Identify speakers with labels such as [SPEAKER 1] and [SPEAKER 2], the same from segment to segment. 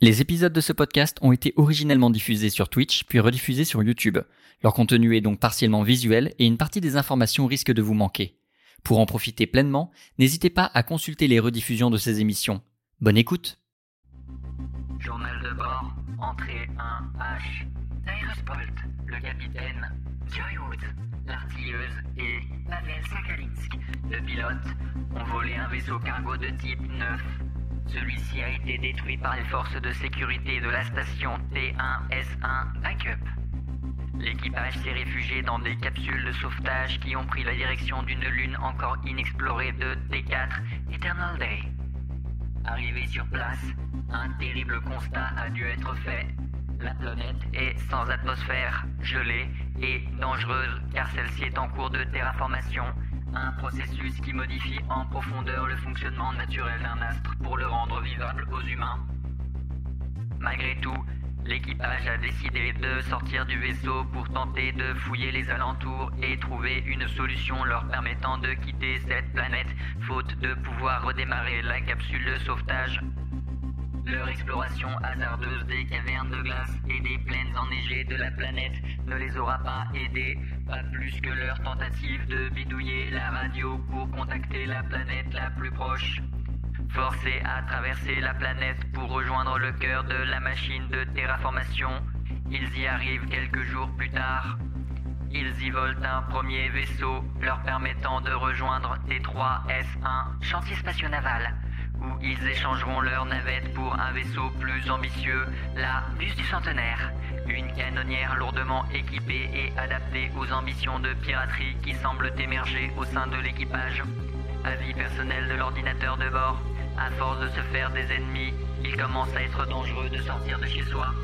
[SPEAKER 1] Les épisodes de ce podcast ont été originellement diffusés sur Twitch puis rediffusés sur YouTube. Leur contenu est donc partiellement visuel et une partie des informations risque de vous manquer. Pour en profiter pleinement, n'hésitez pas à consulter les rediffusions de ces émissions. Bonne écoute
[SPEAKER 2] Journal de bord, entrée 1H. Aérospolt, le capitaine. Joywood, l'artilleuse et Pavel Sakhalinsk, le pilote, ont volé un vaisseau cargo de type 9. Celui-ci a été détruit par les forces de sécurité de la station T1S1 Backup. L'équipage s'est réfugié dans des capsules de sauvetage qui ont pris la direction d'une lune encore inexplorée de T4 Eternal Day. Arrivé sur place, un terrible constat a dû être fait. La planète est sans atmosphère, gelée et dangereuse car celle-ci est en cours de terraformation, un processus qui modifie en profondeur le fonctionnement naturel d'un astre pour le rendre vivable aux humains. Malgré tout, l'équipage a décidé de sortir du vaisseau pour tenter de fouiller les alentours et trouver une solution leur permettant de quitter cette planète, faute de pouvoir redémarrer la capsule de sauvetage. Leur exploration hasardeuse des cavernes de glace et des plaines enneigées de la planète ne les aura pas aidés, pas plus que leur tentative de bidouiller la radio pour contacter la planète la plus proche. Forcés à traverser la planète pour rejoindre le cœur de la machine de terraformation, ils y arrivent quelques jours plus tard. Ils y volent un premier vaisseau leur permettant de rejoindre T3S1, chantier spatio-naval, où ils échangeront leur navette pour un vaisseau plus ambitieux, la Bus du Centenaire, une canonnière lourdement équipée et adaptée aux ambitions de piraterie qui semblent émerger au sein de l'équipage. Avis personnel de l'ordinateur de bord, à force de se faire des ennemis, il commence à être dangereux de sortir de chez soi.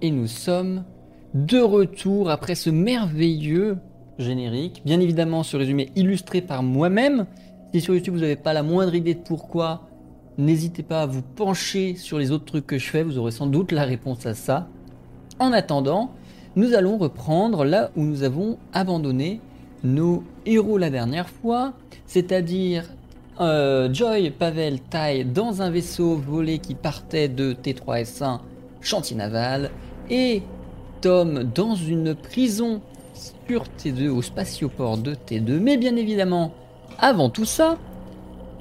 [SPEAKER 1] Et nous sommes de retour après ce merveilleux générique. Bien évidemment, ce résumé illustré par moi-même. Si sur YouTube vous n'avez pas la moindre idée de pourquoi, n'hésitez pas à vous pencher sur les autres trucs que je fais. Vous aurez sans doute la réponse à ça. En attendant, nous allons reprendre là où nous avons abandonné nos héros la dernière fois, c'est-à-dire euh, Joy, Pavel, Tai dans un vaisseau volé qui partait de T3S1 chantier naval, et Tom dans une prison sur T2 au spatioport de T2. Mais bien évidemment, avant tout ça,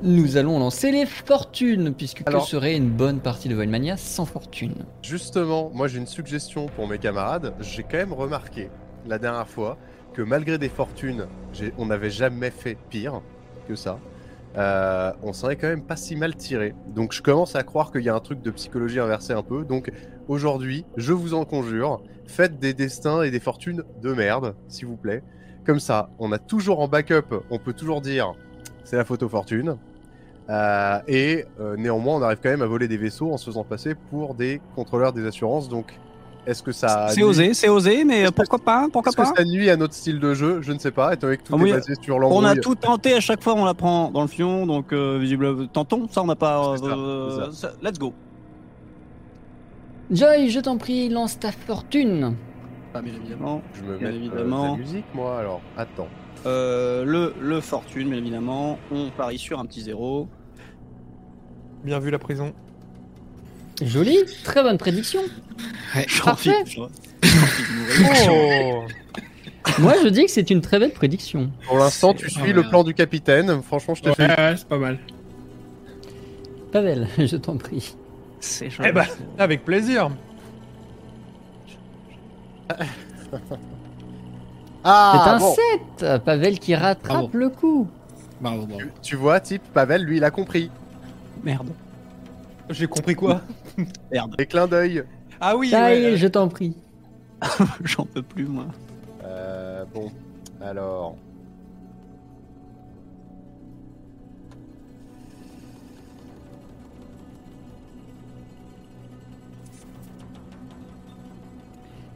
[SPEAKER 1] nous allons lancer les fortunes, puisque
[SPEAKER 3] Alors-
[SPEAKER 1] que serait une bonne partie de Voidmania sans fortune
[SPEAKER 3] Justement, moi j'ai une suggestion pour mes camarades. J'ai quand même remarqué la dernière fois que malgré des fortunes, j'ai- on n'avait jamais fait pire que ça. Euh, on s'en est quand même pas si mal tiré. Donc je commence à croire qu'il y a un truc de psychologie inversée un peu. Donc aujourd'hui, je vous en conjure, faites des destins et des fortunes de merde, s'il vous plaît. Comme ça, on a toujours en backup, on peut toujours dire c'est la faute aux fortunes. Euh, et euh, néanmoins, on arrive quand même à voler des vaisseaux en se faisant passer pour des contrôleurs des assurances. Donc, est-ce que ça.
[SPEAKER 4] C'est
[SPEAKER 3] nuit-
[SPEAKER 4] osé, c'est osé, mais pourquoi pas, pourquoi
[SPEAKER 3] Est-ce que
[SPEAKER 4] pas hein.
[SPEAKER 3] ça nuit à notre style de jeu Je ne sais pas, étant donné que tout
[SPEAKER 4] Ah
[SPEAKER 3] est
[SPEAKER 4] oui,
[SPEAKER 3] basé sur l'embrouille.
[SPEAKER 4] On a tout tenté à chaque fois, on la prend dans le fion, donc euh, visible tentons, ça on n'a pas.
[SPEAKER 3] C'est ça,
[SPEAKER 4] euh, ça- let's go.
[SPEAKER 1] Joy, je t'en prie, lance ta fortune.
[SPEAKER 4] Ah, bien évidemment.
[SPEAKER 3] Je me
[SPEAKER 4] Bien
[SPEAKER 3] mets évidemment.
[SPEAKER 4] évidemment.
[SPEAKER 3] la musique, moi, alors. Attends.
[SPEAKER 4] Euh, le, le fortune, bien évidemment. On parie sur un petit zéro.
[SPEAKER 5] Bien vu la prison.
[SPEAKER 1] Jolie, très bonne prédiction. Parfait.
[SPEAKER 4] J'en fis de
[SPEAKER 3] Eh
[SPEAKER 4] mourir.
[SPEAKER 5] Oh
[SPEAKER 3] bah,
[SPEAKER 1] Moi, je dis que c'est une très belle prédiction.
[SPEAKER 3] Pour l'instant, tu suis
[SPEAKER 6] Ah,
[SPEAKER 3] le
[SPEAKER 6] merde.
[SPEAKER 3] plan du capitaine. Franchement, je te
[SPEAKER 6] Ouais,
[SPEAKER 3] fais.
[SPEAKER 6] ouais, c'est pas mal.
[SPEAKER 1] Pavel, je t'en prie.
[SPEAKER 4] C'est
[SPEAKER 5] Eh ben.
[SPEAKER 4] gentil.
[SPEAKER 5] Avec plaisir.
[SPEAKER 1] C'est
[SPEAKER 3] Ah
[SPEAKER 1] un
[SPEAKER 3] bon.
[SPEAKER 1] 7 Pavel qui
[SPEAKER 3] Ah
[SPEAKER 1] rattrape
[SPEAKER 6] Bravo.
[SPEAKER 1] le coup.
[SPEAKER 6] Bravo, bravo.
[SPEAKER 3] Tu vois, type, Pavel, lui, il a compris.
[SPEAKER 4] Merde.
[SPEAKER 5] J'ai compris quoi
[SPEAKER 3] Les clins d'œil.
[SPEAKER 5] Ah oui,
[SPEAKER 1] Taille,
[SPEAKER 5] ouais, euh,
[SPEAKER 1] je t'en prie.
[SPEAKER 4] J'en peux plus, moi.
[SPEAKER 3] Euh, bon, alors.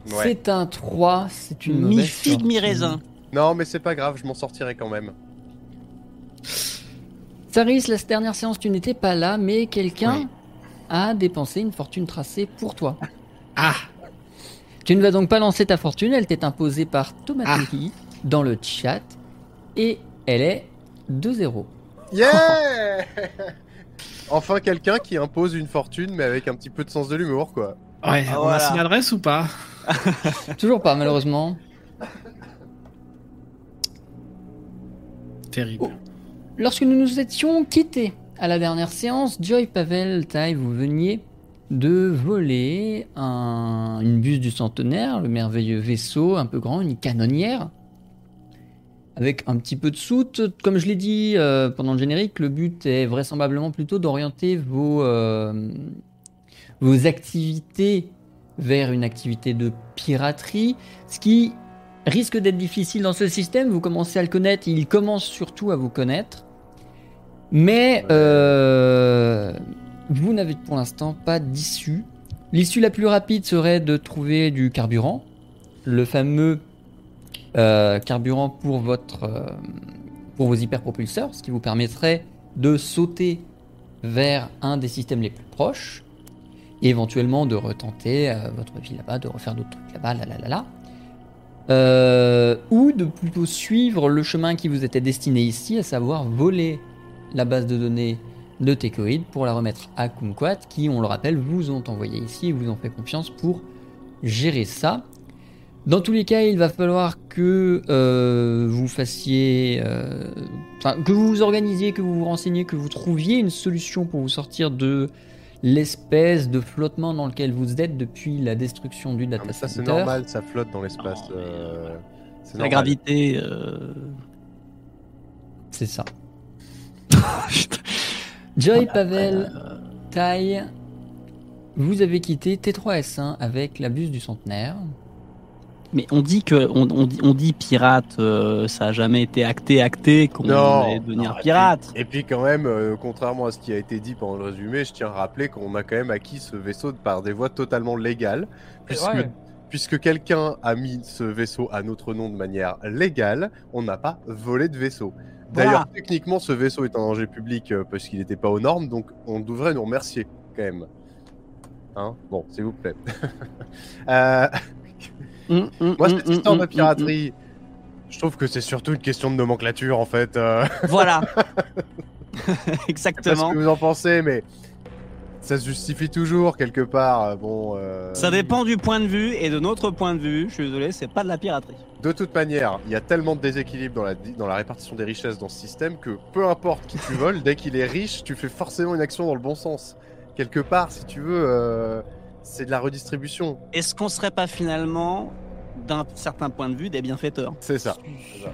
[SPEAKER 3] Ouais.
[SPEAKER 1] C'est un 3, c'est une
[SPEAKER 4] Mi
[SPEAKER 1] mauvaise
[SPEAKER 4] figue, mi
[SPEAKER 1] fortune.
[SPEAKER 4] raisin.
[SPEAKER 3] Non, mais c'est pas grave, je m'en sortirai quand même.
[SPEAKER 1] Saris, la dernière séance, tu n'étais pas là, mais quelqu'un a dépensé une fortune tracée pour toi.
[SPEAKER 6] Ah
[SPEAKER 1] Tu ne vas donc pas lancer ta fortune, elle t'est imposée par
[SPEAKER 6] Ah.
[SPEAKER 1] Tomatori dans le chat et elle est de 0.
[SPEAKER 3] Yeah Enfin, quelqu'un qui impose une fortune, mais avec un petit peu de sens de l'humour, quoi.
[SPEAKER 6] Ouais,
[SPEAKER 4] Ah,
[SPEAKER 6] on
[SPEAKER 4] voilà.
[SPEAKER 6] a signé l'adresse ou pas
[SPEAKER 1] Toujours pas, malheureusement.
[SPEAKER 6] Terrible.
[SPEAKER 1] Lorsque nous nous étions quittés à la dernière séance, Joy, Pavel, Tai, vous veniez de voler un- une buse du centenaire, le merveilleux vaisseau un peu grand, une canonnière, avec un petit peu de soute. Comme je l'ai dit euh, pendant le générique, le but est vraisemblablement plutôt d'orienter vos, euh, vos activités vers une activité de piraterie, ce qui risque d'être difficile dans ce système. Vous commencez à le connaître, il commence surtout à vous connaître. Mais euh, vous n'avez pour l'instant pas d'issue. L'issue la plus rapide serait de trouver du carburant, le fameux euh, carburant pour, votre, euh, pour vos hyperpropulseurs, ce qui vous permettrait de sauter vers un des systèmes les plus proches, et éventuellement de retenter euh, votre vie là-bas, de refaire d'autres trucs là-bas, là là là là. Euh, ou de plutôt suivre le chemin qui vous était destiné ici, à savoir voler la base de données de Tecoïd pour la remettre à Kumquat, qui, on le rappelle, vous ont envoyé ici et vous ont fait confiance pour gérer ça. Dans tous les cas, il va falloir que euh, vous fassiez, euh, enfin, que vous vous organisiez, que vous vous renseigniez, que vous trouviez une solution pour vous sortir de l'espèce de flottement dans lequel vous êtes depuis la destruction du
[SPEAKER 3] Ah,
[SPEAKER 1] data
[SPEAKER 3] mais ça, c'est
[SPEAKER 1] center.
[SPEAKER 3] normal, ça flotte dans l'espace.
[SPEAKER 4] Non, Oh, mais,
[SPEAKER 3] euh,
[SPEAKER 4] voilà.
[SPEAKER 3] c'est
[SPEAKER 4] La
[SPEAKER 3] normal.
[SPEAKER 4] gravité. euh,
[SPEAKER 1] C'est ça.
[SPEAKER 4] putain.
[SPEAKER 1] Joy, Pavel, Tai, vous avez quitté T3S1 avec la bus du centenaire.
[SPEAKER 4] Mais on dit que on, on dit, on dit pirate, euh, ça a jamais été acté, acté qu'on
[SPEAKER 3] Non.
[SPEAKER 4] allait devenir
[SPEAKER 3] Non,
[SPEAKER 4] pirate.
[SPEAKER 3] Et puis quand même, euh, contrairement à ce qui a été dit pendant le résumé, je tiens à rappeler qu'on a quand même acquis ce vaisseau par des voies totalement légales, puisque,
[SPEAKER 5] ouais.
[SPEAKER 3] puisque quelqu'un a mis ce vaisseau à notre nom de manière légale, on n'a pas volé de vaisseau. D'ailleurs, techniquement, ce vaisseau est un danger public euh, parce qu'il n'était pas aux normes, donc on devrait nous remercier quand même. Hein bon, s'il vous plaît. Euh,
[SPEAKER 4] Hum, hum,
[SPEAKER 3] moi,
[SPEAKER 4] hum,
[SPEAKER 3] cette
[SPEAKER 4] hum,
[SPEAKER 3] histoire de
[SPEAKER 4] hum, hum,
[SPEAKER 3] piraterie, je trouve que c'est surtout une question de nomenclature en fait. euh.
[SPEAKER 4] hum. Voilà.
[SPEAKER 3] Je sais pas
[SPEAKER 4] Exactement.
[SPEAKER 3] ce que vous en pensez, mais ça se justifie toujours quelque part. euh, Bon, euh,
[SPEAKER 4] Ça dépend du point de vue et de notre point de vue. Je suis désolé, c'est pas de la piraterie.
[SPEAKER 3] de toute manière, il y a tellement de déséquilibre dans la, dans la répartition des richesses dans ce système que peu importe qui tu voles, dès qu'il est riche, tu fais forcément une action dans le bon sens. Quelque part, si tu veux, euh, c'est de la redistribution.
[SPEAKER 4] Est-ce qu'on serait pas finalement, d'un certain point de vue, des bienfaiteurs
[SPEAKER 3] C'est ça. C'est ça.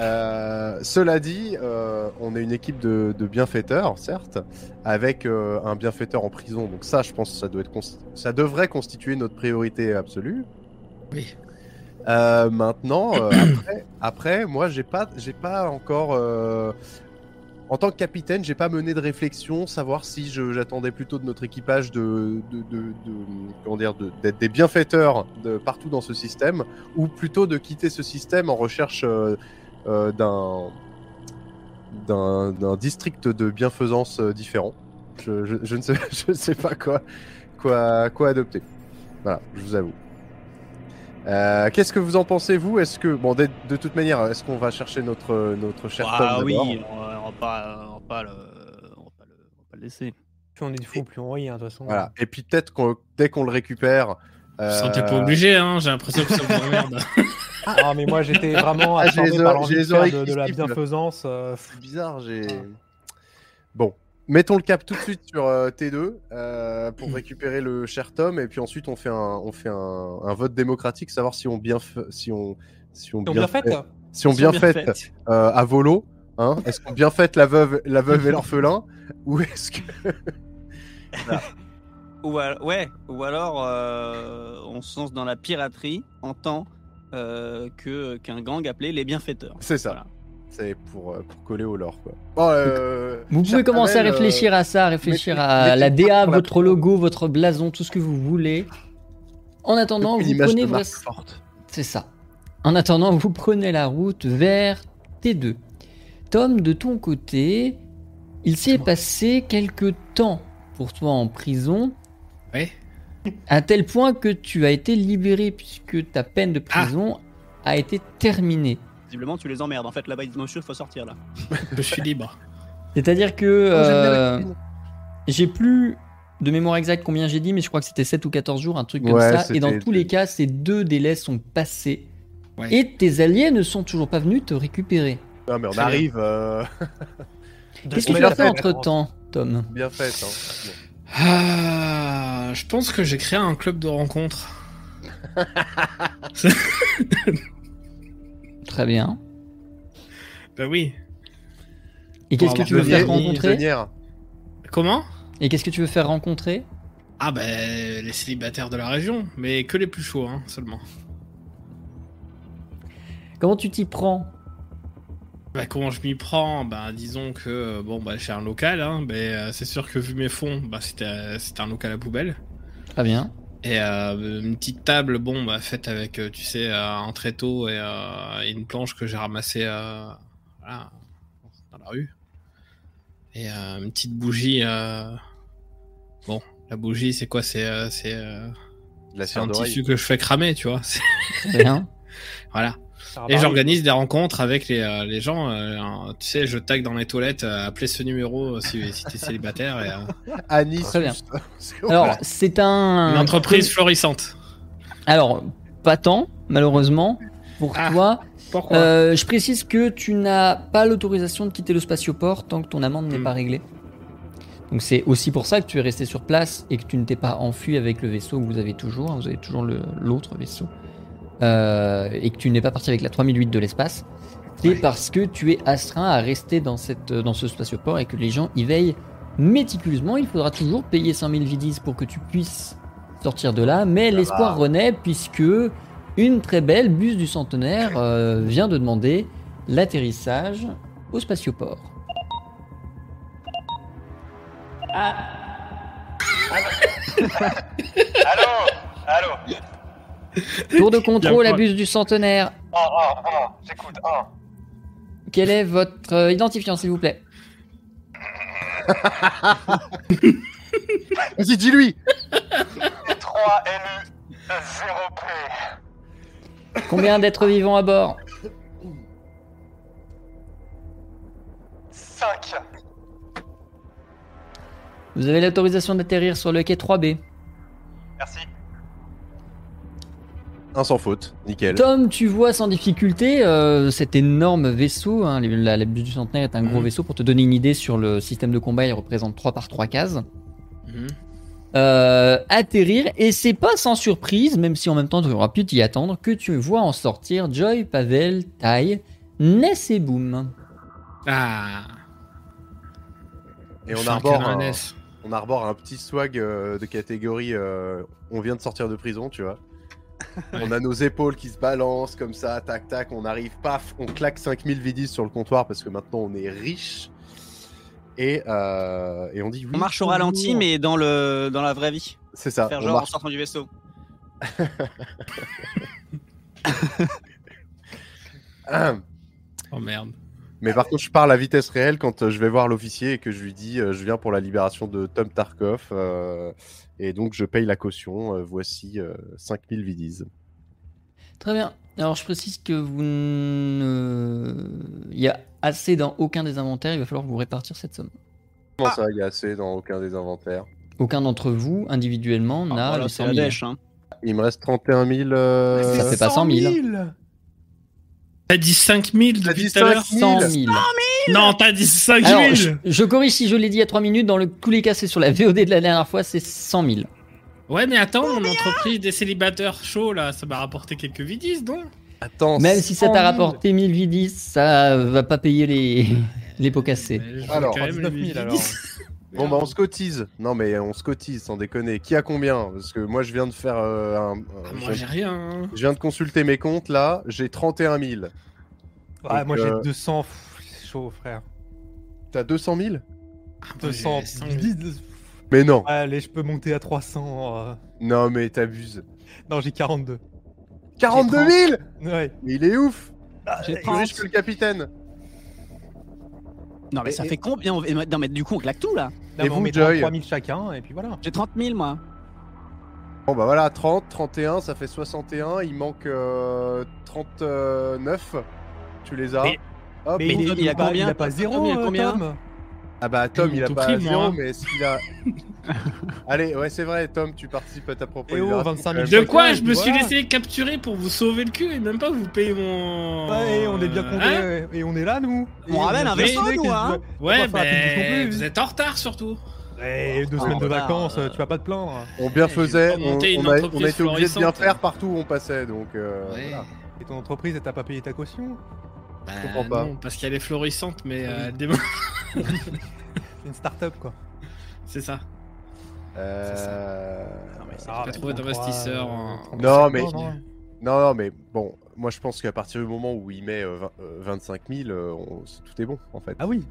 [SPEAKER 3] Euh, cela dit, euh, on est une équipe de, de bienfaiteurs, certes, avec euh, un bienfaiteur en prison. Donc ça, je pense, que ça doit être const- ça devrait constituer notre priorité absolue.
[SPEAKER 6] Oui.
[SPEAKER 3] Euh, maintenant, euh, après, après, moi, j'ai pas, j'ai pas encore. euh, en tant que capitaine, j'ai pas mené de réflexion, savoir si je- j'attendais plutôt de notre équipage de, de, de, de- comment dire, de- d'être des bienfaiteurs de partout dans ce système, ou plutôt de quitter ce système en recherche euh, euh, d'un d'un d'un district de bienfaisance euh, différent. Je, je, je ne sais, je ne sais pas quoi, quoi, quoi adopter. Voilà, je vous avoue. Euh, Qu'est-ce que vous en pensez vous Est-ce que bon, de, de toute manière, est-ce qu'on va chercher notre notre cher
[SPEAKER 4] Ah
[SPEAKER 3] Tom
[SPEAKER 4] oui,
[SPEAKER 3] d'abord
[SPEAKER 4] on va, on va pas, on va pas le, on va pas le, on va pas le laisser.
[SPEAKER 5] Plus on est de fou, plus on rit, hein, de toute façon.
[SPEAKER 3] Voilà. Et puis peut-être qu'on dès qu'on le récupère.
[SPEAKER 6] Je
[SPEAKER 3] euh,
[SPEAKER 6] sens que t'es pas obligé, hein, j'ai l'impression que ça vous emmerde.
[SPEAKER 5] Ah, mais moi j'étais vraiment
[SPEAKER 3] Ah, j'ai les
[SPEAKER 5] absorbé par
[SPEAKER 3] oreilles- j'ai
[SPEAKER 5] l'envie de,
[SPEAKER 3] les
[SPEAKER 5] faire
[SPEAKER 3] oreilles
[SPEAKER 5] de,
[SPEAKER 3] qui
[SPEAKER 5] de la
[SPEAKER 3] sifflent.
[SPEAKER 5] bienfaisance. euh, f-
[SPEAKER 3] C'est bizarre, j'ai.
[SPEAKER 5] Ah.
[SPEAKER 3] Bon, mettons le cap tout de suite sur euh, T2 euh, pour récupérer le cher Tom, et puis ensuite on fait un, on fait un, un vote démocratique, savoir si on bien, f- si on, si on
[SPEAKER 5] Ils ont bien fait.
[SPEAKER 3] fait- si on bien fait euh, à volo, hein Est-ce qu'on bien fait la veuve, la veuve et l'orphelin, ou est-ce que
[SPEAKER 4] Ou al- ouais, ou alors euh, on se lance dans la piraterie en tant euh, que qu'un gang appelé les bienfaiteurs.
[SPEAKER 3] C'est ça.
[SPEAKER 4] Voilà.
[SPEAKER 3] C'est pour, euh, pour coller au lore, quoi. Bon, euh,
[SPEAKER 1] Vous pouvez
[SPEAKER 3] cher
[SPEAKER 1] commencer à
[SPEAKER 3] Kamel, euh,
[SPEAKER 1] réfléchir à ça, à réfléchir
[SPEAKER 3] mettez-
[SPEAKER 1] à
[SPEAKER 3] mettez
[SPEAKER 1] la
[SPEAKER 3] une carte
[SPEAKER 1] DA,
[SPEAKER 3] pour la
[SPEAKER 1] votre
[SPEAKER 3] promo.
[SPEAKER 1] logo, votre blason, tout ce que vous voulez. En attendant,
[SPEAKER 3] une
[SPEAKER 1] vous
[SPEAKER 3] image
[SPEAKER 1] prenez
[SPEAKER 3] de marque
[SPEAKER 1] vos-
[SPEAKER 3] forte.
[SPEAKER 1] C'est ça. En attendant, vous prenez la route vers T2. Tom, de ton côté, il s'est passé quelque temps pour toi en prison,
[SPEAKER 6] Ouais.
[SPEAKER 1] à tel point que tu as été libéré puisque ta peine de
[SPEAKER 6] Ah.
[SPEAKER 3] Ah.
[SPEAKER 1] prison a été terminée.
[SPEAKER 4] Visiblement, tu les emmerdes. En fait, là-bas, ils disent monsieur, faut sortir là.
[SPEAKER 6] Je suis libre.
[SPEAKER 1] C'est-à-dire que
[SPEAKER 3] Oh,
[SPEAKER 1] euh, j'ai plus de mémoire exacte combien j'ai dit, mais je crois que c'était 7 ou 14 jours, un truc comme
[SPEAKER 3] Ouais,
[SPEAKER 1] ça. Et dans
[SPEAKER 3] c'était-
[SPEAKER 1] tous les cas, ces deux délais sont passés.
[SPEAKER 6] Ouais.
[SPEAKER 1] Et tes alliés ne sont toujours pas venus te récupérer.
[SPEAKER 3] Non, mais on
[SPEAKER 6] Très bien.
[SPEAKER 3] arrive euh,
[SPEAKER 1] Qu'est-ce que tu
[SPEAKER 5] semaines
[SPEAKER 1] as fait
[SPEAKER 5] après,
[SPEAKER 1] entre temps, Tom
[SPEAKER 3] bien fait. Hein.
[SPEAKER 6] Ah, je pense que j'ai créé un club de rencontres.
[SPEAKER 1] Très bien.
[SPEAKER 6] Bah oui.
[SPEAKER 1] Et
[SPEAKER 6] Pour
[SPEAKER 1] qu'est-ce que
[SPEAKER 6] avoir
[SPEAKER 1] tu veux
[SPEAKER 6] deux
[SPEAKER 1] faire
[SPEAKER 6] amis,
[SPEAKER 1] rencontrer
[SPEAKER 3] prisonnière.
[SPEAKER 6] Comment
[SPEAKER 1] Et qu'est-ce que tu veux faire rencontrer
[SPEAKER 6] Ah bah les célibataires de la région, mais que les plus chauds hein, seulement.
[SPEAKER 1] Comment tu t'y prends
[SPEAKER 6] Bah comment je m'y prends Bah disons que euh, bon bah j'ai un local, hein, mais euh, c'est sûr que vu mes fonds, bah c'était euh, c'était un local à poubelle.
[SPEAKER 1] Très bien.
[SPEAKER 6] Et euh, une petite table, bon, bah, faite avec, euh, tu sais, euh, un tréteau et, euh, et une planche que j'ai ramassée euh, voilà, dans la rue. Et euh, une petite bougie. euh, Bon, la bougie, c'est quoi C'est euh, c'est, euh,
[SPEAKER 3] De La
[SPEAKER 6] c'est
[SPEAKER 3] cire
[SPEAKER 6] un
[SPEAKER 3] d'oreille.
[SPEAKER 6] tissu que je fais cramer, tu vois. c'est-
[SPEAKER 1] Très bien.
[SPEAKER 6] voilà.
[SPEAKER 5] Ah,
[SPEAKER 6] Et
[SPEAKER 5] bah,
[SPEAKER 6] j'organise des rencontres avec les, euh, les gens. euh, hein, tu sais, je tag dans les toilettes, euh, appelez ce numéro euh, si, si t'es célibataire. Et, euh,
[SPEAKER 3] Annie.
[SPEAKER 1] Très bien.
[SPEAKER 3] Sous-
[SPEAKER 1] Alors, c'est un.
[SPEAKER 7] Ah.
[SPEAKER 6] une entreprise florissante.
[SPEAKER 1] Alors, pas tant, malheureusement. Pour
[SPEAKER 6] Ah.
[SPEAKER 1] toi,
[SPEAKER 6] Pourquoi
[SPEAKER 1] Euh, je précise que tu n'as pas l'autorisation de quitter le spatioport tant que ton amende n'est
[SPEAKER 6] Hmm.
[SPEAKER 1] pas réglée. Donc c'est aussi pour ça que tu es resté sur place et que tu ne t'es pas enfui avec le vaisseau que vous avez toujours. hein, vous avez toujours le- l'autre vaisseau. Euh, et que tu n'es pas parti avec la 3008 de l'espace. C'est
[SPEAKER 6] Ouais.
[SPEAKER 1] parce que tu es astreint à rester dans, cette, euh, dans ce spatioport et que les gens y veillent méticuleusement. Il faudra toujours payer 5000 vidis pour que tu puisses sortir de là. Mais l'espoir renaît puisque une très belle buse du centenaire euh, vient de demander l'atterrissage au spatioport.
[SPEAKER 8] Ah. Allô Allô
[SPEAKER 1] Tour de contrôle,
[SPEAKER 6] Bien,
[SPEAKER 1] la buse du centenaire.
[SPEAKER 8] Oh, oh, oh, j'écoute, oh.
[SPEAKER 1] Quel est votre euh, identifiant, s'il vous plaît
[SPEAKER 3] Vas-y, dis-lui.
[SPEAKER 8] Et 3 élus, 0 P.
[SPEAKER 1] Combien d'êtres vivants à bord
[SPEAKER 8] 5.
[SPEAKER 1] Vous avez l'autorisation d'atterrir sur le quai 3B.
[SPEAKER 8] Merci.
[SPEAKER 3] Un sans faute. Nickel.
[SPEAKER 1] Tom, tu vois sans difficulté euh, cet énorme vaisseau. hein, la, la buse du centenaire est un gros
[SPEAKER 6] Mhm.
[SPEAKER 1] vaisseau. Pour te donner une idée sur le système de combat, il représente 3 par 3 cases.
[SPEAKER 6] Mhm.
[SPEAKER 1] euh, atterrir et c'est pas sans surprise, même si en même temps tu auras pu t'y attendre, que tu vois en sortir Joy, Pavel, Tai, Ness et Boom.
[SPEAKER 6] Ah,
[SPEAKER 3] Et
[SPEAKER 6] je
[SPEAKER 3] on
[SPEAKER 6] fais un
[SPEAKER 3] arbore euh,
[SPEAKER 6] câlin à
[SPEAKER 3] un,
[SPEAKER 6] Ness.
[SPEAKER 5] euh,
[SPEAKER 3] on arbore un petit swag euh, de catégorie. euh, on vient de sortir de prison, tu vois. on a nos épaules qui se balancent comme ça, tac tac. On arrive, paf, on claque 5000 V10 sur le comptoir parce que maintenant on est riche. Et, euh, et on dit oui.
[SPEAKER 4] On marche au ralenti,
[SPEAKER 3] bonjour.
[SPEAKER 4] mais dans le dans la vraie vie.
[SPEAKER 3] C'est ça.
[SPEAKER 4] Faire
[SPEAKER 3] Ah, on
[SPEAKER 4] genre en
[SPEAKER 3] marche-
[SPEAKER 4] sortant du vaisseau.
[SPEAKER 6] Oh merde.
[SPEAKER 3] Mais par contre, je parle à vitesse réelle quand euh, je vais voir l'officier et que je lui dis euh, je viens pour la libération de Tom Tarkov. euh, et donc, je paye la caution. euh, voici euh, 5000 vidis.
[SPEAKER 4] Ah.
[SPEAKER 1] Très bien. Alors je précise que vous ne... Il y a assez dans aucun des inventaires, il va falloir vous répartir cette somme.
[SPEAKER 3] Comment ça, il y a assez dans aucun des inventaires
[SPEAKER 1] Aucun d'entre vous, individuellement,
[SPEAKER 4] Ah,
[SPEAKER 1] n'a
[SPEAKER 4] voilà,
[SPEAKER 1] 800
[SPEAKER 4] c'est la
[SPEAKER 1] 000.
[SPEAKER 4] dèche. hein.
[SPEAKER 3] Il me reste 31 000. euh,
[SPEAKER 1] Ça fait pas 100 000.
[SPEAKER 6] T'as dit 5000
[SPEAKER 3] T'as
[SPEAKER 6] depuis
[SPEAKER 3] dit
[SPEAKER 6] tout à l'heure
[SPEAKER 1] 100 000.
[SPEAKER 6] Non, t'as dit 5000
[SPEAKER 1] Alors, je, je corrige si je l'ai dit il y a 3 minutes, dans le, tous les cas c'est sur la VOD de la dernière fois, c'est 100 000.
[SPEAKER 6] Ouais, mais attends, mon entreprise des célibataires chauds, là, ça m'a rapporté quelques vidis, non
[SPEAKER 3] Attends,
[SPEAKER 1] Même si ça
[SPEAKER 3] 100
[SPEAKER 1] t'a
[SPEAKER 3] 000.
[SPEAKER 1] rapporté 1000 vidis, ça va pas payer les, les pots cassés.
[SPEAKER 6] Mais je veux
[SPEAKER 3] Alors,
[SPEAKER 6] quand même
[SPEAKER 5] 19
[SPEAKER 6] les
[SPEAKER 5] 000
[SPEAKER 6] vidis.
[SPEAKER 5] alors.
[SPEAKER 3] Bon, bah, on se cotise. Non, mais on se cotise, sans déconner. Qui a combien Parce que moi, je viens de faire euh, un.
[SPEAKER 6] Ah,
[SPEAKER 3] euh, je,
[SPEAKER 6] moi, j'ai rien. hein.
[SPEAKER 3] je viens de consulter mes comptes là. J'ai 31 000.
[SPEAKER 5] Ah, moi j'ai
[SPEAKER 3] euh,
[SPEAKER 5] 200, pff, c'est chaud frère.
[SPEAKER 3] T'as 200 000
[SPEAKER 6] Ah, moi, j'ai
[SPEAKER 5] 200,
[SPEAKER 6] cinq-
[SPEAKER 3] Mais non.
[SPEAKER 5] allez, je peux monter à 300. euh,
[SPEAKER 3] Non, mais t'abuses.
[SPEAKER 5] Non, j'ai 42.
[SPEAKER 3] 42 000
[SPEAKER 5] Ouais.
[SPEAKER 3] Mais il est ouf
[SPEAKER 4] J'ai
[SPEAKER 3] Plus riche que Ah, le capitaine
[SPEAKER 4] Non, mais ça fait combien on- Non, mais du coup, on claque tout là.
[SPEAKER 5] Là,
[SPEAKER 3] Et
[SPEAKER 5] on
[SPEAKER 3] vous,
[SPEAKER 5] met
[SPEAKER 3] Joy
[SPEAKER 5] 3000 chacun, et puis voilà.
[SPEAKER 4] J'ai 30 000 moi.
[SPEAKER 3] Bon bah voilà, 30, 31, ça fait 61, il manque euh, 39. Tu les as
[SPEAKER 5] Mais-
[SPEAKER 3] Hop.
[SPEAKER 4] mais Tom, il a
[SPEAKER 5] pas-
[SPEAKER 4] combien,
[SPEAKER 5] Il a pas
[SPEAKER 4] Tom,
[SPEAKER 5] zéro,
[SPEAKER 4] Tom, il a
[SPEAKER 5] euh,
[SPEAKER 4] combien
[SPEAKER 5] Tom
[SPEAKER 3] Ah bah Tom,
[SPEAKER 6] Ils
[SPEAKER 3] il a
[SPEAKER 6] m'ont
[SPEAKER 3] pas
[SPEAKER 6] tout pris,
[SPEAKER 3] zéro,
[SPEAKER 6] moi, hein.
[SPEAKER 3] mais est-ce qu'il a... Allez, ouais, c'est vrai, Tom, tu participes à ta propre
[SPEAKER 5] Eh oh,
[SPEAKER 3] libération,
[SPEAKER 5] 25
[SPEAKER 3] quand même.
[SPEAKER 5] 000.
[SPEAKER 6] De quoi
[SPEAKER 5] Chacun,
[SPEAKER 6] Je me suis
[SPEAKER 5] voilà.
[SPEAKER 6] laissé capturer pour vous sauver le cul et même pas vous payer mon.
[SPEAKER 5] Ouais, on est bien
[SPEAKER 6] Hein
[SPEAKER 5] compté, ouais, et on est là, nous.
[SPEAKER 4] On
[SPEAKER 5] Et
[SPEAKER 4] ramène
[SPEAKER 5] a
[SPEAKER 4] un
[SPEAKER 5] bien
[SPEAKER 4] vaisseau,
[SPEAKER 5] décidé
[SPEAKER 4] nous,
[SPEAKER 5] que-
[SPEAKER 4] hein.
[SPEAKER 5] On
[SPEAKER 6] Ouais,
[SPEAKER 5] va faire la petite
[SPEAKER 6] mais
[SPEAKER 5] complet.
[SPEAKER 6] vous êtes en retard surtout.
[SPEAKER 5] Ouais, deux
[SPEAKER 4] Ah,
[SPEAKER 5] semaines de
[SPEAKER 4] voilà,
[SPEAKER 5] vacances,
[SPEAKER 4] euh,
[SPEAKER 5] tu vas pas te plaindre. hein.
[SPEAKER 3] On bien
[SPEAKER 6] J'ai
[SPEAKER 3] faisait,
[SPEAKER 6] pas
[SPEAKER 3] on,
[SPEAKER 6] monté une
[SPEAKER 3] on a, on
[SPEAKER 6] entreprise
[SPEAKER 3] a été obligé de bien
[SPEAKER 6] florissante.
[SPEAKER 3] faire partout où on passait, donc... euh,
[SPEAKER 6] Ouais.
[SPEAKER 3] voilà.
[SPEAKER 5] Et ton entreprise, et t'as pas payé ta caution
[SPEAKER 6] Bah,
[SPEAKER 3] comprends pas.
[SPEAKER 6] Non, parce qu'elle est florissante, mais
[SPEAKER 5] Ah oui.
[SPEAKER 6] euh, demain.
[SPEAKER 5] C'est une start-up, quoi.
[SPEAKER 6] C'est ça.
[SPEAKER 3] Euh,
[SPEAKER 6] C'est
[SPEAKER 5] Ah,
[SPEAKER 6] pas
[SPEAKER 5] mais
[SPEAKER 6] trouvé
[SPEAKER 5] on
[SPEAKER 6] d'investisseur,
[SPEAKER 5] croit,
[SPEAKER 6] hein.
[SPEAKER 5] euh,
[SPEAKER 3] Non, mais-
[SPEAKER 5] 35 ans, non
[SPEAKER 3] Non, non, mais bon, moi je pense qu'à partir du moment où il met euh, vingt- euh, 25 000, euh, on- c'est- tout est bon en fait.
[SPEAKER 5] Ah oui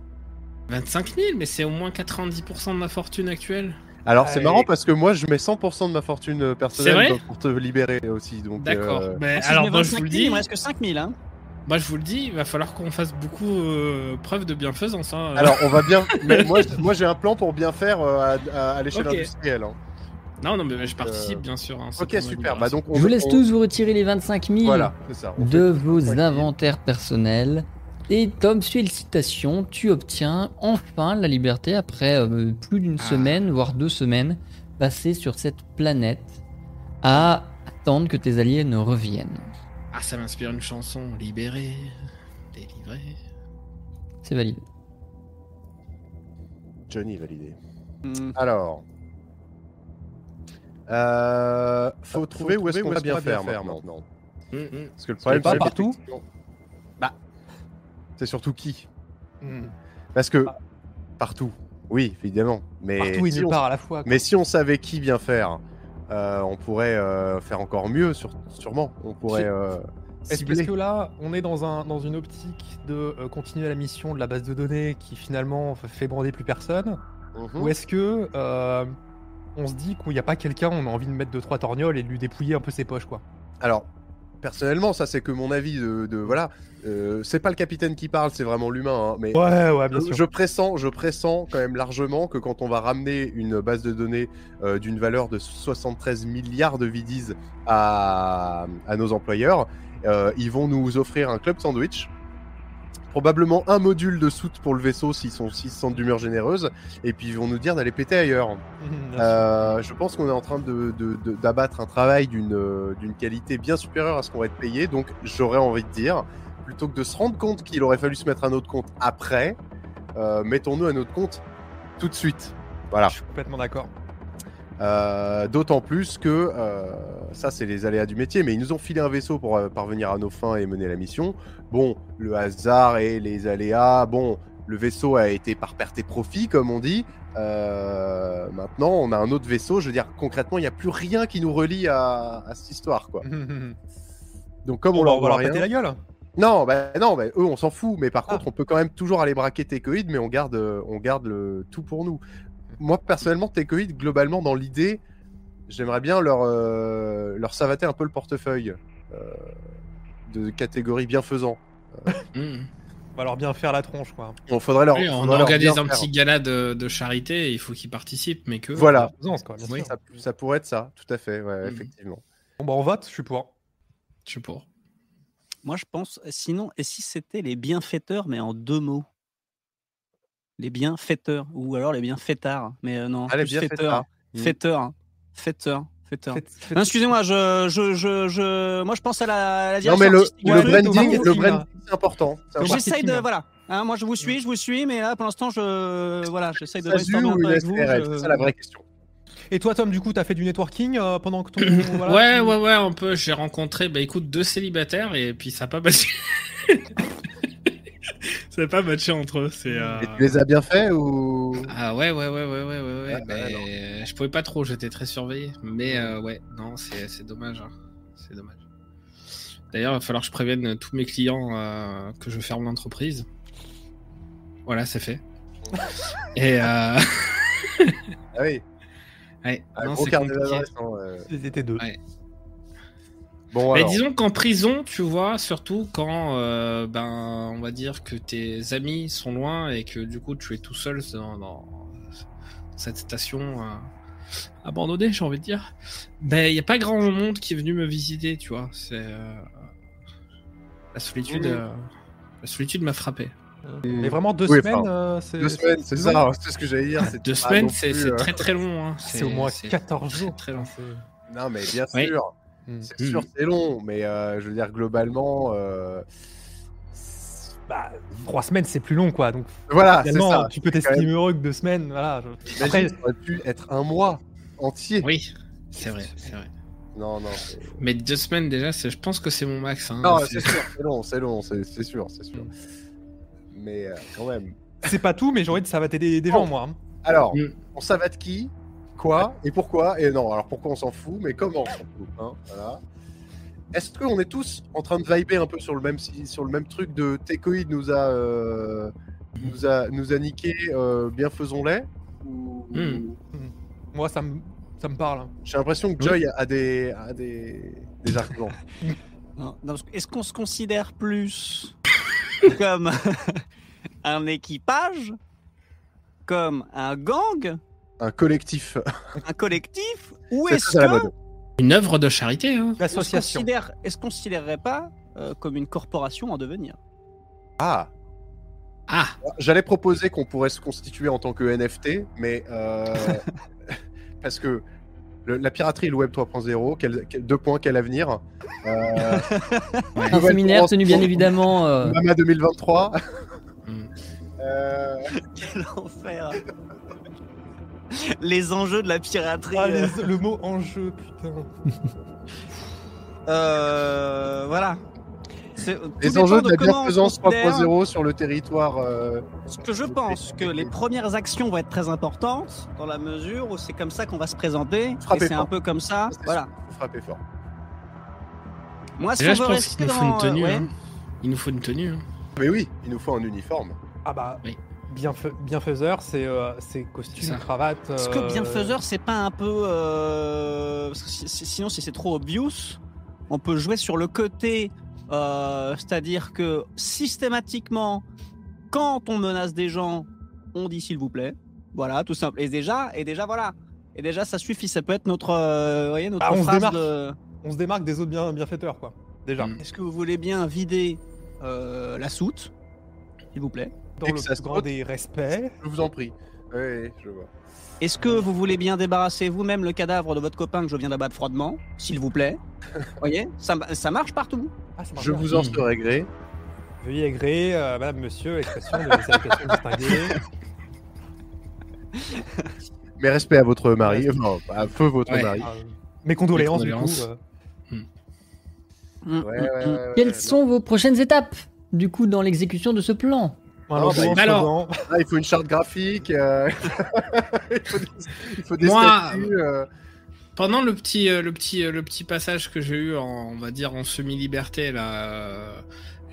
[SPEAKER 6] 25 000, mais c'est au moins 90% de ma fortune actuelle.
[SPEAKER 3] Alors c'est
[SPEAKER 5] Ah,
[SPEAKER 3] marrant
[SPEAKER 5] et-
[SPEAKER 3] parce que moi je mets 100% de ma fortune euh,
[SPEAKER 6] vrai
[SPEAKER 3] personnelle donc, pour te libérer aussi. Donc,
[SPEAKER 6] D'accord.
[SPEAKER 3] euh,
[SPEAKER 6] Mais
[SPEAKER 4] Ah, si
[SPEAKER 6] Eh, alors,
[SPEAKER 4] mets
[SPEAKER 6] moi, je vous
[SPEAKER 4] 25 000,
[SPEAKER 6] le dis,
[SPEAKER 4] Il me reste que 5 000. Hein.
[SPEAKER 6] moi, je vous le dis, il va falloir qu'on fasse beaucoup euh, preuve de bienfaisance. Hein.
[SPEAKER 3] Alors on va bien. mais moi je- moi, j'ai un plan pour bien faire euh, à, à- à l'échelle
[SPEAKER 6] Ok.
[SPEAKER 3] industrielle. hein.
[SPEAKER 6] Non, non, mais je participe,
[SPEAKER 3] Euh,
[SPEAKER 6] bien sûr. hein, c'est
[SPEAKER 3] Ok
[SPEAKER 6] pour ma
[SPEAKER 3] super. Bah
[SPEAKER 6] libération.
[SPEAKER 3] donc on
[SPEAKER 1] Je vous laisse
[SPEAKER 3] on-
[SPEAKER 1] tous vous retirer les 25 000
[SPEAKER 3] Voilà c'est ça. on
[SPEAKER 1] de
[SPEAKER 3] fait-
[SPEAKER 1] vos
[SPEAKER 3] 25 000.
[SPEAKER 1] inventaires personnels. Et Tom, félicitations, tu obtiens enfin la liberté après euh, plus d'une
[SPEAKER 6] Ah.
[SPEAKER 1] semaine, voire deux semaines, passées sur cette planète à attendre que tes alliés ne reviennent.
[SPEAKER 6] Ah, ça m'inspire une chanson. Libéré, délivré.
[SPEAKER 1] C'est valide.
[SPEAKER 3] Johnny validé.
[SPEAKER 4] Hmm.
[SPEAKER 3] Alors. Euh, faut, trouver où est-ce qu'on va bien faire maintenant.
[SPEAKER 6] Hum, hum.
[SPEAKER 3] Parce que le
[SPEAKER 5] pas
[SPEAKER 3] problème c'est
[SPEAKER 5] partout
[SPEAKER 3] qu'effectivement- Bah c'est surtout qui.
[SPEAKER 5] Hmm.
[SPEAKER 3] Parce que partout, oui, évidemment. Mais
[SPEAKER 5] Partout et
[SPEAKER 3] si
[SPEAKER 5] nulle
[SPEAKER 3] on-
[SPEAKER 5] part à la fois. quoi.
[SPEAKER 3] Mais si on savait qui bien faire, euh, on pourrait euh, faire encore mieux, sur- sûrement. On pourrait
[SPEAKER 5] C'est-
[SPEAKER 3] euh,
[SPEAKER 5] Est-ce parce
[SPEAKER 3] cibler.
[SPEAKER 5] que là, on est dans, un, dans une optique de euh, continuer la mission de la base de données qui finalement f- fait brander plus personne
[SPEAKER 4] Mmh.
[SPEAKER 3] Mhm.
[SPEAKER 5] Ou est-ce que euh, on se dit qu'il n'y a pas quelqu'un, on a envie de mettre deux trois torgnoles et de lui dépouiller un peu ses poches quoi
[SPEAKER 3] Alors, personnellement, ça c'est que mon avis de, de- voilà. Euh, c'est pas le capitaine qui parle, c'est vraiment l'humain. hein, mais
[SPEAKER 5] Ouais, ouais,
[SPEAKER 4] Euh,
[SPEAKER 5] bien
[SPEAKER 3] Je-
[SPEAKER 5] sûr.
[SPEAKER 3] Je pressens, je pressens quand même largement que quand on va ramener une base de données euh, d'une valeur de 73 milliards de vidis à, à nos employeurs, euh, ils vont nous offrir un club sandwich, probablement un module de soute pour le vaisseau s'ils sont s'ils se sentent d'humeur généreuse, et puis ils vont nous dire d'aller péter ailleurs.
[SPEAKER 5] Mhm, bien sûr.
[SPEAKER 3] Euh, je pense qu'on est en train de- de- de- d'abattre un travail d'une euh, d'une qualité bien supérieure à ce qu'on va être payé. Donc, j'aurais envie de dire, plutôt que de se rendre compte qu'il aurait fallu se mettre à notre compte après, euh, mettons-nous à notre compte tout de suite. Voilà.
[SPEAKER 5] Je suis complètement d'accord.
[SPEAKER 3] Euh, D'autant plus que euh, ça, c'est les aléas du métier, mais ils nous ont filé un vaisseau pour euh, parvenir à nos fins et mener la mission. Bon, le hasard et les aléas, bon, le vaisseau a été par perte et profit, comme on dit. Euh, maintenant, on a un autre vaisseau. Je veux dire, concrètement, il n'y a plus rien qui nous relie à, à cette histoire, quoi.
[SPEAKER 5] Mhm, mhm.
[SPEAKER 3] Donc, comme on,
[SPEAKER 5] Bon, bah,
[SPEAKER 3] leur
[SPEAKER 5] on va
[SPEAKER 3] doit
[SPEAKER 5] leur
[SPEAKER 3] rien,
[SPEAKER 5] péter la gueule.
[SPEAKER 3] non, bah, non, bah, eux, on s'en fout. Mais par
[SPEAKER 5] Ah.
[SPEAKER 3] contre, on peut quand même toujours aller braquer Tecoïd, mais on garde, euh, on garde le tout pour nous. Moi, personnellement, Tecoïd, globalement, dans l'idée, j'aimerais bien leur, euh, leur savater un peu le portefeuille euh, de catégorie bienfaisant.
[SPEAKER 6] Hum.
[SPEAKER 5] On va leur bien faire la tronche quoi.
[SPEAKER 3] On faudrait leur.
[SPEAKER 6] Oui, on
[SPEAKER 3] faudrait leur
[SPEAKER 6] organise
[SPEAKER 3] bien
[SPEAKER 6] un
[SPEAKER 3] faire.
[SPEAKER 6] petit gala de, de charité, il faut qu'ils participent, mais que.
[SPEAKER 3] Voilà.
[SPEAKER 5] Faisance, quoi, bien
[SPEAKER 6] Oui.
[SPEAKER 5] sûr.
[SPEAKER 3] Ça, ça pourrait être ça, tout à fait, ouais,
[SPEAKER 6] Mhm.
[SPEAKER 3] effectivement.
[SPEAKER 5] Bon, bah, on vote, je suis pour.
[SPEAKER 6] Je suis pour.
[SPEAKER 4] Moi, je pense, euh, sinon, et si c'était les bienfaiteurs, mais en deux mots Les bienfaiteurs, ou alors les bienfaitards, mais euh, non,
[SPEAKER 3] Allez,
[SPEAKER 4] plus
[SPEAKER 3] bien fait
[SPEAKER 4] faiteurs,
[SPEAKER 3] ça. Mm.
[SPEAKER 4] faiteurs, faiteurs, faiteurs.
[SPEAKER 5] Faites- faites-
[SPEAKER 6] Hein,
[SPEAKER 4] Non, Excusez-moi, je, je, je, je- moi je pense à la, à la
[SPEAKER 3] Non,
[SPEAKER 4] direction
[SPEAKER 3] mais le,
[SPEAKER 4] artistique du
[SPEAKER 3] le
[SPEAKER 4] truc,
[SPEAKER 5] brand-
[SPEAKER 4] donc-
[SPEAKER 3] branding,
[SPEAKER 5] marketing,
[SPEAKER 3] le
[SPEAKER 5] hein.
[SPEAKER 3] branding, c'est important. C'est
[SPEAKER 5] Le
[SPEAKER 3] important.
[SPEAKER 4] J'essaye de,
[SPEAKER 5] marketing.
[SPEAKER 4] voilà. Hein, moi je vous suis, je vous suis, mais là pour l'instant je, voilà, j'essaye de
[SPEAKER 3] Une SASU
[SPEAKER 4] brainstormer
[SPEAKER 3] ou
[SPEAKER 4] un peu
[SPEAKER 3] une
[SPEAKER 4] avec vous. euh,
[SPEAKER 3] SRL,
[SPEAKER 4] je-
[SPEAKER 3] C'est ça la vraie question.
[SPEAKER 5] Et toi, Tom, du coup, t'as fait du networking euh, pendant que ton. voilà,
[SPEAKER 6] Ouais,
[SPEAKER 5] tu-
[SPEAKER 6] ouais, ouais, un peu. J'ai rencontré, bah écoute, deux célibataires et puis ça n'a pas basculé. Ça n'a pas matché entre eux. C'est. euh,
[SPEAKER 3] Et tu les as bien fait ou
[SPEAKER 6] Ah ouais, ouais, ouais, ouais, ouais, ouais. ouais.
[SPEAKER 3] Ah, bah,
[SPEAKER 6] mais je pouvais pas trop, j'étais très surveillé. Mais euh, ouais, non, c'est c'est dommage. hein. C'est dommage. D'ailleurs, il va falloir que je prévienne tous mes clients euh, que je ferme l'entreprise. Voilà, c'est fait. Et euh...
[SPEAKER 3] Ah oui,
[SPEAKER 6] ouais,
[SPEAKER 3] un
[SPEAKER 6] non,
[SPEAKER 3] Ah, gros
[SPEAKER 6] c'est
[SPEAKER 3] carnet
[SPEAKER 6] compliqué.
[SPEAKER 3] d'adresse, non, euh.
[SPEAKER 5] C'était deux.
[SPEAKER 3] Bon,
[SPEAKER 6] Mais
[SPEAKER 3] alors,
[SPEAKER 6] disons qu'en prison, tu vois, surtout quand, euh, ben, on va dire que tes amis sont loin et que du coup tu es tout seul dans, dans cette station euh, abandonnée, j'ai envie de dire. Ben, il n'y a pas grand monde qui est venu me visiter, tu vois. C'est euh, la solitude,
[SPEAKER 3] Mhm.
[SPEAKER 6] euh, la solitude m'a frappé.
[SPEAKER 5] Euh, Mais vraiment deux
[SPEAKER 3] Oui,
[SPEAKER 5] semaines,
[SPEAKER 3] enfin,
[SPEAKER 5] euh, c'est.
[SPEAKER 3] deux semaines, c'est ça, hein, c'est ce que j'allais dire. c'est
[SPEAKER 6] Deux
[SPEAKER 3] pas
[SPEAKER 6] semaines,
[SPEAKER 3] non
[SPEAKER 6] c'est
[SPEAKER 3] plus,
[SPEAKER 6] c'est
[SPEAKER 3] euh,
[SPEAKER 6] très très long. hein.
[SPEAKER 5] C'est au moins
[SPEAKER 6] c'est- Hmm.
[SPEAKER 5] 14 jours.
[SPEAKER 6] très long.
[SPEAKER 3] Non, mais bien
[SPEAKER 6] Oui. Mm-hmm.
[SPEAKER 3] sûr,
[SPEAKER 5] Mm.
[SPEAKER 3] c'est sûr, c'est long, mais euh, je veux dire, globalement. euh, c'est-
[SPEAKER 5] Bah, trois semaines, c'est plus long, quoi. Donc
[SPEAKER 3] Voilà, Ah, c'est
[SPEAKER 5] finalement,
[SPEAKER 3] ça.
[SPEAKER 5] tu peux
[SPEAKER 3] quand
[SPEAKER 5] t'estimer heureux que deux semaines. Voilà. je- Après,
[SPEAKER 3] Imagine, ça aurait pu être un mois entier.
[SPEAKER 6] Oui, c'est vrai, c'est vrai.
[SPEAKER 3] Non, non. c'est-
[SPEAKER 6] Mais deux semaines déjà, c'est- je pense que c'est mon max. hein.
[SPEAKER 3] Non,
[SPEAKER 6] C'est- Mm.
[SPEAKER 3] c'est sûr, c'est long, c'est long, c'est c'est sûr, c'est sûr. Mais euh, quand même.
[SPEAKER 5] c'est pas tout, mais j'ai envie de ça va t'aider des
[SPEAKER 3] Bon.
[SPEAKER 5] gens, moi. hein.
[SPEAKER 3] Alors,
[SPEAKER 6] Mm.
[SPEAKER 3] on savate qui, quoi et pourquoi Et non, alors pourquoi on s'en fout, mais comment on s'en fout hein, voilà. Est-ce qu'on est tous en train de vibrer un peu sur le même, si- sur le même truc de Tecoïd nous a, euh, nous a, nous a niqué, euh, bien faisons-les Ou-
[SPEAKER 6] Mm.
[SPEAKER 5] Moi, ça me, ça me parle. hein.
[SPEAKER 3] J'ai l'impression que Joy a des, a des, des arguments.
[SPEAKER 4] Non, non, parce que- Est-ce qu'on se considère plus comme un équipage, comme un gang,
[SPEAKER 3] un collectif.
[SPEAKER 4] un collectif, ou
[SPEAKER 3] C'est
[SPEAKER 4] est-ce
[SPEAKER 3] ça, c'est la
[SPEAKER 4] que
[SPEAKER 3] mode.
[SPEAKER 6] Une œuvre de charité, hein.
[SPEAKER 4] on se
[SPEAKER 5] L'association.
[SPEAKER 4] considère, est-ce qu'on se considérerait pas euh, comme une corporation en devenir
[SPEAKER 3] Ah
[SPEAKER 6] Ah,
[SPEAKER 3] J'allais proposer qu'on pourrait se constituer en tant que NFT, mais euh, parce que le- la piraterie, et le Web 3.0, quel, quel- deux points, quel avenir euh,
[SPEAKER 1] Un
[SPEAKER 3] nouvelle
[SPEAKER 1] séminaire
[SPEAKER 3] tendance
[SPEAKER 1] tenu bien
[SPEAKER 3] pour-
[SPEAKER 1] évidemment. euh,
[SPEAKER 3] Mama 2023.
[SPEAKER 6] Mm.
[SPEAKER 3] Euh,
[SPEAKER 4] Quel enfer Les enjeux de la piraterie.
[SPEAKER 5] Ah,
[SPEAKER 4] euh,
[SPEAKER 5] les- le mot enjeu, putain.
[SPEAKER 4] euh, voilà. C'est- tout
[SPEAKER 3] les
[SPEAKER 4] dépend
[SPEAKER 3] enjeux de la
[SPEAKER 4] comment on
[SPEAKER 3] bienfaisance
[SPEAKER 4] considère-
[SPEAKER 3] 3.0 sur le territoire. euh,
[SPEAKER 4] Parce que je pense que les premières actions vont être très importantes dans la mesure où c'est comme ça qu'on va se présenter.
[SPEAKER 3] Frappez
[SPEAKER 4] et c'est
[SPEAKER 3] fort.
[SPEAKER 4] un peu comme ça.
[SPEAKER 3] C'est
[SPEAKER 4] Voilà.
[SPEAKER 3] sûr, faut frapper fort. Ah,
[SPEAKER 4] Moi, si
[SPEAKER 6] Déjà,
[SPEAKER 4] on
[SPEAKER 6] je
[SPEAKER 4] veut
[SPEAKER 6] pense
[SPEAKER 4] rester
[SPEAKER 6] qu'il nous faut une
[SPEAKER 4] dans, euh,
[SPEAKER 6] tenue.
[SPEAKER 4] ouais.
[SPEAKER 6] hein. Il nous faut une tenue. hein.
[SPEAKER 3] Mais oui, il nous faut un uniforme.
[SPEAKER 5] Ah bah,
[SPEAKER 6] Oui.
[SPEAKER 5] bienfa- bienfaiseur, c'est euh, c'est
[SPEAKER 6] C'est ça.
[SPEAKER 5] costume, cravate.
[SPEAKER 4] Est-ce
[SPEAKER 5] euh,
[SPEAKER 4] que bienfaiseur, c'est pas un peu. euh, parce que si- si- sinon, si c'est trop obvious, on peut jouer sur le côté. euh, C'est-à-dire que systématiquement, quand on menace des gens, on dit s'il vous plaît. Voilà, tout simple. Et déjà, et déjà voilà. Et déjà, ça suffit. Ça peut être notre, euh, vous voyez, notre
[SPEAKER 6] Bah,
[SPEAKER 5] Ah, on se
[SPEAKER 4] phrase
[SPEAKER 5] démarque.
[SPEAKER 4] de.
[SPEAKER 5] On se démarque des autres bien, bienfaiteurs, quoi. Déjà.
[SPEAKER 6] Mm.
[SPEAKER 4] Est-ce que vous voulez bien vider euh, la soute S'il vous plaît.
[SPEAKER 5] Dans
[SPEAKER 3] Et
[SPEAKER 5] le
[SPEAKER 3] que ça
[SPEAKER 5] plus
[SPEAKER 3] se
[SPEAKER 5] grand
[SPEAKER 3] vote.
[SPEAKER 5] des respects.
[SPEAKER 3] Je vous en prie. Oui, je vois.
[SPEAKER 4] Est-ce que vous voulez bien débarrasser vous-même le cadavre de votre copain que je viens d'abattre froidement S'il vous plaît. Vous voyez ça, ça marche partout.
[SPEAKER 5] Ah, ça marche
[SPEAKER 3] Je
[SPEAKER 5] bien.
[SPEAKER 3] vous en
[SPEAKER 6] Mm.
[SPEAKER 3] serai gré.
[SPEAKER 5] Veuillez agréer, euh, madame, monsieur, expression de mes salutations distinguées.
[SPEAKER 3] Mes respects à votre mari. Non, à feu votre
[SPEAKER 6] Ouais.
[SPEAKER 3] mari.
[SPEAKER 5] Ah, euh, mes condoléances, du coup.
[SPEAKER 6] condoléances.
[SPEAKER 5] euh.
[SPEAKER 4] Mm,
[SPEAKER 3] Ouais, ouais,
[SPEAKER 4] mm, mm.
[SPEAKER 3] ouais, ouais,
[SPEAKER 1] Quelles sont vos prochaines étapes du coup dans l'exécution de ce plan
[SPEAKER 5] Alors,
[SPEAKER 3] bah,
[SPEAKER 5] bon,
[SPEAKER 6] alors-
[SPEAKER 5] souvent-
[SPEAKER 3] Ah, il faut une charte graphique, euh, il faut des, il faut des
[SPEAKER 6] Moi,
[SPEAKER 3] statues. euh,
[SPEAKER 6] Pendant le petit, euh, le petit, euh, le petit passage que j'ai eu, en, on va dire en semi-liberté là, euh,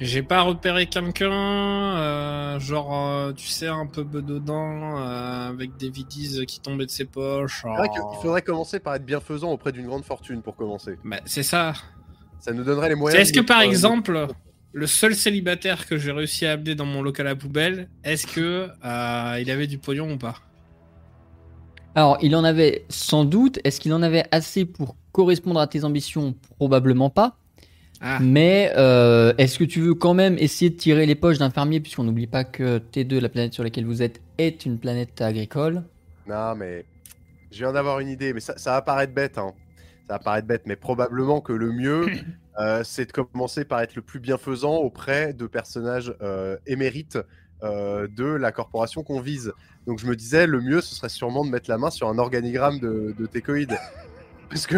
[SPEAKER 6] j'ai pas repéré quelqu'un, euh, genre euh, tu sais un peu bedonnant, euh, avec des vidies qui tombaient de ses poches. oh.
[SPEAKER 3] C'est vrai qu'il faudrait commencer par être bienfaisant auprès d'une grande fortune pour commencer.
[SPEAKER 6] Bah, c'est ça.
[SPEAKER 3] Ça nous donnerait les
[SPEAKER 6] C'est-
[SPEAKER 3] moyens.
[SPEAKER 6] Est-ce que
[SPEAKER 3] de-
[SPEAKER 6] par
[SPEAKER 3] euh,
[SPEAKER 6] exemple, le seul célibataire que j'ai réussi à amener dans mon local à poubelle, est-ce que euh, il avait du pognon ou pas
[SPEAKER 1] Alors, il en avait sans doute. Est-ce qu'il en avait assez pour correspondre à tes ambitions Probablement pas.
[SPEAKER 6] Ah.
[SPEAKER 1] Mais euh, est-ce que tu veux quand même essayer de tirer les poches d'un fermier Puisqu'on n'oublie pas que T2, la planète sur laquelle vous êtes, est une planète agricole.
[SPEAKER 3] Non, mais je viens d'avoir une idée, mais ça, ça va paraître bête. hein. Ça va paraître bête, mais probablement que le mieux, euh, c'est de commencer par être le plus bienfaisant auprès de personnages euh, émérites euh, de la corporation qu'on vise. Donc je me disais, le mieux, ce serait sûrement de mettre la main sur un organigramme de, de Técoïde. Parce que,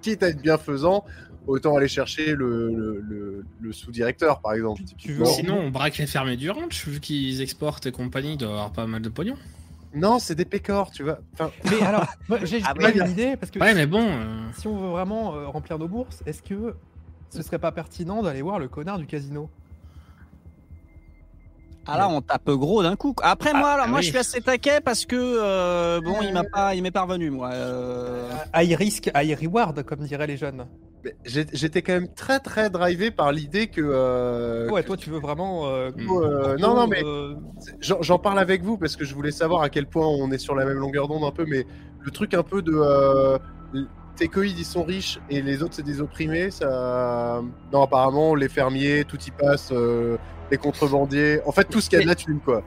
[SPEAKER 3] quitte à être bienfaisant, autant aller chercher le, le- le- le sous-directeur, par exemple.
[SPEAKER 5] Tu veux-
[SPEAKER 3] Bon.
[SPEAKER 6] Sinon, on braque les fermiers du ranch, vu qu'ils exportent et compagnie, il doit avoir pas mal de pognon.
[SPEAKER 3] Non, c'est des pécores, tu vois. Enfin,
[SPEAKER 5] Mais alors, moi, j'ai j'ai
[SPEAKER 4] Ah
[SPEAKER 5] pas
[SPEAKER 3] oui.
[SPEAKER 5] une idée parce que
[SPEAKER 6] Ouais, mais bon, euh,
[SPEAKER 5] si on veut vraiment euh, remplir nos bourses, est-ce que ce serait pas pertinent d'aller voir le connard du casino
[SPEAKER 4] Ah là, on tape gros d'un coup. quoi. Après, moi, alors,
[SPEAKER 6] ah
[SPEAKER 4] moi,
[SPEAKER 6] oui.
[SPEAKER 4] je suis assez taquet parce que euh, bon, il m'a pas, il m'est parvenu, moi. euh.
[SPEAKER 5] High risk, high reward, comme diraient les jeunes.
[SPEAKER 3] mais j'ai- j'étais quand même très très drivé par l'idée que. euh,
[SPEAKER 5] Ouais, toi, tu veux vraiment. euh,
[SPEAKER 6] Mm.
[SPEAKER 3] que, euh, non, non, mais
[SPEAKER 5] euh,
[SPEAKER 3] J'en j'en parle avec vous parce que je voulais savoir à quel point on est sur la même longueur d'onde un peu, mais le truc un peu de euh, l- tes coïdes ils sont riches et les autres c'est des opprimés, ça. Non, apparemment les fermiers, tout y passe, euh, les contrebandiers, en fait tout ce qu'il y a de la thune quoi.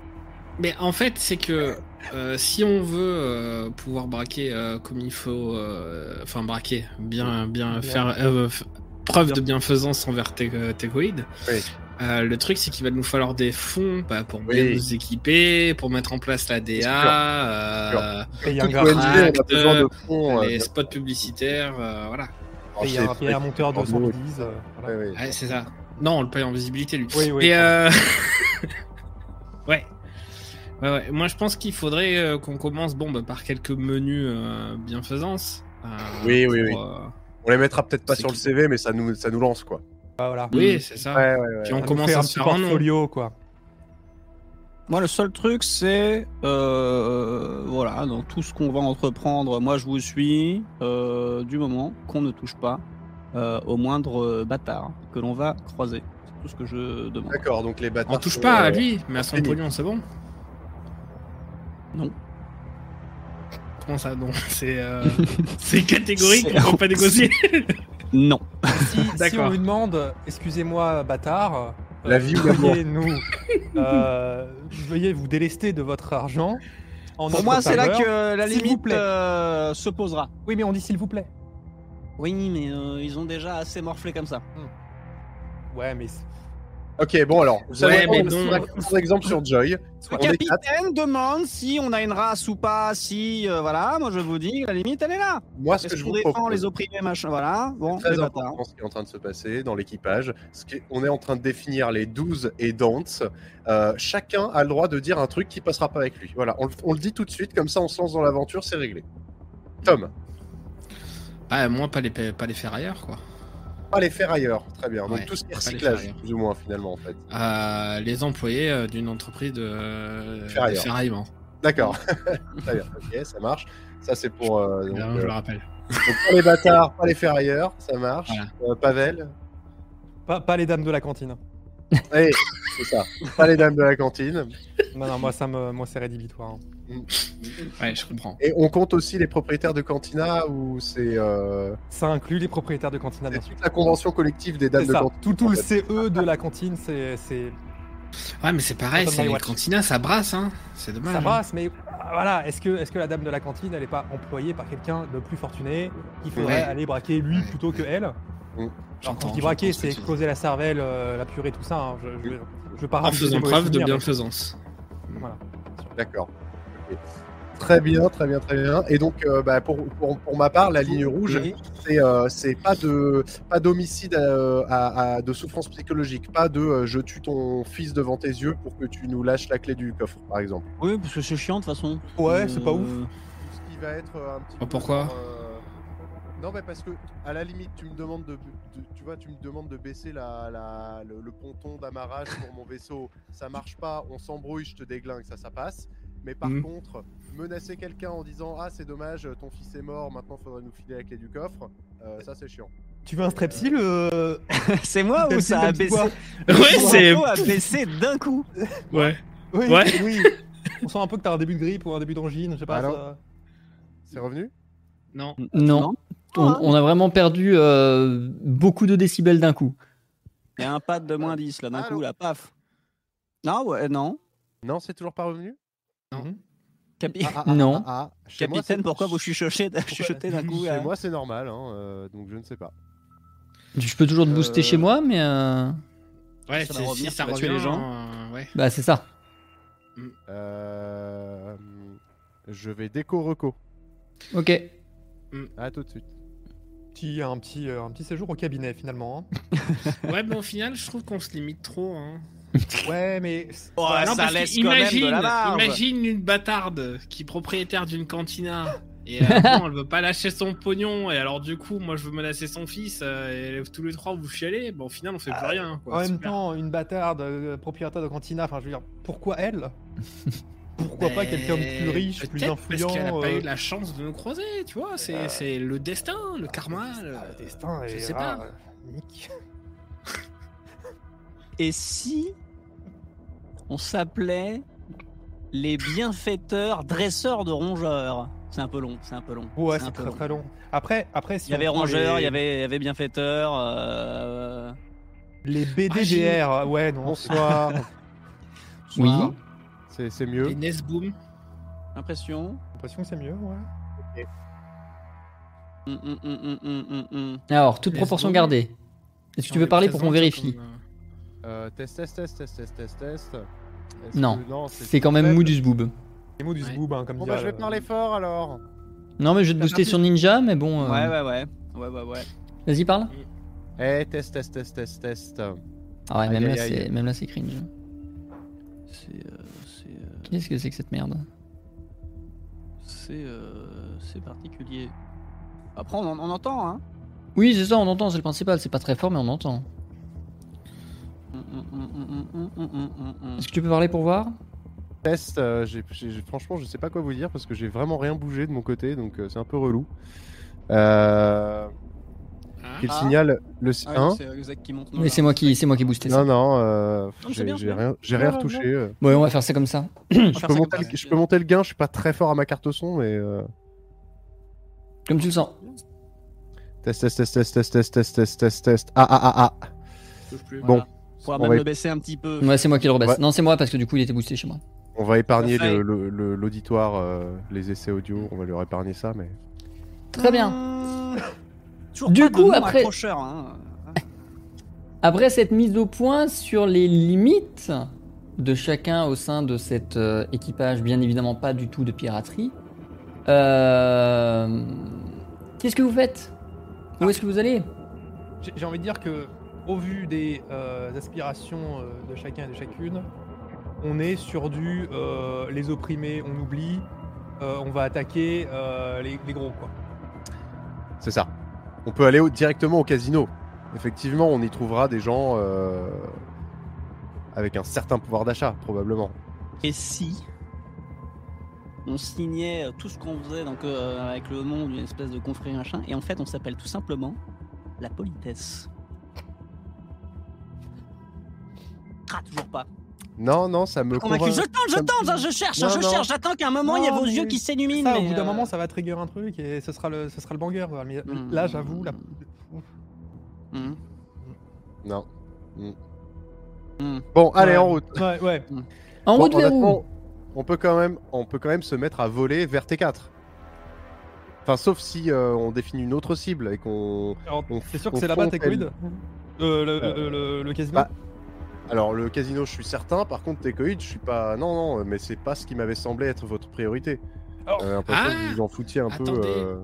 [SPEAKER 6] Mais en fait, c'est que euh, si on veut euh, pouvoir braquer euh, comme il faut, euh, enfin braquer, bien, bien
[SPEAKER 5] Bien.
[SPEAKER 6] faire euh, f- preuve de bienfaisance envers tes tes coïdes,
[SPEAKER 3] Oui.
[SPEAKER 6] euh, le truc c'est qu'il va nous falloir des fonds bah, pour
[SPEAKER 3] Oui.
[SPEAKER 6] bien nous équiper, pour mettre en place la
[SPEAKER 3] sûr.
[SPEAKER 6] DA, euh,
[SPEAKER 5] payer un
[SPEAKER 3] Toute
[SPEAKER 5] gars,
[SPEAKER 3] ONG, on a
[SPEAKER 6] Acte,
[SPEAKER 3] besoin de fonds. euh,
[SPEAKER 6] les spots publicitaires, euh, voilà.
[SPEAKER 3] alors,
[SPEAKER 5] payer
[SPEAKER 3] c'est-
[SPEAKER 5] un, payer un monteur de
[SPEAKER 3] Ouais,
[SPEAKER 5] 110. euh, voilà.
[SPEAKER 3] ouais, ouais.
[SPEAKER 6] Ouais, c'est ça. Non, on le paye en visibilité, lui.
[SPEAKER 5] Oui, oui.
[SPEAKER 6] Et euh... ouais. ouais, ouais. Moi, je pense qu'il faudrait euh, qu'on commence bon, bah, par quelques menus euh, bienfaisance. euh,
[SPEAKER 3] Oui, oui,
[SPEAKER 6] pour, euh,
[SPEAKER 3] On les mettra peut-être pas
[SPEAKER 6] C'est
[SPEAKER 3] sur
[SPEAKER 6] qui-
[SPEAKER 3] le CV, mais ça nous, ça nous lance quoi.
[SPEAKER 5] Ah, voilà.
[SPEAKER 6] Oui, c'est ça.
[SPEAKER 3] Ouais, ouais, ouais.
[SPEAKER 6] Puis on
[SPEAKER 5] nous
[SPEAKER 6] commence
[SPEAKER 5] faire
[SPEAKER 6] à
[SPEAKER 5] un
[SPEAKER 6] se
[SPEAKER 5] petit
[SPEAKER 6] faire un nom.
[SPEAKER 5] portfolio, quoi.
[SPEAKER 4] Moi, le seul truc, c'est euh, voilà, dans tout ce qu'on va entreprendre, moi, je vous suis euh, du moment qu'on ne touche pas euh, au moindre bâtard que l'on va croiser. C'est tout ce que je demande.
[SPEAKER 3] D'accord, donc les bâtards.
[SPEAKER 6] On touche
[SPEAKER 3] sont,
[SPEAKER 6] pas à
[SPEAKER 3] euh,
[SPEAKER 6] lui, mais à son
[SPEAKER 3] fini.
[SPEAKER 6] pognon, c'est bon
[SPEAKER 4] Non.
[SPEAKER 6] Comment ça Non, c'est euh, c'est catégorique,
[SPEAKER 4] C'est-
[SPEAKER 6] on peut pas négocier.
[SPEAKER 4] Non.
[SPEAKER 5] Si, si
[SPEAKER 6] D'accord.
[SPEAKER 5] on lui demande, excusez-moi, bâtard, euh,
[SPEAKER 3] La vie ou la mort.
[SPEAKER 5] veuillez nous, euh, veuillez vous délester de votre argent. en
[SPEAKER 4] Pour
[SPEAKER 5] notre
[SPEAKER 4] moi, c'est là
[SPEAKER 5] faveur.
[SPEAKER 4] que la
[SPEAKER 5] s'il vous
[SPEAKER 4] limite
[SPEAKER 5] plaît.
[SPEAKER 4] euh, se posera.
[SPEAKER 5] Oui, mais on dit s'il vous plaît.
[SPEAKER 4] Oui, mais euh, ils ont déjà assez morflé comme ça.
[SPEAKER 5] Ouais, mais c'est-
[SPEAKER 3] Ok, bon alors. Vous
[SPEAKER 6] Ouais,
[SPEAKER 3] savez,
[SPEAKER 6] mais
[SPEAKER 3] on-
[SPEAKER 6] bon.
[SPEAKER 3] on a un exemple sur Joy.
[SPEAKER 4] Le
[SPEAKER 3] On est
[SPEAKER 4] capitaine demande si on a une race ou pas, si euh, voilà, moi je vous dis, la limite elle est là.
[SPEAKER 3] Moi, ce que
[SPEAKER 4] Est-ce
[SPEAKER 3] je
[SPEAKER 4] qu'on
[SPEAKER 3] vous
[SPEAKER 4] défend
[SPEAKER 3] propose.
[SPEAKER 4] les opprimés, machin, voilà. Bon,
[SPEAKER 3] très
[SPEAKER 4] les bâtards.
[SPEAKER 3] important ce qui est en train de se passer dans l'équipage. Ce qui est- on est en train de définir les 12 et dance. Euh, chacun a le droit de dire un truc qui passera pas avec lui. Voilà, on, le- on le dit tout de suite, comme ça on se lance dans l'aventure, c'est réglé. Tom,
[SPEAKER 6] Ah, moi, pas les, pa- pas les faire ailleurs, quoi.
[SPEAKER 3] pas les faire ailleurs. Très bien. Donc
[SPEAKER 6] Ouais,
[SPEAKER 3] tout ce qui est
[SPEAKER 6] pas les faire
[SPEAKER 3] recyclage,
[SPEAKER 6] ailleurs.
[SPEAKER 3] plus ou moins, finalement, en fait.
[SPEAKER 6] Euh, les employés euh, d'une entreprise de, euh,
[SPEAKER 3] Ferrailleur.
[SPEAKER 6] de ferraillement.
[SPEAKER 3] D'accord. Très bien. Ok, ça marche. Ça, c'est pour. euh, donc,
[SPEAKER 6] Bien,
[SPEAKER 3] euh,
[SPEAKER 6] je le rappelle.
[SPEAKER 3] donc, pas les bâtards, pas les faire ailleurs, ça marche. Euh, Pavel,
[SPEAKER 5] pas, pas les dames de la cantine.
[SPEAKER 3] allez, c'est ça. Pas les dames de la cantine.
[SPEAKER 5] Non, non, moi, ça me, moi, c'est rédhibitoire. hein.
[SPEAKER 6] Ouais, je comprends.
[SPEAKER 3] Et on compte aussi les propriétaires de cantina ou c'est. euh,
[SPEAKER 5] Ça inclut les propriétaires de cantine. bien
[SPEAKER 3] C'est
[SPEAKER 5] sûr.
[SPEAKER 3] toute la convention collective des dames
[SPEAKER 5] C'est
[SPEAKER 3] de
[SPEAKER 5] ça.
[SPEAKER 3] cantine.
[SPEAKER 5] Tout, tout
[SPEAKER 3] en
[SPEAKER 5] le
[SPEAKER 3] fait.
[SPEAKER 5] CE de la cantine, c'est, c'est,
[SPEAKER 6] Ouais, mais c'est pareil,
[SPEAKER 5] Attends,
[SPEAKER 6] c'est
[SPEAKER 5] my
[SPEAKER 6] les
[SPEAKER 5] watch.
[SPEAKER 6] cantinas, ça brasse, hein. C'est dommage.
[SPEAKER 5] ça
[SPEAKER 6] hein.
[SPEAKER 5] brasse. Mais ah, voilà, est-ce que, est-ce que la dame de la cantine, elle est pas employée par quelqu'un de plus fortuné qu'il faudrait
[SPEAKER 6] Ouais.
[SPEAKER 5] aller braquer lui
[SPEAKER 6] Ouais.
[SPEAKER 5] plutôt que elle Alors, quand
[SPEAKER 6] J'entends,
[SPEAKER 5] je dis braquer,
[SPEAKER 6] j'entends ce que
[SPEAKER 5] c'est
[SPEAKER 6] tu dis.
[SPEAKER 5] exploser la cervelle, euh, la purée, tout ça. hein. Je, je, je veux pas
[SPEAKER 6] En
[SPEAKER 5] rappeler des
[SPEAKER 4] Ah,
[SPEAKER 6] faisant
[SPEAKER 5] mauvais
[SPEAKER 6] preuve de
[SPEAKER 5] souvenirs,
[SPEAKER 6] bienfaisance.
[SPEAKER 3] D'accord. Ok. Très bien, très bien, très bien. Et donc, euh, bah, pour, pour, pour ma part, la ligne rouge,
[SPEAKER 5] Et-
[SPEAKER 3] c'est euh, c'est pas de pas d'homicide euh, à, à- de souffrance psychologique, pas de euh, je tue ton fils devant tes yeux pour que tu nous lâches la clé du coffre, par exemple.
[SPEAKER 4] Oui, parce que c'est chiant de toute façon.
[SPEAKER 5] mais- Ouais, c'est pas ouf.
[SPEAKER 3] Ce qui va être euh, un petit. euh,
[SPEAKER 6] peu Oh, Pourquoi sur,
[SPEAKER 3] Non, mais parce que à la limite, tu me demandes de, tu vois, tu me demandes de baisser la, le, ponton d'amarrage pour mon vaisseau. Ça marche pas, on s'embrouille, je te déglingue, ça, ça passe. Mais par
[SPEAKER 6] Mhm.
[SPEAKER 3] contre, menacer quelqu'un en disant ah c'est dommage, ton fils est mort, maintenant faudrait nous filer la clé du coffre, euh, ça c'est chiant.
[SPEAKER 5] Tu veux un strepsil euh,
[SPEAKER 4] c'est moi ou
[SPEAKER 5] David
[SPEAKER 4] ça a
[SPEAKER 5] David
[SPEAKER 4] baissé
[SPEAKER 5] Bois
[SPEAKER 6] Ouais,
[SPEAKER 4] Mon
[SPEAKER 6] c'est.
[SPEAKER 4] cerveau a baissé d'un coup.
[SPEAKER 6] Ouais.
[SPEAKER 5] Oui,
[SPEAKER 6] Ouais.
[SPEAKER 5] oui. On sent un peu que t'as un début de grippe ou un début d'angine, je sais pas.
[SPEAKER 3] Alors
[SPEAKER 5] ça-
[SPEAKER 3] C'est revenu
[SPEAKER 6] Non.
[SPEAKER 4] Mm.
[SPEAKER 1] Non.
[SPEAKER 4] Non.
[SPEAKER 3] Ah.
[SPEAKER 1] On, on a vraiment perdu euh, beaucoup de décibels d'un coup.
[SPEAKER 4] Il y a un pad de moins 10 là d'un
[SPEAKER 3] Allô
[SPEAKER 4] coup, là, paf. Non, ouais, non.
[SPEAKER 3] Non, c'est toujours pas revenu.
[SPEAKER 4] Capi-
[SPEAKER 1] Non.
[SPEAKER 3] Mhm. Ah, ah, chez moi,
[SPEAKER 4] Capitaine,
[SPEAKER 3] c'est-
[SPEAKER 4] pourquoi vous chuchochez- chuchotez d'un coup
[SPEAKER 3] Chez
[SPEAKER 4] là
[SPEAKER 3] moi c'est normal, hein, euh, donc je ne sais pas.
[SPEAKER 1] Je peux toujours te booster
[SPEAKER 4] Euh,
[SPEAKER 1] chez moi, mais euh,
[SPEAKER 6] Ouais,
[SPEAKER 4] Ça
[SPEAKER 6] c'est-
[SPEAKER 4] va revenir,
[SPEAKER 6] si ça
[SPEAKER 4] tu vas
[SPEAKER 6] revient,
[SPEAKER 4] tuer les gens.
[SPEAKER 6] euh, ouais.
[SPEAKER 1] bah c'est ça.
[SPEAKER 3] Euh, Je vais déco reco.
[SPEAKER 1] Ok.
[SPEAKER 3] À tout de suite.
[SPEAKER 5] Petit, un, petit, euh, un petit séjour au cabinet finalement. hein.
[SPEAKER 6] Ouais, mais au final, je trouve qu'on se limite trop. Hein.
[SPEAKER 5] Ouais, mais
[SPEAKER 4] Oh,
[SPEAKER 6] Non,
[SPEAKER 4] ça
[SPEAKER 6] parce que
[SPEAKER 4] laisse quand
[SPEAKER 6] imagine,
[SPEAKER 4] même de la marge.
[SPEAKER 6] imagine une bâtarde qui est propriétaire d'une cantina. Et euh, bon, elle veut pas lâcher son pognon, et alors du coup, moi je veux menacer son fils, euh, et tous les trois vous chialez, bon, au final on fait
[SPEAKER 4] Euh,
[SPEAKER 6] plus rien. Quoi.
[SPEAKER 5] en même
[SPEAKER 6] Super.
[SPEAKER 5] temps, une bâtarde euh, propriétaire de cantina, enfin je veux dire, pourquoi elle Pourquoi pas quelqu'un de plus
[SPEAKER 6] Mais
[SPEAKER 5] riche, plus
[SPEAKER 6] peut-être
[SPEAKER 5] influent
[SPEAKER 6] Parce qu'elle a pas
[SPEAKER 5] euh,
[SPEAKER 6] eu la chance de nous croiser, tu vois, c'est c'est le destin, le karma. le-
[SPEAKER 5] Ah, le destin
[SPEAKER 6] euh, je
[SPEAKER 5] est
[SPEAKER 6] sais
[SPEAKER 5] rare,
[SPEAKER 6] pas.
[SPEAKER 5] euh, unique.
[SPEAKER 4] Et si on s'appelait les bienfaiteurs dresseurs de rongeurs C'est un peu long, c'est un peu long.
[SPEAKER 5] Ouais,
[SPEAKER 4] un
[SPEAKER 5] c'est
[SPEAKER 4] peu
[SPEAKER 5] très
[SPEAKER 4] long.
[SPEAKER 5] très long. Après, après si
[SPEAKER 4] Il y avait
[SPEAKER 5] on prend
[SPEAKER 4] rongeurs,
[SPEAKER 5] les-
[SPEAKER 4] il y avait, il y avait bienfaiteurs. euh,
[SPEAKER 5] les BDDR.
[SPEAKER 6] Ah,
[SPEAKER 5] ouais, non.
[SPEAKER 3] Bonsoir.
[SPEAKER 1] Oui.
[SPEAKER 4] J'ai
[SPEAKER 3] c'est c'est
[SPEAKER 6] Les
[SPEAKER 3] mieux.
[SPEAKER 6] Nesboom.
[SPEAKER 4] L'impression.
[SPEAKER 5] J'ai l'impression que c'est mieux. Ouais.
[SPEAKER 4] Hum, hum, hum, hum, hum, hum, hum.
[SPEAKER 1] Alors, toute
[SPEAKER 6] Laisse
[SPEAKER 1] proportion
[SPEAKER 6] donc.
[SPEAKER 1] gardée. Est-ce que tu veux parler pour qu'on vérifie
[SPEAKER 3] Euh, test, test, test, test, test, test, test. Est-ce
[SPEAKER 1] Non,
[SPEAKER 3] que- non
[SPEAKER 1] C'est quand même
[SPEAKER 3] faible.
[SPEAKER 1] mou du zboob.
[SPEAKER 5] Les mots du
[SPEAKER 6] Ouais.
[SPEAKER 5] zboob, hein, comme
[SPEAKER 3] Bon,
[SPEAKER 5] dirait
[SPEAKER 3] bah, je vais
[SPEAKER 5] le-
[SPEAKER 3] parler fort alors.
[SPEAKER 1] Non, mais je vais te booster sur Ninja, mais bon. euh,
[SPEAKER 4] Ouais, ouais, ouais. Ouais, ouais, ouais.
[SPEAKER 1] Vas-y, parle.
[SPEAKER 3] Eh, test, test, test, test, test.
[SPEAKER 1] Ah ouais,
[SPEAKER 3] Aïe,
[SPEAKER 1] même,
[SPEAKER 3] aïe,
[SPEAKER 1] là,
[SPEAKER 3] aïe.
[SPEAKER 1] c'est- même là, c'est cringe.
[SPEAKER 4] C'est. euh, c'est, euh,
[SPEAKER 1] Qu'est-ce que c'est que cette merde
[SPEAKER 4] c'est, euh, c'est particulier. Après, on, en- on entend, hein.
[SPEAKER 1] Oui, c'est ça, on entend, c'est le principal. C'est pas très fort, mais on entend.
[SPEAKER 4] Hum, hum, hum, hum, hum, hum, hum, hum, hum.
[SPEAKER 1] Est-ce que tu peux parler pour voir
[SPEAKER 3] Test, euh, j'ai- j'ai- franchement, je sais pas quoi vous dire parce que j'ai vraiment rien bougé de mon côté, donc euh, c'est un peu relou. Euh,
[SPEAKER 6] Ah.
[SPEAKER 3] qu'il
[SPEAKER 4] Ah.
[SPEAKER 3] signale le.
[SPEAKER 4] Ah oui,
[SPEAKER 3] hein
[SPEAKER 4] c'est Zach qui monte.
[SPEAKER 1] Mais c'est moi qui, c'est moi qui ai boosté ça.
[SPEAKER 3] non, non, euh,
[SPEAKER 4] Non, mais c'est bien,
[SPEAKER 3] j'ai
[SPEAKER 4] c'est
[SPEAKER 3] j'ai
[SPEAKER 4] bien.
[SPEAKER 3] rien, j'ai
[SPEAKER 5] Non,
[SPEAKER 3] rien
[SPEAKER 5] non,
[SPEAKER 3] retouché.
[SPEAKER 5] non.
[SPEAKER 3] euh.
[SPEAKER 1] Ouais, on va faire ça comme ça.
[SPEAKER 4] Ah,
[SPEAKER 3] Je peux, monter le, je peux monter le gain, je suis pas très fort à ma carte son, mais. euh,
[SPEAKER 1] Comme tu le sens.
[SPEAKER 3] Test, test, test, test, test, test, test, test, test, test. Ah, ah, ah, ah.
[SPEAKER 6] Touche plus.
[SPEAKER 3] Bon,
[SPEAKER 4] Faudra
[SPEAKER 3] on
[SPEAKER 4] même
[SPEAKER 3] va-
[SPEAKER 4] le baisser un petit peu.
[SPEAKER 1] Ouais, c'est moi qui le rebaisse.
[SPEAKER 3] Ouais.
[SPEAKER 1] Non, c'est moi parce que du coup, il était boosté chez moi.
[SPEAKER 3] On va épargner
[SPEAKER 4] Parfait.
[SPEAKER 3] le- le- le- l'auditoire, euh, les essais audio, on va leur épargner ça, mais.
[SPEAKER 1] Très bien.
[SPEAKER 4] Mmh. Toujours
[SPEAKER 1] Du
[SPEAKER 4] pas de
[SPEAKER 1] coup,
[SPEAKER 4] nom
[SPEAKER 1] après-
[SPEAKER 4] accrocheur, hein.
[SPEAKER 1] Ah. Après cette mise au point sur les limites de chacun au sein de cet euh, équipage, bien évidemment pas du tout de piraterie, euh, qu'est-ce que vous faites
[SPEAKER 3] Ah.
[SPEAKER 1] Où est-ce que vous allez
[SPEAKER 5] J'ai- J'ai envie de dire que, au vu des euh, aspirations euh, de chacun et de chacune, on est sur du euh, les opprimés, on oublie, euh, on va attaquer euh, les, les gros quoi.
[SPEAKER 3] C'est ça. On peut aller au- directement au casino. Effectivement, on y trouvera des gens euh, avec un certain pouvoir d'achat, probablement.
[SPEAKER 4] Et si on signait tout ce qu'on faisait donc, euh, avec le nom d'une espèce de confrérie machin, et en fait on s'appelle tout simplement la politesse. Ah, toujours pas.
[SPEAKER 3] Non, non, ça me
[SPEAKER 4] Convaincu. Je
[SPEAKER 3] convainc.
[SPEAKER 4] tente, je
[SPEAKER 3] ça me-
[SPEAKER 4] tente, hein, je cherche,
[SPEAKER 3] Non,
[SPEAKER 4] je
[SPEAKER 3] non.
[SPEAKER 4] cherche, j'attends qu'à un moment il y a
[SPEAKER 5] Non,
[SPEAKER 4] vos
[SPEAKER 5] mais
[SPEAKER 4] yeux qui s'illuminent.
[SPEAKER 5] Ça, au
[SPEAKER 4] mais,
[SPEAKER 5] bout d'un
[SPEAKER 4] euh,
[SPEAKER 5] moment, ça va trigger un truc et ce sera le, ce sera le banger. quoi. Mais là, j'avoue, là.
[SPEAKER 4] hmm.
[SPEAKER 3] Non.
[SPEAKER 1] Hmm.
[SPEAKER 3] Mm.
[SPEAKER 4] Mm.
[SPEAKER 3] Bon, allez,
[SPEAKER 5] Ouais.
[SPEAKER 3] en route.
[SPEAKER 5] Ouais, ouais.
[SPEAKER 1] En
[SPEAKER 3] Bon,
[SPEAKER 1] route vers où
[SPEAKER 3] honnêtement, on peut, quand même, on peut quand même se mettre à voler vers T4. Enfin, sauf si euh, on définit une autre cible et qu'on.
[SPEAKER 5] Alors,
[SPEAKER 3] on-
[SPEAKER 5] c'est sûr que
[SPEAKER 3] on
[SPEAKER 5] c'est là-bas,
[SPEAKER 3] fond
[SPEAKER 5] t'es
[SPEAKER 3] tel-
[SPEAKER 5] quid Euh, le, le, le- le casino
[SPEAKER 3] bah, Alors, le casino, je suis certain. Par contre, Tecoïd, je suis pas. Non, non, euh, mais c'est pas ce qui m'avait semblé être votre priorité. Euh,
[SPEAKER 5] Oh.
[SPEAKER 3] J'avais l'impression
[SPEAKER 6] Ah.
[SPEAKER 3] que vous vous en foutiez un peu.
[SPEAKER 6] Attendez.
[SPEAKER 3] euh,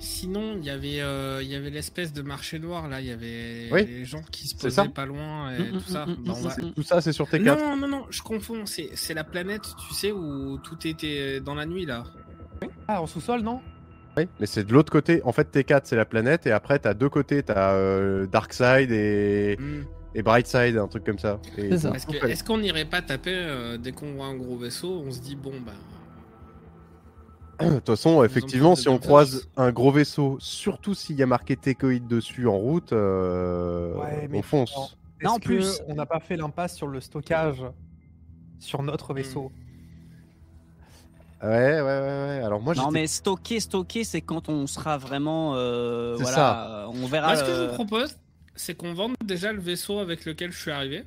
[SPEAKER 6] Sinon, il y avait, euh, il y avait l'espèce de marché noir là, il y avait
[SPEAKER 3] Oui.
[SPEAKER 6] les gens qui se
[SPEAKER 3] C'est ça.
[SPEAKER 6] posaient pas loin et
[SPEAKER 4] Mm, mm,
[SPEAKER 6] tout ça.
[SPEAKER 4] mm, mm,
[SPEAKER 6] Bah, on
[SPEAKER 4] mm,
[SPEAKER 6] va-
[SPEAKER 4] mm.
[SPEAKER 3] Tout ça, c'est sur T4.
[SPEAKER 6] Non, non, non, je confonds. C'est c'est la planète, tu sais, où tout était dans la nuit là.
[SPEAKER 5] Ah, en sous-sol, non
[SPEAKER 3] Oui, mais c'est de l'autre côté. En fait, T4, c'est la planète, et après, t'as deux côtés. T'as euh, Darkside et...
[SPEAKER 6] Mm.
[SPEAKER 3] et Brightside, un truc comme ça. Et-
[SPEAKER 1] C'est ça.
[SPEAKER 6] Parce que Est-ce qu'on n'irait pas taper euh, dès qu'on voit un gros vaisseau On se dit, bon, bah.
[SPEAKER 3] De toute façon, effectivement, si on croise un gros vaisseau, surtout s'il y a marqué Tecoïd dessus en route, euh,
[SPEAKER 5] Ouais, mais
[SPEAKER 3] on fonce.
[SPEAKER 4] Là, en
[SPEAKER 5] Est-ce que
[SPEAKER 4] plus-
[SPEAKER 5] on n'a pas fait l'impasse sur le stockage sur
[SPEAKER 4] Hmm.
[SPEAKER 5] notre vaisseau.
[SPEAKER 3] Ouais, ouais, ouais, ouais. Alors moi,
[SPEAKER 4] Non
[SPEAKER 3] j'étais-
[SPEAKER 4] mais stocker, stocker, c'est quand on sera vraiment, euh,
[SPEAKER 3] C'est
[SPEAKER 4] voilà,
[SPEAKER 3] ça.
[SPEAKER 4] euh, on verra.
[SPEAKER 6] Moi, ce que je
[SPEAKER 4] le-
[SPEAKER 6] vous propose, c'est qu'on vende déjà le vaisseau avec lequel je suis arrivé.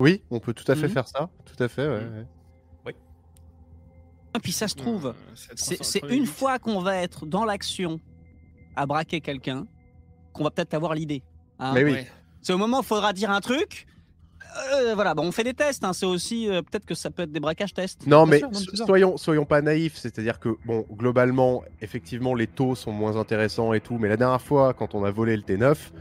[SPEAKER 3] oui, on peut tout à fait
[SPEAKER 4] Mhm.
[SPEAKER 3] faire ça. Tout à fait. ouais,
[SPEAKER 6] Mhm.
[SPEAKER 3] ouais.
[SPEAKER 4] Et puis ça se trouve,
[SPEAKER 6] Euh, c'est
[SPEAKER 4] C'est
[SPEAKER 6] 300,
[SPEAKER 4] c'est
[SPEAKER 6] 300,
[SPEAKER 4] une fois qu'on va être dans l'action à braquer quelqu'un qu'on va peut-être avoir l'idée. hein.
[SPEAKER 3] Mais oui.
[SPEAKER 6] ouais.
[SPEAKER 4] C'est au moment où il faudra dire un truc. euh, voilà, bon, on fait des tests. hein, c'est aussi euh, peut-être que ça peut être des braquages tests.
[SPEAKER 3] Non,
[SPEAKER 5] Bien
[SPEAKER 3] mais
[SPEAKER 5] sûr, non,
[SPEAKER 3] so-
[SPEAKER 5] c'est ça.
[SPEAKER 3] soyons, soyons pas naïfs. C'est-à-dire que, bon, globalement, effectivement, les taux sont moins intéressants et tout. Mais la dernière fois, quand on a volé le T9,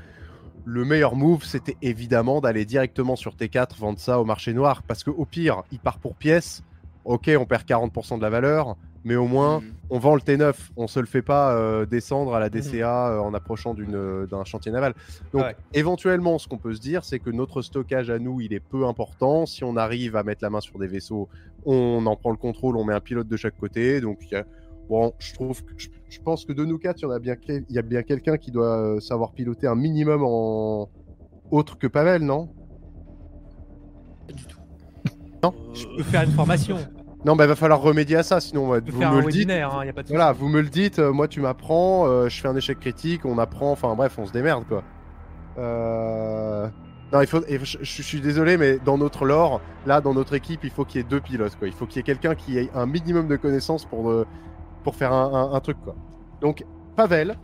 [SPEAKER 3] le meilleur move, c'était évidemment d'aller directement sur T4, vendre ça au marché noir. Parce que, au pire, il part pour pièce. Ok, on perd 40% de la valeur. Mais au moins,
[SPEAKER 6] Mhm.
[SPEAKER 3] on vend le T9. On se le fait pas euh, descendre à
[SPEAKER 5] Mhm.
[SPEAKER 3] la DCA euh, en approchant d'une, euh, d'un chantier naval. Donc,
[SPEAKER 5] Ouais.
[SPEAKER 3] éventuellement, ce qu'on peut se dire, c'est que notre stockage à nous, il est peu important. Si on arrive à mettre la main sur des vaisseaux, on en prend le contrôle, on met un pilote de chaque côté. Donc, il y a- bon, je trouve, que- je, je pense que de nous quatre, il y en a bien, quel- il y a bien quelqu'un qui doit euh, savoir piloter un minimum en autre que Pavel, non Non,
[SPEAKER 5] Je
[SPEAKER 6] Euh,
[SPEAKER 5] peux faire une formation,
[SPEAKER 3] Non, bah, il va falloir remédier à ça, sinon on va-
[SPEAKER 5] je peux
[SPEAKER 3] vous
[SPEAKER 5] faire un
[SPEAKER 3] me le dites.
[SPEAKER 5] webinaire, hein, il n'y a pas de souci.
[SPEAKER 3] Voilà, vous me le dites, euh, moi tu m'apprends, euh, je fais un échec critique, on apprend, enfin bref, on se démerde quoi. Euh... Non, il faut, et je, je suis désolé, mais dans notre lore, là, dans notre équipe, il faut qu'il y ait deux pilotes quoi. Il faut qu'il y ait quelqu'un qui ait un minimum de connaissances pour, euh, pour faire un, un- un truc quoi. Donc, Pavel,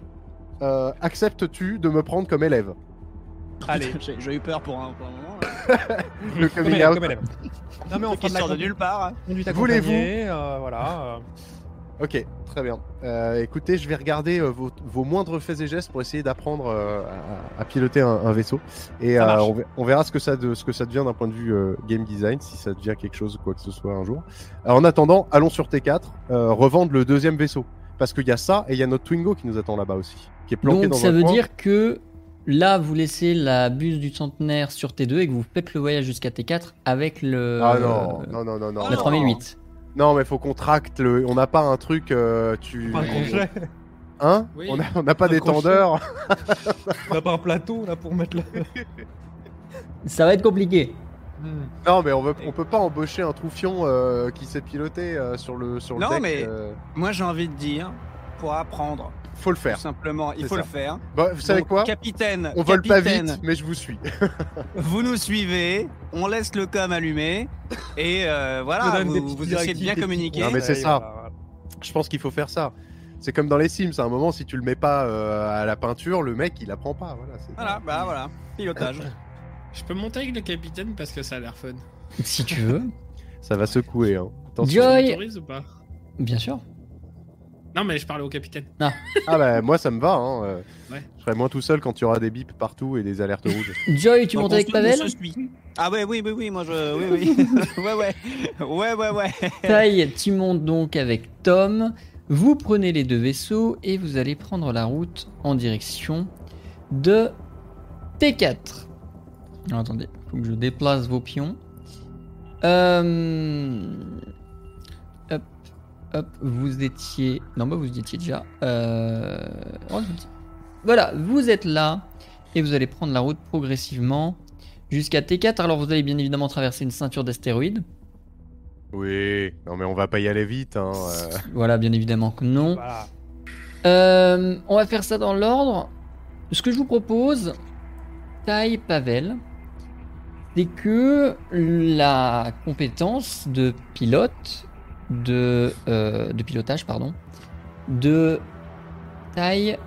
[SPEAKER 3] euh, acceptes-tu de me prendre comme élève
[SPEAKER 5] Allez,
[SPEAKER 4] J'ai j'ai eu peur pour un, pour un moment. là.
[SPEAKER 3] Le
[SPEAKER 5] comme
[SPEAKER 3] coming
[SPEAKER 5] élève,
[SPEAKER 3] out.
[SPEAKER 5] comme élève. Non mais on
[SPEAKER 4] Truc qui
[SPEAKER 5] fera de la
[SPEAKER 4] sort de
[SPEAKER 5] conduite-
[SPEAKER 4] nulle part. hein.
[SPEAKER 5] conduite
[SPEAKER 3] Voulez-vous
[SPEAKER 5] accompagnée, euh, voilà. euh,
[SPEAKER 3] Ok, très bien. Euh, écoutez, je vais regarder euh, vos, vos moindres faits et gestes pour essayer d'apprendre euh, à, à piloter un, un vaisseau. Et
[SPEAKER 5] Ça
[SPEAKER 3] euh,
[SPEAKER 5] marche.
[SPEAKER 3] on, ver- on verra ce que, ça de- ce que ça devient d'un point de vue euh, game design, si ça devient quelque chose ou quoi que ce soit un jour. Alors, en attendant, allons sur T4, euh, revendre le deuxième vaisseau. Parce qu'il y a ça et il y a notre Twingo qui nous attend là-bas aussi, qui est planqué
[SPEAKER 1] Donc
[SPEAKER 3] dans
[SPEAKER 1] ça
[SPEAKER 3] un
[SPEAKER 1] veut
[SPEAKER 3] coin.
[SPEAKER 1] dire que là, vous laissez la bus du centenaire sur T2 et que vous faites le voyage jusqu'à T4 avec le,
[SPEAKER 3] Ah non,
[SPEAKER 1] euh,
[SPEAKER 3] non, non, non, non.
[SPEAKER 1] la
[SPEAKER 4] non.
[SPEAKER 1] 3008.
[SPEAKER 3] Non, mais faut qu'on tracte le. On n'a pas un truc. euh, tu.
[SPEAKER 5] pas un congé,
[SPEAKER 3] Hein
[SPEAKER 6] Oui.
[SPEAKER 3] On n'a on n'a pas
[SPEAKER 5] Un
[SPEAKER 3] des
[SPEAKER 5] crochet.
[SPEAKER 3] tendeurs.
[SPEAKER 5] on n'a pas un plateau là pour mettre la...
[SPEAKER 1] Ça va être compliqué.
[SPEAKER 5] Hmm.
[SPEAKER 3] Non, mais on, veut, on peut pas embaucher un troufion euh, qui sait piloter euh, sur le sur le
[SPEAKER 4] Non,
[SPEAKER 3] deck,
[SPEAKER 4] mais-
[SPEAKER 3] euh,
[SPEAKER 4] Moi, j'ai envie de dire, pour apprendre,
[SPEAKER 3] faut le
[SPEAKER 4] tout
[SPEAKER 3] faire.
[SPEAKER 4] simplement, il
[SPEAKER 3] C'est
[SPEAKER 4] faut
[SPEAKER 3] ça.
[SPEAKER 4] le faire.
[SPEAKER 3] Bah, vous savez
[SPEAKER 4] Donc,
[SPEAKER 3] quoi
[SPEAKER 4] Capitaine,
[SPEAKER 3] On vole pas
[SPEAKER 4] capitaine,
[SPEAKER 3] vite, mais je vous suis.
[SPEAKER 4] Vous nous suivez, on laisse le com allumé et euh, voilà,
[SPEAKER 5] Je donne des
[SPEAKER 4] vous,
[SPEAKER 5] petites
[SPEAKER 4] vous essayez de
[SPEAKER 5] directives,
[SPEAKER 4] bien
[SPEAKER 5] des petits
[SPEAKER 4] communiquer.
[SPEAKER 3] Non, mais c'est
[SPEAKER 5] conseils,
[SPEAKER 3] ça.
[SPEAKER 5] voilà, voilà.
[SPEAKER 3] je pense qu'il faut faire ça. C'est comme dans les Sims, à un moment, si tu le mets pas euh, à la peinture, le mec il apprend pas. Voilà. c'est-
[SPEAKER 4] Voilà, bah voilà, pilotage.
[SPEAKER 6] Je peux monter avec le capitaine parce que ça a l'air fun.
[SPEAKER 1] Si tu veux.
[SPEAKER 3] Ça va secouer. Hein. Attention.
[SPEAKER 1] Dieu Joy.
[SPEAKER 6] Tu m'autorises ou pas
[SPEAKER 1] Bien sûr.
[SPEAKER 6] Non, mais je parlais au capitaine.
[SPEAKER 3] Ah bah moi ça me va. Hein. euh,
[SPEAKER 6] Ouais.
[SPEAKER 3] Je serai moins tout seul quand il y aura des bips partout et des alertes rouges.
[SPEAKER 1] Joy,
[SPEAKER 3] Bah,
[SPEAKER 1] tu montes
[SPEAKER 4] Donc, on
[SPEAKER 1] avec
[SPEAKER 4] se- on
[SPEAKER 1] Pavel
[SPEAKER 4] se suit. Ah ouais, oui, oui, oui, moi je, oui, oui, ouais, ouais, ouais, ouais, ouais.
[SPEAKER 1] Taille, tu montes donc avec Tom. Vous prenez les deux vaisseaux et vous allez prendre la route en direction de T4. Alors, attendez, faut que je déplace vos pions. Euh, Hop, hop, vous étiez. Non, bah vous y étiez déjà. Euh, oh, je vous dis- Voilà, vous êtes là et vous allez prendre la route progressivement jusqu'à T4. Alors, vous allez bien évidemment traverser une ceinture d'astéroïdes.
[SPEAKER 3] oui. Non mais on va pas y aller vite. Hein. euh.
[SPEAKER 1] Voilà, bien évidemment que non.
[SPEAKER 5] Voilà.
[SPEAKER 1] Euh, on va faire ça dans l'ordre. Ce que je vous propose, Taille Pavel, c'est que la compétence de pilote, de, euh, de pilotage, pardon, de Taille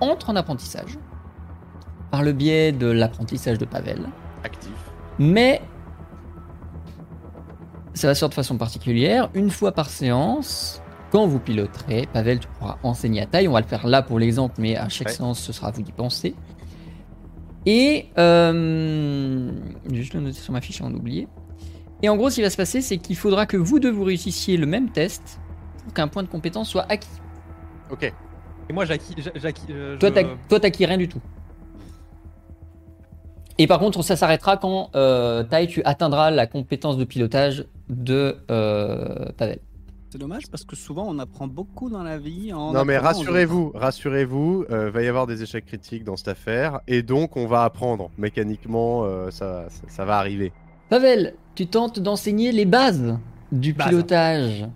[SPEAKER 1] entre en apprentissage par le biais de l'apprentissage de Pavel.
[SPEAKER 3] Actif.
[SPEAKER 1] Mais ça va se faire de façon particulière, une fois par séance. Quand vous piloterez, Pavel, tu pourras enseigner à taille. On va le faire là pour l'exemple, mais à chaque
[SPEAKER 3] Ouais.
[SPEAKER 1] séance, ce sera à vous d'y penser. Et euh, j'ai juste le noter sur ma fiche avant d'oublier. Et en gros, ce qui va se passer, c'est qu'il faudra que vous deux vous réussissiez le même test pour qu'un point de compétence soit acquis.
[SPEAKER 3] Ok.
[SPEAKER 5] Et moi j'acquis... j'a- j'acquis- euh,
[SPEAKER 1] Toi,
[SPEAKER 5] je-
[SPEAKER 1] t'ac- toi, t'acquis rien du tout. Et par contre, ça s'arrêtera quand euh, Tai, tu atteindras la compétence de pilotage de euh, Pavel.
[SPEAKER 4] C'est dommage parce que souvent on apprend beaucoup dans la vie. En
[SPEAKER 3] Non mais
[SPEAKER 4] apprenant aux autres.
[SPEAKER 3] rassurez-vous, rassurez-vous, euh, va y avoir des échecs critiques dans cette affaire et donc on va apprendre mécaniquement, euh, ça, ça, ça va arriver.
[SPEAKER 1] Pavel, tu tentes d'enseigner les bases du
[SPEAKER 5] Bases.
[SPEAKER 1] pilotage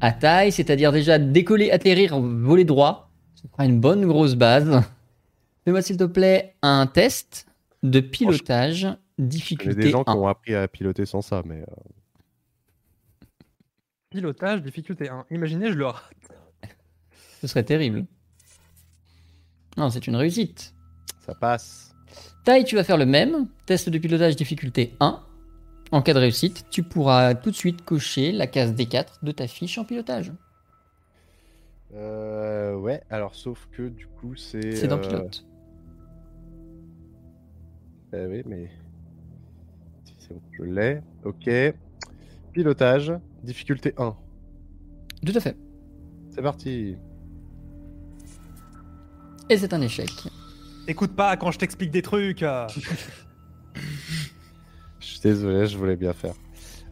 [SPEAKER 1] à Tai, c'est-à-dire déjà décoller, atterrir, voler droit. Ça fera une bonne grosse base. Fais-moi s'il te plaît un test de pilotage
[SPEAKER 3] Il y a
[SPEAKER 1] difficulté
[SPEAKER 3] des gens
[SPEAKER 1] 1.
[SPEAKER 3] qui ont appris à piloter sans ça, mais euh,
[SPEAKER 5] Pilotage, difficulté 1. Imaginez, je le rate.
[SPEAKER 1] Ce serait terrible. Non, c'est une réussite.
[SPEAKER 3] ça passe.
[SPEAKER 1] Taille, tu vas faire le même. Test de pilotage difficulté 1. En cas de réussite, tu pourras tout de suite cocher la case D4 de ta fiche en pilotage.
[SPEAKER 3] Euh, ouais, alors sauf que du coup, c'est.
[SPEAKER 1] C'est dans
[SPEAKER 3] euh,
[SPEAKER 1] pilote.
[SPEAKER 3] euh, oui, mais. Si, c'est bon, je l'ai. Ok. Pilotage, difficulté 1.
[SPEAKER 1] Tout à fait.
[SPEAKER 3] C'est parti.
[SPEAKER 1] Et c'est un échec.
[SPEAKER 5] Écoute pas quand je t'explique des trucs. euh.
[SPEAKER 3] Je suis désolé, je voulais bien faire.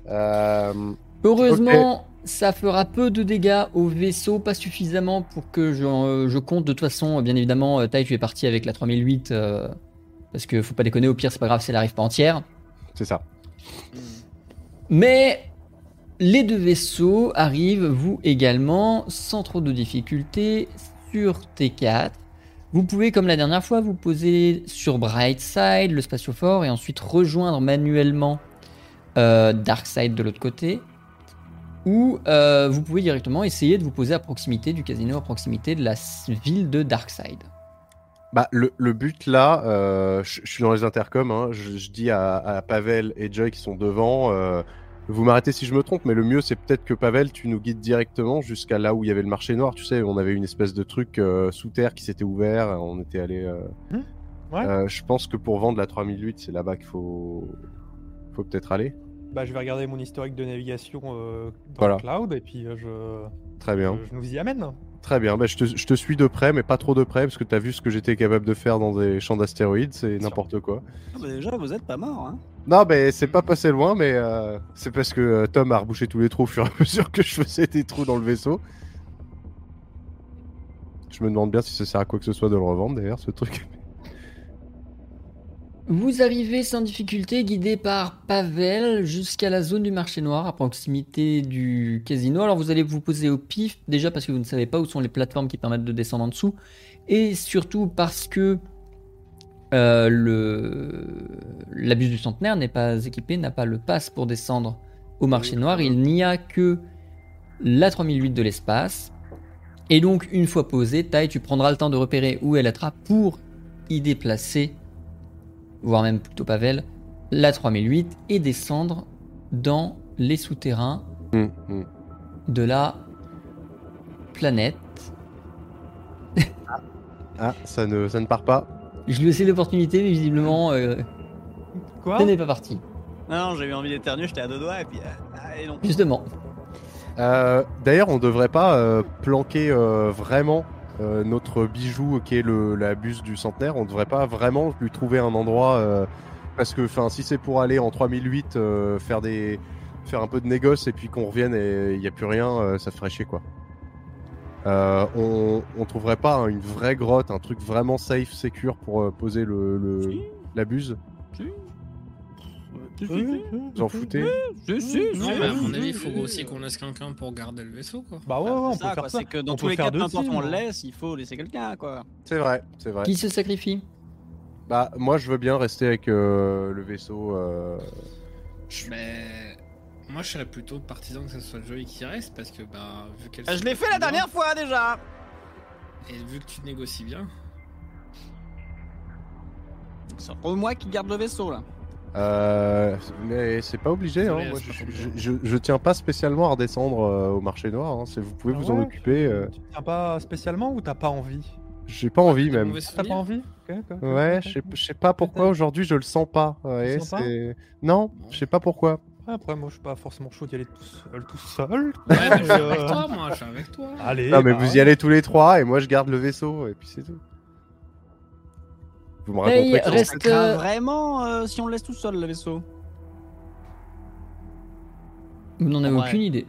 [SPEAKER 3] Euh,
[SPEAKER 1] Heureusement, ça fera peu de dégâts au vaisseau, pas suffisamment pour que je, euh, je compte. De toute façon, euh, bien évidemment, euh, Tai, tu es parti avec la 3008. euh, parce que faut pas déconner, au pire, c'est pas grave si elle arrive pas entière.
[SPEAKER 3] c'est ça.
[SPEAKER 1] Mais les deux vaisseaux arrivent, vous également, sans trop de difficultés, sur T4. Vous pouvez, comme la dernière fois, vous poser sur Brightside, le spatiofort, et ensuite rejoindre manuellement euh, Darkside de l'autre côté. Ou euh, vous pouvez directement essayer de vous poser à proximité du casino, à proximité de la s- ville de Darkside.
[SPEAKER 3] Bah, le, le but là, euh, je je suis dans les intercoms, hein, je, je dis à, à Pavel et Joy qui sont devant, euh, vous m'arrêtez si je me trompe, mais le mieux c'est peut-être que Pavel, tu nous guides directement jusqu'à là où il y avait le marché noir, tu sais, on avait une espèce de truc euh, sous terre qui s'était ouvert, on était allé... euh,
[SPEAKER 5] Hmm, ouais.
[SPEAKER 3] euh, je pense que pour vendre la 3008, c'est là-bas qu'il faut, faut peut-être aller.
[SPEAKER 5] Bah, je vais regarder mon historique de navigation euh, dans
[SPEAKER 3] Voilà.
[SPEAKER 5] le cloud et puis euh, je,
[SPEAKER 3] Très bien,
[SPEAKER 5] je, je nous y amène.
[SPEAKER 3] très bien, bah, je, te, je te suis de près, mais pas trop de près, parce que t'as vu ce que j'étais capable de faire dans des champs d'astéroïdes, c'est
[SPEAKER 5] sûr.
[SPEAKER 3] n'importe quoi.
[SPEAKER 4] Ah, bah déjà, vous êtes pas mort. Hein.
[SPEAKER 3] Non, mais c'est pas passé loin, mais euh, c'est parce que euh, Tom a rebouché tous les trous au fur et à mesure que je faisais des trous dans le vaisseau. Je me demande bien si ça sert à quoi que ce soit de le revendre d'ailleurs, ce truc.
[SPEAKER 1] Vous arrivez sans difficulté, guidé par Pavel, jusqu'à la zone du marché noir, à proximité du casino. Alors vous allez vous poser au pif, déjà parce que vous ne savez pas où sont les plateformes qui permettent de descendre en dessous, et surtout parce que euh, le la bus du centenaire n'est pas équipé, n'a pas le pass pour descendre au marché noir. Il n'y a que la 3008 de l'espace. Et donc, une fois posée, Tai, tu prendras le temps de repérer où elle attrape pour y déplacer voire même plutôt Pavel, la 3008 et descendre dans les souterrains de la planète.
[SPEAKER 3] Ah, ça ne, ça ne part pas.
[SPEAKER 1] Je lui ai laissé l'opportunité, mais visiblement, euh,
[SPEAKER 5] Quoi
[SPEAKER 1] ça n'est pas parti.
[SPEAKER 4] Ah non, j'ai eu envie d'éternuer, j'étais à deux doigts et puis. euh, ah, et non.
[SPEAKER 1] Justement,
[SPEAKER 3] Euh, d'ailleurs, on devrait pas euh, planquer euh, vraiment euh, notre bijou qui est le, la buse du centenaire. On devrait pas vraiment lui trouver un endroit euh, parce que, enfin, si c'est pour aller en 3008 euh, faire des faire un peu de négoce et puis qu'on revienne et il n'y a plus rien, euh, ça ferait chier quoi. Euh, on, on trouverait pas hein, une vraie grotte, un truc vraiment safe, secure pour euh, poser le, le-
[SPEAKER 4] Si.
[SPEAKER 3] la buse.
[SPEAKER 4] Si, si,
[SPEAKER 3] Vous en foutez
[SPEAKER 4] si, si,
[SPEAKER 6] Non,
[SPEAKER 4] si.
[SPEAKER 6] mais à mon avis, il faut aussi qu'on laisse quelqu'un pour garder le vaisseau, quoi.
[SPEAKER 5] Bah ouais, ouais,
[SPEAKER 4] Ah,
[SPEAKER 5] on
[SPEAKER 4] c'est
[SPEAKER 5] peut
[SPEAKER 4] ça,
[SPEAKER 5] faire
[SPEAKER 4] quoi,
[SPEAKER 5] ça.
[SPEAKER 4] C'est que dans
[SPEAKER 5] On
[SPEAKER 4] tous
[SPEAKER 5] peut
[SPEAKER 4] les
[SPEAKER 5] faire
[SPEAKER 4] cas, peu
[SPEAKER 5] deux
[SPEAKER 4] importe
[SPEAKER 5] films,
[SPEAKER 4] on
[SPEAKER 5] hein.
[SPEAKER 4] le laisse, il faut laisser quelqu'un, quoi.
[SPEAKER 3] C'est vrai, c'est vrai.
[SPEAKER 1] qui se sacrifie
[SPEAKER 3] Bah, moi, je veux bien rester avec euh, le vaisseau. euh,
[SPEAKER 6] Mais moi, je serais plutôt partisan que ce soit Joey qui reste parce que, bah, vu qu'elle.
[SPEAKER 4] Ah, Euh, Je l'ai fait la
[SPEAKER 6] bien,
[SPEAKER 4] dernière fois déjà
[SPEAKER 6] Et vu que tu négocies bien.
[SPEAKER 4] C'est pour moi qui garde le vaisseau, là.
[SPEAKER 3] Euh, mais c'est pas obligé. Hein.
[SPEAKER 6] Désolé,
[SPEAKER 3] Moi,
[SPEAKER 6] c'est
[SPEAKER 3] je,
[SPEAKER 6] pas
[SPEAKER 3] je, je- je tiens pas spécialement à redescendre euh, au marché noir. hein. C'est- Vous pouvez
[SPEAKER 5] Ah
[SPEAKER 3] vous en
[SPEAKER 5] ouais
[SPEAKER 3] occuper. euh,
[SPEAKER 5] Tu tiens pas spécialement ou t'as pas envie
[SPEAKER 3] J'ai pas envie
[SPEAKER 6] T'as
[SPEAKER 3] même.
[SPEAKER 6] mauvais
[SPEAKER 5] Ah, T'as pas
[SPEAKER 6] souvenir
[SPEAKER 5] envie Ok, ok, ok,
[SPEAKER 3] Ouais,
[SPEAKER 5] ok.
[SPEAKER 3] je sais- je sais pas pourquoi aujourd'hui je le sens pas. Ouais,
[SPEAKER 5] sens pas
[SPEAKER 3] c'est- non, je sais pas pourquoi.
[SPEAKER 5] Après, moi, je suis pas forcément chaud d'y aller tout seul. Tout seul.
[SPEAKER 6] Ouais, mais je suis
[SPEAKER 5] Euh,
[SPEAKER 6] avec toi, moi, je suis avec toi.
[SPEAKER 5] Allez.
[SPEAKER 3] Non, mais
[SPEAKER 5] bah,
[SPEAKER 3] vous y allez tous les trois et moi je garde le vaisseau et puis c'est tout. Vous me racontez
[SPEAKER 1] Hey,
[SPEAKER 3] que-
[SPEAKER 1] reste- Est-ce
[SPEAKER 4] Ça craint
[SPEAKER 1] que-
[SPEAKER 4] euh, vraiment euh, si on le laisse tout seul, le vaisseau
[SPEAKER 1] Vous n'en avez
[SPEAKER 4] Ouais.
[SPEAKER 1] aucune idée.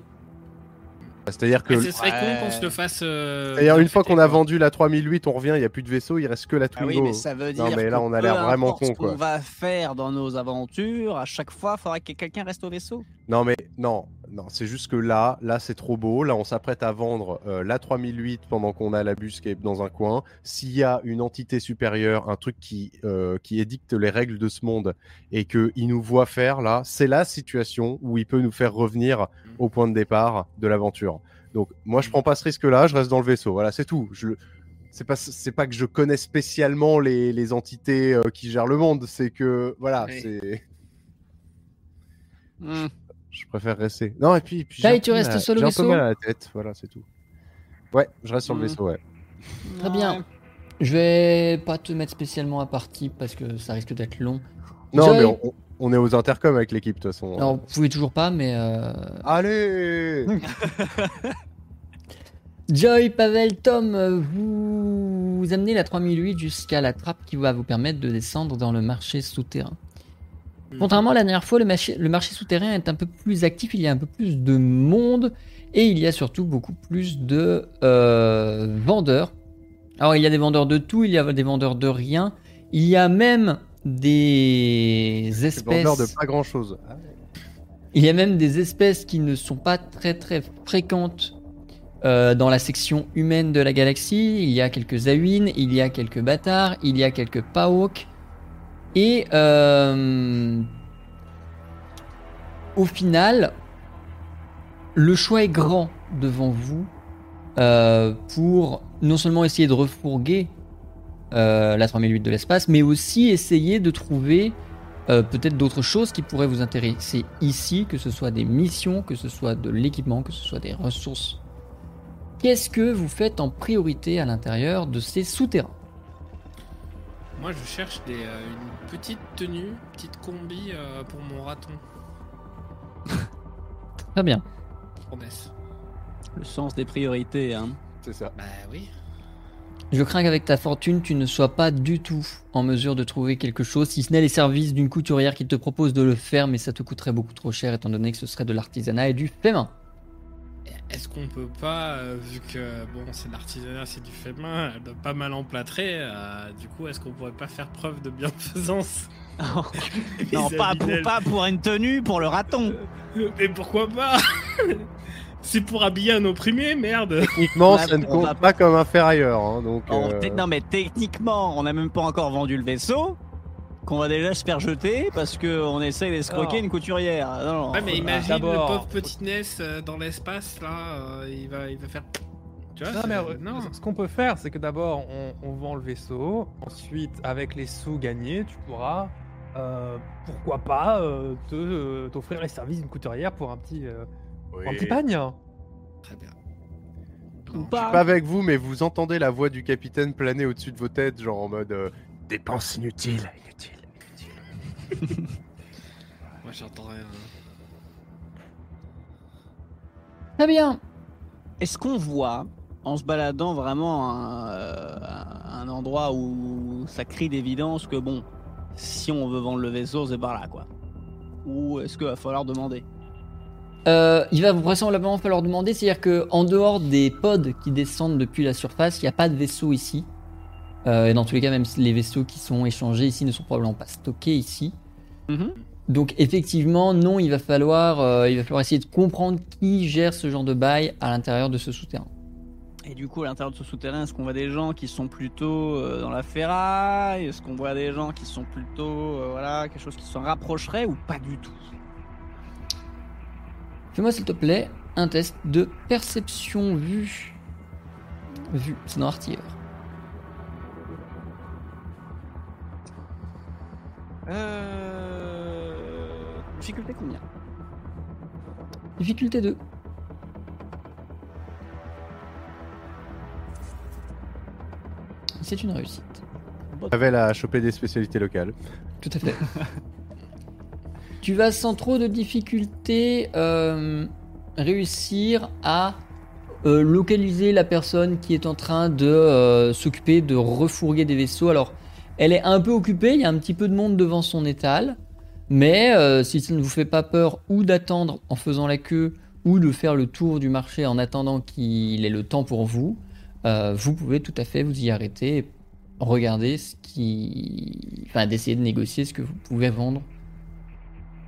[SPEAKER 3] C'est-à-dire que.
[SPEAKER 6] Ah, ce serait
[SPEAKER 4] Ouais.
[SPEAKER 6] con qu'on se le fasse. euh,
[SPEAKER 3] C'est-à-dire une fois qu'on a
[SPEAKER 6] fêter,
[SPEAKER 3] vendu la 3008, on revient, il y a plus de vaisseau, il reste que la
[SPEAKER 4] Ah
[SPEAKER 3] Twingo.
[SPEAKER 4] oui, mais ça veut dire.
[SPEAKER 3] Non, mais là,
[SPEAKER 4] que
[SPEAKER 3] on a l'air
[SPEAKER 4] peu
[SPEAKER 3] vraiment
[SPEAKER 4] importe
[SPEAKER 3] con,
[SPEAKER 4] Ce
[SPEAKER 3] quoi.
[SPEAKER 4] qu'on va faire dans nos aventures, à chaque fois, faudra que quelqu'un reste au vaisseau.
[SPEAKER 3] Non mais non, non, c'est juste que là, là c'est trop beau. Là, on s'apprête à vendre euh, la 3008 pendant qu'on a la bus qui est dans un coin. S'il y a une entité supérieure, un truc qui euh, qui édicte les règles de ce monde et que il nous voit faire là, c'est la situation où il peut nous faire revenir au point de départ de l'aventure. Donc moi, je prends pas ce risque-là. Je reste dans le vaisseau. Voilà, c'est tout. Je le- c'est pas c'est pas que je connais spécialement les, les entités euh, qui gèrent le monde, c'est que voilà,
[SPEAKER 6] Oui.
[SPEAKER 3] c'est
[SPEAKER 4] Hmm.
[SPEAKER 3] je préfère rester. Non et puis, puis
[SPEAKER 1] Là,
[SPEAKER 3] j'ai un
[SPEAKER 1] tu
[SPEAKER 3] peu
[SPEAKER 1] restes
[SPEAKER 3] mal à-
[SPEAKER 1] sur le
[SPEAKER 3] j'ai
[SPEAKER 1] vaisseau
[SPEAKER 3] un peu mal à la tête, voilà, c'est tout. Ouais, je reste sur le
[SPEAKER 4] Mhm.
[SPEAKER 3] vaisseau, ouais.
[SPEAKER 1] Très bien. Je vais pas te mettre spécialement à partie parce que ça risque d'être long.
[SPEAKER 3] Non,
[SPEAKER 1] Joy-
[SPEAKER 3] mais on, on- on est aux intercoms avec l'équipe de toute façon.
[SPEAKER 1] Alors, vous pouvez toujours pas, mais. euh,
[SPEAKER 3] Allez
[SPEAKER 1] Joy, Pavel, Tom, euh, vous, vous amenez la 3008 jusqu'à la trappe qui va vous permettre de descendre dans le marché souterrain.
[SPEAKER 6] Mhm.
[SPEAKER 1] Contrairement à la dernière fois, le marché, le marché souterrain est un peu plus actif, il y a un peu plus de monde et il y a surtout beaucoup plus de euh, vendeurs. Alors il y a des vendeurs de tout, il y a des vendeurs de rien, il y a même des
[SPEAKER 3] C'est
[SPEAKER 1] espèces...
[SPEAKER 3] vendeur de pas grand chose.
[SPEAKER 1] Il y a même des espèces qui ne sont pas très très fréquentes euh, dans la section humaine de la galaxie. Il y a quelques Awin, il y a quelques bâtards, il y a quelques Paok. Et euh, au final, le choix est grand devant vous euh, pour non seulement essayer de refourguer euh, la 3008 de l'espace, mais aussi essayer de trouver euh, peut-être d'autres choses qui pourraient vous intéresser ici, que ce soit des missions, que ce soit de l'équipement, que ce soit des ressources. Qu'est-ce que vous faites en priorité à l'intérieur de ces souterrains
[SPEAKER 6] Moi, je cherche des, euh, une petite tenue, petite combi euh, pour mon raton.
[SPEAKER 1] Très bien.
[SPEAKER 6] Promesse.
[SPEAKER 4] Le sens des priorités. Hein.
[SPEAKER 3] C'est ça.
[SPEAKER 6] Bah oui.
[SPEAKER 1] Je crains qu'avec ta fortune, tu ne sois pas du tout en mesure de trouver quelque chose, si ce n'est les services d'une couturière qui te propose de le faire, mais ça te coûterait beaucoup trop cher étant donné que ce serait de l'artisanat et du fait main.
[SPEAKER 6] Est-ce qu'on peut pas, euh, vu que bon, c'est de l'artisanat, c'est du fait main, elle doit pas mal emplâtrer. euh, du coup, est-ce qu'on pourrait pas faire preuve de bienfaisance
[SPEAKER 4] non,
[SPEAKER 6] Les
[SPEAKER 4] pas
[SPEAKER 6] habits
[SPEAKER 4] pour,
[SPEAKER 6] d'elle.
[SPEAKER 4] pas pour une tenue, pour le raton.
[SPEAKER 6] Mais pourquoi pas C'est pour habiller un opprimé, merde.
[SPEAKER 3] Techniquement,
[SPEAKER 4] On va-
[SPEAKER 3] ça ne
[SPEAKER 4] on
[SPEAKER 3] compte
[SPEAKER 4] va-
[SPEAKER 3] pas comme un ferrailleur. hein, donc,
[SPEAKER 4] Non,
[SPEAKER 3] euh,
[SPEAKER 4] te- non, mais techniquement, on n'a même pas encore vendu le vaisseau. Qu'on va déjà se faire jeter parce qu'on essaye d'escroquer
[SPEAKER 5] Non.
[SPEAKER 4] une couturière. Non, non.
[SPEAKER 6] Ouais, mais
[SPEAKER 5] Faudra
[SPEAKER 6] imagine le
[SPEAKER 5] d'abord-
[SPEAKER 6] pauvre petit Ness euh, dans l'espace là, euh, il va, il va faire. Tu vois
[SPEAKER 5] Non,
[SPEAKER 6] c'est-
[SPEAKER 5] mais euh,
[SPEAKER 6] non.
[SPEAKER 5] ce qu'on peut faire, c'est que d'abord on, on vend le vaisseau, ensuite avec les sous gagnés, tu pourras, euh, pourquoi pas, euh, te, euh, t'offrir les services d'une couturière pour un petit, euh, pour un petit pagne.
[SPEAKER 6] Très bien.
[SPEAKER 4] Ou
[SPEAKER 6] Non,
[SPEAKER 4] pas.
[SPEAKER 3] Pas avec vous, mais vous entendez la voix du capitaine planer au-dessus de vos têtes, genre en mode euh, dépenses inutiles, inutiles.
[SPEAKER 6] Moi, j'entends rien. hein.
[SPEAKER 1] Très bien.
[SPEAKER 4] Est-ce qu'on voit, en se baladant vraiment un, euh, un endroit où ça crie d'évidence que bon, si on veut vendre le vaisseau, c'est par là quoi Ou est-ce qu'il va falloir demander
[SPEAKER 1] Euh, il va vraisemblablement falloir demander, c'est-à-dire que en dehors des pods qui descendent depuis la surface, il n'y a pas de vaisseau ici. Euh, et dans tous les cas, même les vaisseaux qui sont échangés ici ne sont probablement pas stockés ici. Donc effectivement, non, il va falloir, euh, il va falloir essayer de comprendre qui gère ce genre de bail à l'intérieur de ce souterrain.
[SPEAKER 4] Et du coup, à l'intérieur de ce souterrain, est-ce qu'on voit des gens qui sont plutôt euh, dans la ferraille Est-ce qu'on voit des gens qui sont plutôt, euh, voilà, quelque chose qui s'en rapprocherait ou pas du tout
[SPEAKER 1] Fais-moi s'il te plaît un test de perception vue. Vue, c'est dans artilleur.
[SPEAKER 4] Euh. Difficulté combien
[SPEAKER 1] Difficulté 2. C'est une réussite.
[SPEAKER 3] Pavel a chopé des spécialités locales.
[SPEAKER 1] Tout à fait. tu vas sans trop de difficulté euh, réussir à euh, localiser la personne qui est en train de euh, s'occuper de refourguer des vaisseaux. Alors, elle est un peu occupée, il y a un petit peu de monde devant son étal, mais euh, si ça ne vous fait pas peur ou d'attendre en faisant la queue ou de faire le tour du marché en attendant qu'il ait le temps pour vous, euh, vous pouvez tout à fait vous y arrêter et regarder ce qui. Enfin, d'essayer de négocier ce que vous pouvez vendre.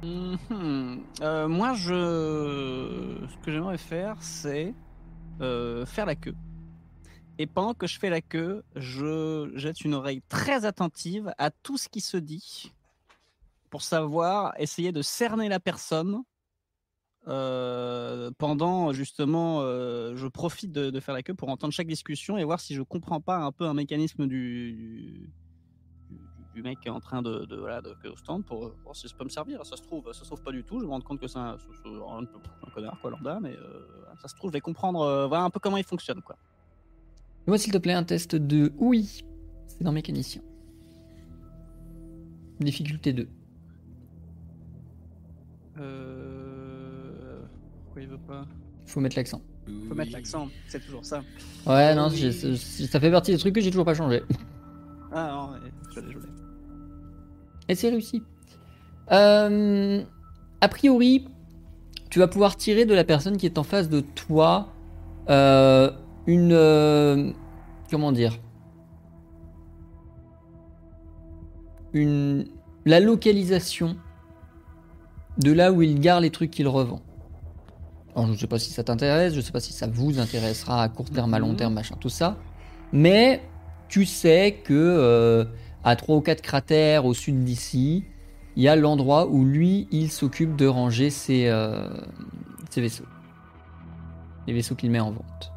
[SPEAKER 4] Mhm. Euh, moi, je. Ce que j'aimerais faire, c'est euh, faire la queue. Et pendant que je fais la queue, je jette une oreille très attentive à tout ce qui se dit pour savoir, essayer de cerner la personne euh, euh, pendant justement, euh, je profite de, de faire la queue pour entendre chaque discussion et voir si je comprends pas un peu un mécanisme du, du, du mec qui est en train de, de, voilà, de, que au stand pour euh, voir si ça peut me servir. Ça se trouve, ça se trouve pas du tout. Je me rends compte que c'est un, c'est- c'est un, un connard quoi, lambda, mais euh, voilà, ça se trouve, je vais comprendre euh, voilà un peu comment il fonctionne quoi.
[SPEAKER 1] Moi, s'il te plaît, un test de oui. C'est dans mécanicien. Difficulté 2.
[SPEAKER 4] Euh... Pourquoi il veut pas
[SPEAKER 1] Faut mettre l'accent.
[SPEAKER 4] Faut mettre l'accent, c'est toujours ça.
[SPEAKER 1] Ouais, non, j'ai- c'est- ça fait partie des trucs que j'ai toujours pas changé.
[SPEAKER 4] Ah non, mais je l'ai, je l'ai.
[SPEAKER 1] Et c'est réussi. Euh, a priori, tu vas pouvoir tirer de la personne qui est en face de toi euh, une. euh, comment dire Une. La localisation de là où il gare les trucs qu'il revend. Alors, je ne sais pas si ça t'intéresse, je ne sais pas si ça vous intéressera à court terme, à long
[SPEAKER 4] Mhm.
[SPEAKER 1] terme, machin, tout ça. Mais tu sais que. euh, à 3 ou 4 cratères au sud d'ici, il y a l'endroit où lui, il s'occupe de ranger ses, euh, ses vaisseaux. Les vaisseaux qu'il met en vente.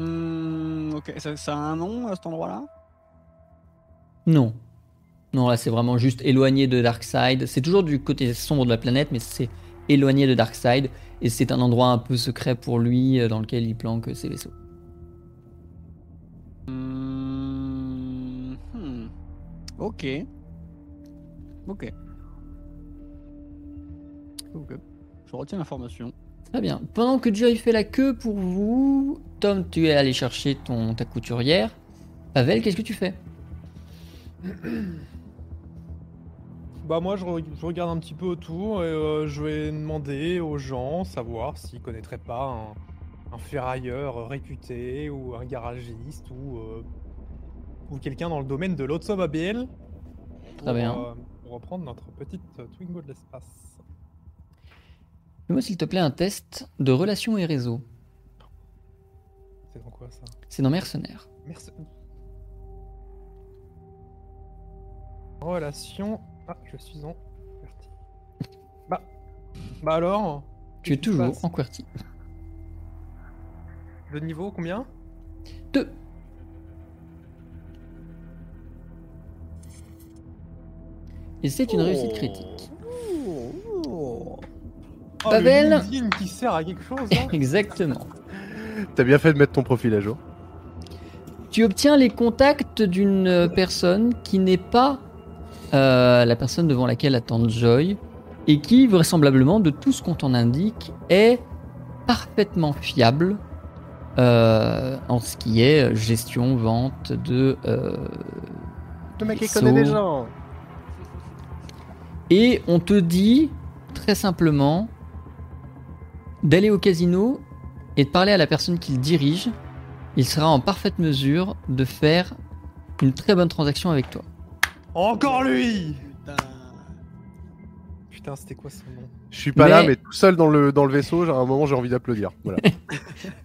[SPEAKER 4] Hmm, ok, ça, ça a un nom à cet endroit-là
[SPEAKER 1] Non. Non, là, c'est vraiment juste éloigné de Darkseid. C'est toujours du côté sombre de la planète, mais c'est éloigné de Darkseid. Et c'est un endroit un peu secret pour lui euh, dans lequel il planque ses vaisseaux.
[SPEAKER 4] Hmm, hmm. Ok. Ok. Ok. Je retiens l'information.
[SPEAKER 1] Très bien. Pendant que Joy fait la queue pour vous, Tom, tu es allé chercher ton, ta couturière. Pavel, qu'est-ce que tu fais
[SPEAKER 5] Bah moi je, re- je regarde un petit peu autour et euh, je vais demander aux gens savoir s'ils connaîtraient pas un, un ferrailleur réputé ou un garagiste ou, euh, ou quelqu'un dans le domaine de l'automobile.
[SPEAKER 1] Très bien.
[SPEAKER 5] euh, pour reprendre notre petite euh, Twingo de l'espace.
[SPEAKER 1] Fais-moi, s'il te plaît, un test de relations et réseaux.
[SPEAKER 5] C'est dans quoi ça
[SPEAKER 1] C'est dans Mercenaires.
[SPEAKER 5] Merci. Relation. Ah, je suis en QWERTY. Bah. Bah alors
[SPEAKER 1] Tu es
[SPEAKER 5] qu'est-ce qui se
[SPEAKER 1] toujours
[SPEAKER 5] passe
[SPEAKER 1] en QWERTY.
[SPEAKER 5] Le niveau, combien
[SPEAKER 1] Deux. Et c'est une réussite
[SPEAKER 7] Oh.
[SPEAKER 1] critique.
[SPEAKER 5] Oh,
[SPEAKER 1] Pavel
[SPEAKER 5] le LinkedIn qui sert à quelque chose, hein
[SPEAKER 1] Exactement.
[SPEAKER 3] T'as bien fait de mettre ton profil à jour.
[SPEAKER 1] Tu obtiens les contacts d'une euh, personne qui n'est pas euh, la personne devant laquelle attend Joy et qui, vraisemblablement, de tout ce qu'on t'en indique, est parfaitement fiable euh, en ce qui est gestion, vente de euh,
[SPEAKER 3] Le mec,
[SPEAKER 1] il connaît des
[SPEAKER 3] gens.
[SPEAKER 1] Et on te dit, très simplement, d'aller au casino et de parler à la personne qu'il dirige. Il sera en parfaite mesure de faire une très bonne transaction avec toi.
[SPEAKER 5] Encore lui
[SPEAKER 4] Putain.
[SPEAKER 5] Putain, c'était quoi son nom
[SPEAKER 3] Je suis pas là,
[SPEAKER 1] Mais-
[SPEAKER 3] mais tout seul dans le, dans le vaisseau, j'ai- à un moment j'ai envie d'applaudir. Voilà.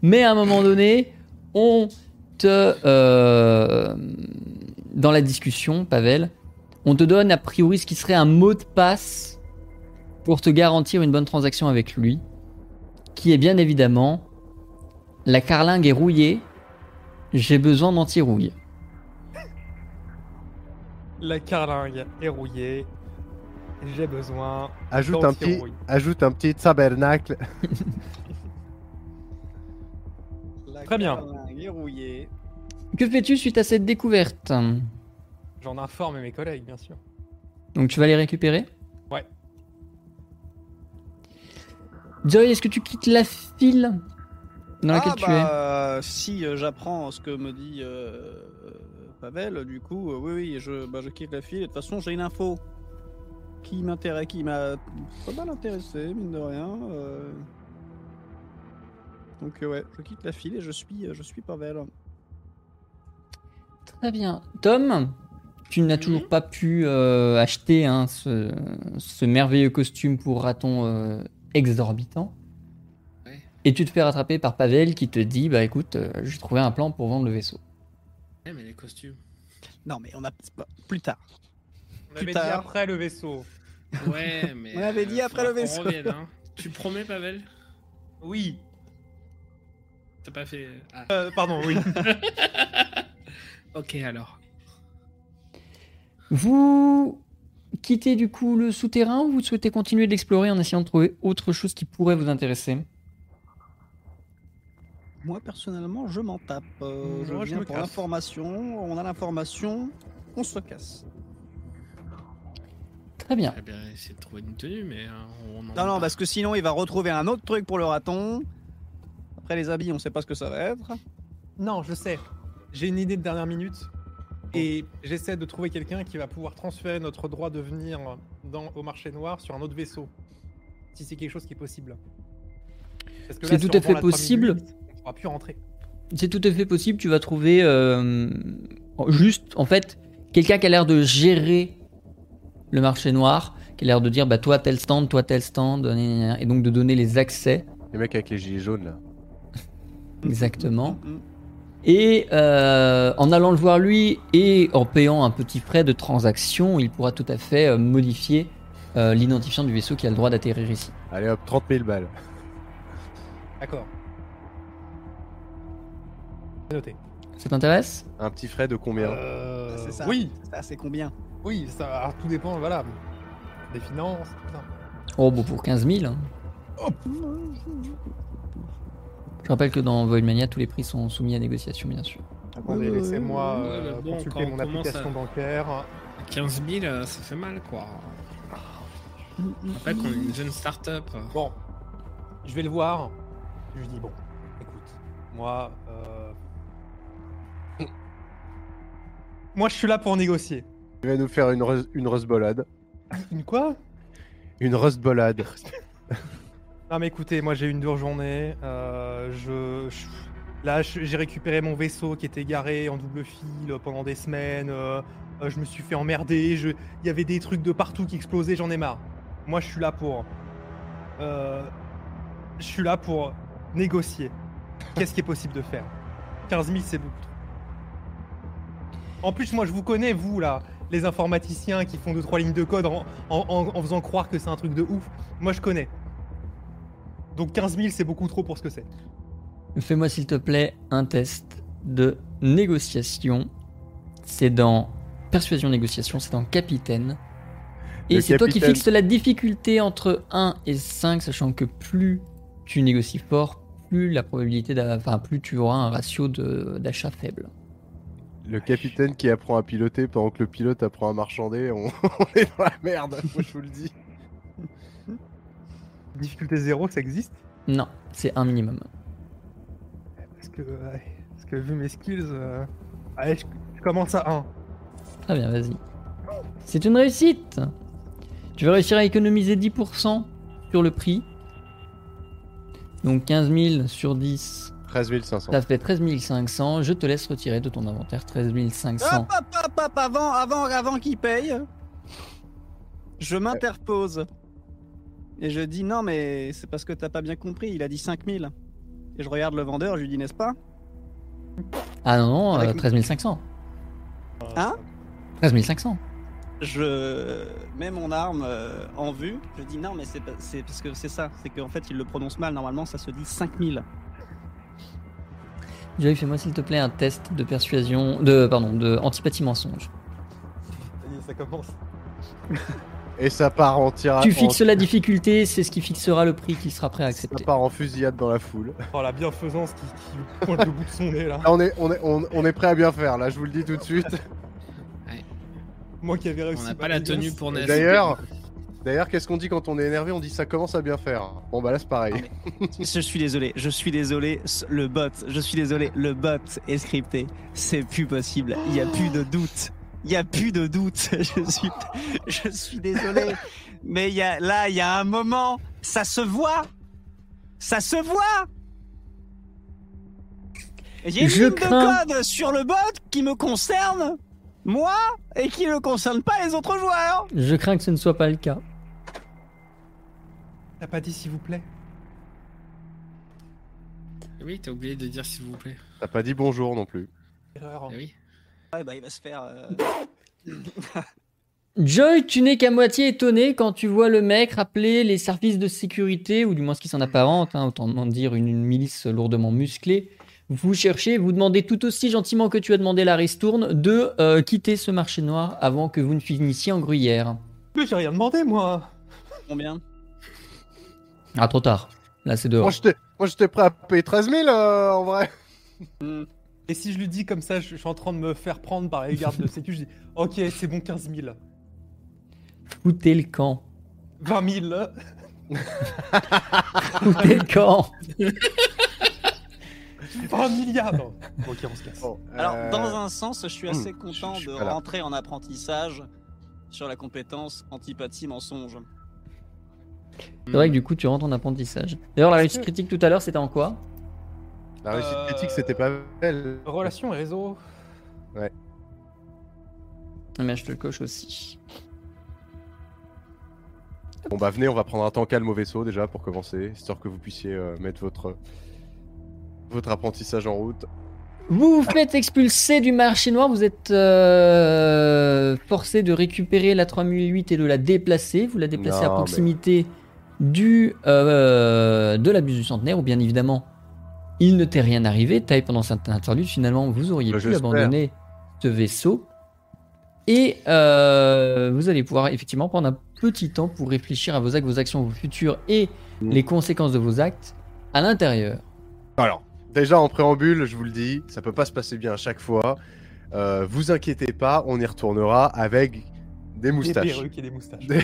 [SPEAKER 1] Mais à un moment donné, on te... euh, dans la discussion, Pavel, on te donne a priori ce qui serait un mot de passe pour te garantir une bonne transaction avec lui, qui est bien évidemment la carlingue est rouillée, j'ai besoin d'anti-rouille.
[SPEAKER 5] La carlingue est rouillée. J'ai besoin.
[SPEAKER 3] Ajoute un petit,
[SPEAKER 5] d'anti-rouille.
[SPEAKER 3] ajoute un petit tabernacle.
[SPEAKER 4] La
[SPEAKER 5] Très bien.
[SPEAKER 4] carlingue est rouillée.
[SPEAKER 1] Que fais-tu suite à cette découverte
[SPEAKER 5] J'en informe mes collègues, bien sûr.
[SPEAKER 1] Donc tu vas les récupérer
[SPEAKER 5] Ouais.
[SPEAKER 1] Joy, est-ce que tu quittes la file dans laquelle tu
[SPEAKER 4] ah,
[SPEAKER 1] es
[SPEAKER 4] bah, Si euh, j'apprends ce que me dit euh, euh, Pavel, du coup, euh, oui, oui, je, bah, je quitte la file. De toute façon, j'ai une info qui m'intéresse, qui m'a pas mal intéressé, mine de rien. euh. Donc, euh, ouais, je quitte la file et je suis, euh, je suis Pavel.
[SPEAKER 1] Très bien. Tom, tu n'as toujours pas pu euh, acheter hein, ce, ce merveilleux costume pour raton euh, exorbitant.
[SPEAKER 6] Ouais.
[SPEAKER 1] Et tu te fais rattraper par Pavel qui te dit Bah écoute, euh, j'ai trouvé un plan pour vendre le vaisseau.
[SPEAKER 6] Ouais, mais les costumes.
[SPEAKER 4] Non, mais on a bah, plus tard.
[SPEAKER 5] On avait dit
[SPEAKER 4] tard.
[SPEAKER 5] après le vaisseau.
[SPEAKER 6] Ouais, mais.
[SPEAKER 4] On avait dit
[SPEAKER 6] euh,
[SPEAKER 4] après le
[SPEAKER 6] faudra qu'on
[SPEAKER 4] vaisseau.
[SPEAKER 6] revienne, hein. Tu promets, Pavel
[SPEAKER 5] Oui.
[SPEAKER 6] T'as pas fait. Ah.
[SPEAKER 5] Euh, pardon, oui.
[SPEAKER 6] Ok, alors.
[SPEAKER 1] Vous quittez du coup le souterrain ou vous souhaitez continuer de l'explorer en essayant de trouver autre chose qui pourrait vous intéresser
[SPEAKER 4] Moi, personnellement, je m'en tape. Euh, je
[SPEAKER 5] Mmh, Moi, je
[SPEAKER 4] viens
[SPEAKER 5] me
[SPEAKER 4] pour
[SPEAKER 5] casse.
[SPEAKER 4] l'information. On a l'information. On se casse.
[SPEAKER 1] Très bien.
[SPEAKER 6] J'aurais Eh bien essayé de trouver une tenue, mais euh, on en
[SPEAKER 4] Non, bah- non, parce que sinon, il va retrouver un autre truc pour le raton. Après, les habits, on sait pas ce que ça va être.
[SPEAKER 5] non, je sais. J'ai une idée de dernière minute. Et j'essaie de trouver quelqu'un qui va pouvoir transférer notre droit de venir dans, au marché noir sur un autre vaisseau. Si c'est quelque chose qui est possible. Parce que
[SPEAKER 1] C'est
[SPEAKER 5] là, si
[SPEAKER 1] tout à
[SPEAKER 5] on prend
[SPEAKER 1] fait
[SPEAKER 5] la 3
[SPEAKER 1] possible.
[SPEAKER 5] minutes, On pourra plus rentrer.
[SPEAKER 1] C'est tout à fait possible, tu vas trouver euh, juste, en fait, quelqu'un qui a l'air de gérer le marché noir, qui a l'air de dire, bah toi tel stand, toi tel stand, gna, gna, gna, et donc de donner les accès,
[SPEAKER 3] Les mecs avec les gilets jaunes là.
[SPEAKER 1] exactement.
[SPEAKER 4] Mhm.
[SPEAKER 1] Et euh, en allant le voir lui et en payant un petit frais de transaction, il pourra tout à fait euh, modifier euh, l'identifiant du vaisseau qui a le droit d'atterrir ici.
[SPEAKER 3] Allez hop, 30 000 balles.
[SPEAKER 5] D'accord. C'est noté.
[SPEAKER 1] Ça t'intéresse
[SPEAKER 3] Un petit frais de combien
[SPEAKER 5] Euh,
[SPEAKER 4] Ah, C'est ça.
[SPEAKER 5] Oui,
[SPEAKER 4] Ça, c'est combien
[SPEAKER 5] oui, ça, alors, tout dépend, voilà. Des finances, tout ça.
[SPEAKER 1] Oh, bon, pour 15 000. hein. Je rappelle que dans Void Mania, tous les prix sont soumis à négociation, bien sûr.
[SPEAKER 5] Attendez, laissez-moi
[SPEAKER 6] ouais,
[SPEAKER 5] euh,
[SPEAKER 6] mais bon,
[SPEAKER 5] consulter
[SPEAKER 6] quand on
[SPEAKER 5] mon
[SPEAKER 6] commence à-
[SPEAKER 5] application bancaire.
[SPEAKER 6] 15 000, euh, ça fait mal, quoi. Après qu'on est une jeune start-up. euh.
[SPEAKER 5] Bon, je vais le voir. Je lui dis bon, écoute, moi, euh... moi, je suis là pour négocier.
[SPEAKER 3] Il va nous faire une, rus- une rustbolade.
[SPEAKER 5] Une quoi
[SPEAKER 3] Une rustbolade.
[SPEAKER 5] Non mais écoutez, moi j'ai eu une dure journée. euh, je, je- là je- j'ai récupéré mon vaisseau qui était garé en double fil pendant des semaines. euh, euh, je me suis fait emmerder. je- Il y avait des trucs de partout qui explosaient. J'en ai marre. Moi je suis là pour. euh, je suis là pour négocier. Qu'est-ce qui est possible de faire 15 000 c'est beaucoup. trop. En plus moi je vous connais vous là, les informaticiens qui font deux trois lignes de code en- en- en- en faisant croire que c'est un truc de ouf. Moi je connais. Donc 15 000, c'est beaucoup trop pour ce que c'est.
[SPEAKER 1] Fais-moi, s'il te plaît, un test de négociation. C'est dans Persuasion-négociation, c'est dans Capitaine. Et
[SPEAKER 3] Le
[SPEAKER 1] c'est toi qui
[SPEAKER 3] capitaine.
[SPEAKER 1] fixes la difficulté entre 1 et 5, sachant que plus tu négocies fort, plus la probabilité d'a- enfin, plus tu auras un ratio de- d'achat faible.
[SPEAKER 3] Le capitaine qui apprend à piloter pendant que le pilote apprend à marchander, on, on est dans la merde, moi je vous le dis.
[SPEAKER 5] Difficulté zéro, ça existe
[SPEAKER 1] Non, c'est un minimum.
[SPEAKER 5] Parce que, ouais, parce que vu mes skills, euh, ouais, je, je commence à 1.
[SPEAKER 1] Très bien, vas-y. C'est une réussite Tu vas réussir à économiser 10% sur le prix. Donc 15 000 sur 10,
[SPEAKER 3] 13 500.
[SPEAKER 1] ça fait 13 500. Je te laisse retirer de ton inventaire 13 500.
[SPEAKER 4] Hop, hop, hop, hop, avant, avant, avant qu'il paye, je m'interpose. Et je dis non, mais c'est parce que t'as pas bien compris, il a dit 5000. Et je regarde le vendeur, je lui dis n'est-ce pas
[SPEAKER 1] Ah non, non, euh,
[SPEAKER 5] Avec-
[SPEAKER 1] 13 500.
[SPEAKER 4] Hein
[SPEAKER 1] 13 500.
[SPEAKER 4] Je mets mon arme euh, en vue, je dis non, mais c'est pas- c'est parce que c'est ça, c'est qu'en fait il le prononce mal, normalement ça se dit 5000.
[SPEAKER 1] Joey, fais-moi s'il te plaît un test de persuasion, de pardon, de antipathie mensonge.
[SPEAKER 5] Ça commence.
[SPEAKER 3] Et ça part en tirage.
[SPEAKER 1] tu fixes la difficulté, c'est ce qui fixera le prix qu'il sera prêt à accepter.
[SPEAKER 3] oh. Ça part en fusillade dans la foule.
[SPEAKER 5] Oh, la bienfaisance qui, qui pointe le bout de son nez, là.
[SPEAKER 3] Là, on est, on est, on, on est prêt à bien faire, là, je vous le dis tout de suite.
[SPEAKER 5] Moi qui avais réussi.
[SPEAKER 6] On n'a
[SPEAKER 5] ma
[SPEAKER 6] pas la
[SPEAKER 5] résilience.
[SPEAKER 6] tenue pour
[SPEAKER 3] Et
[SPEAKER 6] Ness.
[SPEAKER 3] D'ailleurs, d'ailleurs, qu'est-ce qu'on dit quand on est énervé On dit ça commence à bien faire. Bon bah là c'est
[SPEAKER 1] Ah,
[SPEAKER 3] pareil.
[SPEAKER 4] Je suis désolé, je suis désolé, s- le bot, je suis désolé, le bot est scripté. C'est plus possible, il n'y a plus de doute. Il n'y a plus de doute, je suis, je suis désolé. Mais il y a, là, il y a un moment, ça se voit Ça se voit Il y a une
[SPEAKER 1] Je
[SPEAKER 4] ligne
[SPEAKER 1] crains-
[SPEAKER 4] de code sur le bot qui me concerne, moi, et qui ne concerne pas les autres joueurs
[SPEAKER 1] Je crains que ce ne soit pas le cas.
[SPEAKER 5] T'as pas dit s'il vous plaît
[SPEAKER 6] Oui, t'as oublié de dire s'il vous plaît.
[SPEAKER 3] T'as pas dit bonjour non plus.
[SPEAKER 6] Oh.
[SPEAKER 5] Eh Erreur.
[SPEAKER 6] Eh oui.
[SPEAKER 4] Ouais, bah il va se faire... euh,
[SPEAKER 1] Joy, tu n'es qu'à moitié étonné quand tu vois le mec rappeler les services de sécurité, ou du moins ce qui s'en apparente, hein, autant en dire une, une milice lourdement musclée. Vous cherchez, vous demandez tout aussi gentiment que tu as demandé la ristourne de euh, quitter ce marché noir avant que vous ne finissiez en gruyère.
[SPEAKER 5] Mais j'ai rien demandé, moi.
[SPEAKER 4] Combien
[SPEAKER 1] Ah, trop tard. Là, c'est dehors.
[SPEAKER 3] Moi, j'étais- moi, j'étais prêt à payer 13 000 euh, en vrai.
[SPEAKER 5] Et si je lui dis comme ça, je, je suis en train de me faire prendre par les gardes de sécu, je dis Ok, c'est bon, 15 000,
[SPEAKER 1] Foutez le camp.
[SPEAKER 5] 20 000.
[SPEAKER 1] Foutez le camp.
[SPEAKER 5] 20 milliards non. Ok, on se casse.
[SPEAKER 3] Bon,
[SPEAKER 4] Alors,
[SPEAKER 3] euh,
[SPEAKER 4] dans un sens, je suis
[SPEAKER 3] hmm,
[SPEAKER 4] assez content
[SPEAKER 3] je suis
[SPEAKER 4] de
[SPEAKER 3] pas là.
[SPEAKER 4] rentrer en apprentissage sur la compétence antipathie mensonge.
[SPEAKER 1] C'est vrai que du coup, tu rentres en apprentissage. D'ailleurs, la réussite critique tout à l'heure, c'était en quoi
[SPEAKER 3] La réussite
[SPEAKER 5] Euh,
[SPEAKER 3] critique, c'était pas belle.
[SPEAKER 4] euh,
[SPEAKER 5] Relation et réseau.
[SPEAKER 1] Ah, Mais je te le coche aussi.
[SPEAKER 3] Bon, bah, venez, on va prendre un temps calme au vaisseau déjà pour commencer, histoire que vous puissiez euh, mettre votre. Votre apprentissage en route.
[SPEAKER 1] Vous vous faites expulser du marché noir, vous êtes euh, forcé de récupérer la 3008 et de la déplacer. Vous la déplacez à
[SPEAKER 3] Non, mais-
[SPEAKER 1] proximité du, euh, de la buse du centenaire, où bien évidemment, il ne t'est rien arrivé. Taille pendant cette interlude, finalement, vous auriez
[SPEAKER 3] Bah,
[SPEAKER 1] pu
[SPEAKER 3] j'espère.
[SPEAKER 1] abandonner ce vaisseau. Et euh, vous allez pouvoir effectivement prendre un petit temps pour réfléchir à vos actes, vos actions, vos futurs et
[SPEAKER 3] Mm.
[SPEAKER 1] les conséquences de vos actes à l'intérieur.
[SPEAKER 3] Alors, déjà en préambule, je vous le dis, ça peut pas se passer bien à chaque fois. Euh, vous inquiétez pas, on y retournera avec des
[SPEAKER 5] Des
[SPEAKER 3] moustaches.
[SPEAKER 5] perruques et des moustaches.
[SPEAKER 3] Des-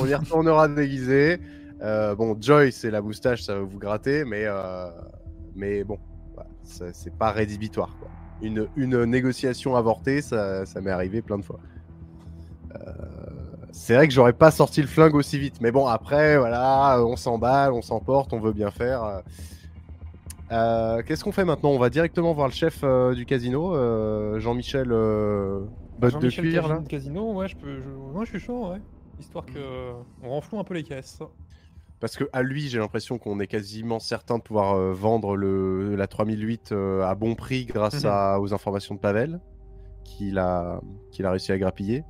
[SPEAKER 3] on y retournera déguisé. Euh, bon, Joy, c'est la moustache, ça va vous gratter, mais, euh, mais bon, voilà, ça- c'est pas rédhibitoire. quoi. Une, une négociation avortée, ça, ça m'est arrivé plein de fois. Euh, c'est vrai que j'aurais pas sorti le flingue aussi vite, mais bon, après, voilà, on s'emballe, on s'emporte, on veut bien faire. Euh, Qu'est-ce qu'on fait maintenant On va directement voir le chef euh, du casino, euh, Jean-Michel euh, Botte de
[SPEAKER 5] Jean-Michel
[SPEAKER 3] Cuir, là.
[SPEAKER 5] Cajun de Casino, ouais, je peux. je- Moi, je suis chaud, ouais. Histoire que
[SPEAKER 4] Mm.
[SPEAKER 5] on renfloue un peu les caisses.
[SPEAKER 3] Parce que à lui, j'ai l'impression qu'on est quasiment certain de pouvoir euh, vendre le, la 3008 euh, à bon prix grâce
[SPEAKER 5] Mhm.
[SPEAKER 3] à- aux informations de Pavel, qu'il a, qu'il a réussi à grappiller.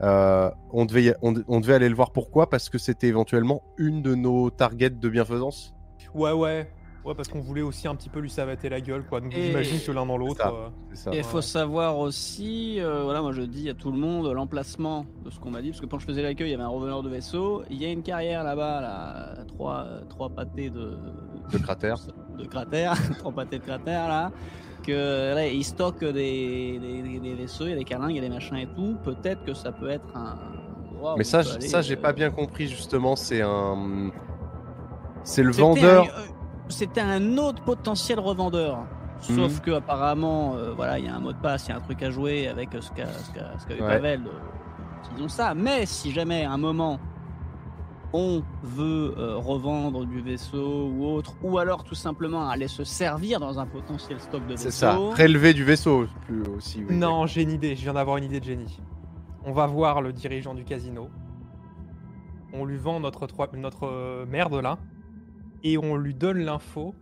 [SPEAKER 3] Euh, on, devait, y- on, on devait aller le voir pourquoi Parce que c'était éventuellement une de nos targets de bienfaisance.
[SPEAKER 5] Ouais, ouais. Ouais, parce qu'on voulait aussi un petit peu lui savater la gueule, quoi. Donc,
[SPEAKER 4] Et-
[SPEAKER 5] j'imagine que l'un dans l'autre.
[SPEAKER 3] Ça.
[SPEAKER 5] euh,
[SPEAKER 3] C'est ça.
[SPEAKER 4] Et il
[SPEAKER 5] Ouais.
[SPEAKER 4] faut savoir aussi, euh, voilà, moi je dis à tout le monde l'emplacement de ce qu'on m'a dit, parce que quand je faisais l'accueil, il y avait un reveneur de vaisseau, il y a une carrière là-bas, là, à trois, trois pâtés de,
[SPEAKER 3] Le cratère.
[SPEAKER 4] de cratères, trois pâtés de cratères là, que là, ils stockent des, des- des- des vaisseaux, il y a des carlingues, il y a des machins et tout, peut-être que ça peut être un endroit où
[SPEAKER 3] Mais
[SPEAKER 4] on
[SPEAKER 3] ça,
[SPEAKER 4] peut
[SPEAKER 3] j-
[SPEAKER 4] aller,
[SPEAKER 3] ça j'ai
[SPEAKER 4] euh,
[SPEAKER 3] pas bien compris justement. C'est un. C'est le
[SPEAKER 4] C'était
[SPEAKER 3] vendeur.
[SPEAKER 4] un- euh, C'était un autre potentiel revendeur. Sauf que apparemment, euh, voilà, il y a un mot de passe, il y a un truc à jouer avec euh, ce qu'a ce qu'a- ce qu'a eu
[SPEAKER 3] Ouais.
[SPEAKER 4] Pavel. euh, Ils ont ça. Mais si jamais à un moment on veut euh, revendre du vaisseau ou autre, ou alors tout simplement aller se servir dans un potentiel stock de vaisseau.
[SPEAKER 3] C'est ça. Prélevé du vaisseau plus aussi. oui.
[SPEAKER 5] Non, j'ai une idée, je viens d'avoir une idée de génie. On va voir le dirigeant du casino. On lui vend notre, trois- notre euh, merde là. Et on lui donne l'info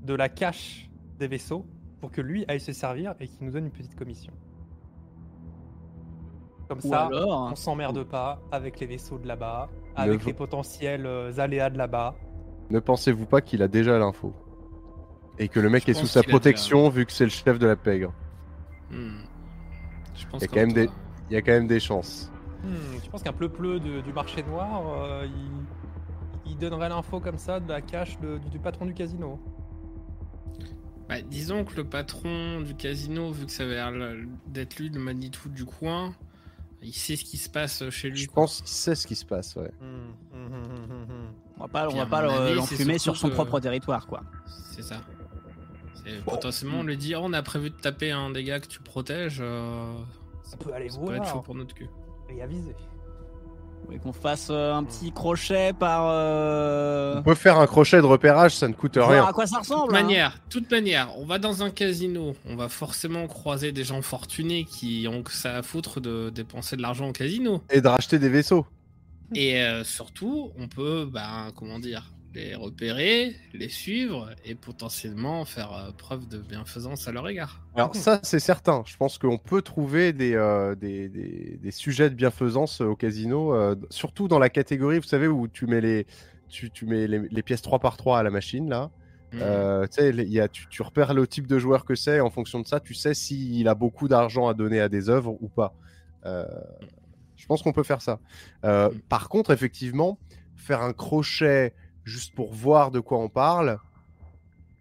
[SPEAKER 5] de la cache des vaisseaux pour que lui aille se servir et qu'il nous donne une petite commission. Comme
[SPEAKER 4] Ou
[SPEAKER 5] ça,
[SPEAKER 4] alors,
[SPEAKER 5] on s'emmerde pas avec les vaisseaux de là-bas,
[SPEAKER 3] Le
[SPEAKER 5] avec
[SPEAKER 3] vo-
[SPEAKER 5] les potentiels euh, aléas de là-bas.
[SPEAKER 3] Ne pensez-vous pas qu'il a déjà l'info Et que le mec
[SPEAKER 6] Je
[SPEAKER 3] est sous
[SPEAKER 6] pense
[SPEAKER 3] sa
[SPEAKER 6] qu'il a déjà-
[SPEAKER 3] protection vu que c'est le chef de la pègre.
[SPEAKER 6] Hmm. Je pense
[SPEAKER 3] Il y a quand
[SPEAKER 6] comme
[SPEAKER 3] même des-
[SPEAKER 6] toi. hein.
[SPEAKER 3] Il y a quand même des chances.
[SPEAKER 5] Hmm, je pense qu'un pleu-pleu de- du marché noir, euh, il, il donnerait l'info comme ça de la cache de- du- du patron du casino.
[SPEAKER 6] Bah, disons que le patron du casino, vu que ça avait l'air le- d'être lui, le Manitou du coin, il sait ce qui se passe chez lui.
[SPEAKER 3] Je pense qu'il sait ce qui se passe, ouais.
[SPEAKER 5] Hmm,
[SPEAKER 4] on va pas, on
[SPEAKER 6] Puis,
[SPEAKER 4] va
[SPEAKER 6] à
[SPEAKER 4] pas
[SPEAKER 6] mon
[SPEAKER 4] le-
[SPEAKER 6] avis, c'est
[SPEAKER 4] l'enfumer sur
[SPEAKER 6] surtout
[SPEAKER 4] son
[SPEAKER 6] que-
[SPEAKER 4] propre territoire, quoi.
[SPEAKER 6] C'est ça. C'est potentiellement on lui dire on a prévu de taper un des gars que tu protèges. euh,
[SPEAKER 5] On peut aller
[SPEAKER 6] ça peut être chaud
[SPEAKER 5] voir
[SPEAKER 6] pour notre cul.
[SPEAKER 5] et aviser.
[SPEAKER 4] Et qu'on fasse euh, un petit crochet par. euh,
[SPEAKER 3] On peut faire un crochet de repérage, ça ne coûte
[SPEAKER 4] voir
[SPEAKER 3] rien.
[SPEAKER 4] à quoi ça ressemble.
[SPEAKER 6] Toute
[SPEAKER 4] hein.
[SPEAKER 6] manière, toute manière, on va dans un casino, on va forcément croiser des gens fortunés qui ont que ça à foutre de dépenser de l'argent au casino.
[SPEAKER 3] Et de racheter des vaisseaux.
[SPEAKER 6] Et euh, surtout, on peut, bah, comment dire, les repérer, les suivre et potentiellement faire euh, preuve de bienfaisance à leur égard.
[SPEAKER 3] Alors ça, c'est certain. Je pense qu'on peut trouver des, euh, des, des- des sujets de bienfaisance euh, au casino, euh, d- surtout dans la catégorie, vous savez, où tu mets les, tu, tu mets les, les pièces 3 par 3 à la machine, là.
[SPEAKER 6] Mhm.
[SPEAKER 3] Euh, tu sais, il y a- tu, tu repères le type de joueur que c'est, et en fonction de ça, tu sais s'il a beaucoup d'argent à donner à des œuvres ou pas. Euh, je pense qu'on peut faire ça. Euh,
[SPEAKER 6] Mhm.
[SPEAKER 3] Par contre, effectivement, faire un crochet juste pour voir de quoi on parle.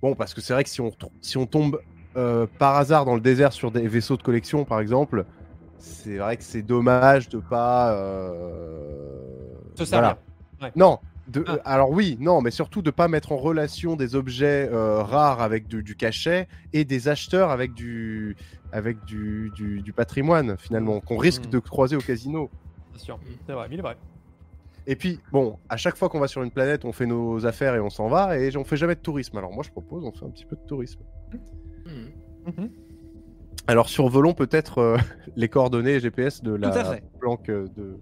[SPEAKER 3] Bon, parce que c'est vrai que si on, tr- si on tombe euh, par hasard dans le désert sur des vaisseaux de collection, par exemple, c'est vrai que c'est dommage de pas. euh,
[SPEAKER 5] Se servir.
[SPEAKER 3] Non. de-
[SPEAKER 5] Ah.
[SPEAKER 3] euh, alors oui, non, mais surtout de pas mettre en relation des objets euh, rares avec du, du cachet et des acheteurs avec du avec du, du- du patrimoine finalement qu'on risque
[SPEAKER 5] Mhm.
[SPEAKER 3] de croiser au casino.
[SPEAKER 5] Bien sûr. C'est vrai, mais il est vrai.
[SPEAKER 3] Et puis bon, à chaque fois qu'on va sur une planète, on fait nos affaires et on s'en va et on fait jamais de tourisme. Alors moi je propose, on fait un petit peu de tourisme.
[SPEAKER 6] Mhm.
[SPEAKER 3] Alors survolons peut-être euh, les coordonnées GPS de
[SPEAKER 4] à
[SPEAKER 3] la
[SPEAKER 4] fait.
[SPEAKER 3] planque euh, de.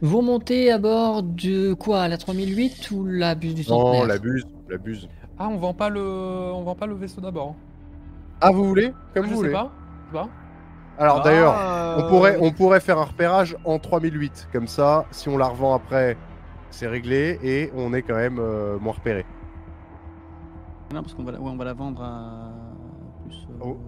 [SPEAKER 1] Vous remontez à bord de quoi La 3008 ou la bus du centenaire
[SPEAKER 3] Non, la buse, la buse.
[SPEAKER 5] Ah, on vend pas le, on vend pas le vaisseau d'abord. hein.
[SPEAKER 3] Ah vous voulez Comme vous
[SPEAKER 5] Je sais
[SPEAKER 3] voulez.
[SPEAKER 5] pas. Je sais pas.
[SPEAKER 3] Alors
[SPEAKER 4] Ah,
[SPEAKER 3] d'ailleurs. On
[SPEAKER 4] euh,
[SPEAKER 3] pourrait, on pourrait faire un repérage en 3008, comme ça, si on la revend après, c'est réglé et on est quand même euh, moins repéré.
[SPEAKER 4] Ah, Non, parce qu'on va, la- ouais, on va la vendre à plus. euh,
[SPEAKER 3] Oh.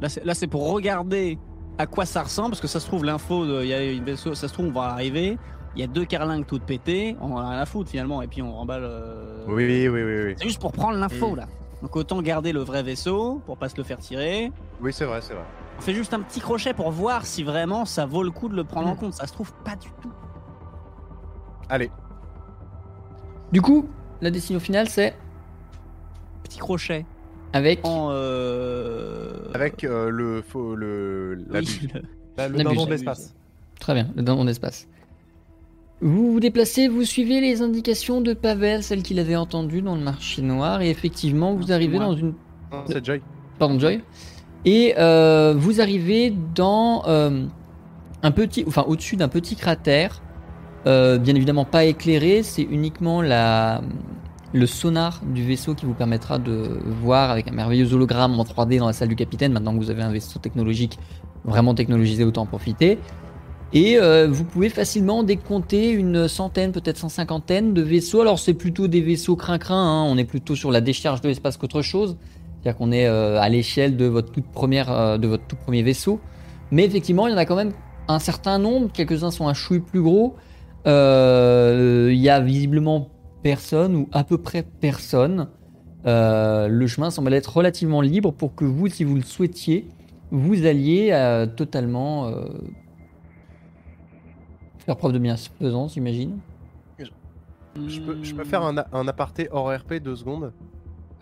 [SPEAKER 4] Là, c'est- Là, c'est pour regarder à quoi ça ressemble, parce que ça se trouve, l'info, de- il y a une vaisseau, ça se trouve, on va arriver, il y a deux carlingues toutes pétées, on en a rien à foutre finalement, et puis on remballe. euh,
[SPEAKER 3] Oui, oui, oui, oui. Oui,
[SPEAKER 4] C'est juste pour prendre l'info
[SPEAKER 6] Mm.
[SPEAKER 4] là. Donc autant garder le vrai vaisseau pour pas se le faire tirer.
[SPEAKER 3] oui c'est vrai, c'est vrai.
[SPEAKER 4] On fait juste un petit crochet pour voir si vraiment ça vaut le coup de le prendre en compte. Ça se trouve pas du tout.
[SPEAKER 3] Allez,
[SPEAKER 1] Du coup, la décision finale, c'est
[SPEAKER 4] Petit crochet
[SPEAKER 1] avec
[SPEAKER 4] en. euh,
[SPEAKER 3] avec euh, le, faux, le, la
[SPEAKER 4] oui,
[SPEAKER 3] buse.
[SPEAKER 4] le-
[SPEAKER 3] Bah,
[SPEAKER 5] Là, le
[SPEAKER 1] La
[SPEAKER 5] dindon
[SPEAKER 1] buse,
[SPEAKER 5] de
[SPEAKER 1] la
[SPEAKER 5] l'espace.
[SPEAKER 1] Très bien, dans mon espace. Vous vous déplacez, vous suivez les indications de Pavel, celles qu'il avait entendues dans le marché noir, et effectivement, vous
[SPEAKER 4] Marché
[SPEAKER 1] arrivez
[SPEAKER 4] noir.
[SPEAKER 1] dans une.
[SPEAKER 3] Non, c'est Joy.
[SPEAKER 1] Pardon, Joy. Et euh, vous arrivez dans euh, un petit. Enfin, au-dessus d'un petit cratère. euh, bien évidemment, pas éclairé, c'est uniquement la, le sonar du vaisseau qui vous permettra de voir avec un merveilleux hologramme en 3D dans la salle du capitaine, maintenant que vous avez un vaisseau technologique vraiment technologisé, autant en profiter. Et euh, vous pouvez facilement décompter une centaine, peut-être cent cinquantaine de vaisseaux. Alors c'est plutôt des vaisseaux crin-crin, hein. on est plutôt sur la décharge de l'espace qu'autre chose. C'est-à-dire qu'on est euh, à l'échelle de, votre toute première, euh, de votre tout premier vaisseau. Mais effectivement, il y en a quand même un certain nombre, quelques-uns sont un chouille plus gros. Euh, Il y a visiblement personne ou à peu près personne. Euh, le chemin semble être relativement libre pour que vous, si vous le souhaitiez, vous alliez euh, totalement euh, faire preuve de bienfaisance, j'imagine.
[SPEAKER 3] Je peux, je peux faire un, a- un aparté hors RP deux secondes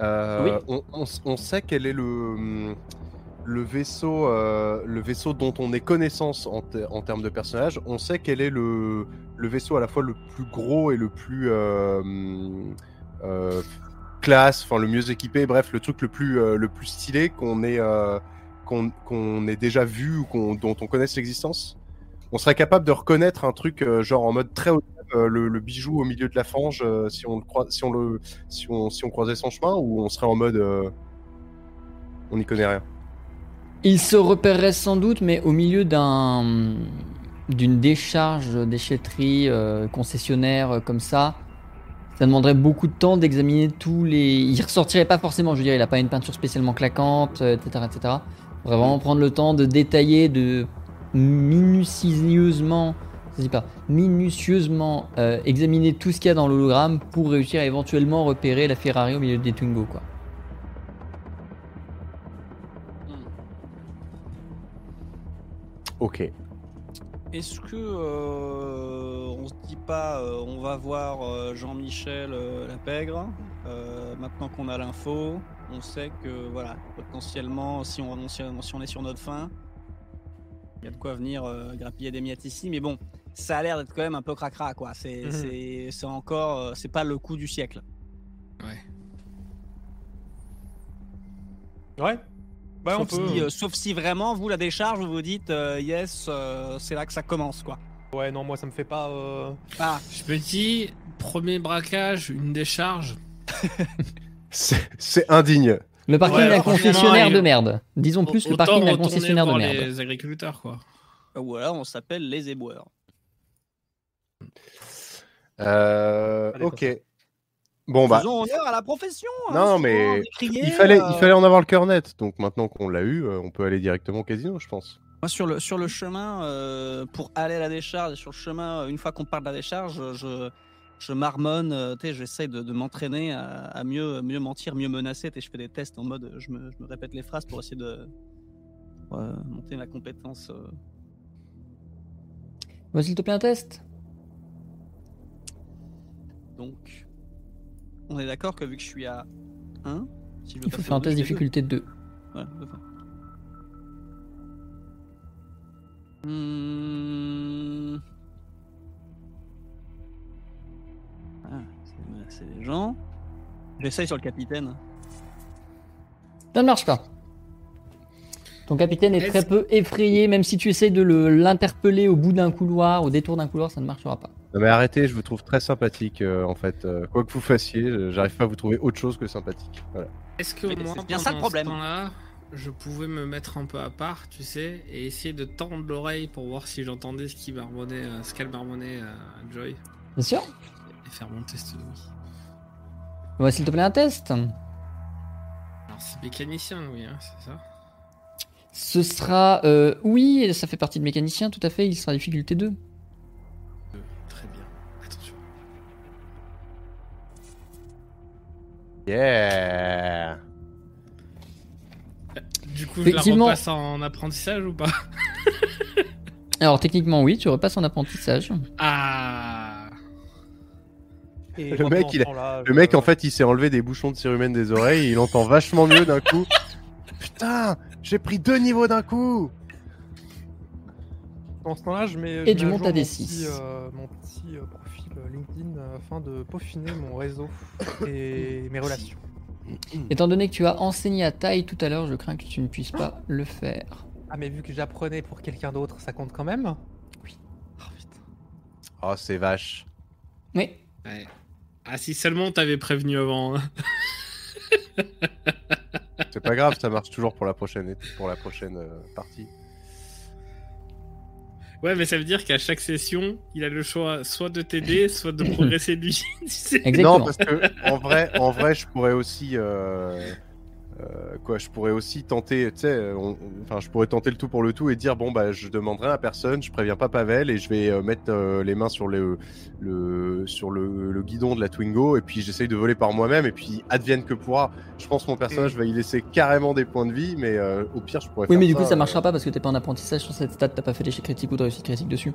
[SPEAKER 3] Euh, on, on s- on sait quel est le, hum, le, vaisseau, euh, le vaisseau dont on est connaissance en, te- en termes de personnage. On sait quel est le, le vaisseau à la fois le plus gros et le plus euh, hum, euh, classe, enfin le mieux équipé, bref, le truc le plus, euh, le plus stylé qu'on ait, euh, qu'on qu'on ait déjà vu ou qu'on- dont on connaisse l'existence. On serait capable de reconnaître un truc euh, genre en mode très haut euh, le, le bijou au milieu de la fange euh, si on le croi- si on le si on si on croisait son chemin ou on serait en mode euh, on n'y connaît rien.
[SPEAKER 1] Il se repérerait sans doute, mais au milieu d'un d'une décharge déchetterie euh, concessionnaire euh, comme ça, ça demanderait beaucoup de temps d'examiner tous les. Il ressortirait pas forcément. Je veux dire, il a pas une peinture spécialement claquante, euh, etc., etc. Faudrait vraiment prendre le temps de détailler, de minutieusement, je dis pas, minutieusement euh, examiner tout ce qu'il y a dans l'hologramme pour réussir à éventuellement repérer la Ferrari au milieu des Twingo, quoi.
[SPEAKER 3] Ok.
[SPEAKER 4] Est-ce que euh, on se dit pas, euh, on va voir euh, Jean-Michel euh, Lapègre euh, Maintenant qu'on a l'info, on sait que voilà, potentiellement, si on, si on- si on est sur notre fin, il y a de quoi venir euh, grappiller des miettes ici. Mais bon, ça a l'air d'être quand même un peu cracra, quoi. C'est
[SPEAKER 5] Mhm.
[SPEAKER 4] c'est- c'est encore, euh, c'est pas le coup du siècle.
[SPEAKER 5] Ouais. Bah, on
[SPEAKER 4] sauf,
[SPEAKER 5] peut.
[SPEAKER 4] si, euh, sauf si vraiment vous la décharge, vous vous dites euh, yes, euh, c'est là que ça commence, quoi.
[SPEAKER 5] Ouais, non, moi ça me fait pas. euh,
[SPEAKER 4] Ah,
[SPEAKER 6] Je me dis, premier braquage, une décharge.
[SPEAKER 3] C'est c'est indigne.
[SPEAKER 1] Le parking
[SPEAKER 6] Ouais,
[SPEAKER 1] d'un
[SPEAKER 6] franchement,
[SPEAKER 1] concessionnaire
[SPEAKER 6] il-
[SPEAKER 1] de merde. Disons plus le
[SPEAKER 6] Autant
[SPEAKER 1] parking d'un
[SPEAKER 6] retourner
[SPEAKER 1] concessionnaire de
[SPEAKER 6] voir
[SPEAKER 1] merde.
[SPEAKER 6] les agriculteurs, quoi.
[SPEAKER 4] Ou alors on s'appelle les éboueurs.
[SPEAKER 3] Euh,
[SPEAKER 5] Allez,
[SPEAKER 3] ok. Bon, bah,
[SPEAKER 4] Faisons honneur à la profession. hein,
[SPEAKER 3] Non,
[SPEAKER 4] c'est
[SPEAKER 3] mais
[SPEAKER 4] pas décrié,
[SPEAKER 3] il fallait,
[SPEAKER 4] euh,
[SPEAKER 3] il fallait en avoir le cœur net. Donc maintenant qu'on l'a eu, euh, on peut aller directement au casino, je pense.
[SPEAKER 4] Moi, sur le, sur le chemin, euh, pour aller à la décharge, et sur le chemin, euh, une fois qu'on parle de la décharge, euh, je, je marmonne, euh, tu sais, j'essaie de, de m'entraîner à, à mieux, mieux mentir, mieux menacer, tu sais, je fais des tests en mode, euh, je me, je me répète les phrases pour essayer de pour, euh, monter ma compétence. euh.
[SPEAKER 1] Bon, S'il te plaît, un test
[SPEAKER 4] donc, on est d'accord que vu que je suis à 1, si je veux
[SPEAKER 1] Il faut
[SPEAKER 4] pas faire
[SPEAKER 1] faire un
[SPEAKER 4] deux,
[SPEAKER 1] test
[SPEAKER 4] je fais deux.
[SPEAKER 1] difficulté 2.
[SPEAKER 4] Voilà, deux fois. Hmm. Ah, c'est menacer les gens. J'essaye sur le capitaine.
[SPEAKER 1] Ça ne marche pas. Ton capitaine est
[SPEAKER 6] Est-ce-
[SPEAKER 1] très peu effrayé, même si tu essaies de le- l'interpeller au bout d'un couloir, au détour d'un couloir, ça ne marchera pas.
[SPEAKER 3] Non, mais arrêtez, je vous trouve très sympathique, euh, en fait. Euh, quoi que vous fassiez, euh, j'arrive pas à vous trouver autre chose que sympathique. Voilà.
[SPEAKER 6] Est-ce que
[SPEAKER 4] Mais
[SPEAKER 6] moi,
[SPEAKER 4] c'est bien ça le
[SPEAKER 6] pendant ce
[SPEAKER 4] problème.
[SPEAKER 6] temps-là, je pouvais me mettre un peu à part, tu sais, et essayer de tendre l'oreille pour voir si j'entendais ce qui marmonnait, euh, ce qu'elle marmonnait euh, Joy,
[SPEAKER 1] Bien sûr
[SPEAKER 6] et faire mon test de oui.
[SPEAKER 1] Bon, S'il te plaît, un test
[SPEAKER 6] Alors c'est mécanicien, oui, hein, c'est ça.
[SPEAKER 1] Ce sera. euh, oui, et ça fait partie de mécanicien, tout à fait, il sera difficulté 2.
[SPEAKER 6] Euh, très bien. Attention.
[SPEAKER 3] Yeah.
[SPEAKER 6] Du coup, je la
[SPEAKER 1] Effectivement.
[SPEAKER 6] repasse en apprentissage ou pas
[SPEAKER 1] Alors techniquement, oui, tu repasses en apprentissage.
[SPEAKER 6] Ah
[SPEAKER 5] Et
[SPEAKER 3] Le
[SPEAKER 5] moi,
[SPEAKER 3] mec,
[SPEAKER 5] pendant
[SPEAKER 3] il
[SPEAKER 5] ce
[SPEAKER 3] a-
[SPEAKER 5] temps-là,
[SPEAKER 3] Le
[SPEAKER 5] je-
[SPEAKER 3] mec, en fait, il s'est enlevé des bouchons de cire humaine des oreilles. et il entend vachement mieux d'un coup. Putain, j'ai pris deux niveaux d'un coup.
[SPEAKER 5] Pendant ce temps-là, je mets.
[SPEAKER 1] Et
[SPEAKER 5] je
[SPEAKER 1] tu
[SPEAKER 5] mets à
[SPEAKER 1] montes
[SPEAKER 5] jour
[SPEAKER 1] à
[SPEAKER 5] mon
[SPEAKER 1] D6.
[SPEAKER 5] petit, euh, mon petit euh, profil LinkedIn euh, afin de peaufiner mon réseau et mes relations.
[SPEAKER 1] Étant donné que tu as enseigné à taille tout à l'heure, je crains que tu ne puisses pas le faire.
[SPEAKER 5] Ah, mais vu que j'apprenais pour quelqu'un d'autre, ça compte quand même
[SPEAKER 1] Ah,
[SPEAKER 4] Oh, putain.
[SPEAKER 3] Oh, c'est vache.
[SPEAKER 1] Oui.
[SPEAKER 6] Ouais. Ah si seulement t'avais prévenu avant. hein.
[SPEAKER 3] C'est pas grave, ça marche toujours pour la prochaine, pour la prochaine euh, partie.
[SPEAKER 6] Ouais, mais ça veut dire qu'à chaque session, il a le choix soit de t'aider, soit de progresser lui. tu sais.
[SPEAKER 1] Exactement.
[SPEAKER 3] Non, parce que en vrai, en vrai, je pourrais aussi, euh, euh, quoi, je pourrais aussi tenter, tu sais, euh, on- enfin, je pourrais tenter le tout pour le tout et dire bon bah, je demanderai à personne, je préviens pas Pavel et je vais euh, mettre euh, les mains sur le, le sur le, le guidon de la Twingo et puis j'essaye de voler par moi-même et puis advienne que pourra. Je pense que mon personnage va y laisser carrément des points de vie, mais euh, au pire, je pourrais.
[SPEAKER 1] Oui,
[SPEAKER 3] faire
[SPEAKER 1] mais du coup, ça
[SPEAKER 3] euh,
[SPEAKER 1] marchera pas parce que t'es pas en apprentissage sur cette stat, t'as pas fait d'échec critique ou de réussite critique dessus.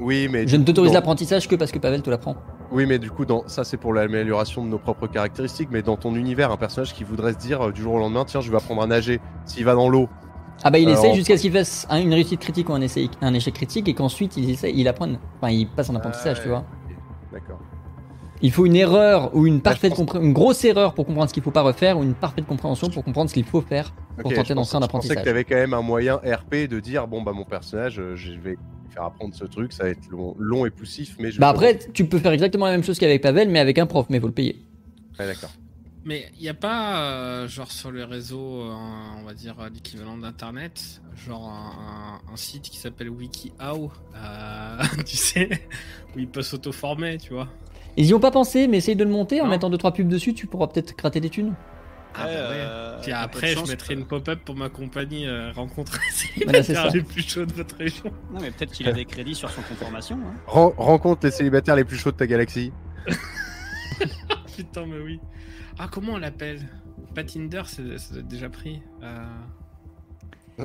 [SPEAKER 3] Oui, mais
[SPEAKER 1] Je
[SPEAKER 3] du
[SPEAKER 1] ne
[SPEAKER 3] coup,
[SPEAKER 1] t'autorise
[SPEAKER 3] dans-
[SPEAKER 1] l'apprentissage que parce que Pavel te l'apprend.
[SPEAKER 3] Oui, mais du coup, dans... ça c'est pour l'amélioration de nos propres caractéristiques, mais dans ton univers, un personnage qui voudrait se dire euh, du jour au lendemain, tiens, je vais apprendre à nager, s'il va dans l'eau.
[SPEAKER 1] Ah bah il
[SPEAKER 3] Alors,
[SPEAKER 1] essaie
[SPEAKER 3] on-
[SPEAKER 1] jusqu'à ce qu'il fasse un- une réussite critique ou un, essai, un échec critique et qu'ensuite il essaie, il apprenne, enfin il passe en apprentissage,
[SPEAKER 3] ouais.
[SPEAKER 1] tu vois.
[SPEAKER 3] Ah, D'accord.
[SPEAKER 1] Il faut une erreur ou une parfaite
[SPEAKER 3] Bah, pense-
[SPEAKER 1] compréhension, une grosse erreur pour comprendre ce qu'il faut pas refaire ou une parfaite compréhension pour comprendre ce qu'il faut faire pour
[SPEAKER 3] Ok,
[SPEAKER 1] tenter
[SPEAKER 3] je pensais-
[SPEAKER 1] d'entrer en
[SPEAKER 3] Je pensais que
[SPEAKER 1] apprentissage.
[SPEAKER 3] t'avais quand même un moyen RP de dire, bon, bah mon personnage, euh, je vais lui faire apprendre ce truc, ça va être long, long et poussif, mais je.
[SPEAKER 1] Bah après, tu peux faire exactement la même chose qu'avec Pavel mais avec un prof, mais faut le payer.
[SPEAKER 3] Ouais, d'accord.
[SPEAKER 6] Mais il n'y a pas, euh, genre sur les réseaux, euh, on va dire euh, l'équivalent d'Internet, genre un, un- un site qui s'appelle WikiHow, euh, tu sais, où il peut s'auto-former, tu vois.
[SPEAKER 1] Ils y ont pas pensé mais essaye de le monter en
[SPEAKER 6] Non.
[SPEAKER 1] mettant 2-3 pubs dessus, tu pourras peut-être gratter des thunes.
[SPEAKER 6] Ah,
[SPEAKER 4] Ouais,
[SPEAKER 6] bah ouais.
[SPEAKER 4] euh,
[SPEAKER 6] Puis
[SPEAKER 4] y a peu de
[SPEAKER 6] après, je
[SPEAKER 4] chance
[SPEAKER 6] mettrai
[SPEAKER 4] que-
[SPEAKER 6] une pop-up pour ma compagnie euh, rencontrer les
[SPEAKER 1] Voilà, c'est
[SPEAKER 6] célibataires
[SPEAKER 1] ça.
[SPEAKER 6] les plus chauds de votre région.
[SPEAKER 4] Non, mais peut-être qu'il a des crédits sur son conformation. Hein.
[SPEAKER 3] Ren- rencontre les célibataires les plus chauds de ta galaxie.
[SPEAKER 6] Putain, mais oui. Ah, comment on l'appelle Pas Tinder, c'est- ça doit être déjà pris. Euh,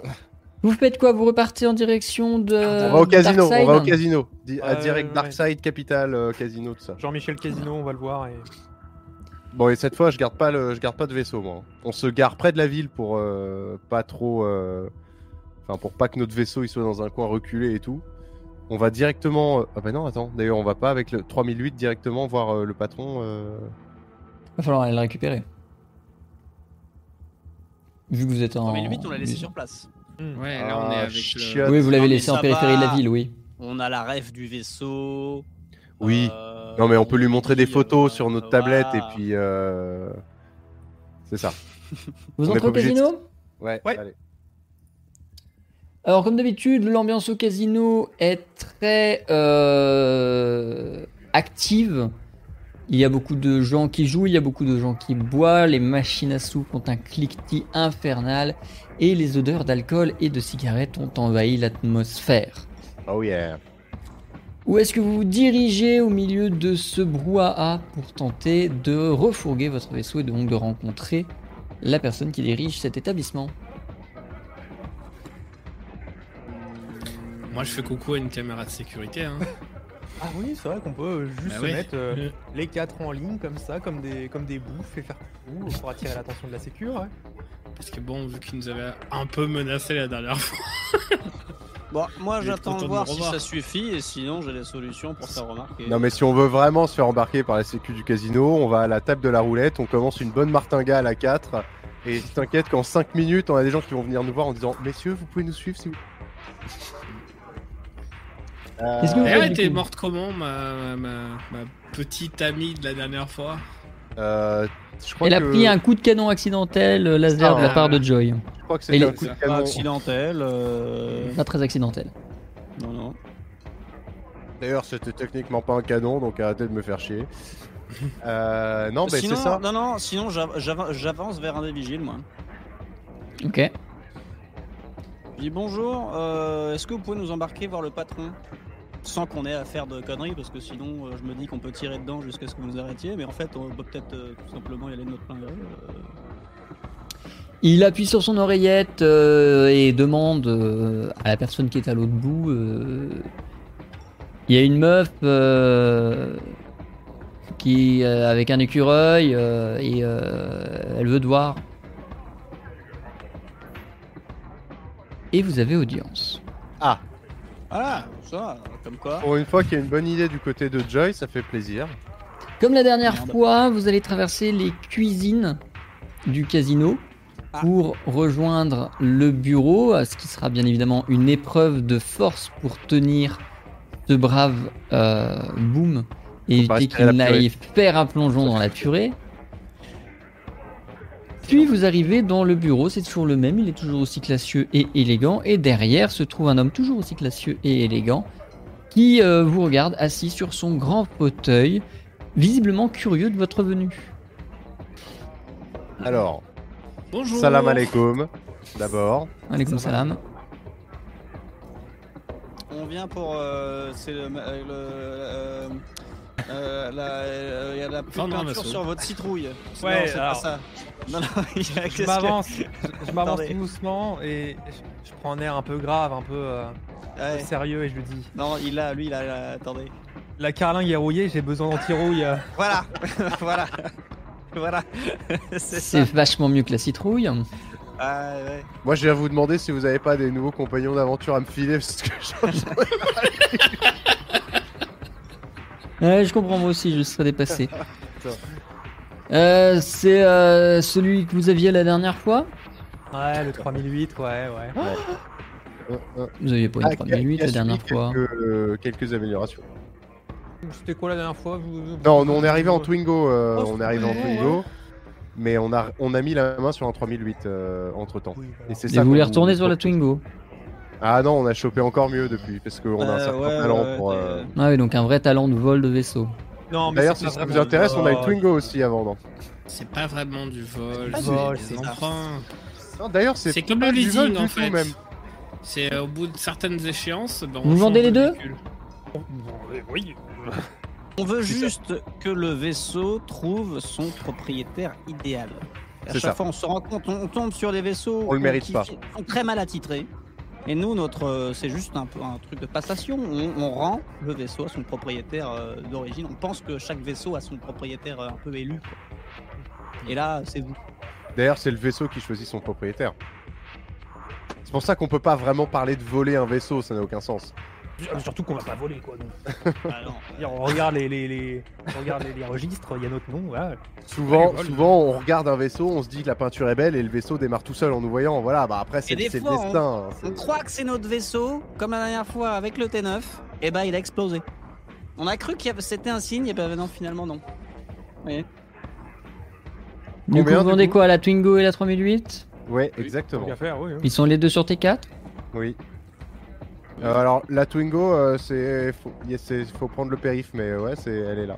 [SPEAKER 1] Vous faites quoi Vous repartez en direction de.
[SPEAKER 6] On
[SPEAKER 3] on va au
[SPEAKER 1] de
[SPEAKER 3] casino, on va au
[SPEAKER 1] Darkside
[SPEAKER 3] casino. Di- à
[SPEAKER 5] Ouais,
[SPEAKER 3] direct
[SPEAKER 5] ouais, ouais.
[SPEAKER 3] Darkside, Capital, euh, casino, tout ça.
[SPEAKER 5] Jean-Michel Casino, on va le voir. Et...
[SPEAKER 3] Bon et cette fois je garde pas le je garde pas de vaisseau moi. On se gare près de la ville pour euh, pas trop euh, enfin pour pas que notre vaisseau il soit dans un coin reculé et tout. On va directement euh, ah bah non attends d'ailleurs on va pas avec le 3008 directement voir euh, le patron euh,
[SPEAKER 1] Va falloir aller le récupérer. Vu que vous êtes en.
[SPEAKER 4] 2008, on l'a laissé sur place.
[SPEAKER 6] Ouais, là on est
[SPEAKER 3] Ah,
[SPEAKER 6] avec
[SPEAKER 3] chiotte.
[SPEAKER 6] le.
[SPEAKER 1] Oui, vous
[SPEAKER 4] Non,
[SPEAKER 1] l'avez
[SPEAKER 4] mais
[SPEAKER 1] laissé en
[SPEAKER 4] ça
[SPEAKER 1] périphérie de la
[SPEAKER 4] va.
[SPEAKER 1] ville, oui.
[SPEAKER 4] On a la rêve du vaisseau.
[SPEAKER 3] Oui.
[SPEAKER 4] euh, euh,
[SPEAKER 3] Non, mais on peut lui montrer des
[SPEAKER 4] dit,
[SPEAKER 3] photos
[SPEAKER 4] euh,
[SPEAKER 3] sur notre
[SPEAKER 4] voilà.
[SPEAKER 3] tablette et puis. euh, C'est ça.
[SPEAKER 1] Vous
[SPEAKER 3] On est
[SPEAKER 1] entrez
[SPEAKER 3] pas
[SPEAKER 1] au
[SPEAKER 3] obligé de-
[SPEAKER 1] casino
[SPEAKER 3] Ouais,
[SPEAKER 5] Ouais.
[SPEAKER 3] allez.
[SPEAKER 1] Alors, comme d'habitude, l'ambiance au casino est très euh, active. Il y a beaucoup de gens qui jouent, il y a beaucoup de gens qui boivent, les machines à sous ont un cliquetis infernal et les odeurs d'alcool et de cigarettes ont envahi l'atmosphère.
[SPEAKER 3] Oh yeah.
[SPEAKER 1] Où est-ce que vous vous dirigez au milieu de ce brouhaha pour tenter de refourguer votre vaisseau et donc de rencontrer la personne qui dirige cet établissement
[SPEAKER 6] Moi, je fais coucou à une caméra de sécurité. Hein.
[SPEAKER 5] Ah oui, c'est vrai qu'on peut juste
[SPEAKER 6] Bah
[SPEAKER 5] se
[SPEAKER 6] oui.
[SPEAKER 5] mettre euh,
[SPEAKER 6] Euh,
[SPEAKER 5] les quatre en ligne comme ça, comme des, comme des bouffes et faire coucou pour attirer l'attention de la sécure. ouais.
[SPEAKER 6] Parce que bon, vu qu'ils nous avaient un peu menacé la dernière fois.
[SPEAKER 4] Bon, moi
[SPEAKER 6] Il est
[SPEAKER 4] j'attends
[SPEAKER 6] content
[SPEAKER 4] de
[SPEAKER 6] de
[SPEAKER 4] voir
[SPEAKER 6] me
[SPEAKER 4] si
[SPEAKER 6] revoir.
[SPEAKER 4] ça suffit et sinon j'ai des solutions pour faire remarquer.
[SPEAKER 3] Non, mais si on veut vraiment se faire embarquer par la sécu du casino, on va à la table de la roulette, on commence une bonne martingale à 4. Et t'inquiète qu'en 5 minutes, on a des gens qui vont venir nous voir en disant Messieurs, vous pouvez nous suivre si vous. Euh,
[SPEAKER 1] Qu'est-ce que vous
[SPEAKER 6] Eh,
[SPEAKER 1] faites
[SPEAKER 6] Elle
[SPEAKER 1] du
[SPEAKER 6] était
[SPEAKER 1] coup
[SPEAKER 6] morte comment, ma, ma, ma petite amie de la dernière fois
[SPEAKER 3] euh, je crois
[SPEAKER 1] Elle a
[SPEAKER 3] que-
[SPEAKER 1] pris un coup de canon accidentel euh, laser
[SPEAKER 3] Ah,
[SPEAKER 1] de la
[SPEAKER 6] ouais.
[SPEAKER 1] part de Joy.
[SPEAKER 3] Je crois que
[SPEAKER 1] Et
[SPEAKER 3] c'était
[SPEAKER 1] le-
[SPEAKER 3] un coup de
[SPEAKER 6] Pas
[SPEAKER 4] Pas
[SPEAKER 3] canon.
[SPEAKER 4] accidentel. euh,
[SPEAKER 1] Pas très accidentel.
[SPEAKER 4] Non, non.
[SPEAKER 3] D'ailleurs, c'était techniquement pas un canon, donc arrêtez de me faire chier. Euh, non, mais c'est
[SPEAKER 4] sinon,
[SPEAKER 3] ça.
[SPEAKER 4] non, non, sinon j'av- j'av- j'avance vers un des vigiles, moi.
[SPEAKER 1] Ok.
[SPEAKER 4] Je dis bonjour, euh, est-ce que vous pouvez nous embarquer voir le patron Sans qu'on ait à faire de conneries, parce que sinon euh, je me dis qu'on peut tirer dedans jusqu'à ce que vous nous arrêtiez, mais en fait on peut peut-être euh, tout simplement y aller de notre plein gré. euh.
[SPEAKER 1] Il appuie sur son oreillette euh, et demande euh, à la personne qui est à l'autre bout. euh, Il y a une meuf euh, qui euh, avec un écureuil euh, et euh, elle veut te voir. Et vous avez audience.
[SPEAKER 4] Ah, ça, comme quoi.
[SPEAKER 3] Pour une fois qu'il y a une bonne idée du côté de Joy, ça fait plaisir.
[SPEAKER 1] Comme la dernière
[SPEAKER 4] Merde.
[SPEAKER 1] fois, vous allez traverser les cuisines du casino
[SPEAKER 4] Ah.
[SPEAKER 1] pour rejoindre le bureau, euh, ce qui sera bien évidemment une épreuve de force pour tenir ce brave euh, boom et
[SPEAKER 3] Faut pas
[SPEAKER 1] éviter
[SPEAKER 3] respirer
[SPEAKER 1] qu'il
[SPEAKER 3] la purée.
[SPEAKER 1] n'aille faire un plongeon dans la purée. Puis vous arrivez dans le bureau, c'est toujours le même, il est toujours aussi classieux et élégant, et derrière se trouve un homme toujours aussi classieux et élégant qui euh, vous regarde assis sur son grand fauteuil, visiblement curieux de votre venue.
[SPEAKER 4] Mm.
[SPEAKER 3] Alors,
[SPEAKER 6] Bonjour
[SPEAKER 3] salam alaikum, d'abord.
[SPEAKER 1] Alaykoum salam.
[SPEAKER 4] On vient pour. euh, c'est le. ma- euh, le, euh, euh, la- euh, Il y a la plus de
[SPEAKER 6] Vendre un
[SPEAKER 4] peinture
[SPEAKER 6] vaisseau.
[SPEAKER 4] sur votre citrouille.
[SPEAKER 5] Ouais,
[SPEAKER 4] non, c'est pas
[SPEAKER 5] alors-
[SPEAKER 4] ça. Non, non, il y a
[SPEAKER 5] Je
[SPEAKER 4] qu'est-ce
[SPEAKER 5] m'avance, je- je m'avance
[SPEAKER 4] Attendez.
[SPEAKER 5] tout doucement et je, je prends un air un peu grave, un peu euh,
[SPEAKER 4] que- Ouais.
[SPEAKER 5] sérieux et je lui dis
[SPEAKER 4] Non, il a, lui, il a. la- Attendez.
[SPEAKER 5] La carlingue est rouillée, j'ai besoin d'anti-rouille. euh.
[SPEAKER 4] Voilà Voilà Voilà C'est ça.
[SPEAKER 1] C'est vachement mieux que la citrouille.
[SPEAKER 4] Ah, ouais.
[SPEAKER 3] Moi, je viens vous demander si vous n'avez pas des nouveaux compagnons d'aventure à me filer, parce que j'en-
[SPEAKER 1] Ouais, je comprends moi aussi, je serais dépassé. Euh, c'est euh, celui que vous aviez la dernière fois
[SPEAKER 5] Ouais, le 3008, ouais, ouais.
[SPEAKER 3] Euh, euh,
[SPEAKER 1] Vous aviez pas
[SPEAKER 3] ah,
[SPEAKER 1] une
[SPEAKER 3] qui a-
[SPEAKER 1] 3008
[SPEAKER 3] qui a
[SPEAKER 1] la dernière
[SPEAKER 3] subi
[SPEAKER 1] fois.
[SPEAKER 3] Quelques, euh, quelques améliorations.
[SPEAKER 5] C'était quoi la dernière fois vous-
[SPEAKER 3] Non, nous, on est arrivé en Twingo. euh,
[SPEAKER 5] Oh,
[SPEAKER 3] on est arrivé en
[SPEAKER 5] ouais,
[SPEAKER 3] Twingo. Mais on a, on a mis la main sur un 3008 entre temps.
[SPEAKER 5] Oui, voilà.
[SPEAKER 3] euh, Et c'est
[SPEAKER 1] Et
[SPEAKER 3] ça
[SPEAKER 1] vous voulez
[SPEAKER 3] qu'on-
[SPEAKER 1] retourner sur la Twingo
[SPEAKER 3] Ah non, on a chopé encore mieux depuis, parce qu'on a un
[SPEAKER 5] Bah,
[SPEAKER 4] Euh,
[SPEAKER 3] certain
[SPEAKER 4] ouais,
[SPEAKER 3] talent
[SPEAKER 4] ouais,
[SPEAKER 3] pour.
[SPEAKER 4] ouais,
[SPEAKER 3] euh,
[SPEAKER 1] Ah oui, donc un vrai talent de vol de vaisseau.
[SPEAKER 5] Non, mais
[SPEAKER 3] D'ailleurs, si
[SPEAKER 5] c'est pas
[SPEAKER 3] ça vous
[SPEAKER 5] vraiment-
[SPEAKER 3] intéresse, on a eu
[SPEAKER 5] Oh,
[SPEAKER 3] Twingo aussi avant, non
[SPEAKER 6] C'est pas vraiment du vol,
[SPEAKER 5] Pas du vol,
[SPEAKER 6] c'est
[SPEAKER 5] c'est
[SPEAKER 6] des
[SPEAKER 5] ça.
[SPEAKER 6] emprunts.
[SPEAKER 3] Non, D'ailleurs, Ah, c'est
[SPEAKER 6] C'est comme
[SPEAKER 3] pas
[SPEAKER 6] le
[SPEAKER 3] du vol
[SPEAKER 6] leasing
[SPEAKER 3] du tout,
[SPEAKER 6] en fait.
[SPEAKER 3] même.
[SPEAKER 6] C'est euh, au bout de certaines échéances. ben, on
[SPEAKER 1] Vous
[SPEAKER 6] change
[SPEAKER 1] vendez les
[SPEAKER 6] de
[SPEAKER 1] deux
[SPEAKER 6] véhicule.
[SPEAKER 5] Oui.
[SPEAKER 4] On veut juste que le vaisseau trouve son propriétaire idéal. À
[SPEAKER 3] C'est
[SPEAKER 4] chaque
[SPEAKER 3] ça.
[SPEAKER 4] fois, on se rend compte, on, on tombe sur des vaisseaux
[SPEAKER 3] On le
[SPEAKER 4] qui-
[SPEAKER 3] mérite
[SPEAKER 4] qui
[SPEAKER 3] pas.
[SPEAKER 4] sont sont très mal attitrés. Et nous, notre, euh, c'est juste un, peu un truc de passation. On, on rend le vaisseau à son propriétaire euh, d'origine. On pense que chaque vaisseau a son propriétaire euh, un peu élu. quoi. Et là, c'est vous.
[SPEAKER 3] D'ailleurs, c'est le vaisseau qui choisit son propriétaire. C'est pour ça qu'on peut pas vraiment parler de voler un vaisseau, ça n'a aucun sens.
[SPEAKER 5] euh, Surtout qu'on va pas voler, quoi. donc.
[SPEAKER 4] Ah non,
[SPEAKER 5] C'est-à-dire, On regarde les, les, les- on regarde les, les registres, il y a notre nom, voilà.
[SPEAKER 3] Souvent,
[SPEAKER 5] Ouais, vol.
[SPEAKER 3] souvent, on regarde un vaisseau, on se dit que la peinture est belle et le vaisseau démarre tout seul en nous voyant. Voilà, bah après, c'est
[SPEAKER 4] des
[SPEAKER 3] c'est le
[SPEAKER 4] fois, on-
[SPEAKER 3] destin. hein,
[SPEAKER 4] On
[SPEAKER 3] c'est-
[SPEAKER 4] Eh croit que c'est notre vaisseau, comme la dernière fois avec le T9, et bah il a ben, explosé. On a cru que c'était un signe, et ben non, finalement non.
[SPEAKER 1] Du coup,
[SPEAKER 3] Combien,
[SPEAKER 1] vous
[SPEAKER 3] du
[SPEAKER 1] vendez
[SPEAKER 3] coup
[SPEAKER 1] quoi La Twingo et la 3008
[SPEAKER 3] Ouais,
[SPEAKER 6] Oui,
[SPEAKER 3] exactement.
[SPEAKER 5] Tant qu'à faire, oui. oui.
[SPEAKER 1] Ils sont les deux sur T4
[SPEAKER 3] Oui. Euh, alors la Twingo, euh, c'est faut, y a- c'est- faut prendre le périph, mais euh, ouais, c'est elle est là.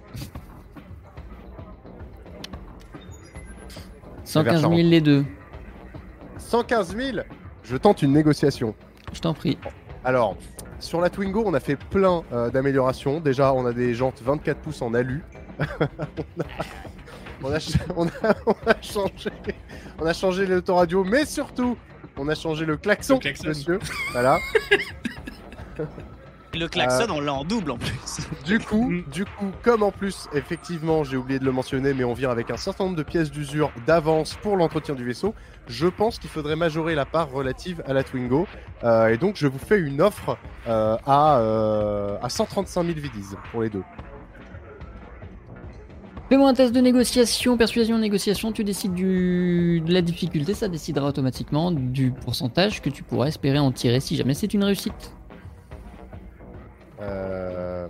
[SPEAKER 1] 115 000
[SPEAKER 3] Charente.
[SPEAKER 1] les deux.
[SPEAKER 3] 115 000 Je tente une négociation.
[SPEAKER 1] Je t'en prie.
[SPEAKER 3] Alors, sur la Twingo, on a fait plein euh, d'améliorations. Déjà, on a des jantes 24 pouces en alu. on, a, on, a, ch- on a- on a changé, on a changé l'autoradio, mais surtout, on a changé le klaxon,
[SPEAKER 6] Le klaxon.
[SPEAKER 3] monsieur. Voilà. Euh,
[SPEAKER 4] Le klaxon, on l'a en double en plus.
[SPEAKER 3] Du coup, du coup, comme en plus, effectivement, j'ai oublié de le mentionner, mais on vient avec un certain nombre de pièces d'usure d'avance pour l'entretien du vaisseau, je pense qu'il faudrait majorer la part relative à la Twingo. Euh, et donc, je vous fais une offre euh, à, euh, à 135 000 vidis pour les deux.
[SPEAKER 1] Fais-moi un test de négociation, persuasion, négociation. Tu décides du... de la difficulté, ça décidera automatiquement du pourcentage que tu pourras espérer en tirer si jamais c'est une réussite.
[SPEAKER 3] Euh,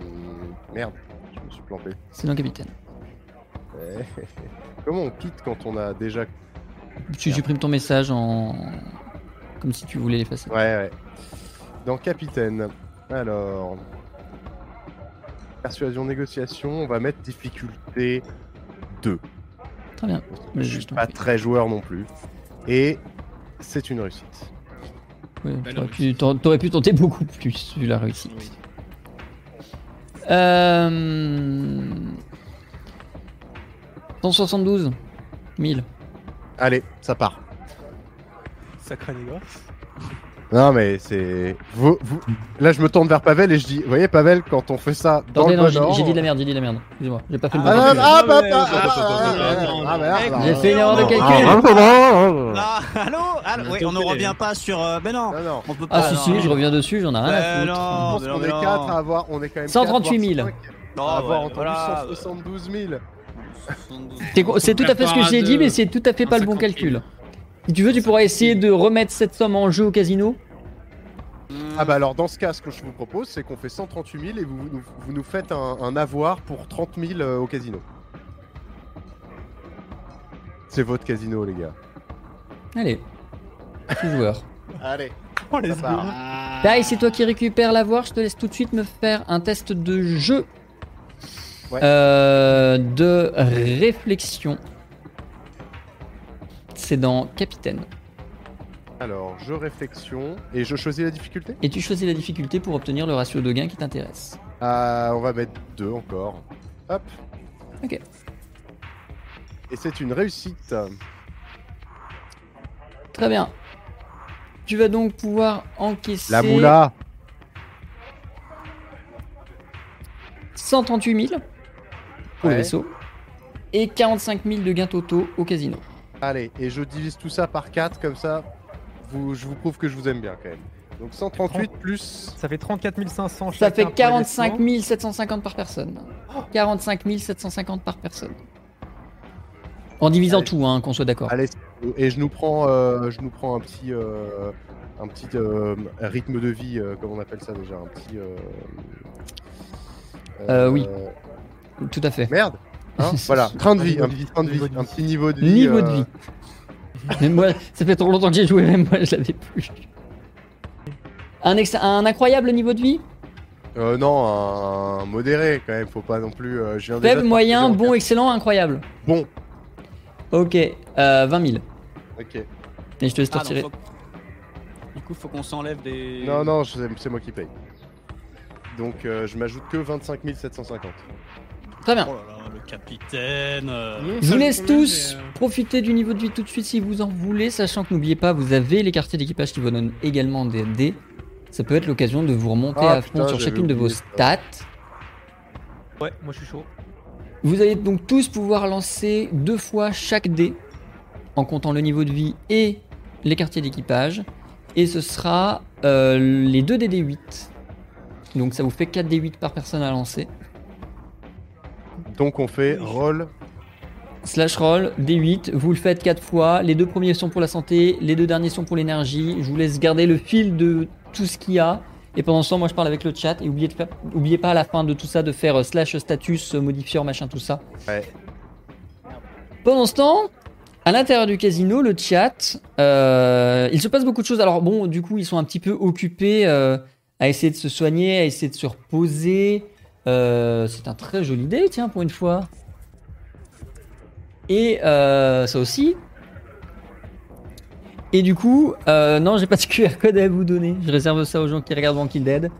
[SPEAKER 3] merde, je me suis planté.
[SPEAKER 1] C'est dans capitaine.
[SPEAKER 3] Eh, Comment on quitte quand on a déjà... Ouais,
[SPEAKER 1] Tu supprimes ton message en. comme si tu voulais l'effacer.
[SPEAKER 3] ouais. Dans Capitaine. Alors... Persuasion, négociation, on va mettre difficulté 2.
[SPEAKER 1] Très bien.
[SPEAKER 3] Je
[SPEAKER 1] Mais
[SPEAKER 3] suis
[SPEAKER 1] je t'en
[SPEAKER 3] pas
[SPEAKER 1] prie.
[SPEAKER 3] très joueur non plus. Et c'est une réussite.
[SPEAKER 1] Ouais,
[SPEAKER 6] Belle
[SPEAKER 1] t'aurais, pu,
[SPEAKER 6] réussite.
[SPEAKER 1] t'aurais- t'aurais pu tenter beaucoup plus vu la réussite. Euh... 172 000.
[SPEAKER 3] Allez, ça part.
[SPEAKER 5] Sacré négoce.
[SPEAKER 3] Non mais c'est... Vous, vous... Là je me tourne vers Pavel et je dis, vous voyez Pavel, quand on fait ça dans
[SPEAKER 1] Attendez,
[SPEAKER 3] le
[SPEAKER 1] non,
[SPEAKER 3] bon
[SPEAKER 1] j'ai,
[SPEAKER 3] ordre-
[SPEAKER 1] j'ai dit de la merde, j'ai dit de la merde. Excusez-moi, j'ai pas fait le
[SPEAKER 3] Ah,
[SPEAKER 1] bon
[SPEAKER 3] non,
[SPEAKER 1] calcul.
[SPEAKER 3] ah, bah, bah,
[SPEAKER 5] Attends,
[SPEAKER 3] ah,
[SPEAKER 5] attends,
[SPEAKER 3] bah,
[SPEAKER 5] attends,
[SPEAKER 3] ah,
[SPEAKER 6] attends,
[SPEAKER 3] ah,
[SPEAKER 6] attends.
[SPEAKER 3] merde,
[SPEAKER 4] Mec,
[SPEAKER 1] J'ai
[SPEAKER 3] ah,
[SPEAKER 1] fait une erreur de calcul.
[SPEAKER 3] bah,
[SPEAKER 4] Ah, allô, allô
[SPEAKER 6] On
[SPEAKER 4] ouais,
[SPEAKER 6] était
[SPEAKER 4] on ne
[SPEAKER 6] opérés.
[SPEAKER 4] revient pas sur. euh, mais non,
[SPEAKER 3] Non, non.
[SPEAKER 4] on peut pas.
[SPEAKER 1] Ah si
[SPEAKER 4] non,
[SPEAKER 1] si,
[SPEAKER 4] non.
[SPEAKER 1] je reviens dessus, j'en ai rien
[SPEAKER 4] Ouais,
[SPEAKER 1] à foutre.
[SPEAKER 4] non,
[SPEAKER 3] bah, Je pense
[SPEAKER 4] mais
[SPEAKER 3] qu'on est hein. Ah, bah,
[SPEAKER 4] non.
[SPEAKER 3] 4 à avoir, on est quand même
[SPEAKER 1] 138 000.
[SPEAKER 3] 4, voire cinq
[SPEAKER 4] Non,
[SPEAKER 3] à avoir
[SPEAKER 4] ouais,
[SPEAKER 3] entendu
[SPEAKER 4] voilà,
[SPEAKER 3] 172 000.
[SPEAKER 1] C'est, quoi- c'est tout à fait ce que j'ai dit, mais c'est tout à fait pas le bon
[SPEAKER 6] 1,50.
[SPEAKER 1] calcul. Si tu veux, tu pourras essayer de remettre cette somme en jeu au casino.
[SPEAKER 3] Ah bah alors dans ce cas, ce que je vous propose, c'est qu'on fait 138 000 et vous, vous, vous nous faites un, un avoir pour 30 000 euh, au casino. C'est votre casino les gars.
[SPEAKER 1] Allez, petit joueur.
[SPEAKER 3] Allez.
[SPEAKER 5] Oh, les
[SPEAKER 3] Ça part.
[SPEAKER 5] gars.
[SPEAKER 6] Ah.
[SPEAKER 1] Dai, Bah, c'est toi qui récupères l'avoir. Je te laisse tout de suite me faire un test de jeu.
[SPEAKER 3] Ouais.
[SPEAKER 1] Euh, de réflexion. C'est dans Capitaine.
[SPEAKER 3] Alors, je réflexion et je choisis la difficulté
[SPEAKER 1] Et tu choisis la difficulté pour obtenir le ratio de gain qui t'intéresse.
[SPEAKER 3] Ah, On va mettre deux encore. Hop.
[SPEAKER 1] Ok.
[SPEAKER 3] Et c'est une réussite.
[SPEAKER 1] Très bien. Tu vas donc pouvoir encaisser
[SPEAKER 3] La moula.
[SPEAKER 1] 138 000 pour
[SPEAKER 3] Ouais.
[SPEAKER 1] le vaisseau et 45 000 de gains totaux au casino.
[SPEAKER 3] Allez, et je divise tout ça par 4 comme ça. Vous, je vous prouve que je vous aime bien quand même. Donc 138 plus.
[SPEAKER 5] Ça fait 34 500
[SPEAKER 1] Ça
[SPEAKER 5] chacun
[SPEAKER 1] fait
[SPEAKER 5] pour les
[SPEAKER 1] 45
[SPEAKER 5] vêtements.
[SPEAKER 1] 750 par personne. 45 750 par personne. En divisant
[SPEAKER 3] Allez.
[SPEAKER 1] tout, hein, qu'on soit d'accord.
[SPEAKER 3] Allez, et je nous prends, euh, je nous prends un petit, euh, un petit euh, rythme de vie, euh, comment on appelle ça déjà, un petit. euh,
[SPEAKER 1] Euh, oui. Tout à fait.
[SPEAKER 3] Merde. Hein, voilà, train de vie,
[SPEAKER 5] Un
[SPEAKER 3] un
[SPEAKER 5] niveau
[SPEAKER 3] petit
[SPEAKER 5] de
[SPEAKER 3] train de
[SPEAKER 5] vie,
[SPEAKER 3] vie, un petit niveau de vie.
[SPEAKER 1] Niveau de
[SPEAKER 3] euh,
[SPEAKER 1] vie. Même moi, ça fait trop longtemps que j'ai joué, même moi, je l'avais plus. Un, ex- un incroyable niveau de vie
[SPEAKER 3] Euh, non, un, un modéré quand même, faut pas non plus. euh, je viens déjà
[SPEAKER 1] Faible,
[SPEAKER 3] de faire
[SPEAKER 1] moyen,
[SPEAKER 3] zéro
[SPEAKER 1] bon,
[SPEAKER 3] quatre.
[SPEAKER 1] excellent, incroyable.
[SPEAKER 3] Bon,
[SPEAKER 1] Ok, euh, 20 000.
[SPEAKER 3] ok.
[SPEAKER 1] Et je te laisse t'en
[SPEAKER 4] Ah,
[SPEAKER 1] tirer.
[SPEAKER 4] non, faut- Du coup, faut qu'on s'enlève des.
[SPEAKER 3] Non, non, je- c'est moi qui paye. Donc euh, je m'ajoute que 25 750.
[SPEAKER 1] Très bien.
[SPEAKER 4] Oh là là, le capitaine. euh,
[SPEAKER 1] Je vous laisse tous profiter du niveau de vie tout de suite si vous en voulez, sachant que n'oubliez pas, vous avez les quartiers d'équipage qui vous donnent également des dés. Ça peut être l'occasion de vous remonter
[SPEAKER 3] Ah,
[SPEAKER 1] à fond
[SPEAKER 3] putain,
[SPEAKER 1] sur
[SPEAKER 3] j'avais
[SPEAKER 1] chacune de vos
[SPEAKER 3] oublié ça.
[SPEAKER 1] stats.
[SPEAKER 5] Ouais, moi je suis chaud.
[SPEAKER 1] Vous allez donc tous pouvoir lancer deux fois chaque dé, en comptant le niveau de vie et les quartiers d'équipage. Et ce sera euh, les deux dés 8. Donc ça vous fait 4 dés 8 par personne à lancer.
[SPEAKER 3] Donc on fait roll.
[SPEAKER 1] Slash roll, D8, vous le faites 4 fois. Les deux premiers sont pour la santé, les deux derniers sont pour l'énergie. Je vous laisse garder le fil de tout ce qu'il y a. Et pendant ce temps, moi je parle avec le chat. Et oubliez, de faire- oubliez pas à la fin de tout ça de faire euh, slash status, euh, modifier, machin, tout ça.
[SPEAKER 3] Ouais.
[SPEAKER 1] Pendant ce temps, à l'intérieur du casino, le chat, euh, il se passe beaucoup de choses. Alors bon, du coup, ils sont un petit peu occupés euh, à essayer de se soigner, à essayer de se reposer. Euh, c'est un très joli dé, tiens, pour une fois. Et euh, ça aussi. Et du coup, euh, non, j'ai pas de QR code à vous donner. Je réserve ça aux gens qui regardent Banking Dead.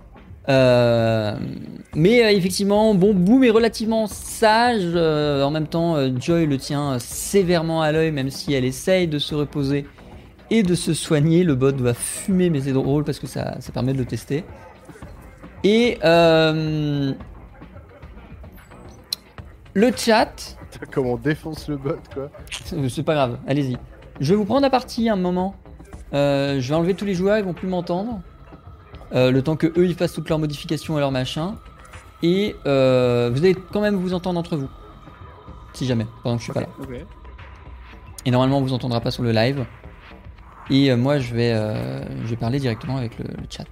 [SPEAKER 1] Euh, mais euh, effectivement, bon, Boom est relativement sage. euh, en même temps, euh, Joy le tient euh, sévèrement à l'œil, même si elle essaye de se reposer et de se soigner. Le bot va fumer, mais c'est drôle parce que ça, ça permet de le tester. Et euh, le chat,
[SPEAKER 3] Comme on défonce le bot, quoi.
[SPEAKER 1] euh, c'est pas grave, allez-y. Je vais vous prendre à partie un moment. Euh, je vais enlever tous les joueurs, ils vont plus m'entendre. Euh, le temps que eux ils fassent toutes leurs modifications et leurs machins. Et euh, vous allez quand même vous entendre entre vous. Si jamais, pendant que je suis pas là.
[SPEAKER 4] Ok.
[SPEAKER 1] Et normalement on vous entendra pas sur le live. Et euh, moi je vais, euh, je vais parler directement avec le, le chat.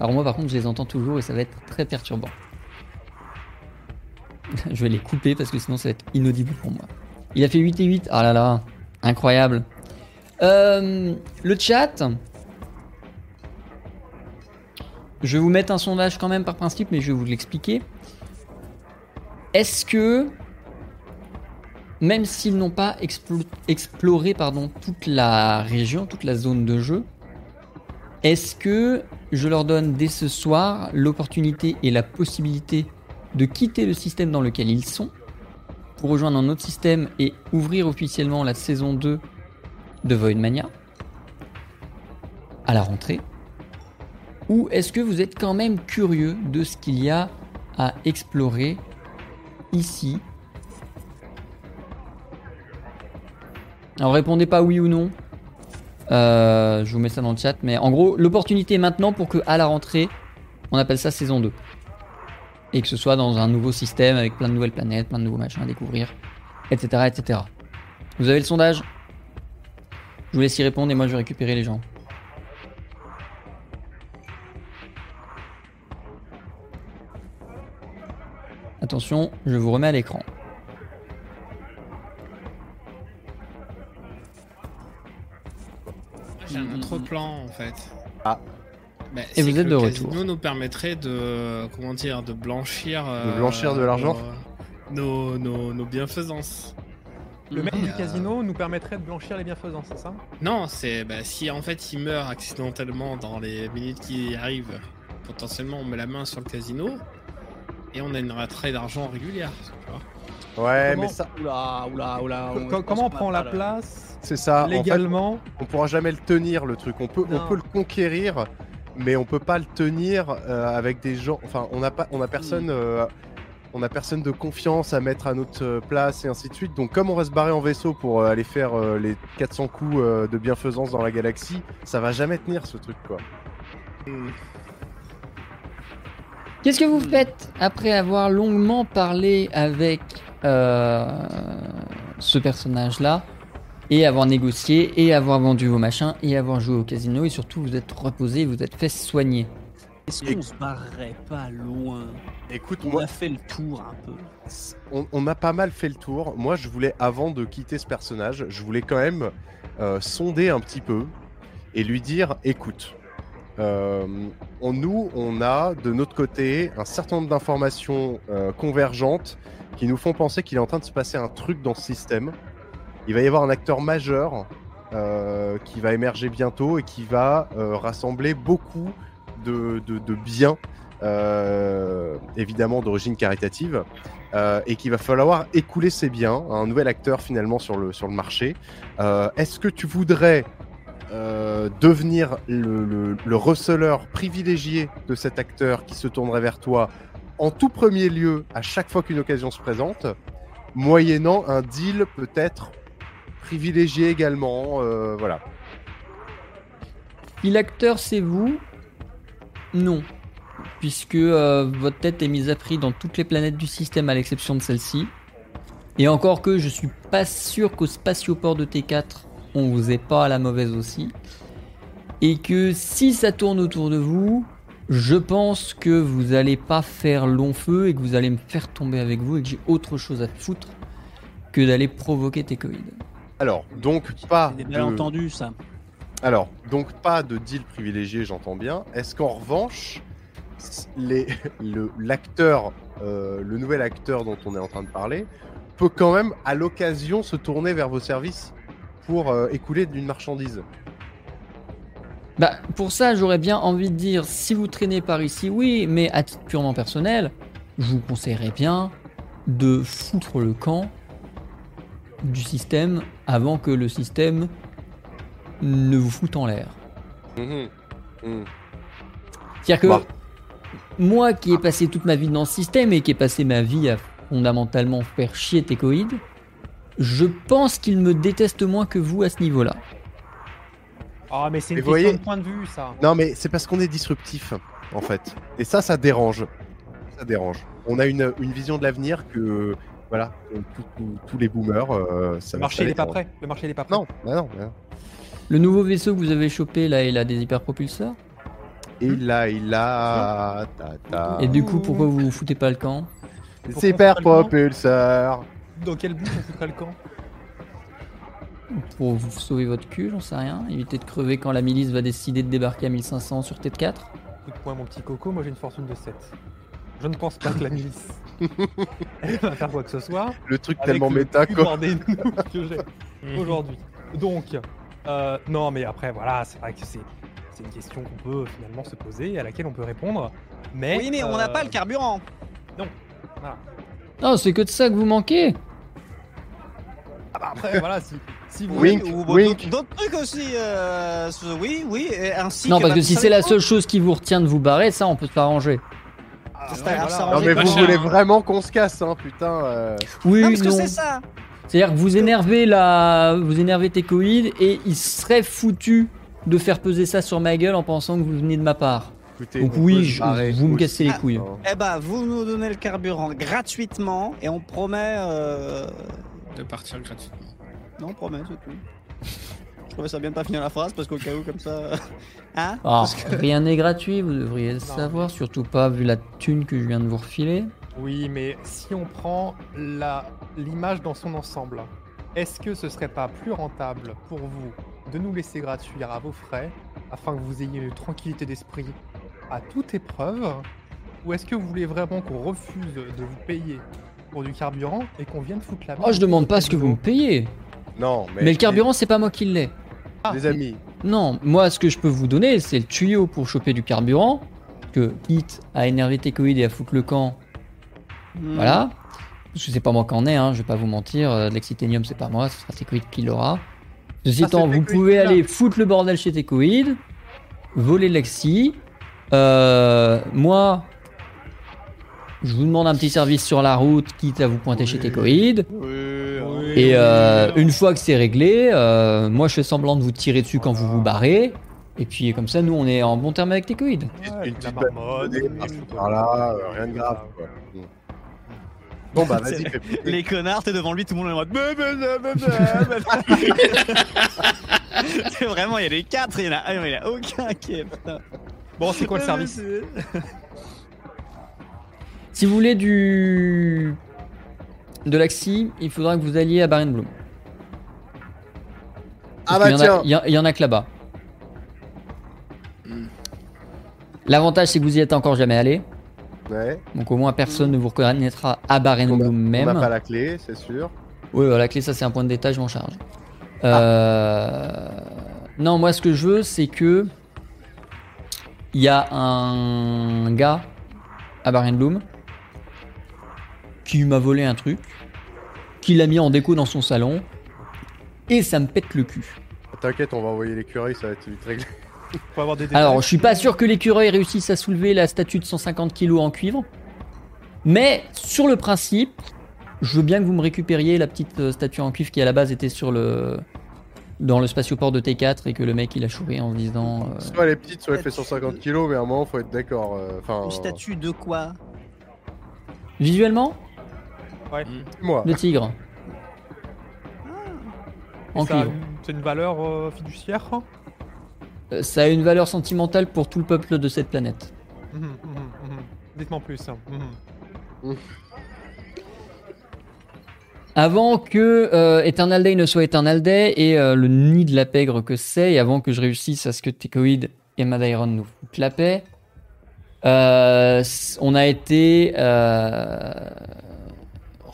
[SPEAKER 1] Alors moi par contre je les entends toujours et ça va être très perturbant. je vais les couper parce que sinon ça va être inaudible pour moi. Il a fait 8 et 8. Ah là là, incroyable. Euh, le chat. Je vais vous mettre un sondage quand même par principe, mais je vais vous l'expliquer. Est-ce que, même s'ils n'ont pas explo- exploré pardon, toute la région, toute la zone de jeu, est-ce que je leur donne dès ce soir l'opportunité et la possibilité de quitter le système dans lequel ils sont pour rejoindre un autre système et ouvrir officiellement la saison 2 de Voidmania à la rentrée Ou est-ce que vous êtes quand même curieux de ce qu'il y a à explorer ici Alors répondez pas oui ou non. Euh, je vous mets ça dans le chat, mais en gros, l'opportunité est maintenant pour que à la rentrée, on appelle ça saison 2. Et que ce soit dans un nouveau système avec plein de nouvelles planètes, plein de nouveaux machins à découvrir, etc. etc. Vous avez le sondage Je vous laisse y répondre et moi je vais récupérer les gens. Attention, je vous remets à l'écran.
[SPEAKER 6] Ah, J'ai un autre plan en fait.
[SPEAKER 3] Ah.
[SPEAKER 6] Bah,
[SPEAKER 1] Et
[SPEAKER 6] c'est
[SPEAKER 1] vous
[SPEAKER 6] que
[SPEAKER 1] êtes de
[SPEAKER 6] le
[SPEAKER 1] retour.
[SPEAKER 6] casino nous permettrait de comment dire de blanchir euh,
[SPEAKER 3] blanchir de l'argent
[SPEAKER 6] nos, nos, nos- nos bienfaisances.
[SPEAKER 1] Mm.
[SPEAKER 5] Le maître
[SPEAKER 6] Et,
[SPEAKER 5] du
[SPEAKER 6] euh,
[SPEAKER 5] casino nous permettrait de blanchir les bienfaisants, c'est ça
[SPEAKER 6] Non, c'est bah, si en fait il meurt accidentellement dans les minutes qui arrivent, potentiellement on met la main sur le casino et on a une rentrée d'argent régulière. tu vois.
[SPEAKER 3] Ouais,
[SPEAKER 5] Comment-
[SPEAKER 3] Eh, mais ça,
[SPEAKER 4] Oula, oula, oula.
[SPEAKER 5] Co- co- Comment on prend la place
[SPEAKER 3] c'est ça. Ah, En fait,
[SPEAKER 5] légalement
[SPEAKER 3] on pourra jamais le tenir, le truc. On peut, on
[SPEAKER 5] Non.
[SPEAKER 3] peut le conquérir, mais on peut pas le tenir euh, avec des gens. Enfin, on n'a pas, on a personne, euh, on a personne de confiance à mettre à notre euh, place et ainsi de suite. Donc, comme on va se barrer en vaisseau pour euh, aller faire euh, les 400 coups euh, de bienfaisance dans la galaxie, ça va jamais tenir ce truc, quoi.
[SPEAKER 1] Qu'est-ce que vous faites après avoir longuement parlé avec euh, ce personnage-là et avoir négocié et avoir vendu vos machins et avoir joué au casino et surtout vous êtes reposé, vous êtes fait soigner.
[SPEAKER 4] Est-ce qu'on se barrerait pas loin
[SPEAKER 3] Écoute,
[SPEAKER 4] On
[SPEAKER 3] moi,
[SPEAKER 4] a fait le tour un peu.
[SPEAKER 3] on, on a pas mal fait le tour. Moi, je voulais, avant de quitter ce personnage, je voulais quand même euh, sonder un petit peu et lui dire écoute, euh, on, nous, on a de notre côté un certain nombre d'informations euh, convergentes qui nous font penser qu'il est en train de se passer un truc dans ce système. Il va y avoir un acteur majeur euh, qui va émerger bientôt et qui va euh, rassembler beaucoup de, de- de biens, euh, évidemment d'origine caritative euh, et qu'il va falloir écouler ses biens, hein, un nouvel acteur finalement sur le, sur le marché. Euh, Est-ce que tu voudrais euh, devenir le, le, le receleur privilégié de cet acteur qui se tournerait vers toi en tout premier lieu à chaque fois qu'une occasion se présente, moyennant un deal peut-être privilégié également euh, Voilà.
[SPEAKER 1] Si l'acteur c'est vous, non. Puisque euh, votre tête est mise à prix dans toutes les planètes du système à l'exception de celle-ci. Et encore que je suis pas sûr qu'au spatioport de T4, on vous est pas à la mauvaise aussi. Et que si ça tourne autour de vous, je pense que vous allez pas faire long feu et que vous allez me faire tomber avec vous et que j'ai autre chose à foutre que d'aller provoquer tes Covid.
[SPEAKER 3] Alors, donc pas
[SPEAKER 4] C'est des
[SPEAKER 3] Ah, de-
[SPEAKER 4] malentendus, ça.
[SPEAKER 3] Alors, donc pas de deal privilégié, j'entends bien. Est-ce qu'en revanche, s- les- le- l'acteur, euh, le nouvel acteur dont on est en train de parler, peut quand même, à l'occasion, se tourner vers vos services pour euh, écouler d'une marchandise
[SPEAKER 1] Bah, pour ça, j'aurais bien envie de dire, si vous traînez par ici, oui, mais à titre purement personnel, je vous conseillerais bien de foutre le camp du système avant que le système ne vous foute en l'air. C'est-à-dire que
[SPEAKER 3] Bah.
[SPEAKER 1] moi qui ai passé toute ma vie dans le système et qui ai passé ma vie à fondamentalement faire chier Técoïd, je pense qu'il me déteste moins que vous à ce niveau-là.
[SPEAKER 5] Ah, mais c'est une
[SPEAKER 3] Mais
[SPEAKER 5] question
[SPEAKER 3] voyez-
[SPEAKER 5] de point de vue, ça.
[SPEAKER 3] Non, mais c'est parce qu'on est disruptif, en fait. Et ça, ça dérange. Ça dérange. On a une, une vision de l'avenir que, voilà, que tous- tous- tous les boomers, euh, ça
[SPEAKER 5] Le
[SPEAKER 3] ça
[SPEAKER 5] marché, il
[SPEAKER 3] les
[SPEAKER 5] est pas
[SPEAKER 3] dérange.
[SPEAKER 5] prêt. Le marché, il est pas prêt.
[SPEAKER 3] Non, bah non, bah non.
[SPEAKER 1] Le nouveau vaisseau que vous avez chopé là, il a des hyperpropulseurs
[SPEAKER 5] Hmm.
[SPEAKER 3] Il a, il a. ta, ta.
[SPEAKER 1] Et du coup, pourquoi vous vous foutez pas le camp
[SPEAKER 5] Pourquoi
[SPEAKER 3] Super
[SPEAKER 5] on fait
[SPEAKER 3] propulseur
[SPEAKER 5] Dans quel but on foutrait le camp
[SPEAKER 1] Pour vous sauver votre cul, j'en sais rien. Éviter de crever quand la milice va décider de débarquer à 1500 sur T4
[SPEAKER 5] Écoute-moi, mon petit coco, moi j'ai une fortune de 7. Je ne pense pas que la milice elle va faire quoi que ce soit.
[SPEAKER 3] Le truc
[SPEAKER 5] avec
[SPEAKER 3] tellement
[SPEAKER 5] le
[SPEAKER 3] méta
[SPEAKER 5] plus
[SPEAKER 3] quoi.
[SPEAKER 5] bordé de nous que j'ai aujourd'hui. Donc, euh, non, mais après, voilà, c'est vrai que c'est c'est une question qu'on peut finalement se poser et à laquelle on peut répondre. Mais
[SPEAKER 4] Oui, mais on n'a
[SPEAKER 5] euh,
[SPEAKER 4] pas le carburant.
[SPEAKER 1] Non, c'est que de ça que vous manquez
[SPEAKER 5] ah bah après, voilà, si, si vous.
[SPEAKER 3] Wink,
[SPEAKER 4] Oui, ou
[SPEAKER 3] wink.
[SPEAKER 4] d'autres- d'autres trucs aussi. euh, ce- oui, oui, et ainsi.
[SPEAKER 1] Non, parce que si c'est la seule
[SPEAKER 4] seule
[SPEAKER 1] chose qui vous retient de vous barrer, ça, on peut se l'arranger.
[SPEAKER 5] Ah,
[SPEAKER 4] c'est pas grave, ça
[SPEAKER 3] Non
[SPEAKER 4] arrange
[SPEAKER 3] mais
[SPEAKER 4] pas
[SPEAKER 3] vous
[SPEAKER 4] cher,
[SPEAKER 3] voulez
[SPEAKER 6] hein.
[SPEAKER 3] vraiment qu'on se casse hein putain euh.
[SPEAKER 1] Oui,
[SPEAKER 4] Non,
[SPEAKER 1] non.
[SPEAKER 4] parce que c'est ça.
[SPEAKER 1] C'est-à-dire que vous énervez la, vous énervez Técoïd et il serait foutu de faire peser ça sur ma gueule en pensant que vous venez de ma part.
[SPEAKER 3] Écoutez,
[SPEAKER 1] Donc
[SPEAKER 3] on peut
[SPEAKER 1] oui,
[SPEAKER 3] se
[SPEAKER 1] je-
[SPEAKER 3] barrer
[SPEAKER 1] vous me
[SPEAKER 3] aussi,
[SPEAKER 1] cassez les
[SPEAKER 3] hein.
[SPEAKER 1] couilles.
[SPEAKER 4] Eh bah, vous nous donnez le carburant gratuitement et on promet. euh,
[SPEAKER 6] de partir gratuitement.
[SPEAKER 4] Non, on promet, c'est tout. Je trouvais ça bien de pas finir la phrase parce qu'au cas où, comme ça. Hein
[SPEAKER 1] Ah,
[SPEAKER 4] Parce que-
[SPEAKER 1] rien n'est gratuit, vous devriez le savoir, surtout pas vu la thune que je viens de vous refiler.
[SPEAKER 5] Oui, mais si on prend la- l'image dans son ensemble, est-ce que ce serait pas plus rentable pour vous de nous laisser gratuire à vos frais afin que vous ayez une tranquillité d'esprit à toute épreuve Ou est-ce que vous voulez vraiment qu'on refuse de vous payer pour du carburant et qu'on vienne foutre la merde
[SPEAKER 1] Oh, je demande pas ce que vous me
[SPEAKER 3] Bah,
[SPEAKER 1] payez.
[SPEAKER 3] Non mais,
[SPEAKER 1] Mais le carburant, c'est pas moi qui l'ai.
[SPEAKER 5] Ah,
[SPEAKER 3] Les amis,
[SPEAKER 1] Non, moi, ce que je peux vous donner, c'est le tuyau pour choper du carburant. Que, quitte à énerver Técoïd et à foutre le camp,
[SPEAKER 5] Mm.
[SPEAKER 4] Hmm.
[SPEAKER 1] voilà. Parce que c'est pas moi qui en ai, hein, je vais pas vous mentir. euh, de L'excitanium, c'est pas moi, ce sera Técoïd qui l'aura. Ceci
[SPEAKER 5] Ah, c'est
[SPEAKER 1] étant, vous
[SPEAKER 5] Técoïd
[SPEAKER 1] pouvez
[SPEAKER 5] qui l'a.
[SPEAKER 1] aller foutre le bordel chez Técoïd, voler Lexi. Euh, moi, je vous demande un petit service sur la route, quitte à vous pointer chez Técoïd. Et euh, une fois que c'est réglé, euh, moi je fais semblant de vous tirer dessus quand vous vous barrez. Et puis comme ça, nous on est en bon terme avec Técoïd.
[SPEAKER 5] Ouais,
[SPEAKER 3] une
[SPEAKER 5] la
[SPEAKER 3] petite
[SPEAKER 5] marmotte,
[SPEAKER 3] des-
[SPEAKER 5] euh,
[SPEAKER 3] par-ci, par-là, euh, rien de grave quoi. Bon. Bon bah vas-y, fais
[SPEAKER 4] Les connards, t'es devant lui, tout le monde est en mode. Bah, bah, bah, bah, bah, bah. C'est vraiment, il y a les quatre, il y en a un, il y en a aucun qui est. Euh, putain.
[SPEAKER 5] Bon, c'est quoi le service
[SPEAKER 1] Si vous voulez du. de l'axi, il faudra que vous alliez à Barenblum. Parce
[SPEAKER 3] Ah bah
[SPEAKER 1] qu'il y en a-
[SPEAKER 3] tiens,
[SPEAKER 1] Il y, en- il y en a que là-bas.
[SPEAKER 6] Hmm.
[SPEAKER 1] L'avantage c'est que vous y êtes encore jamais allé.
[SPEAKER 3] ouais,
[SPEAKER 1] Donc au moins personne ne vous reconnaîtra à Barenblum
[SPEAKER 3] Mm. on
[SPEAKER 1] même.
[SPEAKER 3] n'a pas la clé, c'est sûr.
[SPEAKER 1] Oui, voilà, la clé, ça c'est un point de détail, je m'en charge. Euh, Non, moi ce que je veux, c'est que. Il y a un gars à Barenblum qui m'a volé un truc, qui l'a mis en déco dans son salon, et ça me pète le cul.
[SPEAKER 3] T'inquiète, on va envoyer l'écurie, ça va être vite réglé.
[SPEAKER 5] Faut avoir des détails.
[SPEAKER 1] Alors, je suis pas sûr que l'écureuil réussisse à soulever la statue de 150 kilos en cuivre, mais sur le principe, je veux bien que vous me récupériez la petite euh, statue en cuivre qui à la base était sur le dans le spatioport de T4 et que le mec il a chouré en se disant euh,
[SPEAKER 3] Soit elle est petite, soit elle fait 150 kilos, mais à un moment faut être d'accord. euh, Enfin,
[SPEAKER 4] Une statue de quoi
[SPEAKER 1] visuellement
[SPEAKER 3] moi.
[SPEAKER 1] le tigre. en
[SPEAKER 5] Ah. Ça a
[SPEAKER 1] cuivre.
[SPEAKER 5] une- C'est une valeur euh, fiduciaire
[SPEAKER 1] Euh, Ça a une valeur sentimentale pour tout le peuple de cette planète.
[SPEAKER 5] Mhm, mhm, mhm. Dites-moi en plus. Mhm.
[SPEAKER 1] Avant que euh, Eternal Day ne soit Eternal Day et euh, le nid de la pègre que c'est, et avant que je réussisse à ce que Tecoïd et Madairon nous foutent la paix, euh, s- on a été euh,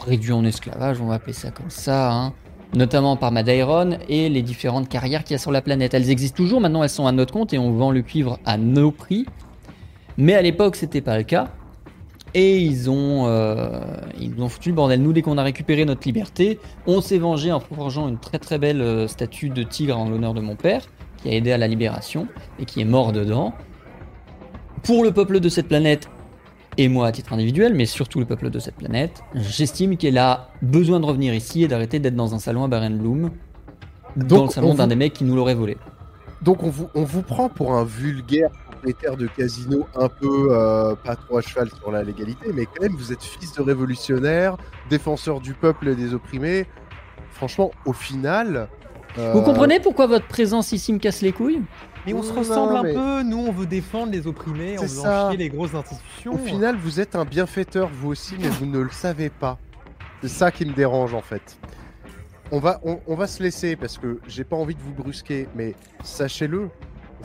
[SPEAKER 1] réduit en esclavage, on va appeler ça comme ça, hein, notamment par Madairon et les différentes carrières qu'il y a sur la planète. Elles existent toujours, maintenant elles sont à notre compte et on vend le cuivre à nos prix, mais à l'époque c'était pas le cas. Et ils ont, euh, ils nous ont foutu le bordel. Nous, dès qu'on a récupéré notre liberté, on s'est vengé en forgeant une très très belle euh, statue de tigre en l'honneur de mon père, qui a aidé à la libération et qui est mort dedans. Pour le peuple de cette planète, et moi à titre individuel, mais surtout le peuple de cette planète, j'estime qu'elle a besoin de revenir ici et d'arrêter d'être dans un salon à Barenblum, dans
[SPEAKER 3] Donc,
[SPEAKER 1] le salon
[SPEAKER 3] on
[SPEAKER 1] d'un
[SPEAKER 3] vous-
[SPEAKER 1] des mecs qui nous l'aurait volé.
[SPEAKER 3] Donc on vous, on vous prend pour un vulgaire propriétaire de casino un peu euh, pas trop à cheval sur la légalité, mais quand même vous êtes fils de révolutionnaire, défenseur du peuple et des opprimés. Franchement, au final... euh,
[SPEAKER 1] Vous comprenez pourquoi votre présence ici me casse les couilles
[SPEAKER 5] Mais on se
[SPEAKER 3] Non,
[SPEAKER 5] ressemble un
[SPEAKER 3] mais-
[SPEAKER 5] peu, nous on veut défendre les opprimés, on
[SPEAKER 3] C'est
[SPEAKER 5] veut
[SPEAKER 3] ça.
[SPEAKER 5] en chier les grosses institutions.
[SPEAKER 3] Au final, vous êtes un bienfaiteur, vous aussi, mais vous ne le savez pas. C'est ça qui me dérange, en fait. On va, on, on va se laisser, parce que j'ai pas envie de vous brusquer, mais sachez-le,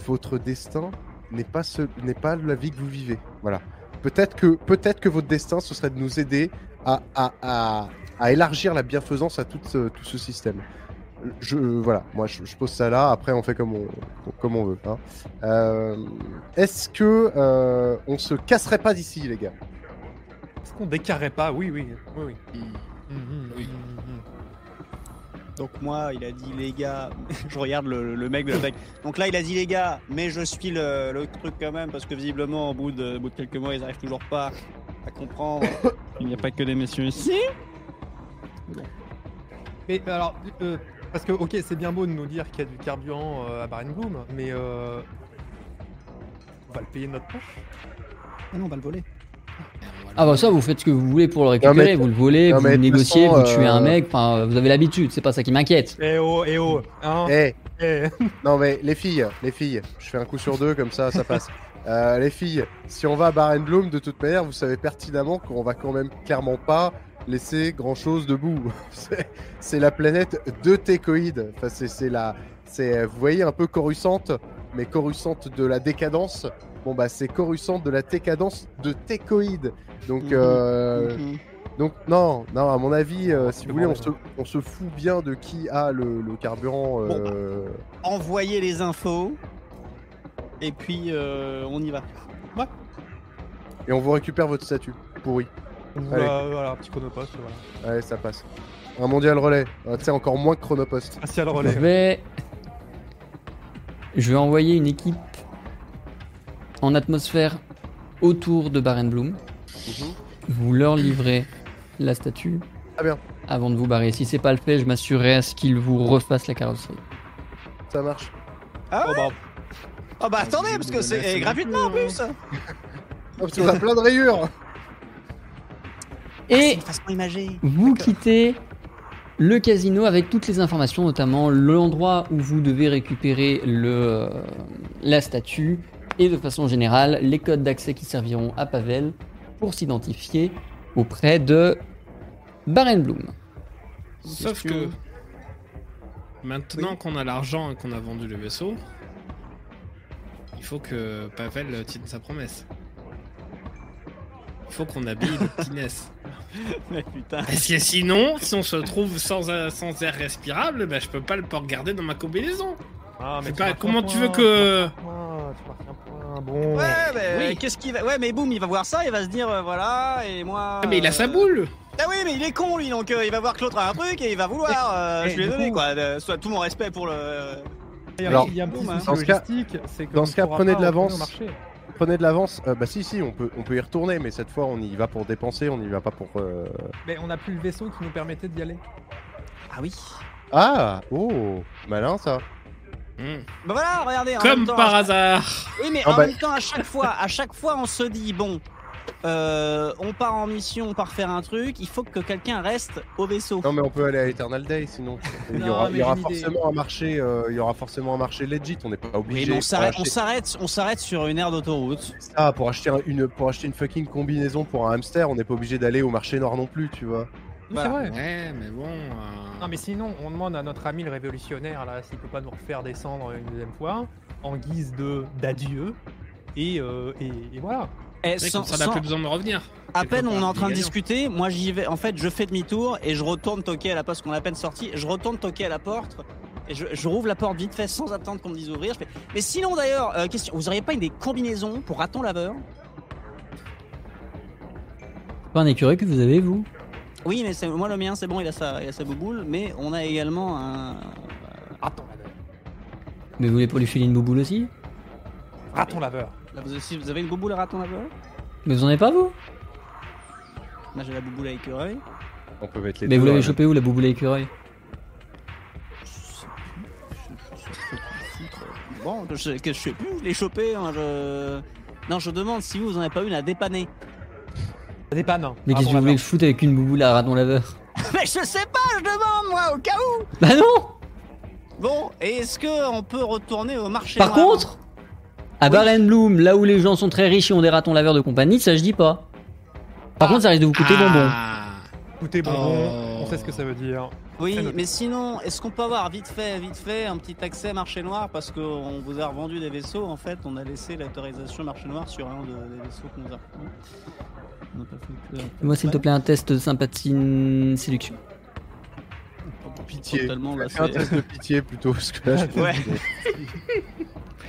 [SPEAKER 3] votre destin n'est pas, ce, n'est pas la vie que vous vivez. Voilà. Peut-être que, peut-être que votre destin, ce serait de nous aider à, à, à, à élargir la bienfaisance à tout ce, tout ce système. Je, voilà, moi je, je pose ça là, après on fait comme on, comme on veut. hein. Euh, Est-ce que euh, on se casserait pas d'ici, les gars
[SPEAKER 5] Est-ce qu'on décarrait pas Oui, oui, oui, oui.
[SPEAKER 6] Hmm.
[SPEAKER 5] Mhm,
[SPEAKER 6] Oui.
[SPEAKER 5] mhm, mhm.
[SPEAKER 4] Donc moi, il a dit les gars, je regarde le, le mec de la tech. Donc là, il a dit les gars, mais je suis le, le truc quand même, parce que visiblement, au bout de, au bout de quelques mois, ils arrivent toujours pas à comprendre. Il n'y a pas que des messieurs ici.
[SPEAKER 5] Mais alors, euh, parce que ok, c'est bien beau de nous dire qu'il y a du carburant euh, à Barenblum, mais euh, on va le payer de notre poche.
[SPEAKER 4] Ah non, on va le voler.
[SPEAKER 1] Ah bah ça, vous faites ce que vous voulez pour le récupérer,
[SPEAKER 3] mais-
[SPEAKER 1] vous le volez,
[SPEAKER 3] non,
[SPEAKER 1] vous
[SPEAKER 3] mais de toute
[SPEAKER 1] négociez,
[SPEAKER 3] façon,
[SPEAKER 1] vous tuez un
[SPEAKER 3] euh,
[SPEAKER 1] mec, enfin euh, vous avez l'habitude, c'est pas ça qui m'inquiète.
[SPEAKER 5] Eh oh, eh oh, hein
[SPEAKER 3] Eh,
[SPEAKER 5] eh.
[SPEAKER 3] non mais les filles, les filles, je fais un coup sur deux comme ça, ça passe. Euh, les filles, si on va à Barenblum, de toute manière, vous savez pertinemment qu'on va quand même clairement pas laisser grand chose debout. C'est- c'est la planète de Técoïde. Enfin, c'est, c'est la, c'est, euh, vous voyez, un peu coruscante, mais coruscante de la décadence. Bon bah, c'est coruscante de la décadence de Técoïde. Donc,
[SPEAKER 4] Mhm.
[SPEAKER 3] euh,
[SPEAKER 4] Mhm.
[SPEAKER 3] Donc non, non, à mon avis, euh, si vous voulez, on
[SPEAKER 5] demande.
[SPEAKER 3] se, on se fout bien de qui a le, le carburant.
[SPEAKER 4] Bon, bah.
[SPEAKER 3] euh,
[SPEAKER 4] Envoyez les infos. Et puis euh, on y va.
[SPEAKER 3] Et on vous récupère votre statut. Pourri.
[SPEAKER 5] Voilà, Bah, voilà, un petit chronopost, voilà.
[SPEAKER 3] Allez, ça passe. Un mondial relais. Euh, tu sais, encore moins que Chronopost.
[SPEAKER 5] Ainsi Ah, à le
[SPEAKER 1] Je
[SPEAKER 5] relais.
[SPEAKER 1] vais... Je vais envoyer une équipe en atmosphère autour de Barenblum. Vous leur livrez la statue
[SPEAKER 3] Mhm. Ah bien.
[SPEAKER 1] avant de vous barrer. Si c'est pas le fait, je m'assurerai à ce qu'ils vous refassent la carrosserie.
[SPEAKER 3] Ça marche.
[SPEAKER 4] Ah
[SPEAKER 5] Oh,
[SPEAKER 4] ouais
[SPEAKER 5] bah,
[SPEAKER 4] Oh bah attendez, parce que c'est eh, gratuitement en plus.
[SPEAKER 3] Ah, parce qu'on a plein de rayures.
[SPEAKER 4] Ah, c'est
[SPEAKER 1] Et
[SPEAKER 4] une façon imagée.
[SPEAKER 1] vous quittez le casino avec toutes les informations, notamment l'endroit où vous devez récupérer le, euh, la statue et de façon générale les codes d'accès qui serviront à Pavel pour s'identifier auprès de Barenblum.
[SPEAKER 6] Sauf que
[SPEAKER 4] Question.
[SPEAKER 6] maintenant qu'on a l'argent et qu'on a vendu le vaisseau, il faut que Pavel tienne sa promesse. Il faut qu'on habille le petit Ness.
[SPEAKER 4] Mais putain.
[SPEAKER 6] Parce que sinon, si on se trouve sans, euh, sans air respirable, bah, je peux pas le garder dans ma combinaison.
[SPEAKER 5] Ah,
[SPEAKER 6] Je sais
[SPEAKER 5] tu
[SPEAKER 6] pas,
[SPEAKER 5] marques un
[SPEAKER 6] comment tu veux
[SPEAKER 5] point,
[SPEAKER 6] que.
[SPEAKER 5] Tu marques un point, tu marques un point, bon.
[SPEAKER 4] Ouais, mais
[SPEAKER 6] Oui.
[SPEAKER 4] qu'est-ce qu'il va Ouais, mais boum, il va voir ça, il va se dire euh, voilà et moi.
[SPEAKER 6] Ah, mais il a sa
[SPEAKER 4] euh,
[SPEAKER 6] boule
[SPEAKER 4] Ah oui, mais il est con lui, donc euh, il va voir que l'autre a un truc et il va vouloir. euh,
[SPEAKER 5] Eh,
[SPEAKER 4] je lui ai
[SPEAKER 5] du
[SPEAKER 4] donné
[SPEAKER 5] coup-
[SPEAKER 4] quoi, de- soit tout mon respect pour le.
[SPEAKER 5] Il y a-
[SPEAKER 3] Alors,
[SPEAKER 5] il y a un petit hein.
[SPEAKER 4] dans
[SPEAKER 5] souci
[SPEAKER 3] ce cas-
[SPEAKER 5] logistique, c'est que
[SPEAKER 3] dans
[SPEAKER 5] on
[SPEAKER 3] ce cas,
[SPEAKER 5] pourra
[SPEAKER 3] prenez
[SPEAKER 5] pas
[SPEAKER 3] de l'avance.
[SPEAKER 5] retourner au marché.
[SPEAKER 3] Prenez de l'avance. Euh, bah si, si, on peut, on peut y retourner, mais cette fois, on y va pour dépenser, on y va pas pour. euh,
[SPEAKER 5] Mais on n'a plus le vaisseau qui nous permettait d'y aller.
[SPEAKER 4] Ah oui.
[SPEAKER 3] Ah, oh, malin ça.
[SPEAKER 6] Hmm.
[SPEAKER 4] Bah voilà, regardez. en
[SPEAKER 6] Comme
[SPEAKER 4] même temps,
[SPEAKER 6] par
[SPEAKER 4] à-
[SPEAKER 6] hasard
[SPEAKER 4] Oui, mais
[SPEAKER 3] Ah
[SPEAKER 4] en
[SPEAKER 3] bah-
[SPEAKER 4] même temps, à chaque fois, à chaque fois, on se dit bon. euh, on part en mission, on part faire un truc, il faut que quelqu'un reste au vaisseau.
[SPEAKER 3] Non mais on peut aller à Eternal Day sinon. Il y
[SPEAKER 5] Non,
[SPEAKER 3] aura,
[SPEAKER 5] mais
[SPEAKER 3] il y aura
[SPEAKER 5] j'ai une idée.
[SPEAKER 3] forcément un marché, euh, il y aura forcément un marché legit. On n'est pas
[SPEAKER 4] Oui,
[SPEAKER 3] obligé.
[SPEAKER 4] mais on s'arrête,
[SPEAKER 3] pour
[SPEAKER 4] on
[SPEAKER 3] acheter
[SPEAKER 4] s'arrête, on s'arrête sur une aire d'autoroute.
[SPEAKER 3] ça, pour acheter un- une, pour acheter une fucking combinaison pour un hamster, on n'est pas obligé d'aller au marché noir non plus, tu vois.
[SPEAKER 5] C'est
[SPEAKER 4] Voilà.
[SPEAKER 5] vrai.
[SPEAKER 6] Ouais, mais bon. euh,
[SPEAKER 5] Non mais sinon, on demande à notre ami le révolutionnaire là s'il peut pas nous refaire descendre une deuxième fois en guise de d'adieu et, euh, et, et voilà.
[SPEAKER 4] Et
[SPEAKER 6] ouais,
[SPEAKER 4] Eh, sans-
[SPEAKER 6] comme ça, on n'a
[SPEAKER 4] sans-
[SPEAKER 6] plus besoin de revenir.
[SPEAKER 4] à peine on est en train de
[SPEAKER 6] Gagnant.
[SPEAKER 4] discuter, moi j'y vais. En fait, je fais demi-tour et je retourne toquer à la porte, parce qu'on est à peine sorti. Je retourne toquer à la porte et je, je rouvre la porte vite fait sans attendre qu'on me dise d'ouvrir. Je fais, Mais sinon d'ailleurs, euh, question, vous auriez pas une des combinaisons pour raton laveur
[SPEAKER 1] Pas un écureuil que vous avez, vous
[SPEAKER 4] Oui, mais c'est moi le mien, c'est bon, il a sa, il a sa bouboule, mais on a également un
[SPEAKER 5] Raton laveur.
[SPEAKER 1] Mais vous voulez pas lui filer une bouboule aussi
[SPEAKER 5] Raton laveur.
[SPEAKER 4] Là, vous, aussi, vous avez une bouboule à raton laveur
[SPEAKER 1] Mais vous en avez pas, vous
[SPEAKER 4] Là, j'ai la bouboule à écureuil.
[SPEAKER 3] On peut mettre les.
[SPEAKER 1] Mais
[SPEAKER 3] deux
[SPEAKER 1] vous
[SPEAKER 3] dans
[SPEAKER 1] l'avez
[SPEAKER 3] la
[SPEAKER 1] chopé où, la bouboule à écureuil
[SPEAKER 4] Bon, je, que je sais plus, je l'ai chopé. hein, je... Non, je demande si vous en avez pas une à dépanner.
[SPEAKER 5] Ça dépanne. hein,
[SPEAKER 1] Mais qu'est-ce que
[SPEAKER 5] raton
[SPEAKER 1] vous voulez
[SPEAKER 5] laveur.
[SPEAKER 1] le foutre avec une bouboule à raton laveur
[SPEAKER 4] Mais je sais pas, je demande moi au cas où.
[SPEAKER 1] Bah non
[SPEAKER 4] Bon, et est-ce que on peut retourner au marché
[SPEAKER 1] Par
[SPEAKER 4] noir
[SPEAKER 1] contre, à Barenbloom, là où les gens sont très riches et ont des ratons laveurs de compagnie, ça je dis pas. Par contre, ça risque de vous coûter bonbon.
[SPEAKER 6] Ah.
[SPEAKER 5] Écoutez bonbon,
[SPEAKER 6] Oh.
[SPEAKER 5] on sait ce que ça veut dire.
[SPEAKER 4] Oui,
[SPEAKER 5] C'est noté.
[SPEAKER 4] mais sinon, est-ce qu'on peut avoir vite fait, vite fait, un petit accès marché noir parce qu'on vous a revendu des vaisseaux. En fait, on a laissé l'autorisation marché noir sur un de- des vaisseaux qu'on vous a. revendu. On n'a pas fait que-
[SPEAKER 1] Moi, s'il te plaît, un test de sympathie séduction.
[SPEAKER 4] Oh,
[SPEAKER 3] Pitié.
[SPEAKER 4] Totalement, là,
[SPEAKER 3] Fais un
[SPEAKER 4] c'est-
[SPEAKER 3] test de pitié plutôt parce que là, je peux
[SPEAKER 4] Ouais.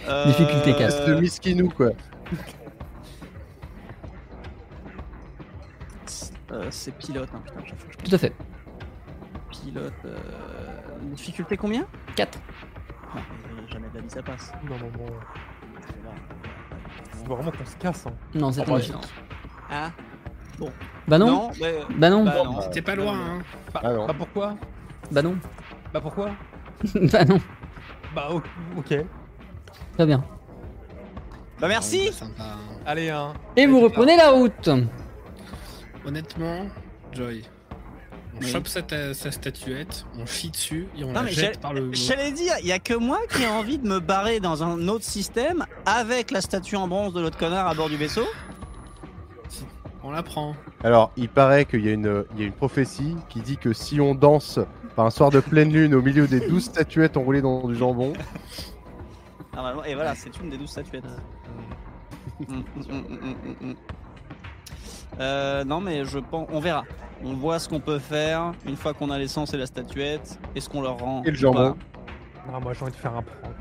[SPEAKER 4] Euh,
[SPEAKER 1] Difficulté quatre.
[SPEAKER 3] test de miskinou quoi.
[SPEAKER 4] euh, c'est pilote, hein, putain, chaque fois que
[SPEAKER 1] Tout à fait.
[SPEAKER 4] je pilote. euh, Difficulté combien
[SPEAKER 1] 4.
[SPEAKER 4] Ah, euh, Jamais de la vie, ça passe.
[SPEAKER 5] Non non bon, faut vraiment qu'on se casse. Hein.
[SPEAKER 1] Non, c'est
[SPEAKER 5] Oh,
[SPEAKER 1] tombé.
[SPEAKER 5] bah,
[SPEAKER 4] Ah,
[SPEAKER 1] Bah non,
[SPEAKER 4] mais-
[SPEAKER 1] Bah non,
[SPEAKER 4] bah non.
[SPEAKER 6] C'était pas loin, hein.
[SPEAKER 5] Bah,
[SPEAKER 3] Ah non.
[SPEAKER 5] bah pourquoi
[SPEAKER 1] bah non,
[SPEAKER 5] Bah pourquoi
[SPEAKER 1] bah non.
[SPEAKER 5] Bah o- ok.
[SPEAKER 1] Très bien.
[SPEAKER 4] Bah merci
[SPEAKER 6] C'est sympa, hein.
[SPEAKER 5] Allez hein.
[SPEAKER 1] Et vous reprenez la route.
[SPEAKER 6] Honnêtement, Joy. On
[SPEAKER 4] Oui.
[SPEAKER 6] chope sa, ta- sa statuette, on chie dessus et on
[SPEAKER 4] Non,
[SPEAKER 6] la
[SPEAKER 4] mais
[SPEAKER 6] jette
[SPEAKER 4] j'ai-
[SPEAKER 6] par le.
[SPEAKER 4] J'allais dire, il y a que moi qui ai envie de me barrer dans un autre système avec la statue en bronze de l'autre connard à bord du vaisseau.
[SPEAKER 6] On la prend.
[SPEAKER 3] Alors, il paraît qu'il y, a une- il y a une prophétie qui dit que si on danse par un soir de pleine lune au milieu des douze statuettes enroulées dans du jambon,
[SPEAKER 4] Normalement, et voilà, c'est une des douze statuettes. Mm, mm, mm, mm, mm. Euh, non, mais je pense, on verra. On voit ce qu'on peut faire une fois qu'on a l'essence et la statuette. Est-ce qu'on leur rend
[SPEAKER 3] Et le
[SPEAKER 4] ou
[SPEAKER 3] jambon.
[SPEAKER 4] pas
[SPEAKER 5] Ah, moi j'ai envie de faire un prank.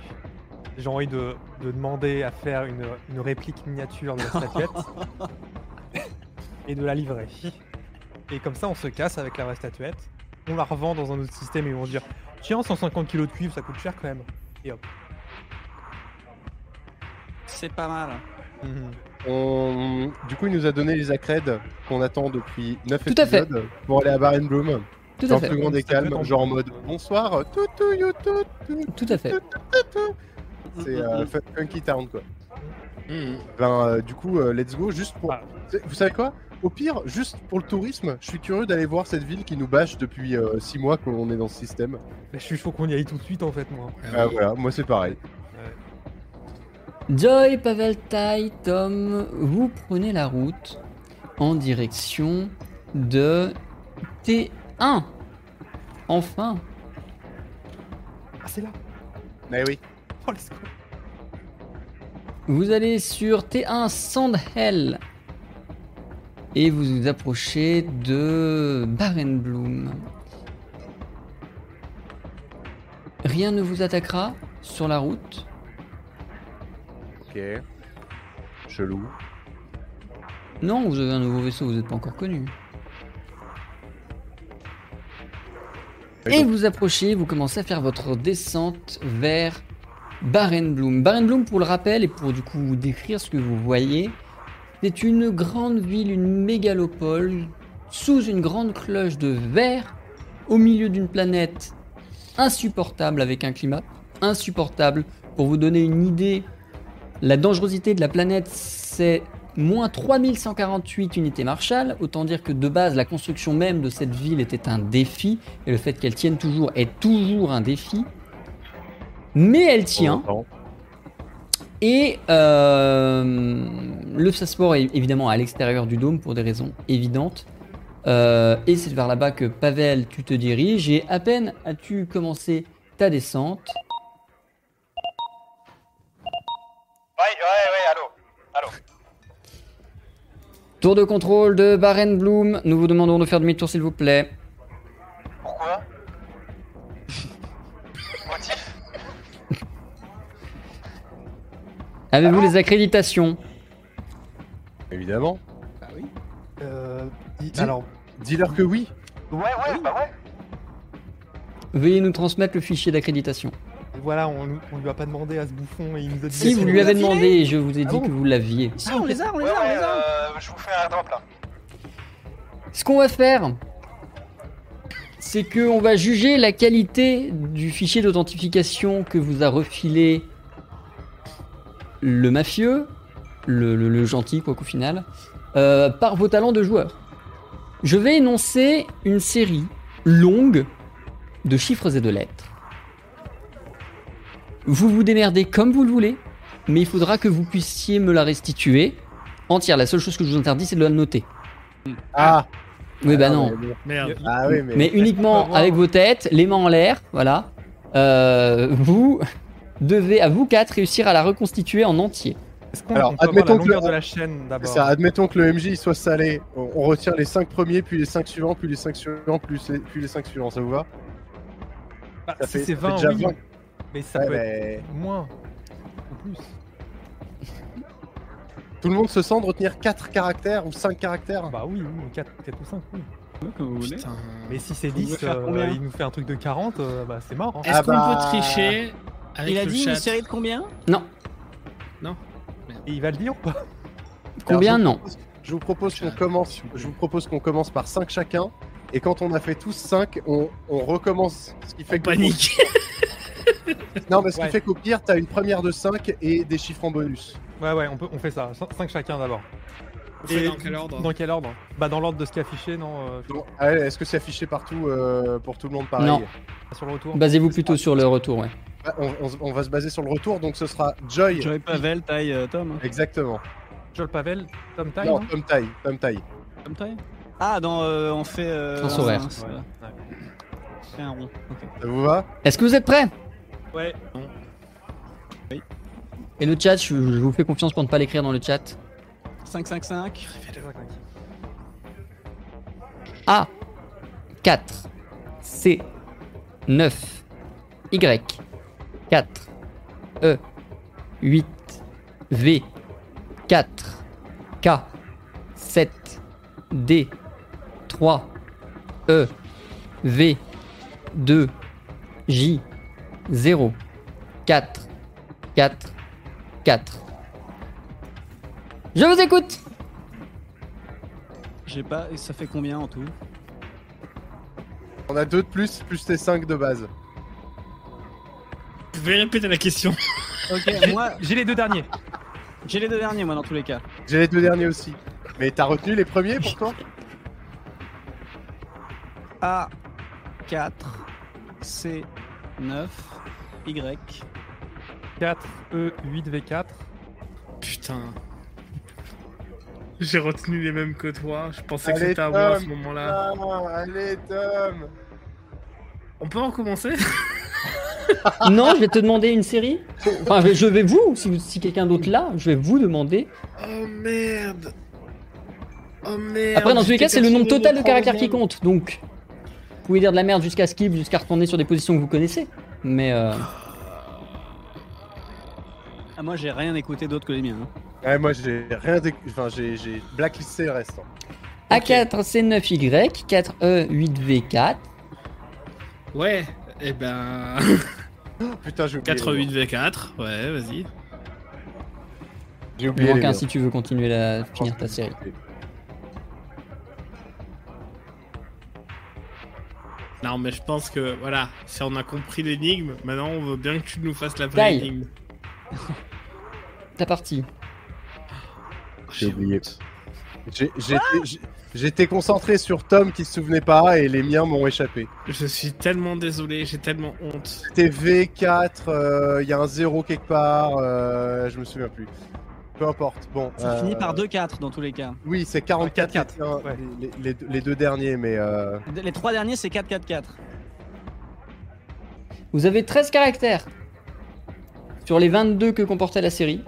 [SPEAKER 5] J'ai envie de, de demander à faire une, une réplique miniature de la statuette et de la livrer. Et comme ça on se casse avec la vraie statuette, on la revend dans un autre système et ils vont se dire tiens 150 kilos de cuivre ça coûte cher quand même.
[SPEAKER 4] C'est pas mal.
[SPEAKER 5] Mhm.
[SPEAKER 3] on... du coup, il nous a donné les accrèdes qu'on attend depuis 9
[SPEAKER 1] Tout à fait.
[SPEAKER 3] épisodes pour aller à Barenblum. Bloom.
[SPEAKER 1] Tout à
[SPEAKER 3] Dans le
[SPEAKER 1] fait.
[SPEAKER 3] second des
[SPEAKER 5] Ça peut être
[SPEAKER 3] calmes,
[SPEAKER 5] en-
[SPEAKER 3] genre en mode bonsoir, tout, tout, you, tout, tout.
[SPEAKER 1] Tout à fait.
[SPEAKER 3] C'est euh, Fun- Funky Town quoi.
[SPEAKER 6] Mmh.
[SPEAKER 3] Ben, euh, du coup, euh, let's go, juste pour.
[SPEAKER 5] Ah.
[SPEAKER 3] C'est- Vous savez quoi Au pire, juste pour le tourisme, je suis curieux d'aller voir cette ville qui nous bâche depuis 6 mois qu'on est dans ce système.
[SPEAKER 5] Bah, je suis chaud qu'on y aille tout de suite en fait moi.
[SPEAKER 6] Ah
[SPEAKER 3] Ah,
[SPEAKER 6] oui.
[SPEAKER 3] voilà, moi c'est pareil.
[SPEAKER 1] Joy, Pavel Tai, Tom, vous prenez la route en direction de T1. Enfin,
[SPEAKER 5] Ah c'est là
[SPEAKER 3] Mais oui.
[SPEAKER 5] Oh let's go
[SPEAKER 1] Vous allez sur T1 Sandhell et vous vous approchez de Barenbloom. Rien ne vous attaquera sur la route.
[SPEAKER 3] Ok. Chelou.
[SPEAKER 1] Non, vous avez un nouveau vaisseau, vous n'êtes pas encore connu. Et vous approchez, vous commencez à faire votre descente vers Barenbloom. Barenbloom, pour le rappel et pour du coup vous décrire ce que vous voyez, c'est une grande ville, une mégalopole, sous une grande cloche de verre, au milieu d'une planète insupportable avec un climat insupportable. Pour vous donner une idée, la dangerosité de la planète, c'est
[SPEAKER 7] moins 3148 unités marshall, autant dire que de base la construction même de cette ville était un défi, et le fait qu'elle tienne toujours est toujours un défi. Mais elle tient, et euh, le Sasport est évidemment à l'extérieur du dôme pour des raisons évidentes. Euh, et c'est vers là-bas que Pavel, tu te diriges. Et à peine as-tu commencé ta descente.
[SPEAKER 9] Ouais, ouais, ouais, allô.
[SPEAKER 7] Tour de contrôle de Baren Bloom. Nous vous demandons de faire demi-tour s'il vous plaît.
[SPEAKER 9] Pourquoi Motif
[SPEAKER 7] Avez-vous les accréditations
[SPEAKER 3] Évidemment.
[SPEAKER 5] Euh,
[SPEAKER 3] Dis-
[SPEAKER 5] alors,
[SPEAKER 3] Dis-leur que oui.
[SPEAKER 9] Ouais, ouais, bah ouais.
[SPEAKER 7] Veuillez nous transmettre le fichier d'accréditation.
[SPEAKER 5] voilà, on, lui- on lui a pas demandé à ce bouffon et il nous a dit.
[SPEAKER 7] Si
[SPEAKER 5] que-
[SPEAKER 7] vous lui avez demandé, et je vous ai
[SPEAKER 5] Ah
[SPEAKER 7] dit
[SPEAKER 5] bon
[SPEAKER 7] que vous l'aviez.
[SPEAKER 4] Si, Ah, on les a, on les
[SPEAKER 9] Ouais,
[SPEAKER 4] a, on
[SPEAKER 9] ouais,
[SPEAKER 4] les a.
[SPEAKER 9] euh, je vous fais un drop là.
[SPEAKER 7] Ce qu'on va faire, c'est que on va juger la qualité du fichier d'authentification que vous a refilé le mafieux, le, le- le gentil quoi qu'au final, euh, par vos talents de joueur. Je vais énoncer une série longue de chiffres et de lettres. Vous vous démerdez comme vous le voulez, mais il faudra que vous puissiez me la restituer entière. La seule chose que je vous interdis, c'est de la noter.
[SPEAKER 3] Ah.
[SPEAKER 7] Oui, bah non.
[SPEAKER 6] Merde.
[SPEAKER 3] Ah oui, mais.
[SPEAKER 7] Mais uniquement avec vos têtes, les mains en l'air, voilà. Euh, vous devez, à vous quatre, réussir à la reconstituer en entier.
[SPEAKER 5] Est-ce qu'on
[SPEAKER 3] Alors,
[SPEAKER 5] on peut avoir
[SPEAKER 3] admettons
[SPEAKER 5] la
[SPEAKER 3] que
[SPEAKER 5] longueur
[SPEAKER 3] le-
[SPEAKER 5] de la chaîne d'abord
[SPEAKER 3] Ça, admettons que le MJ il soit salé. On, on retire les 5 premiers, puis les 5 suivants, puis les 5 suivants, puis les, puis les 5 suivants. Ça vous va
[SPEAKER 5] Bah,
[SPEAKER 3] ça
[SPEAKER 5] si
[SPEAKER 3] fait-
[SPEAKER 5] c'est
[SPEAKER 3] ça fait
[SPEAKER 5] 20,
[SPEAKER 3] déjà
[SPEAKER 5] oui,
[SPEAKER 3] 20.
[SPEAKER 5] mais ça
[SPEAKER 3] Ouais,
[SPEAKER 5] peut être
[SPEAKER 3] mais
[SPEAKER 5] moins ou plus.
[SPEAKER 3] Tout le monde se sent de retenir 4 caractères ou 5 caractères
[SPEAKER 5] Bah oui, oui 4, ou 5, oui.
[SPEAKER 4] Comme vous voulez.
[SPEAKER 6] Putain.
[SPEAKER 5] Mais si c'est
[SPEAKER 4] Vous voulez
[SPEAKER 5] 10,
[SPEAKER 4] faire
[SPEAKER 5] euh,
[SPEAKER 4] combien
[SPEAKER 5] il nous fait un truc de 40, euh, bah c'est mort. hein.
[SPEAKER 6] Est-ce
[SPEAKER 3] Ah
[SPEAKER 6] qu'on
[SPEAKER 3] bah.
[SPEAKER 6] peut tricher avec
[SPEAKER 4] Il a
[SPEAKER 6] le
[SPEAKER 4] dit une
[SPEAKER 6] chat
[SPEAKER 4] série de combien
[SPEAKER 7] Non.
[SPEAKER 5] Et il va le dire ou pas
[SPEAKER 7] Combien
[SPEAKER 3] Alors,
[SPEAKER 7] Non.
[SPEAKER 3] Je vous propose qu'on commence. Je vous propose qu'on commence par 5 chacun. Et quand on a fait tous 5, on, on recommence. Ce qui fait
[SPEAKER 6] On
[SPEAKER 3] que-
[SPEAKER 6] panique.
[SPEAKER 3] Non, mais ce qui
[SPEAKER 5] Ouais.
[SPEAKER 3] fait qu'au pire, t'as une première de 5 et des chiffres en bonus.
[SPEAKER 5] Ouais, ouais, on, peut, on fait ça. 5 chacun d'abord.
[SPEAKER 6] On fait dans quel ordre
[SPEAKER 5] Dans quel ordre Bah dans l'ordre de ce qui est affiché, non euh,
[SPEAKER 3] Donc, ah ouais, Est-ce que c'est affiché partout euh, pour tout le monde pareil
[SPEAKER 7] Non.
[SPEAKER 5] Sur le retour
[SPEAKER 7] Basez-vous plutôt sur le retour, ouais.
[SPEAKER 3] Bah, on, on- on va se baser sur le retour, donc ce sera Joy.
[SPEAKER 4] J'aurais Pavel, taille euh, Tom.
[SPEAKER 3] Exactement.
[SPEAKER 5] Joel Pavel, Tom Tye,
[SPEAKER 3] non,
[SPEAKER 5] non
[SPEAKER 3] Tom Taille. Tom Taille.
[SPEAKER 4] Comme taille Ah, dans. euh, on fait. Euh,
[SPEAKER 7] Sens
[SPEAKER 4] un-
[SPEAKER 7] horaire.
[SPEAKER 4] un- c'est-
[SPEAKER 5] Ouais.
[SPEAKER 4] c'est un rond. Ok.
[SPEAKER 3] Ça vous va
[SPEAKER 7] Est-ce que vous êtes prêts
[SPEAKER 5] Ouais.
[SPEAKER 7] Et le chat, je, je vous fais confiance pour ne pas l'écrire dans le chat.
[SPEAKER 4] 5, 5, 5.
[SPEAKER 7] A 4 C 9 Y 4 E 8 V 4 K 7 D 3 E V 2 J 0 4 4 4 Je vous écoute
[SPEAKER 4] J'ai pas. Et ça fait combien en tout
[SPEAKER 3] On a deux de plus, plus tes 5 de base.
[SPEAKER 6] Vous pouvez répéter la question.
[SPEAKER 4] Ok, moi,
[SPEAKER 5] J'ai les deux derniers.
[SPEAKER 4] j'ai les deux derniers, moi, dans tous les cas.
[SPEAKER 3] J'ai les deux derniers aussi. Mais t'as retenu les premiers pour toi
[SPEAKER 4] A, 4, C, 9, Y.
[SPEAKER 5] 4, E, 8, V4.
[SPEAKER 6] Putain. J'ai retenu les mêmes que toi. Je pensais que
[SPEAKER 3] Allez,
[SPEAKER 6] c'était à moi à ce
[SPEAKER 3] Tom.
[SPEAKER 6] moment-là.
[SPEAKER 3] Non, Ah, allez, Tom
[SPEAKER 6] On peut recommencer
[SPEAKER 7] Non, je vais te demander une série. Enfin, je- je vais vous, si, vous- si quelqu'un d'autre là, je vais vous demander.
[SPEAKER 6] Oh merde Oh merde
[SPEAKER 7] Après, dans tous les cas, c'est le nombre total de caractères qui
[SPEAKER 6] compte.
[SPEAKER 7] compte. Donc, vous pouvez dire de la merde jusqu'à skip, jusqu'à retourner sur des positions que vous connaissez. Mais euh,
[SPEAKER 4] Ah, moi, j'ai rien écouté d'autre que les miens. hein.
[SPEAKER 3] Ouais, moi j'ai rien dé... Enfin, j'ai, j'ai blacklisté le reste. hein.
[SPEAKER 7] A4, C9Y, 4E, 8V4.
[SPEAKER 6] Ouais, et ben.
[SPEAKER 3] Putain, j'ai oublié.
[SPEAKER 6] 4-8v4, ouais, vas-y.
[SPEAKER 3] J'ai oublié. les
[SPEAKER 7] Manque un
[SPEAKER 3] noms.
[SPEAKER 7] si tu veux continuer la finir ta série.
[SPEAKER 6] Non, mais je pense que, voilà, si on a compris l'énigme, maintenant on veut bien que tu nous fasses la vraie
[SPEAKER 7] Taille.
[SPEAKER 6] énigme.
[SPEAKER 7] Ta partie.
[SPEAKER 6] Ah,
[SPEAKER 3] J'ai oublié. J'ai- J'étais j'ai- j'étais concentré sur Tom qui se souvenait pas et les miens m'ont échappé.
[SPEAKER 6] Je suis tellement désolé, j'ai tellement honte.
[SPEAKER 3] C'était V4, il y a un 0 quelque part, euh, je me souviens plus. Peu importe. Bon,
[SPEAKER 4] Ça
[SPEAKER 3] euh,
[SPEAKER 4] finit par 2-4 dans tous les cas.
[SPEAKER 3] Oui, c'est 44 les
[SPEAKER 5] 44,
[SPEAKER 3] tiens,
[SPEAKER 5] ouais.
[SPEAKER 3] les, les- les deux- les deux derniers, mais euh,
[SPEAKER 4] Les trois derniers, c'est 4-4-4.
[SPEAKER 7] Vous avez 13 caractères sur les 22 que comportait la série.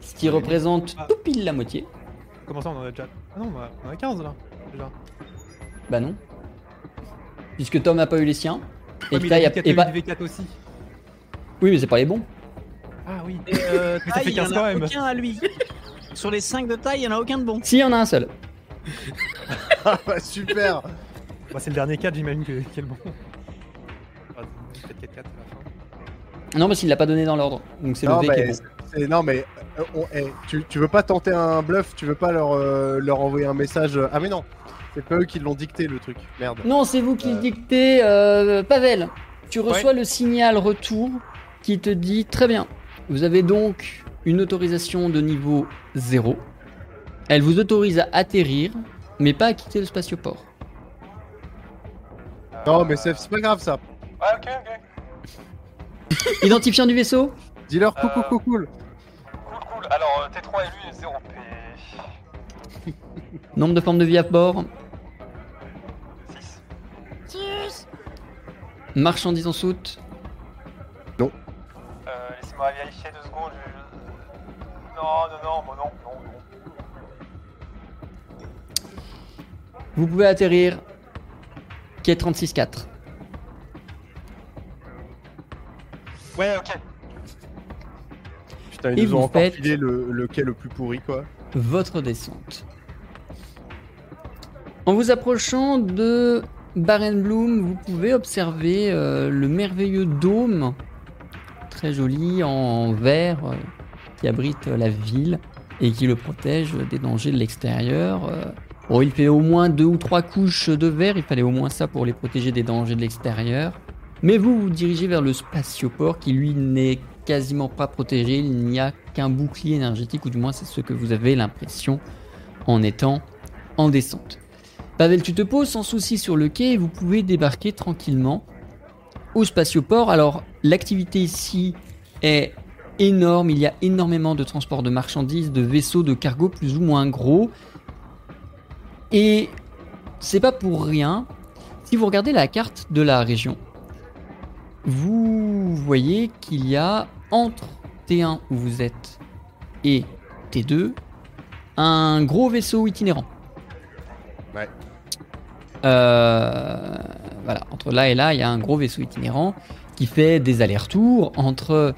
[SPEAKER 7] Ce qui représente tout pile la moitié.
[SPEAKER 5] Comment ça, on en a déjà. Ah non, on en a- on en a 15 là. Déjà.
[SPEAKER 7] Bah non. Puisque Tom n'a pas eu les siens. Et
[SPEAKER 5] Ouais, mais
[SPEAKER 7] Ktai
[SPEAKER 5] il
[SPEAKER 7] a-
[SPEAKER 5] a eu
[SPEAKER 7] et pas...
[SPEAKER 5] V4 aussi.
[SPEAKER 7] Oui, mais c'est pas les bons.
[SPEAKER 5] Ah oui.
[SPEAKER 4] Euh,
[SPEAKER 5] Mais ça
[SPEAKER 4] taille,
[SPEAKER 5] fait
[SPEAKER 4] il y en
[SPEAKER 5] 15
[SPEAKER 4] a
[SPEAKER 5] quand même.
[SPEAKER 4] Aucun à lui. Sur les 5 de taille, il n'y en a aucun de bon.
[SPEAKER 7] Si, il y en a un seul.
[SPEAKER 3] ah bah, super.
[SPEAKER 5] Bah, c'est le dernier 4, j'imagine que quel bon. Ah, c'est peut-être 4-4 à la fin.
[SPEAKER 7] Non, parce qu'il l'a pas donné dans l'ordre. Donc c'est le
[SPEAKER 3] Non bah,
[SPEAKER 7] V qui est
[SPEAKER 3] mais,
[SPEAKER 7] bon.
[SPEAKER 3] c'est- non, mais euh, on- eh, tu, tu veux pas tenter un bluff, tu veux pas leur euh, leur envoyer un message. euh, Ah mais non, c'est pas eux qui l'ont dicté le truc. Merde.
[SPEAKER 7] Non, c'est vous qui
[SPEAKER 3] Euh.
[SPEAKER 7] le dictez, euh, Pavel. Tu reçois le signal retour qui te dit très bien. Vous avez donc une autorisation de niveau 0. Elle vous autorise à atterrir, mais pas à quitter le spatioport.
[SPEAKER 3] Non mais c'est c'est pas grave ça.
[SPEAKER 8] Ouais, ok, ok.
[SPEAKER 7] Identifiant du vaisseau
[SPEAKER 3] Dis-leur coucou
[SPEAKER 8] Euh.
[SPEAKER 3] coucou. cool.
[SPEAKER 8] Cool, cool. Alors, euh, T3 et lui, 0P.
[SPEAKER 7] Nombre de formes de vie à bord
[SPEAKER 8] 6.
[SPEAKER 7] Marchandises en soute
[SPEAKER 8] Euh, laissez-moi vérifier deux secondes. je- Non, non, non, bon, non, non, non.
[SPEAKER 7] Vous pouvez atterrir quai 36-4.
[SPEAKER 8] Ouais, ok.
[SPEAKER 3] Putain ils
[SPEAKER 7] Et
[SPEAKER 3] nous ont
[SPEAKER 7] vous
[SPEAKER 3] encore
[SPEAKER 7] faites-
[SPEAKER 3] filé le, le quai le plus pourri quoi.
[SPEAKER 7] votre descente. En vous approchant de Barenblum, vous pouvez observer euh, le merveilleux dôme, très joli, en verre, euh, qui abrite euh, la ville et qui le protège des dangers de l'extérieur. euh. Bon, il fait au moins deux ou trois couches de verre, il fallait au moins ça pour les protéger des dangers de l'extérieur. Mais vous vous dirigez vers le spatioport qui lui n'est quasiment pas protégé, il n'y a qu'un bouclier énergétique, ou du moins c'est ce que vous avez l'impression en étant en descente. Pavel, tu te poses sans souci sur le quai et vous pouvez débarquer tranquillement au spatioport. Alors, l'activité ici est énorme, il y a énormément de transport de marchandises, de vaisseaux, de cargo plus ou moins gros. Et c'est pas pour rien. Si vous regardez la carte de la région, vous voyez qu'il y a entre T1 où vous êtes et T2 un gros vaisseau itinérant.
[SPEAKER 3] Ouais.
[SPEAKER 7] Euh, voilà, entre là et là, il y a un gros vaisseau itinérant qui fait des allers-retours entre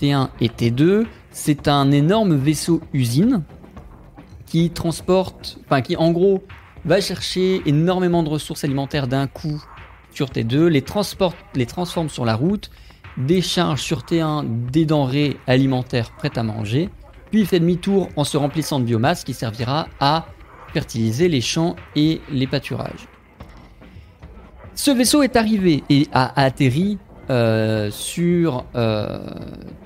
[SPEAKER 7] T1 et T2. C'est un énorme vaisseau usine qui transporte, enfin qui en gros va chercher énormément de ressources alimentaires d'un coup sur T2, les, transporte, les transforme sur la route, décharge sur T1 des denrées alimentaires prêtes à manger, puis il fait demi-tour en se remplissant de biomasse qui servira à fertiliser les champs et les pâturages. Ce vaisseau est arrivé et a atterri euh, sur euh,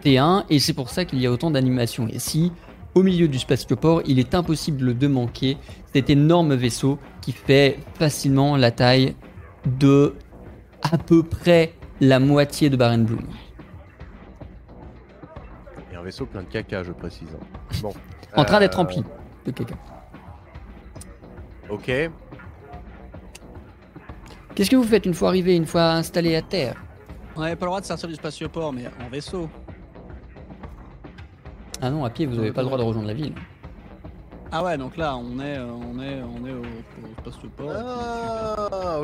[SPEAKER 7] T1 et c'est pour ça qu'il y a autant d'animations ici. Au milieu du spatioport, il est impossible de manquer cet énorme vaisseau qui fait facilement la taille de à peu près la moitié de Barren Bloom.
[SPEAKER 3] Et un vaisseau plein de caca je précise. hein. Bon.
[SPEAKER 7] En train d'être
[SPEAKER 3] Euh,
[SPEAKER 7] rempli de caca.
[SPEAKER 3] Ok.
[SPEAKER 7] Qu'est-ce que vous faites une fois arrivé, une fois installé à terre
[SPEAKER 4] On n'avait pas le droit de sortir du spatioport, mais en vaisseau.
[SPEAKER 7] Ah non, à pied, vous n'avez pas le droit de rejoindre la ville.
[SPEAKER 4] Ah ouais, donc là, on est, euh, on est, on est au, au spatioport. et puis-
[SPEAKER 3] Ah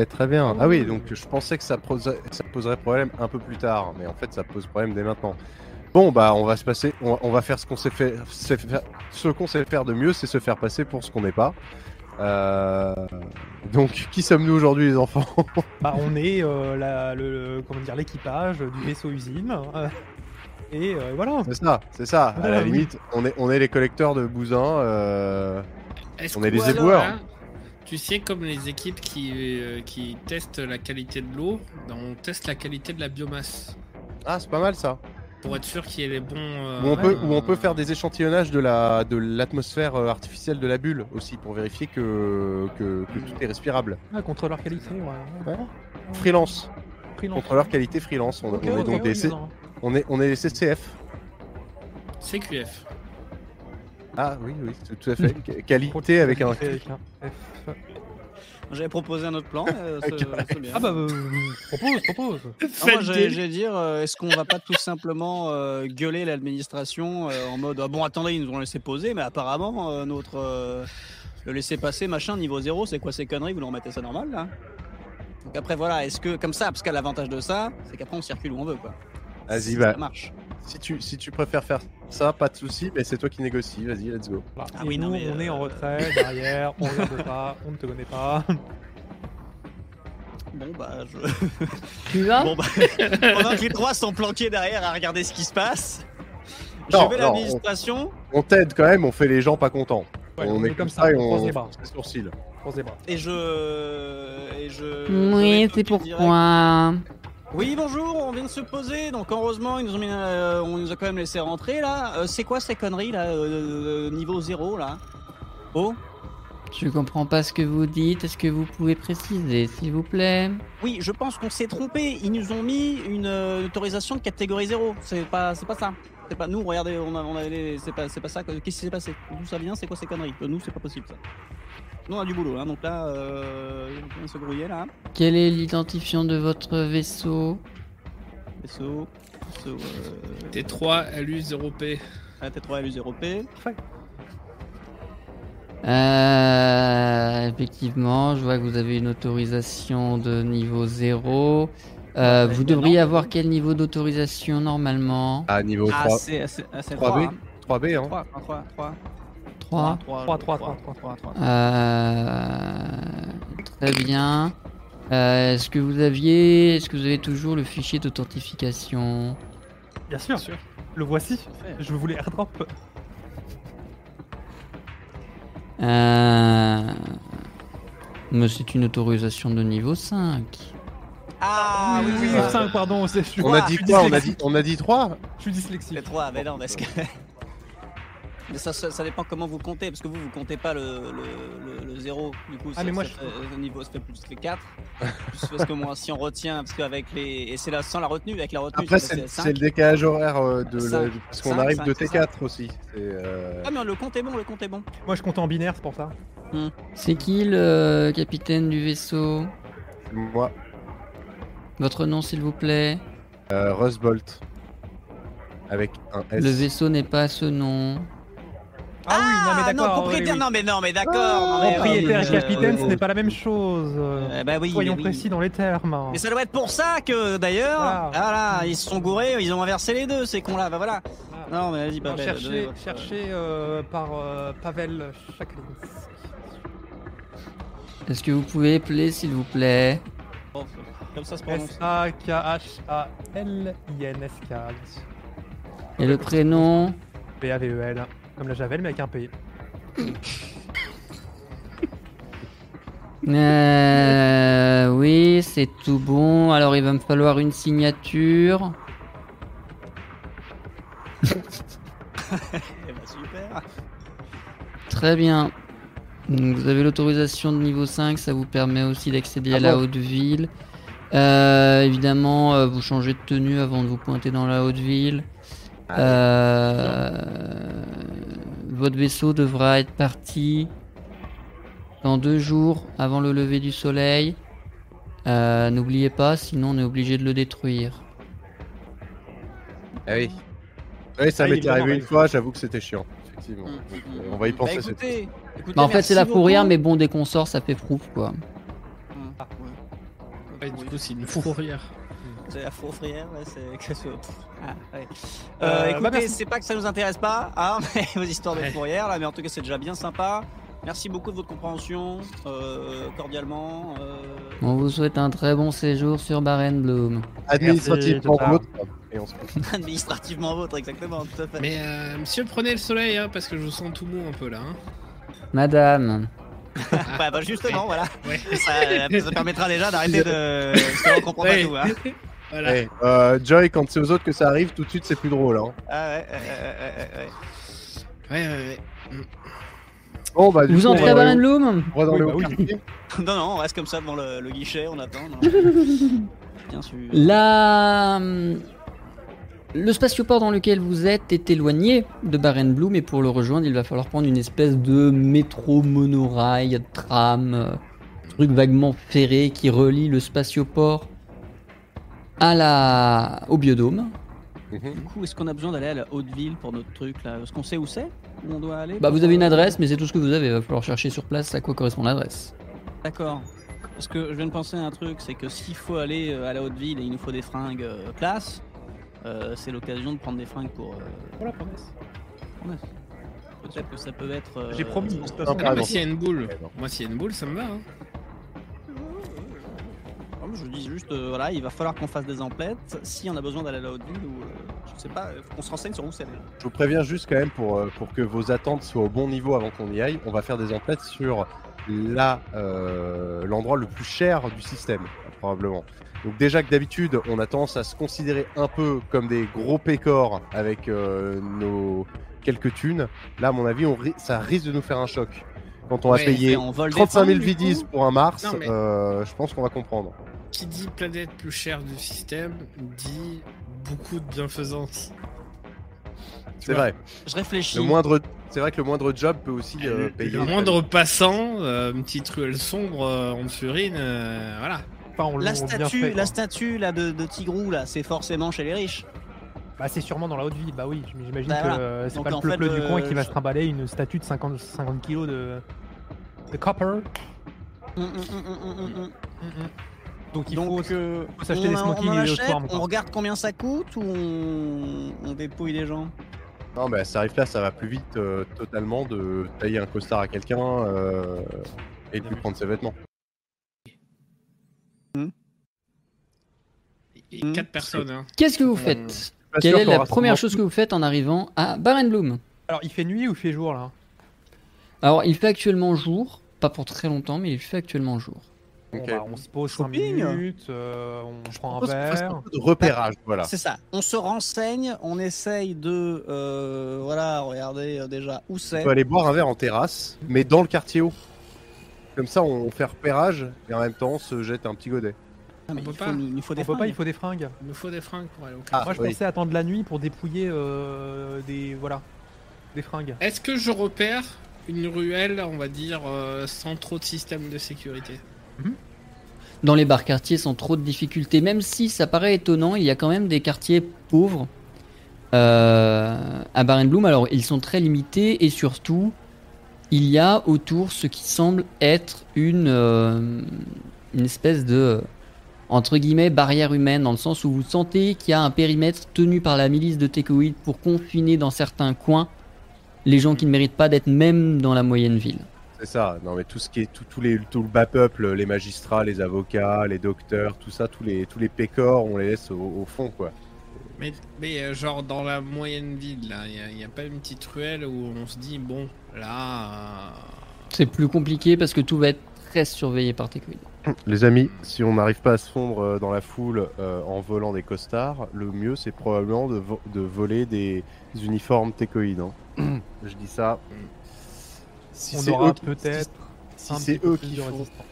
[SPEAKER 3] ok très bien. Ah oui donc je pensais que ça, posait- ça poserait problème un peu plus tard mais en fait ça pose problème dès maintenant. Bon bah on va se passer on, on va faire ce qu'on sait faire sait faire- ce qu'on sait faire de mieux c'est se faire passer pour ce qu'on n'est pas. Euh, Donc qui sommes-nous aujourd'hui les enfants
[SPEAKER 5] Bah, on est euh, la, le, comment dire, l'équipage du vaisseau usine. euh, et euh, voilà.
[SPEAKER 3] C'est ça c'est ça. À la
[SPEAKER 5] Voilà, oui.
[SPEAKER 3] limite on est on est les collecteurs de bousins. euh,
[SPEAKER 6] Est-ce
[SPEAKER 3] On est
[SPEAKER 6] que-
[SPEAKER 3] des
[SPEAKER 6] ou alors,
[SPEAKER 3] éboueurs.
[SPEAKER 6] hein, Tu sais, comme les équipes qui, euh, qui testent la qualité de l'eau, ben, on teste la qualité de la biomasse.
[SPEAKER 3] Ah c'est pas mal ça.
[SPEAKER 6] Pour être sûr qu'il y ait les bons. euh,
[SPEAKER 3] Ou on, peut, ou on peut
[SPEAKER 6] euh,
[SPEAKER 3] faire des échantillonnages de la de l'atmosphère euh, artificielle de la bulle aussi pour vérifier que, que, que tout est respirable.
[SPEAKER 5] Ah, contrôleur qualité, ouais.
[SPEAKER 3] Freelance,
[SPEAKER 5] Freelance.
[SPEAKER 3] contrôleur qualité freelance. On,
[SPEAKER 5] Ok,
[SPEAKER 3] on est
[SPEAKER 5] ok,
[SPEAKER 3] donc des,
[SPEAKER 5] oui,
[SPEAKER 3] C-
[SPEAKER 5] non.
[SPEAKER 3] on est on est des CCF.
[SPEAKER 6] CQF.
[SPEAKER 3] Ah oui oui c'est tout à fait. Qu- Qualité avec un.
[SPEAKER 5] Avec un F.
[SPEAKER 4] J'avais proposé un autre plan. euh, c'est- c'est bien.
[SPEAKER 5] Ah bah, euh, propose, propose.
[SPEAKER 4] Non, moi, j'allais j'allais dire, euh, est-ce qu'on va pas tout simplement euh, gueuler l'administration euh, en mode ah bon attendez ils nous ont laissé poser mais apparemment euh, notre euh, le laisser passer machin niveau zéro c'est quoi ces conneries vous leur remettez ça normal là donc après voilà est-ce que comme ça parce qu'à l'avantage de ça c'est qu'après on circule où on veut quoi
[SPEAKER 3] Vas-y
[SPEAKER 4] Si
[SPEAKER 3] bah
[SPEAKER 4] ça marche
[SPEAKER 3] si tu si tu préfères faire ça pas de souci mais c'est toi qui négocie vas-y let's go.
[SPEAKER 5] Voilà.
[SPEAKER 4] Ah
[SPEAKER 5] Bah, Et
[SPEAKER 4] oui,
[SPEAKER 5] nous,
[SPEAKER 4] non, mais,
[SPEAKER 5] on est en
[SPEAKER 4] euh,
[SPEAKER 5] retrait, derrière, on regarde pas, on ne te connaît pas.
[SPEAKER 4] bon bah je...
[SPEAKER 1] Tu
[SPEAKER 5] Ah.
[SPEAKER 1] vas
[SPEAKER 4] bon bah pendant que les trois sont planqués derrière à regarder ce qui se passe
[SPEAKER 3] Non,
[SPEAKER 4] je vais à
[SPEAKER 3] non, on-
[SPEAKER 4] l'administration
[SPEAKER 3] On t'aide quand même on fait les gens pas contents.
[SPEAKER 5] Ouais,
[SPEAKER 3] on, est comme ça, et on
[SPEAKER 5] croise les bras.
[SPEAKER 3] fronce les sourcils.
[SPEAKER 5] croise les bras.
[SPEAKER 4] et je et je je
[SPEAKER 7] Oui,
[SPEAKER 4] vais
[SPEAKER 7] c'est
[SPEAKER 4] toquer direct.
[SPEAKER 7] pourquoi.
[SPEAKER 4] Oui, bonjour, on vient de se poser, donc heureusement, ils nous ont mis, euh, on nous a quand même laissé rentrer là. Euh, c'est quoi ces conneries là, euh, euh, niveau zéro là Oh
[SPEAKER 7] Je comprends pas ce que vous dites. Est-ce que vous pouvez préciser, s'il vous plaît
[SPEAKER 4] Oui, je pense qu'on s'est trompé, ils nous ont mis une euh, autorisation de catégorie zéro. C'est pas, c'est pas ça. C'est pas nous, regardez, on a, on a les- c'est pas, c'est pas ça. Qu'est-ce qui s'est passé D'où ça vient C'est quoi ces conneries Euh, Nous, c'est pas possible ça. Nous, on a du boulot, hein, donc là, euh, on vient de se grouiller là.
[SPEAKER 7] Quel est l'identifiant de votre vaisseau
[SPEAKER 4] SO, SO, euh,
[SPEAKER 6] T3, LU0P.
[SPEAKER 4] T3 LU0P.
[SPEAKER 7] Euh, effectivement, je vois que vous avez une autorisation de niveau 0. Euh,
[SPEAKER 4] Ouais,
[SPEAKER 7] vous
[SPEAKER 4] bah
[SPEAKER 7] devriez
[SPEAKER 4] non.
[SPEAKER 7] avoir quel niveau d'autorisation normalement
[SPEAKER 3] À niveau
[SPEAKER 4] Ah,
[SPEAKER 3] 3
[SPEAKER 4] c'est, c'est, c'est
[SPEAKER 3] 3B.
[SPEAKER 4] 3,
[SPEAKER 3] 3B hein.
[SPEAKER 4] 3, 3, 3. Ah,
[SPEAKER 7] 3
[SPEAKER 5] 3, 3, 3, 3,
[SPEAKER 4] 3, 3.
[SPEAKER 7] Euh, très bien. Euh, est-ce que vous aviez, est-ce que vous avez toujours le fichier d'authentification
[SPEAKER 5] Bien sûr, le voici. Je voulais airdrop.
[SPEAKER 7] Euh, Mais c'est une autorisation de niveau 5.
[SPEAKER 4] Ah oui, oui,
[SPEAKER 5] Oui,
[SPEAKER 4] oui.
[SPEAKER 5] 5, pardon, c'est- je suis,
[SPEAKER 3] On a dit
[SPEAKER 5] je suis
[SPEAKER 3] quoi on a dit
[SPEAKER 5] dyslexique.
[SPEAKER 3] on a dit 3
[SPEAKER 5] Je suis dyslexique.
[SPEAKER 4] Les trois, mais non, parce que. Mais ça, ça, ça dépend comment vous comptez, parce que vous, vous comptez pas le, le, le, 0, du coup, ça,
[SPEAKER 5] Ah, mais moi,
[SPEAKER 4] ça
[SPEAKER 5] je-
[SPEAKER 4] fait, euh, niveau, ça fait plus que 4. plus parce que moi, si on retient, parce qu'avec les. Et c'est là, sans la retenue, avec la retenue,
[SPEAKER 3] Après,
[SPEAKER 4] ça fait
[SPEAKER 3] c'est c'est
[SPEAKER 4] 5.
[SPEAKER 3] le décalage horaire euh, de la-
[SPEAKER 4] Cinq.
[SPEAKER 3] parce qu'on
[SPEAKER 4] Cinq,
[SPEAKER 3] arrive
[SPEAKER 4] cinq,
[SPEAKER 3] de
[SPEAKER 4] c'est
[SPEAKER 3] T4 aussi. C'est, euh,
[SPEAKER 4] Ah, mais le compte est bon, le compte est bon.
[SPEAKER 5] Moi, je compte en binaire, c'est pour ça.
[SPEAKER 7] C'est qui le capitaine du vaisseau
[SPEAKER 3] moi,
[SPEAKER 7] Votre nom, s'il vous plaît.
[SPEAKER 3] euh, Russ Bolt. Avec un S.
[SPEAKER 7] Le vaisseau n'est pas ce nom.
[SPEAKER 5] Ah, oui, non, mais d'accord.
[SPEAKER 4] Non, propriétaire,
[SPEAKER 5] oui, oui.
[SPEAKER 4] non, mais non, mais d'accord. non, mais oui,
[SPEAKER 5] Propriétaire
[SPEAKER 4] je-
[SPEAKER 5] et capitaine, ce
[SPEAKER 4] euh,
[SPEAKER 5] n'est pas la même chose.
[SPEAKER 4] euh, bah oui,
[SPEAKER 5] Soyons
[SPEAKER 4] mais oui.
[SPEAKER 5] précis dans les termes.
[SPEAKER 4] Mais ça doit être pour ça que d'ailleurs,
[SPEAKER 5] Ah.
[SPEAKER 4] voilà, ils se sont gourés, ils ont inversé les deux, ces cons-là, bah voilà.
[SPEAKER 5] Ah.
[SPEAKER 4] Non, mais vas-y,
[SPEAKER 5] Non,
[SPEAKER 4] bah, bah, donnez
[SPEAKER 5] cherchez
[SPEAKER 4] votre-
[SPEAKER 5] cherchez, euh, par euh, Pavel Chaklinsk.
[SPEAKER 7] Est-ce que vous pouvez appeler, s'il vous plaît
[SPEAKER 4] Bon, Comme
[SPEAKER 5] Eh,
[SPEAKER 4] ça se prononce.
[SPEAKER 5] S-A-K-H-A-L-I-N-S-K.
[SPEAKER 7] Et le prénom
[SPEAKER 5] P-A-V-E-L. E Comme la Javel, mais avec un P.
[SPEAKER 7] Euh, oui, c'est tout bon. Alors, il va me falloir une signature.
[SPEAKER 4] Eh bah, super.
[SPEAKER 7] Très bien. Donc, vous avez l'autorisation de niveau 5, ça vous permet aussi d'accéder
[SPEAKER 3] Ah
[SPEAKER 7] à la
[SPEAKER 3] bon
[SPEAKER 7] haute ville. Euh, évidemment, euh, vous changez de tenue avant de vous pointer dans la haute ville. Euh, votre vaisseau devra être parti dans deux jours avant le lever du soleil. Euh, N'oubliez pas, sinon on est obligé de le détruire.
[SPEAKER 3] Ah oui. Oui, ça
[SPEAKER 5] Ah, il
[SPEAKER 3] m'était
[SPEAKER 5] est vraiment
[SPEAKER 3] arrivé une
[SPEAKER 5] mal.
[SPEAKER 3] fois, j'avoue que c'était chiant. Effectivement.
[SPEAKER 4] Mm,
[SPEAKER 3] Donc,
[SPEAKER 4] mm,
[SPEAKER 3] euh,
[SPEAKER 4] mm.
[SPEAKER 3] on va y
[SPEAKER 4] Bah,
[SPEAKER 3] penser. cette-
[SPEAKER 4] écoutez, écoutez,
[SPEAKER 7] Bah, en fait,
[SPEAKER 4] merci
[SPEAKER 7] c'est la
[SPEAKER 4] beaucoup.
[SPEAKER 7] fourrière, mais bon, dès qu'on sort, ça fait prouve quoi.
[SPEAKER 4] Mm.
[SPEAKER 5] Ah.
[SPEAKER 4] Ouais.
[SPEAKER 6] Ouais, du coup, c'est une fourrière.
[SPEAKER 4] C'est la fourrière, ouais, c'est que ce- Ah, ouais. Euh,
[SPEAKER 5] Euh, bah,
[SPEAKER 4] écoutez,
[SPEAKER 5] merci.
[SPEAKER 4] c'est pas que ça nous intéresse pas, hein, mais vos histoires de
[SPEAKER 6] Ouais.
[SPEAKER 4] fourrière, là, mais en tout cas, c'est déjà bien sympa. Merci beaucoup de votre compréhension, euh, cordialement. euh,
[SPEAKER 7] On vous souhaite un très bon séjour sur Barenblum.
[SPEAKER 3] Administrativement
[SPEAKER 5] Merci,
[SPEAKER 3] vôtre. Et on se retrouve.
[SPEAKER 4] administrativement vôtre, exactement, tout à fait.
[SPEAKER 6] Mais euh, monsieur, prenez le soleil, hein, parce que je vous sens tout mou un peu là. hein.
[SPEAKER 7] Madame.
[SPEAKER 4] Bah, bah, justement, voilà.
[SPEAKER 6] Ouais.
[SPEAKER 4] Ça, ça permettra déjà d'arrêter de. Parce que là, on comprend pas
[SPEAKER 6] Ouais.
[SPEAKER 4] tout, hein.
[SPEAKER 6] Voilà.
[SPEAKER 3] Eh, euh, Joy, quand c'est aux autres que ça arrive, tout de suite c'est plus drôle. Hein.
[SPEAKER 4] Ah ouais, ouais, ouais, ouais, ouais, ouais.
[SPEAKER 6] Ouais, ouais, ouais.
[SPEAKER 3] Bon, bah, du
[SPEAKER 7] Vous
[SPEAKER 3] coup,
[SPEAKER 7] entrez
[SPEAKER 3] on
[SPEAKER 7] à
[SPEAKER 3] va
[SPEAKER 7] Barenloom
[SPEAKER 3] droit dans
[SPEAKER 5] Oui,
[SPEAKER 3] le
[SPEAKER 5] bah oui.
[SPEAKER 3] quartier.
[SPEAKER 4] Non, non, on reste comme ça devant le, le guichet, on attend. non. Bien sûr.
[SPEAKER 7] La... hum, Le spatioport dans lequel vous êtes est éloigné de Barenblum et pour le rejoindre, il va falloir prendre une espèce de métro monorail, tram, euh, truc vaguement ferré qui relie le spatioport à la... au biodôme.
[SPEAKER 4] Du coup, est-ce qu'on a besoin d'aller à la haute ville pour notre truc là Est-ce qu'on sait où c'est Où on doit aller
[SPEAKER 7] Bah
[SPEAKER 4] pour,
[SPEAKER 7] vous avez une
[SPEAKER 4] euh,
[SPEAKER 7] adresse, mais c'est tout ce que vous avez. Il va falloir chercher sur place à quoi correspond l'adresse.
[SPEAKER 4] D'accord. Parce que je viens de penser à un truc, c'est que s'il faut aller euh, à la haute ville et il nous faut des fringues euh, classe, euh, c'est l'occasion de prendre des fringues pour. euh,
[SPEAKER 5] Pour la promesse.
[SPEAKER 4] promesse. Peut-être que ça peut être. euh,
[SPEAKER 5] J'ai promis.
[SPEAKER 4] euh,
[SPEAKER 5] Christophe.
[SPEAKER 3] Ah,
[SPEAKER 6] Ah,
[SPEAKER 3] bon.
[SPEAKER 6] moi, s'il y a une boule,
[SPEAKER 3] Ouais, bon.
[SPEAKER 6] moi, s'il y a une boule, ça me va. Hein.
[SPEAKER 4] Comme je dis juste, euh, voilà, il va falloir qu'on fasse des emplettes. Si on a besoin d'aller à la haute ville ou. euh, je sais pas, faut qu'on se renseigne sur où c'est. déjà.
[SPEAKER 3] Je vous préviens juste quand même pour, euh, pour que vos attentes soient au bon niveau avant qu'on y aille. On va faire des enquêtes sur la, euh, l'endroit le plus cher du système, probablement. Donc déjà que d'habitude, on a tendance à se considérer un peu comme des gros pécores avec euh, nos quelques thunes. Là, à mon avis, on ri- ça risque de nous faire un choc. Quand on va
[SPEAKER 6] Ouais,
[SPEAKER 3] payer
[SPEAKER 4] Et on vole des
[SPEAKER 3] 35 000
[SPEAKER 4] fringues, du
[SPEAKER 3] V10
[SPEAKER 4] coup
[SPEAKER 3] pour un Mars,
[SPEAKER 6] Non, mais-
[SPEAKER 3] euh, je pense qu'on va comprendre.
[SPEAKER 6] Qui dit planète plus chère du système dit beaucoup de bienfaisance. Tu
[SPEAKER 3] C'est
[SPEAKER 6] vois,
[SPEAKER 3] vrai.
[SPEAKER 4] Je réfléchis.
[SPEAKER 3] Le moindre, c'est vrai que le moindre job peut aussi
[SPEAKER 6] Le,
[SPEAKER 3] euh,
[SPEAKER 6] le
[SPEAKER 3] payer.
[SPEAKER 6] moindre passant, euh, une petite ruelle sombre, euh, on surine, euh, voilà.
[SPEAKER 5] Enfin, on
[SPEAKER 4] La
[SPEAKER 5] l'ont bien
[SPEAKER 4] statue,
[SPEAKER 5] fait,
[SPEAKER 4] la
[SPEAKER 5] quoi.
[SPEAKER 4] statue là de, de Tigrou là, c'est forcément chez les riches.
[SPEAKER 5] Bah, c'est sûrement dans la haute ville, bah oui, j'im- j'imagine
[SPEAKER 4] Bah,
[SPEAKER 5] que
[SPEAKER 4] voilà.
[SPEAKER 5] euh, c'est
[SPEAKER 4] Donc,
[SPEAKER 5] pas le
[SPEAKER 4] en
[SPEAKER 5] pleuple
[SPEAKER 4] fait,
[SPEAKER 5] du coin
[SPEAKER 4] euh,
[SPEAKER 5] qui va
[SPEAKER 4] je-
[SPEAKER 5] se trimballer une statue de 50, 50 kilos de. de copper.
[SPEAKER 4] Hum, hum, hum, hum, hum, hum.
[SPEAKER 5] Donc il
[SPEAKER 4] Donc,
[SPEAKER 5] faut,
[SPEAKER 4] euh,
[SPEAKER 5] faut s'acheter des
[SPEAKER 4] on, en-
[SPEAKER 5] smoking
[SPEAKER 4] on en
[SPEAKER 5] et des
[SPEAKER 4] achète,
[SPEAKER 5] formes,
[SPEAKER 4] on
[SPEAKER 5] quoi.
[SPEAKER 4] regarde combien ça coûte ou on, on dépouille les gens
[SPEAKER 3] Non, mais ça arrive là, ça va plus vite euh, totalement de tailler un costard à quelqu'un euh, et de lui prendre ses vêtements.
[SPEAKER 6] Et
[SPEAKER 4] Hmm.
[SPEAKER 6] quatre personnes, hein.
[SPEAKER 7] Qu'est-ce que vous
[SPEAKER 6] Euh,
[SPEAKER 7] faites
[SPEAKER 3] Je suis pas
[SPEAKER 7] Quelle
[SPEAKER 3] sûr
[SPEAKER 7] est
[SPEAKER 3] qu'on
[SPEAKER 7] la
[SPEAKER 3] aura
[SPEAKER 7] première
[SPEAKER 3] souvent-
[SPEAKER 7] chose que vous faites en arrivant à Barenblum
[SPEAKER 5] Alors il fait nuit ou il fait jour là
[SPEAKER 7] Alors il fait actuellement jour, pas pour très longtemps, mais il fait actuellement jour.
[SPEAKER 5] Bon,
[SPEAKER 3] Ok.
[SPEAKER 5] bah, On se pose 5
[SPEAKER 4] Shopping
[SPEAKER 5] minutes, euh, on prend un
[SPEAKER 3] Faut se faire un
[SPEAKER 5] verre.
[SPEAKER 3] peu de repérage, voilà.
[SPEAKER 4] C'est ça. On se renseigne, on essaye de euh, voilà regarder euh, déjà où
[SPEAKER 3] On
[SPEAKER 4] c'est.
[SPEAKER 3] peut aller boire un verre en terrasse, mais dans le quartier haut. Comme ça, on fait repérage et en même temps, on se jette un petit godet.
[SPEAKER 4] Ah, mais
[SPEAKER 6] On
[SPEAKER 4] il,
[SPEAKER 6] peut
[SPEAKER 4] faut,
[SPEAKER 6] pas.
[SPEAKER 4] nous- il nous faut des
[SPEAKER 5] On peut pas, il
[SPEAKER 4] fringues.
[SPEAKER 5] faut des fringues.
[SPEAKER 6] Il nous faut des fringues pour aller au club.
[SPEAKER 3] Ah,
[SPEAKER 5] Moi je
[SPEAKER 3] oui.
[SPEAKER 5] pensais attendre la nuit pour dépouiller euh, des. voilà. des fringues.
[SPEAKER 6] Est-ce que je repère une ruelle, on va dire, euh, sans trop de système de sécurité
[SPEAKER 7] Dans les bars quartiers sans trop de difficultés, même si ça paraît étonnant, il y a quand même des quartiers pauvres euh, à Barenblum. Alors ils sont très limités et surtout il y a autour ce qui semble être une, euh, une espèce de entre guillemets barrière humaine dans le sens où vous sentez qu'il y a un périmètre tenu par la milice de Tekoïd pour confiner dans certains coins les gens qui ne méritent pas d'être même dans la moyenne ville.
[SPEAKER 3] C'est ça. Non, mais tout ce qui est tout, tous les, tout le bas peuple, les magistrats, les avocats, les docteurs, tout ça, tous les, tous les pécores, on les laisse au, au fond, quoi.
[SPEAKER 6] Mais, mais euh, genre dans la moyenne ville, là, il n'y a, pas une petite ruelle où on se dit, bon, là...
[SPEAKER 7] C'est plus compliqué parce que tout va être très surveillé par Tekoïd.
[SPEAKER 3] Les amis, si on n'arrive pas à se fondre euh, dans la foule euh, en volant des costards, le mieux c'est probablement de, vo- de voler des uniformes técoïdes. hein. Je dis ça. Si
[SPEAKER 5] on
[SPEAKER 3] c'est
[SPEAKER 5] aura
[SPEAKER 3] eux qui-
[SPEAKER 5] peut-être
[SPEAKER 3] Si,
[SPEAKER 5] un
[SPEAKER 3] si c'est
[SPEAKER 5] petit peu
[SPEAKER 3] eux
[SPEAKER 5] plus
[SPEAKER 3] qui
[SPEAKER 5] de
[SPEAKER 3] font.
[SPEAKER 5] résistance.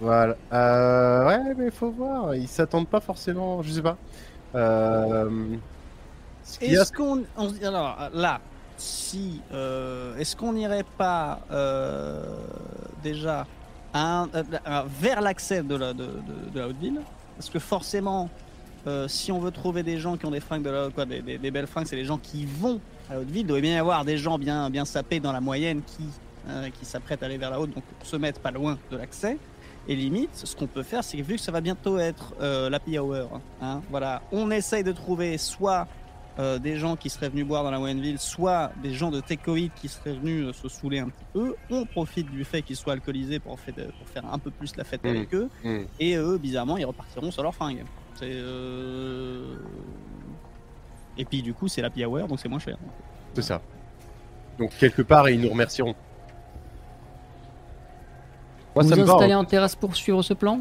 [SPEAKER 3] Voilà. Euh, ouais, mais faut voir. Ils s'attendent pas forcément. Je sais pas. Euh, ce qu'il y a,
[SPEAKER 4] Est-ce qu'on on se dit- alors là si euh, est-ce qu'on n'irait pas euh, déjà à un- euh, euh, vers l'accès de la de, de- de la haute ville parce que forcément euh, si on veut trouver des gens qui ont des fringues de la quoi des, des- des belles fringues c'est les gens qui vont à la haute ville il doit bien y avoir des gens bien bien sapés dans la moyenne qui euh, qui s'apprêtent à aller vers la haute donc se mettre pas loin de l'accès et limite, ce qu'on peut faire, c'est que vu que ça va bientôt être euh, l'happy hour, hein, voilà, on essaye de trouver soit euh, des gens qui seraient venus boire dans la moyenne ville, soit des gens de Tecoïd qui seraient venus euh, se saouler un petit peu. On profite du fait qu'ils soient alcoolisés pour, fait- pour faire un peu plus la fête
[SPEAKER 3] Mm.
[SPEAKER 4] avec eux.
[SPEAKER 3] Mm.
[SPEAKER 4] Et eux, bizarrement, ils repartiront sur leur fringue. C'est. euh, Et puis du coup, c'est l'happy hour, donc c'est moins cher.
[SPEAKER 3] c'est ça. Donc quelque part, ils nous remercieront. Moi,
[SPEAKER 7] vous
[SPEAKER 3] ça me
[SPEAKER 7] vous
[SPEAKER 3] va.
[SPEAKER 7] installez
[SPEAKER 3] hein.
[SPEAKER 7] en terrasse pour suivre ce plan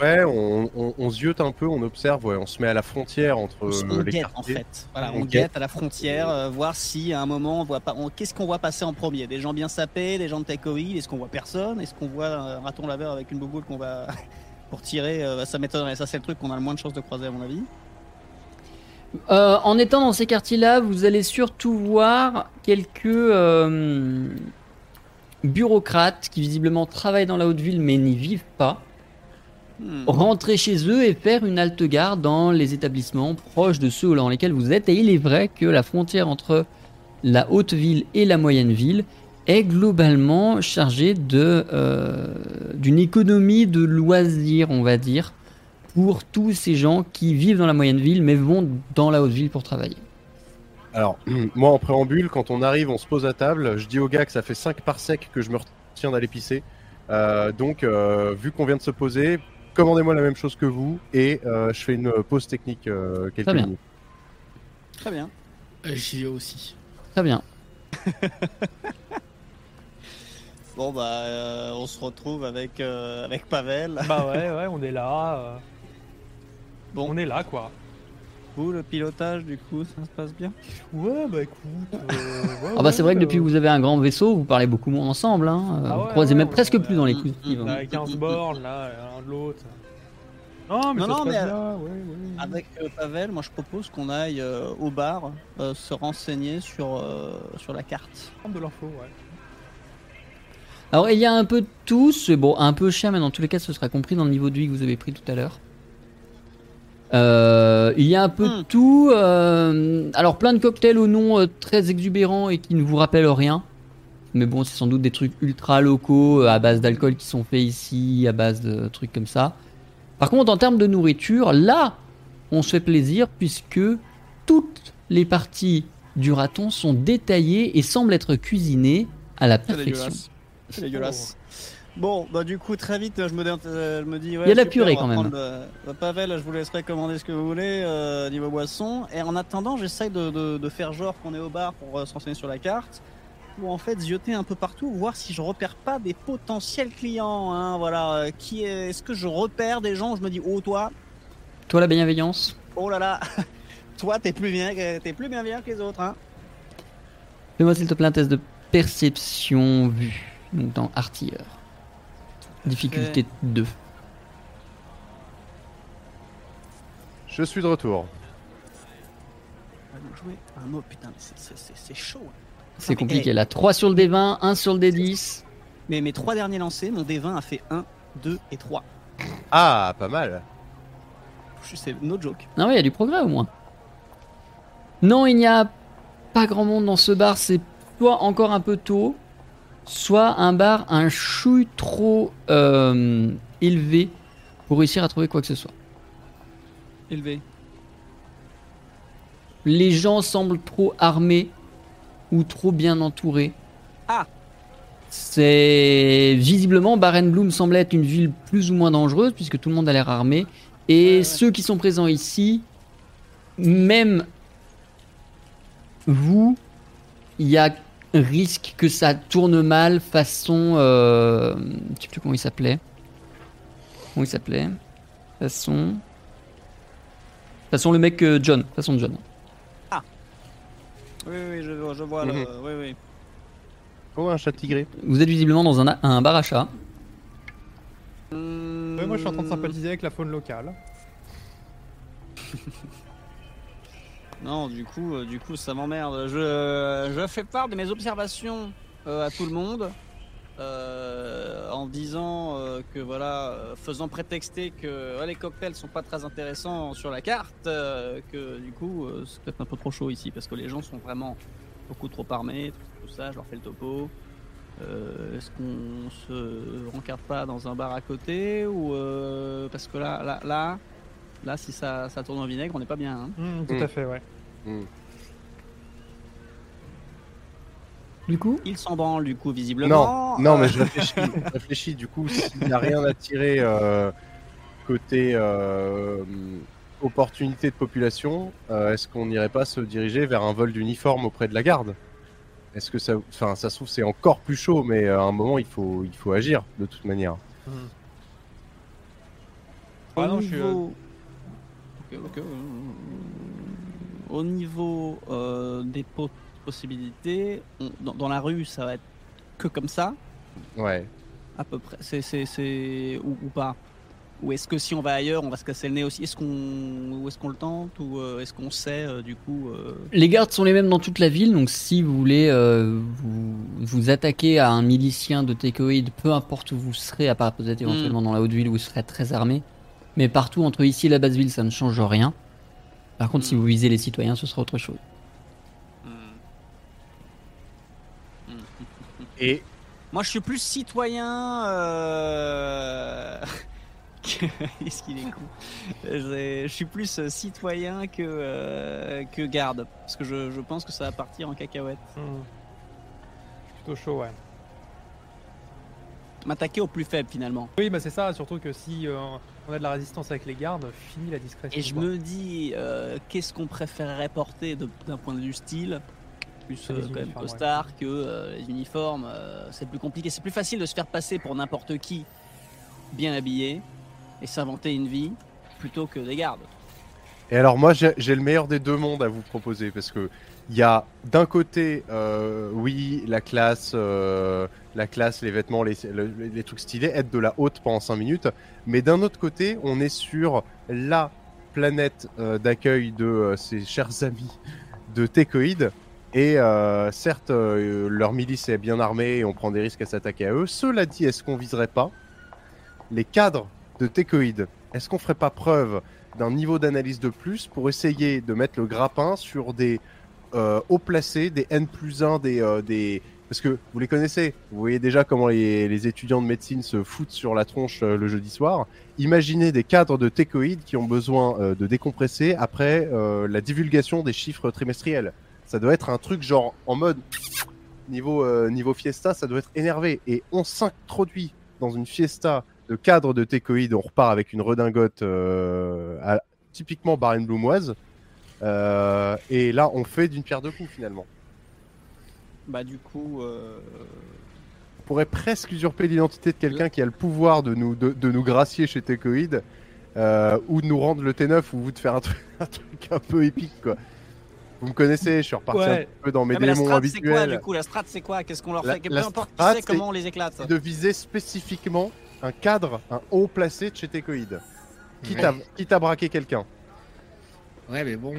[SPEAKER 3] Ouais, on, on, on ziote un peu, on observe, ouais, on se met à la frontière entre
[SPEAKER 4] On, se- on
[SPEAKER 3] euh, les
[SPEAKER 4] guette en
[SPEAKER 3] quartiers.
[SPEAKER 4] fait. Voilà,
[SPEAKER 3] On
[SPEAKER 4] on guette à la frontière, euh, voir si à un moment on voit pas. on- Qu'est-ce qu'on voit passer en premier Des gens bien sapés, des gens de takeaway. Est-ce qu'on voit personne Est-ce qu'on voit un raton laveur avec une bouboule qu'on va pour tirer euh, Ça m'étonnerait. Ça c'est le truc qu'on a le moins de chances de croiser à mon avis.
[SPEAKER 7] Euh, en étant dans ces quartiers-là, vous allez surtout voir quelques euh, bureaucrates qui visiblement travaillent dans la haute ville mais n'y vivent pas,
[SPEAKER 4] Hmm.
[SPEAKER 7] rentrer chez eux et faire une halte garde dans les établissements proches de ceux dans lesquels vous êtes. Et il est vrai que la frontière entre la haute ville et la moyenne ville est globalement chargée de euh, d'une économie de loisirs, on va dire, pour tous ces gens qui vivent dans la moyenne ville mais vont dans la haute ville pour travailler.
[SPEAKER 3] Alors, moi en préambule, quand on arrive, on se pose à table, je dis au gars que ça fait 5 parsecs que je me retiens d'aller pisser. Euh, donc, euh, vu qu'on vient de se poser, commandez-moi la même chose que vous et euh, je fais une pause technique euh, quelques
[SPEAKER 7] Très bien.
[SPEAKER 3] minutes.
[SPEAKER 4] Très bien.
[SPEAKER 6] Euh, J'y vais aussi.
[SPEAKER 7] Très bien.
[SPEAKER 4] Bon bah euh, on se retrouve avec euh, avec Pavel.
[SPEAKER 5] Bah ouais, ouais, on est là. euh.
[SPEAKER 4] Bon.
[SPEAKER 5] On est là, quoi.
[SPEAKER 4] Vous le pilotage du coup ça se passe bien
[SPEAKER 5] Ouais, bah écoute. euh, ouais,
[SPEAKER 7] Ah bah
[SPEAKER 5] ouais,
[SPEAKER 7] c'est vrai que
[SPEAKER 5] euh,
[SPEAKER 7] depuis que vous avez un grand vaisseau, vous parlez beaucoup moins ensemble. Hein. Euh,
[SPEAKER 5] Ah
[SPEAKER 7] vous
[SPEAKER 5] ouais,
[SPEAKER 7] croisez
[SPEAKER 5] ouais,
[SPEAKER 7] même
[SPEAKER 5] on-
[SPEAKER 7] presque plus dans les
[SPEAKER 4] Mm,
[SPEAKER 7] coups.
[SPEAKER 4] mm,
[SPEAKER 5] On a 15 bornes, là, l'un de l'autre. Non, mais
[SPEAKER 4] Non, non,
[SPEAKER 5] ça se passe
[SPEAKER 4] mais-
[SPEAKER 5] bien, ouais, ouais.
[SPEAKER 4] Avec euh, Pavel, moi je propose qu'on aille euh, au bar euh, se renseigner sur euh, sur la carte.
[SPEAKER 5] Prendre de l'info, ouais.
[SPEAKER 7] Alors il y a un peu de tout, c'est bon, un peu cher, mais dans tous les cas, ce sera compris dans le niveau de vie que vous avez pris tout à l'heure. Euh, il y a un peu de
[SPEAKER 4] Hmm.
[SPEAKER 7] tout. euh, alors plein de cocktails au nom euh, très exubérant et qui ne vous rappellent rien. Mais bon, c'est sans doute des trucs ultra locaux euh, à base d'alcool qui sont faits ici, à base de trucs comme ça. Par contre, en termes de nourriture, là, on se fait plaisir puisque toutes les parties du raton sont détaillées et semblent être cuisinées à la
[SPEAKER 4] Ah,
[SPEAKER 7] perfection.
[SPEAKER 4] C'est dégueulasse. Bon, bah du coup très vite, je me, dé- euh, je me dis. Ouais,
[SPEAKER 7] Il y a de la
[SPEAKER 4] super,
[SPEAKER 7] purée
[SPEAKER 4] on va
[SPEAKER 7] quand même.
[SPEAKER 4] prendre le- le Pavel, je vous laisserai commander ce que vous voulez euh, niveau boisson. Et en attendant, j'essaye de, de- de faire genre qu'on est au bar pour euh, se renseigner sur la carte, ou en fait zioter un peu partout, voir si je repère pas des potentiels clients. Hein, voilà, euh, qui est- est-ce que je repère des gens où Je me dis, oh toi,
[SPEAKER 7] Toi, la bienveillance
[SPEAKER 4] oh là là, toi t'es plus bien, que- t'es plus bien bien que les autres. Hein.
[SPEAKER 7] Fais-moi s'il te plaît un test de perception vue, donc dans artilleur. Difficulté 2.
[SPEAKER 3] Je suis de retour.
[SPEAKER 4] On va nous euh, jouer un mot, putain, mais c'est- c'est- c'est c'est chaud. hein.
[SPEAKER 7] C'est
[SPEAKER 4] Non, mais,
[SPEAKER 7] compliqué là. 3 sur le D20, 1 sur le D10.
[SPEAKER 4] Mais mes trois derniers lancers, mon D20 a fait 1, 2 et 3.
[SPEAKER 3] Ah, pas mal.
[SPEAKER 4] Je sais, no joke.
[SPEAKER 7] Non, ouais, il y a du progrès au moins. Non, il n'y a pas grand monde dans ce bar. C'est soit encore un peu tôt, soit un bar un chouille trop euh, élevé pour réussir à trouver quoi que ce soit.
[SPEAKER 4] Élevé.
[SPEAKER 7] Les gens semblent trop armés ou trop bien entourés.
[SPEAKER 4] Ah.
[SPEAKER 7] C'est visiblement Baren Bloom semblait être une ville plus ou moins dangereuse puisque tout le monde a l'air armé et
[SPEAKER 4] ouais.
[SPEAKER 7] ceux qui sont présents ici, même vous, il y a risque que ça tourne mal façon, euh, je sais plus comment il s'appelait, comment il s'appelait, façon, façon le mec euh, John, façon John.
[SPEAKER 4] Oui, oui, oui, je, vois- je vois
[SPEAKER 3] Mhm.
[SPEAKER 4] le. Oui, oui.
[SPEAKER 3] Oh, un chat tigré.
[SPEAKER 7] Vous êtes visiblement dans un, un bar à chat.
[SPEAKER 5] Ouais, Moi, je suis en train de sympathiser avec la faune locale.
[SPEAKER 4] Non, du coup, euh, du coup, ça m'emmerde. Je, je fais part de mes observations euh, à tout le monde euh, en disant euh, que voilà, euh, faisant prétexter que ouais, les cocktails sont pas très intéressants sur la carte, euh, que du coup, euh, c'est peut-être un peu trop chaud ici parce que les gens sont vraiment beaucoup trop armés, tout, tout ça. Je leur fais le topo. Euh, Est-ce qu'on se rencarde pas dans un bar à côté ou euh, parce que là, là, là, là, si ça, ça tourne en vinaigre, on n'est pas bien. hein.
[SPEAKER 5] Hum, tout
[SPEAKER 3] Mm.
[SPEAKER 5] à fait, ouais.
[SPEAKER 7] Du coup
[SPEAKER 4] Il s'en branle du coup visiblement.
[SPEAKER 3] Non, non, mais
[SPEAKER 4] Euh,
[SPEAKER 3] je réfléchis. je réfléchis. Du coup, s'il n'y a rien à tirer euh, côté euh, opportunité de population, euh, est-ce qu'on n'irait pas se diriger vers un vol d'uniforme auprès de la garde Est-ce que ça, enfin, ça se trouve c'est encore plus chaud, euh, mais à un moment il faut, il faut agir de toute manière.
[SPEAKER 5] Ah
[SPEAKER 4] au
[SPEAKER 5] non, je suis, euh,
[SPEAKER 4] niveau,
[SPEAKER 6] Ok, ok,
[SPEAKER 4] au niveau euh, des po- possibilités, on- dans, dans la rue, ça va être que comme ça,
[SPEAKER 3] Ouais.
[SPEAKER 4] à peu près. C'est, c'est, c'est- ou, ou pas. Ou est-ce que si on va ailleurs, on va se casser le nez aussi Est-ce qu'on, ou est-ce qu'on le tente Ou euh, est-ce qu'on sait euh, du coup euh,
[SPEAKER 7] Les gardes sont les mêmes dans toute la ville, donc si vous voulez euh, vous, vous attaquer à un milicien de Tekoïd, peu importe où vous serez, à part peut-être éventuellement dans la haute ville où vous serez très armé, mais partout entre ici et la basse ville, ça ne change rien. Par contre, si vous visez les citoyens, ce sera autre chose.
[SPEAKER 3] Et
[SPEAKER 4] Moi, je suis plus citoyen. Euh... que- Qu'est-ce qu'il est con. Je je suis plus euh, citoyen que, euh, que garde. Parce que je, je pense que ça va partir en cacahuète.
[SPEAKER 5] Hmm. Je suis plutôt chaud, ouais.
[SPEAKER 4] M'attaquer au plus faible finalement.
[SPEAKER 5] Oui, bah c'est ça, surtout que si euh, on a de la résistance avec les gardes, fini la discrétion.
[SPEAKER 4] Et je
[SPEAKER 5] quoi.
[SPEAKER 4] me dis, euh, qu'est-ce qu'on préférerait porter de- d'un point de vue style Plus
[SPEAKER 5] Les
[SPEAKER 4] euh, quand même
[SPEAKER 5] uniformes, ouais.
[SPEAKER 4] costard que euh, les uniformes. euh, c'est plus compliqué. C'est plus facile de se faire passer pour n'importe qui, bien habillé, et s'inventer une vie, plutôt que des gardes.
[SPEAKER 3] Et alors moi j'ai j'ai le meilleur des deux mondes à vous proposer parce que il y a d'un côté euh, oui la classe euh, la classe les vêtements les, le- les- les trucs stylés être de la haute pendant 5 minutes mais d'un autre côté on est sur la planète euh, d'accueil de euh, ces chers amis de Tecoïd et euh, certes euh, leur milice est bien armée et on prend des risques à s'attaquer à eux cela dit est-ce qu'on viserait pas les cadres de Tecoïd est-ce qu'on ferait pas preuve d'un niveau d'analyse de plus pour essayer de mettre le grappin sur des euh, hauts placés, des N plus 1, des, euh, des... Parce que vous les connaissez, vous voyez déjà comment les, les étudiants de médecine se foutent sur la tronche euh, le jeudi soir. Imaginez des cadres de técoïdes qui ont besoin euh, de décompresser après euh, la divulgation des chiffres trimestriels. Ça doit être un truc genre en mode niveau, euh, niveau fiesta, ça doit être énervé. Et on s'introduit dans une fiesta de cadres de técoïdes, on repart avec une redingote euh, à- typiquement Barren Bloomoise. Euh, et là, on fait d'une pierre deux coups finalement.
[SPEAKER 4] Bah du coup, euh,
[SPEAKER 3] On pourrait presque usurper l'identité de quelqu'un qui a le pouvoir de nous, de, de nous gracier chez Tecoïd euh, ou de nous rendre le T9 ou de faire un truc, un truc un peu épique quoi. Vous me connaissez, je suis reparti
[SPEAKER 5] Ouais.
[SPEAKER 3] un petit peu dans mes
[SPEAKER 4] ah, mais la
[SPEAKER 3] démons
[SPEAKER 4] strat c'est quoi
[SPEAKER 3] habituels.
[SPEAKER 4] du coup La strat c'est quoi Qu'est-ce qu'on leur
[SPEAKER 3] La-
[SPEAKER 4] fait Que
[SPEAKER 3] la
[SPEAKER 4] Peu importe qui
[SPEAKER 3] strat,
[SPEAKER 4] sait comment on les éclate.
[SPEAKER 3] C'est de viser spécifiquement un cadre, un haut placé de chez Tecoïd. Quitte,
[SPEAKER 6] Ouais.
[SPEAKER 3] à, quitte à braquer quelqu'un.
[SPEAKER 6] Ouais, mais bon,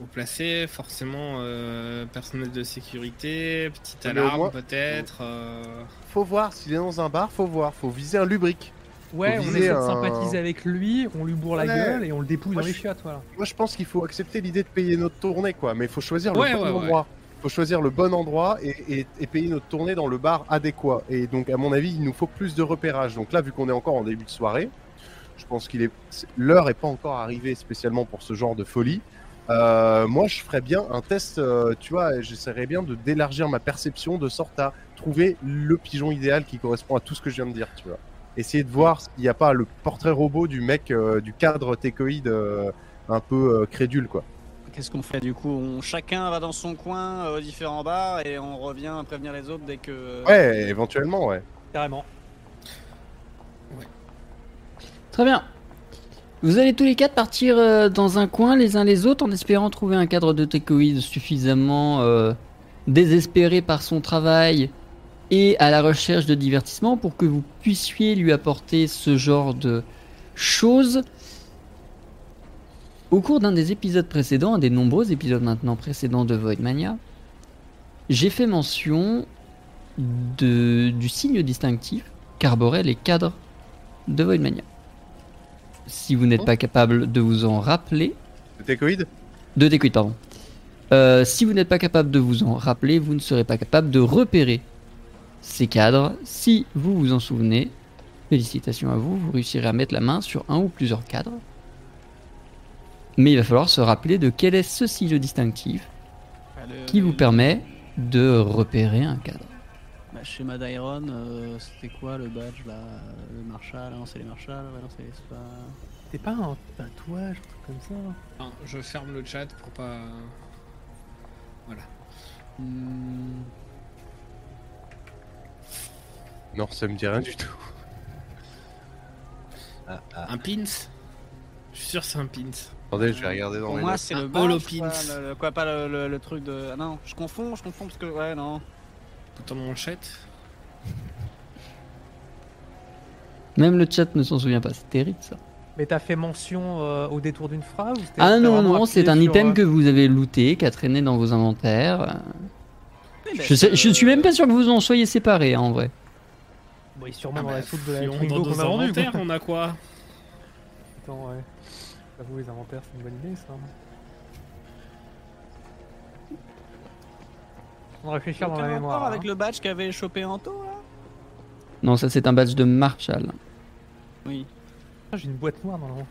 [SPEAKER 6] au placé, forcément, euh, personnel de sécurité, petite
[SPEAKER 3] Ouais, mais au
[SPEAKER 6] alarme
[SPEAKER 3] moins-
[SPEAKER 6] peut-être. euh,
[SPEAKER 3] Faut voir s'il est dans un bar, faut voir, faut viser un lubrique.
[SPEAKER 5] Ouais,
[SPEAKER 3] Vous
[SPEAKER 5] on
[SPEAKER 3] visez
[SPEAKER 5] essaie de
[SPEAKER 3] un-
[SPEAKER 5] sympathiser avec lui, on lui bourre la
[SPEAKER 3] Ouais.
[SPEAKER 5] gueule et on le dépouille
[SPEAKER 3] Moi,
[SPEAKER 5] dans
[SPEAKER 3] je
[SPEAKER 5] les
[SPEAKER 3] suis-
[SPEAKER 5] chiottes, voilà.
[SPEAKER 3] Moi, je pense qu'il faut accepter l'idée de payer notre tournée, quoi. Mais il faut choisir
[SPEAKER 6] Ouais,
[SPEAKER 3] le bon
[SPEAKER 6] ouais, ouais.
[SPEAKER 3] endroit. faut choisir le bon endroit et, et- et payer notre tournée dans le bar adéquat. Et donc, à mon avis, il nous faut plus de repérage. Donc là, vu qu'on est encore en début de soirée, je pense qu'il est c'est- l'heure est pas encore arrivée spécialement pour ce genre de folie. Euh, moi, je ferais bien un test. euh, tu vois, j'essaierais bien de d'élargir ma perception de sorte à trouver le pigeon idéal qui correspond à tout ce que je viens de dire. Tu vois, essayer de voir s'il n'y a pas le portrait robot du mec euh, du cadre técoïde euh, un peu euh, crédule, quoi.
[SPEAKER 4] Qu'est-ce qu'on fait du coup on... Chacun va dans son coin euh, aux différents bars et on revient prévenir les autres dès que.
[SPEAKER 3] Ouais, éventuellement, ouais.
[SPEAKER 5] Carrément.
[SPEAKER 7] Très bien. Vous allez tous les quatre partir euh, dans un coin les uns les autres en espérant trouver un cadre de técoïde suffisamment euh, désespéré par son travail et à la recherche de divertissement pour que vous puissiez lui apporter ce genre de choses. Au cours d'un des épisodes précédents, un des nombreux épisodes maintenant précédents de Voidmania, j'ai fait mention de- du signe distinctif qu'arboraient les cadres de Voidmania. Si vous
[SPEAKER 5] Oh.
[SPEAKER 7] n'êtes pas capable de vous en rappeler,
[SPEAKER 3] Le técoïde
[SPEAKER 7] de Dequid, pardon. Euh, si vous n'êtes pas capable de vous en rappeler, vous ne serez pas capable de repérer ces cadres. Si vous vous en souvenez, félicitations à vous, vous réussirez à mettre la main sur un ou plusieurs cadres. Mais il va falloir se rappeler de quel est ce signe distinctif
[SPEAKER 4] euh,
[SPEAKER 7] qui vous permet de repérer un cadre.
[SPEAKER 4] Bah, schéma d'Iron, euh, c'était quoi le badge là Le Marshall, non c'est les Marshall, ouais, non c'est les Spa.
[SPEAKER 5] C'est pas un tatouage, un truc comme ça hein.
[SPEAKER 6] Enfin, je ferme le chat pour pas.
[SPEAKER 4] Hmm,
[SPEAKER 3] Non, ça me dit rien du tout.
[SPEAKER 6] Un pins Je suis sûr que c'est un pins.
[SPEAKER 3] Attendez, je vais regarder dans
[SPEAKER 4] Pour
[SPEAKER 3] mes
[SPEAKER 4] moi,
[SPEAKER 3] notes.
[SPEAKER 4] c'est le
[SPEAKER 6] Un
[SPEAKER 4] bar, je
[SPEAKER 6] Holopins.
[SPEAKER 4] crois, le- le- quoi, pas le, le- le truc de. Ah non, je confonds, je confonds parce que. Ouais, non.
[SPEAKER 6] Tout en manchette.
[SPEAKER 7] Même le chat ne s'en souvient pas, c'est terrible ça.
[SPEAKER 5] Mais t'as fait mention euh, au détour d'une phrase ou c'était-
[SPEAKER 7] Ah
[SPEAKER 5] t'as
[SPEAKER 7] non,
[SPEAKER 5] vraiment
[SPEAKER 7] non,
[SPEAKER 5] appuyé
[SPEAKER 7] c'est un
[SPEAKER 5] sur,
[SPEAKER 7] item
[SPEAKER 5] euh,
[SPEAKER 7] que vous avez looté, qui a traîné dans vos inventaires.
[SPEAKER 4] Oui, mais
[SPEAKER 7] Je,
[SPEAKER 4] c'est,
[SPEAKER 7] sais- je suis
[SPEAKER 4] euh,
[SPEAKER 7] même pas sûr que vous en soyez séparés hein, en vrai.
[SPEAKER 5] Bon, il est sûrement
[SPEAKER 6] Ah
[SPEAKER 5] dans
[SPEAKER 6] bah,
[SPEAKER 5] la soupe de la
[SPEAKER 6] fouillons
[SPEAKER 5] Twingo
[SPEAKER 6] dans
[SPEAKER 5] qu'on
[SPEAKER 6] nos
[SPEAKER 5] a vendue. quoi.
[SPEAKER 7] hein.
[SPEAKER 6] inventaires, on a quoi
[SPEAKER 5] Attends, ouais. J'avoue, les inventaires, c'est une bonne idée, ça. hein. On réfléchir dans
[SPEAKER 4] aucun
[SPEAKER 5] la
[SPEAKER 4] rapport
[SPEAKER 5] mémoire.
[SPEAKER 4] avec
[SPEAKER 5] hein.
[SPEAKER 4] le badge qu'avait chopé Anto, hein. là
[SPEAKER 7] Non, ça c'est un badge de Marshall.
[SPEAKER 4] Oui.
[SPEAKER 5] Ah, J'ai une boîte noire dans l'inventaire.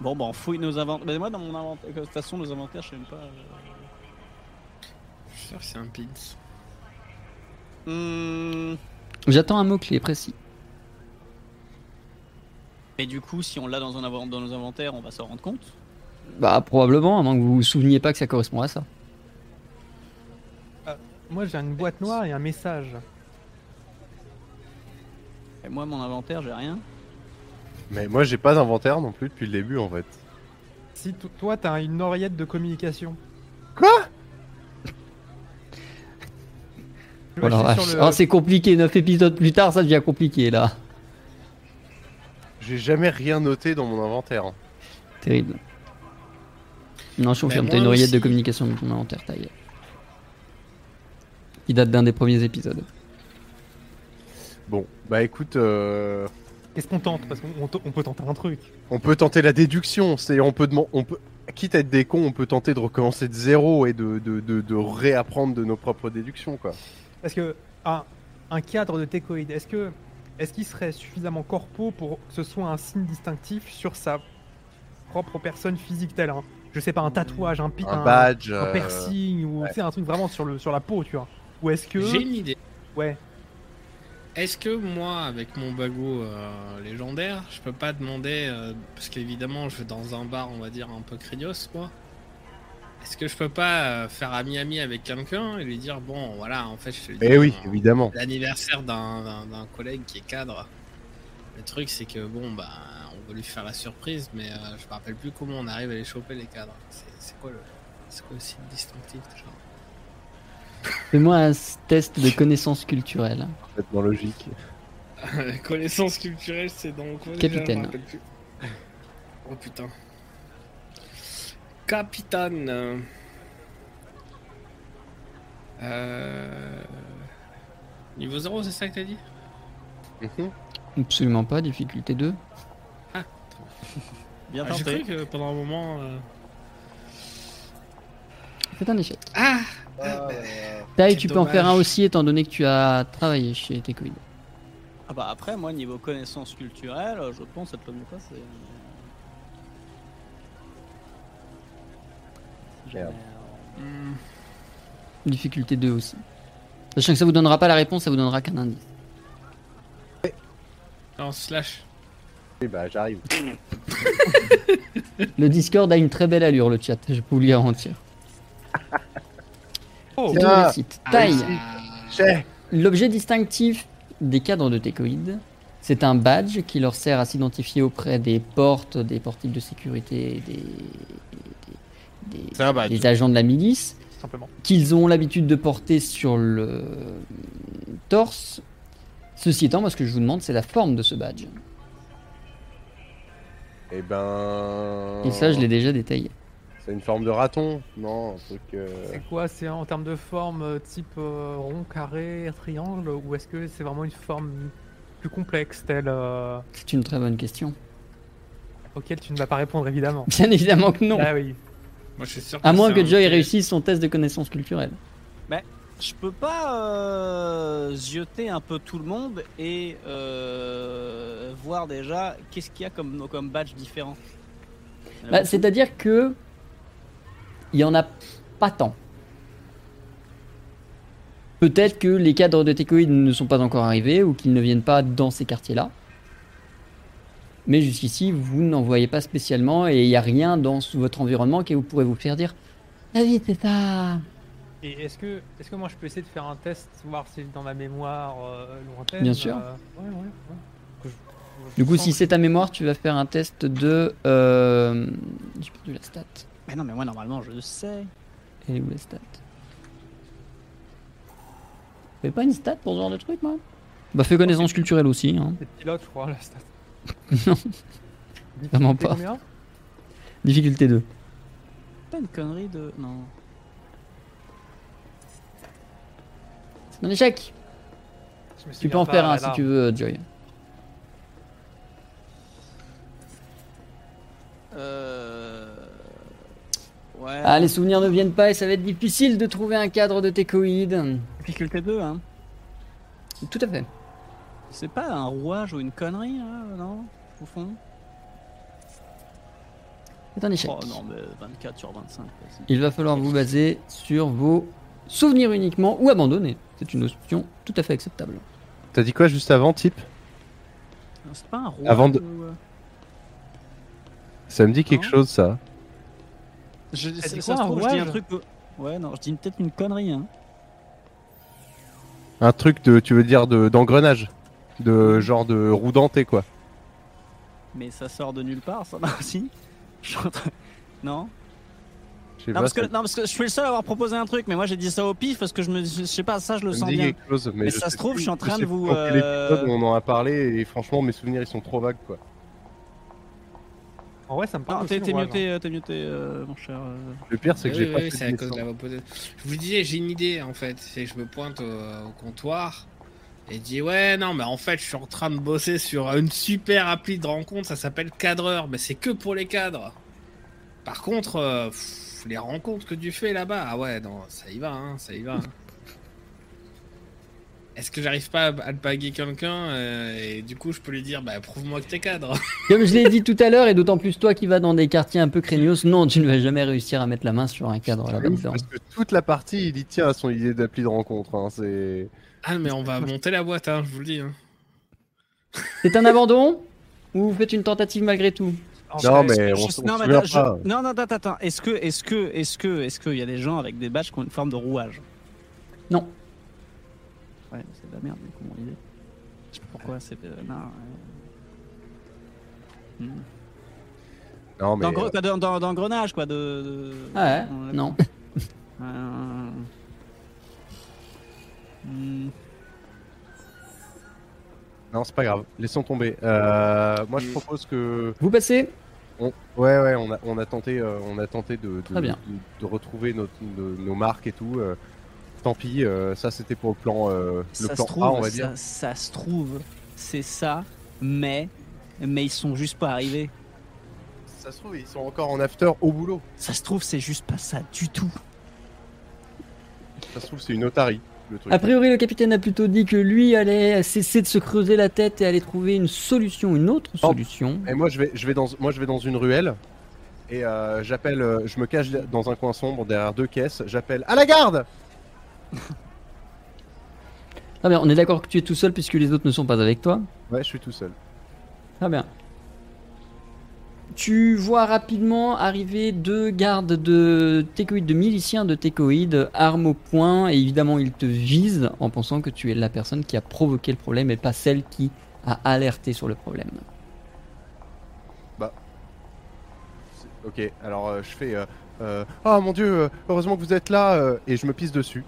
[SPEAKER 4] Bon, bah, on fouille nos inventaires. Mais moi, dans mon inventaire. De toute façon, nos inventaires, je sais même pas.
[SPEAKER 6] Je suis sûr que c'est un pins.
[SPEAKER 4] euh. Hmm.
[SPEAKER 7] J'attends un mot-clé précis.
[SPEAKER 4] Mais du coup, si on l'a dans, un invent- dans nos inventaires, on va s'en rendre compte.
[SPEAKER 7] Bah, probablement, à moins que vous vous souveniez pas que ça correspond à ça.
[SPEAKER 5] Moi, j'ai une boîte noire et un message.
[SPEAKER 4] Et moi, mon inventaire, j'ai rien.
[SPEAKER 3] Mais moi, j'ai pas d'inventaire non plus depuis le début en fait.
[SPEAKER 5] Si to- toi, t'as une oreillette de communication. Quoi
[SPEAKER 7] Alors, ah, ah, c'est compliqué, 9 épisodes plus tard, ça devient compliqué là.
[SPEAKER 3] J'ai jamais rien noté dans mon inventaire.
[SPEAKER 7] Terrible. Non, je confirme,
[SPEAKER 6] moi
[SPEAKER 7] t'as une oreillette de
[SPEAKER 6] aussi.
[SPEAKER 7] communication dans ton inventaire, taille. Qui date d'un des premiers épisodes.
[SPEAKER 3] Bon, bah écoute, euh,
[SPEAKER 5] Qu'est-ce qu'on tente Parce qu'on on t- on peut tenter un truc.
[SPEAKER 3] on peut tenter la déduction. C'est, on peut deman- on peut, quitte à être des cons, on peut tenter de recommencer de zéro et de, de, de, de réapprendre de nos propres déductions quoi.
[SPEAKER 5] Parce que un, un cadre de técoïde, est-ce que est-ce qu'il serait suffisamment corpo pour que ce soit un signe distinctif sur sa propre personne physique telle un, je sais pas un tatouage, un pic,
[SPEAKER 3] Hmm. Un badge.
[SPEAKER 5] un
[SPEAKER 4] Oh,
[SPEAKER 3] euh,
[SPEAKER 5] piercing ou tu sais, un truc vraiment sur le sur la peau, tu vois. Ou est-ce que
[SPEAKER 6] J'ai une idée.
[SPEAKER 5] ouais,
[SPEAKER 6] Est-ce que moi, avec mon bagot euh, légendaire, je peux pas demander, euh, parce qu'évidemment je vais dans un bar, on va dire, un peu craignos, quoi. Est-ce que je peux pas euh, faire ami-ami avec quelqu'un et lui dire, bon, voilà, en fait, je te le dis,
[SPEAKER 3] Eh oui,
[SPEAKER 6] euh,
[SPEAKER 3] évidemment.
[SPEAKER 6] l'anniversaire d'un- d'un d'un collègue qui est cadre. Le truc, c'est que bon, bah, on veut lui faire la surprise, mais euh, je me rappelle plus comment on arrive à les choper les cadres. C'est- C'est quoi le, c'est quoi le site distinctif déjà
[SPEAKER 7] Fais-moi un s- test de connaissance culturelle.
[SPEAKER 3] Complètement logique.
[SPEAKER 6] La connaissance culturelle, c'est dans quoi déjà Je
[SPEAKER 7] Capitaine.
[SPEAKER 6] me rappelle plus. Oh putain. Capitaine. euh, Euh... Niveau 0, c'est ça que t'as dit
[SPEAKER 3] Mhm.
[SPEAKER 7] Absolument pas, difficulté 2.
[SPEAKER 4] Bien
[SPEAKER 6] Ah, J'ai cru
[SPEAKER 4] tenté.
[SPEAKER 6] que pendant un moment. euh,
[SPEAKER 7] C'est un échec.
[SPEAKER 6] Ah
[SPEAKER 7] Taille,
[SPEAKER 6] Quel
[SPEAKER 7] tu peux en faire un
[SPEAKER 6] dommage.
[SPEAKER 7] aussi, étant donné que tu as travaillé chez Tecoid.
[SPEAKER 4] Ah bah après, moi, niveau connaissance culturelle, euh, je pense être le mieux passé. Si jamais,
[SPEAKER 3] Merde.
[SPEAKER 4] euh,
[SPEAKER 6] hmm.
[SPEAKER 7] Difficulté 2 aussi. Sachant que ça vous donnera pas la réponse, ça vous donnera qu'un indice.
[SPEAKER 6] Non, slash.
[SPEAKER 3] Oui, bah j'arrive.
[SPEAKER 7] Le Discord a une très belle allure, le chat, je peux vous le garantir.
[SPEAKER 5] Oh.
[SPEAKER 7] C'est tout,
[SPEAKER 3] Ah.
[SPEAKER 7] réussite. Taille.
[SPEAKER 3] J'ai.
[SPEAKER 7] L'objet distinctif des cadres de Técoïde, c'est un badge qui leur sert à s'identifier auprès des portes, des portiques de sécurité, des- des,
[SPEAKER 3] C'est un badge.
[SPEAKER 7] des agents de la milice
[SPEAKER 5] tout simplement.
[SPEAKER 7] qu'ils ont l'habitude de porter sur le torse. Ceci étant, moi ce que je vous demande, c'est la forme de ce badge.
[SPEAKER 3] Eh ben.
[SPEAKER 7] Et ça, je l'ai déjà détaillé.
[SPEAKER 3] C'est une forme de raton Non, un truc. euh,
[SPEAKER 5] C'est quoi C'est en termes de forme euh, type euh, rond, carré, triangle ou est-ce que c'est vraiment une forme plus complexe telle euh,
[SPEAKER 7] C'est une très bonne question.
[SPEAKER 5] auquel tu ne vas pas répondre évidemment.
[SPEAKER 7] Bien évidemment que non.
[SPEAKER 5] Ah oui.
[SPEAKER 6] Moi, je suis sûr
[SPEAKER 7] À moins
[SPEAKER 6] Euh, c'est
[SPEAKER 7] que
[SPEAKER 6] un-
[SPEAKER 7] Joy réussisse son test de connaissances culturelles.
[SPEAKER 4] Je peux pas euh, zioter un peu tout le monde et euh, voir déjà qu'est-ce qu'il y a comme, comme badge différent. Euh, Il y en a
[SPEAKER 7] Bah, C'est-à-dire que. Il y en a pas tant. Peut-être que les cadres de Técoïde ne sont pas encore arrivés ou qu'ils ne viennent pas dans ces quartiers-là. Mais jusqu'ici, vous n'en voyez pas spécialement et il n'y a rien dans s- votre environnement qui vous pourrait vous faire dire Ah oui, c'est ça
[SPEAKER 5] Et est-ce que, est-ce que moi je peux essayer de faire un test, voir si dans ma mémoire euh, lointaine
[SPEAKER 7] Bien sûr.
[SPEAKER 5] euh, ouais, ouais, ouais. Que je- je
[SPEAKER 7] Du coup,
[SPEAKER 5] sens
[SPEAKER 7] si
[SPEAKER 5] que-
[SPEAKER 7] c'est ta mémoire, tu vas faire un test de. Euh... J'ai perdu la stat.
[SPEAKER 4] Mais non, mais moi normalement je sais.
[SPEAKER 7] Elle est où la stat Fais pas une stat pour ce genre de truc, moi Bah, fais connaissance culturelle aussi. Hein.
[SPEAKER 5] C'est pilote, je crois, la stat.
[SPEAKER 7] Non.
[SPEAKER 5] Difficulté
[SPEAKER 7] Vraiment pas.
[SPEAKER 5] combien
[SPEAKER 7] Difficulté 2.
[SPEAKER 4] Pas une connerie de. Non.
[SPEAKER 7] C'est un échec
[SPEAKER 5] Je me
[SPEAKER 7] Tu
[SPEAKER 5] souviens
[SPEAKER 7] peux en
[SPEAKER 5] pas,
[SPEAKER 7] faire un
[SPEAKER 5] là.
[SPEAKER 7] si tu veux, euh, Joy.
[SPEAKER 4] Euh. Ouais.
[SPEAKER 7] Ah, les souvenirs ne viennent pas et ça va être difficile de trouver un cadre de tes coïdes.
[SPEAKER 4] Difficulté 2, hein.
[SPEAKER 7] Tout à fait.
[SPEAKER 4] C'est pas un rouage ou une connerie, là, non Au fond
[SPEAKER 7] C'est un échec.
[SPEAKER 4] Oh non, mais 24 sur 25. vas-y.
[SPEAKER 7] Il va falloir vous baser sur vos souvenirs uniquement ou abandonner. C'est une option tout à fait acceptable.
[SPEAKER 3] T'as dit quoi juste avant, type
[SPEAKER 4] Non, C'est pas un rouage.
[SPEAKER 3] Avant de-
[SPEAKER 4] ou, euh,
[SPEAKER 3] Ça me dit quelque
[SPEAKER 4] Non.
[SPEAKER 3] chose, ça.
[SPEAKER 4] Je,
[SPEAKER 5] dit
[SPEAKER 4] ça,
[SPEAKER 5] quoi,
[SPEAKER 4] ça se
[SPEAKER 5] un
[SPEAKER 4] trouve, je dis un
[SPEAKER 5] rouage
[SPEAKER 4] truc. que- Ouais, non, je dis peut-être une connerie, hein.
[SPEAKER 3] Un truc de, tu veux dire, de- d'engrenage De genre de roue dentée, quoi.
[SPEAKER 4] Mais ça sort de nulle part, ça, non, si Je suis en train- Non
[SPEAKER 3] Je sais
[SPEAKER 4] non
[SPEAKER 3] pas,
[SPEAKER 4] parce, que,
[SPEAKER 3] ça-
[SPEAKER 4] non, parce que je suis le seul à avoir proposé un truc, mais moi j'ai dit ça au pif parce que je me je sais pas, ça je le
[SPEAKER 3] ça me
[SPEAKER 4] sens
[SPEAKER 3] dit
[SPEAKER 4] bien.
[SPEAKER 3] quelque chose, mais,
[SPEAKER 4] Mais
[SPEAKER 3] je
[SPEAKER 4] ça
[SPEAKER 3] sais
[SPEAKER 4] se trouve,
[SPEAKER 3] plus-
[SPEAKER 4] je suis en train
[SPEAKER 3] sais plus
[SPEAKER 4] de vous,
[SPEAKER 3] dans quel épisode
[SPEAKER 4] euh,
[SPEAKER 3] on en a parlé et franchement, mes souvenirs ils sont trop vagues, quoi.
[SPEAKER 5] En vrai, ça me parle.
[SPEAKER 4] Non,
[SPEAKER 5] aussi,
[SPEAKER 4] t'es
[SPEAKER 5] le
[SPEAKER 4] t'es
[SPEAKER 5] rouage,
[SPEAKER 4] muté, euh, t'es muté, euh, mon cher. euh.
[SPEAKER 3] Le pire, c'est que
[SPEAKER 6] Oui,
[SPEAKER 3] j'ai
[SPEAKER 6] oui,
[SPEAKER 3] pas
[SPEAKER 6] oui,
[SPEAKER 3] fait
[SPEAKER 6] c'est
[SPEAKER 3] de
[SPEAKER 6] à cause de
[SPEAKER 3] dessin.
[SPEAKER 6] la voix posée. Je vous disais, j'ai une idée en fait. C'est que je me pointe au, au comptoir et dis ouais non mais en fait je suis en train de bosser sur une super appli de rencontre. Ça s'appelle Cadreur, mais c'est que pour les cadres. Par contre, euh, pff, les rencontres que tu fais là-bas, ah ouais non ça y va, hein, ça y va. hein. Est-ce que j'arrive pas à à le baguer quelqu'un euh, et du coup je peux lui dire bah prouve-moi que t'es cadre.
[SPEAKER 7] Comme je l'ai dit tout à l'heure, et d'autant plus toi qui vas dans des quartiers un peu craignos, non, tu ne vas jamais réussir à mettre la main sur un cadre là-bas.
[SPEAKER 3] Ouf, Parce que toute la partie, il y tient à son idée d'appli de rencontre. hein, C'est
[SPEAKER 6] Ah mais on va monter la boîte, hein, je vous le dis. hein.
[SPEAKER 7] C'est un abandon Ou vous faites une tentative malgré tout
[SPEAKER 5] En
[SPEAKER 3] non,
[SPEAKER 5] vrai,
[SPEAKER 3] mais
[SPEAKER 4] Je-
[SPEAKER 3] on
[SPEAKER 4] je-
[SPEAKER 3] s'en
[SPEAKER 4] non, mais
[SPEAKER 3] souvient
[SPEAKER 4] attends, je-
[SPEAKER 3] pas.
[SPEAKER 4] non, non, attends, attends. Est-ce que, est-ce que, est-ce que, est-ce qu'il y a des gens avec des badges qui ont une forme de rouage
[SPEAKER 7] Non.
[SPEAKER 4] Ouais, mais c'est de la merde, mais comment l'idée Je sais pas pourquoi, c'est. euh, non, euh. Hmm.
[SPEAKER 3] Non, mais euh.
[SPEAKER 4] D'engre- quoi, de- d'en- D'engrenage, quoi, de. de-
[SPEAKER 7] Ah ouais
[SPEAKER 4] on l'a-
[SPEAKER 7] Non.
[SPEAKER 4] Euh, hmm.
[SPEAKER 3] non, c'est pas grave. Laissons tomber. Euh, moi, je propose que
[SPEAKER 7] Vous passez
[SPEAKER 3] On- Ouais, ouais, on a, on a tenté, euh, on a tenté de, de-
[SPEAKER 7] Très bien.
[SPEAKER 3] de- de retrouver notre- de- nos marques et tout. euh, tant pis, euh, ça c'était pour le plan, euh, le
[SPEAKER 4] ça
[SPEAKER 3] plan
[SPEAKER 4] se trouve,
[SPEAKER 3] A, on va
[SPEAKER 4] ça,
[SPEAKER 3] dire.
[SPEAKER 4] ça se trouve, c'est ça, mais. Mais ils sont juste pas arrivés.
[SPEAKER 3] Ça se trouve, ils sont encore en after au boulot.
[SPEAKER 4] Ça se trouve, c'est juste pas ça du tout.
[SPEAKER 3] Ça se trouve, c'est une otarie, le truc.
[SPEAKER 7] A priori, le capitaine a plutôt dit que lui allait cesser de se creuser la tête et aller trouver une solution, une autre
[SPEAKER 3] Oh.
[SPEAKER 7] solution.
[SPEAKER 3] Et moi, je vais, je vais dans, moi, je vais dans une ruelle et euh, j'appelle, euh, je me cache dans un coin sombre derrière deux caisses. J'appelle à la garde.
[SPEAKER 7] Très bien, on est d'accord que tu es tout seul puisque les autres ne sont pas avec toi.
[SPEAKER 3] Ouais, je suis tout seul.
[SPEAKER 7] Très bien. Tu vois rapidement arriver deux gardes de técoïdes, de miliciens de técoïdes, armes au poing, et évidemment ils te visent en pensant que tu es la personne qui a provoqué le problème et pas celle qui a alerté sur le problème.
[SPEAKER 3] C'est- Ok, alors euh, je fais. euh, euh, Ah, mon dieu, euh, heureusement que vous êtes là euh, et je me pisse dessus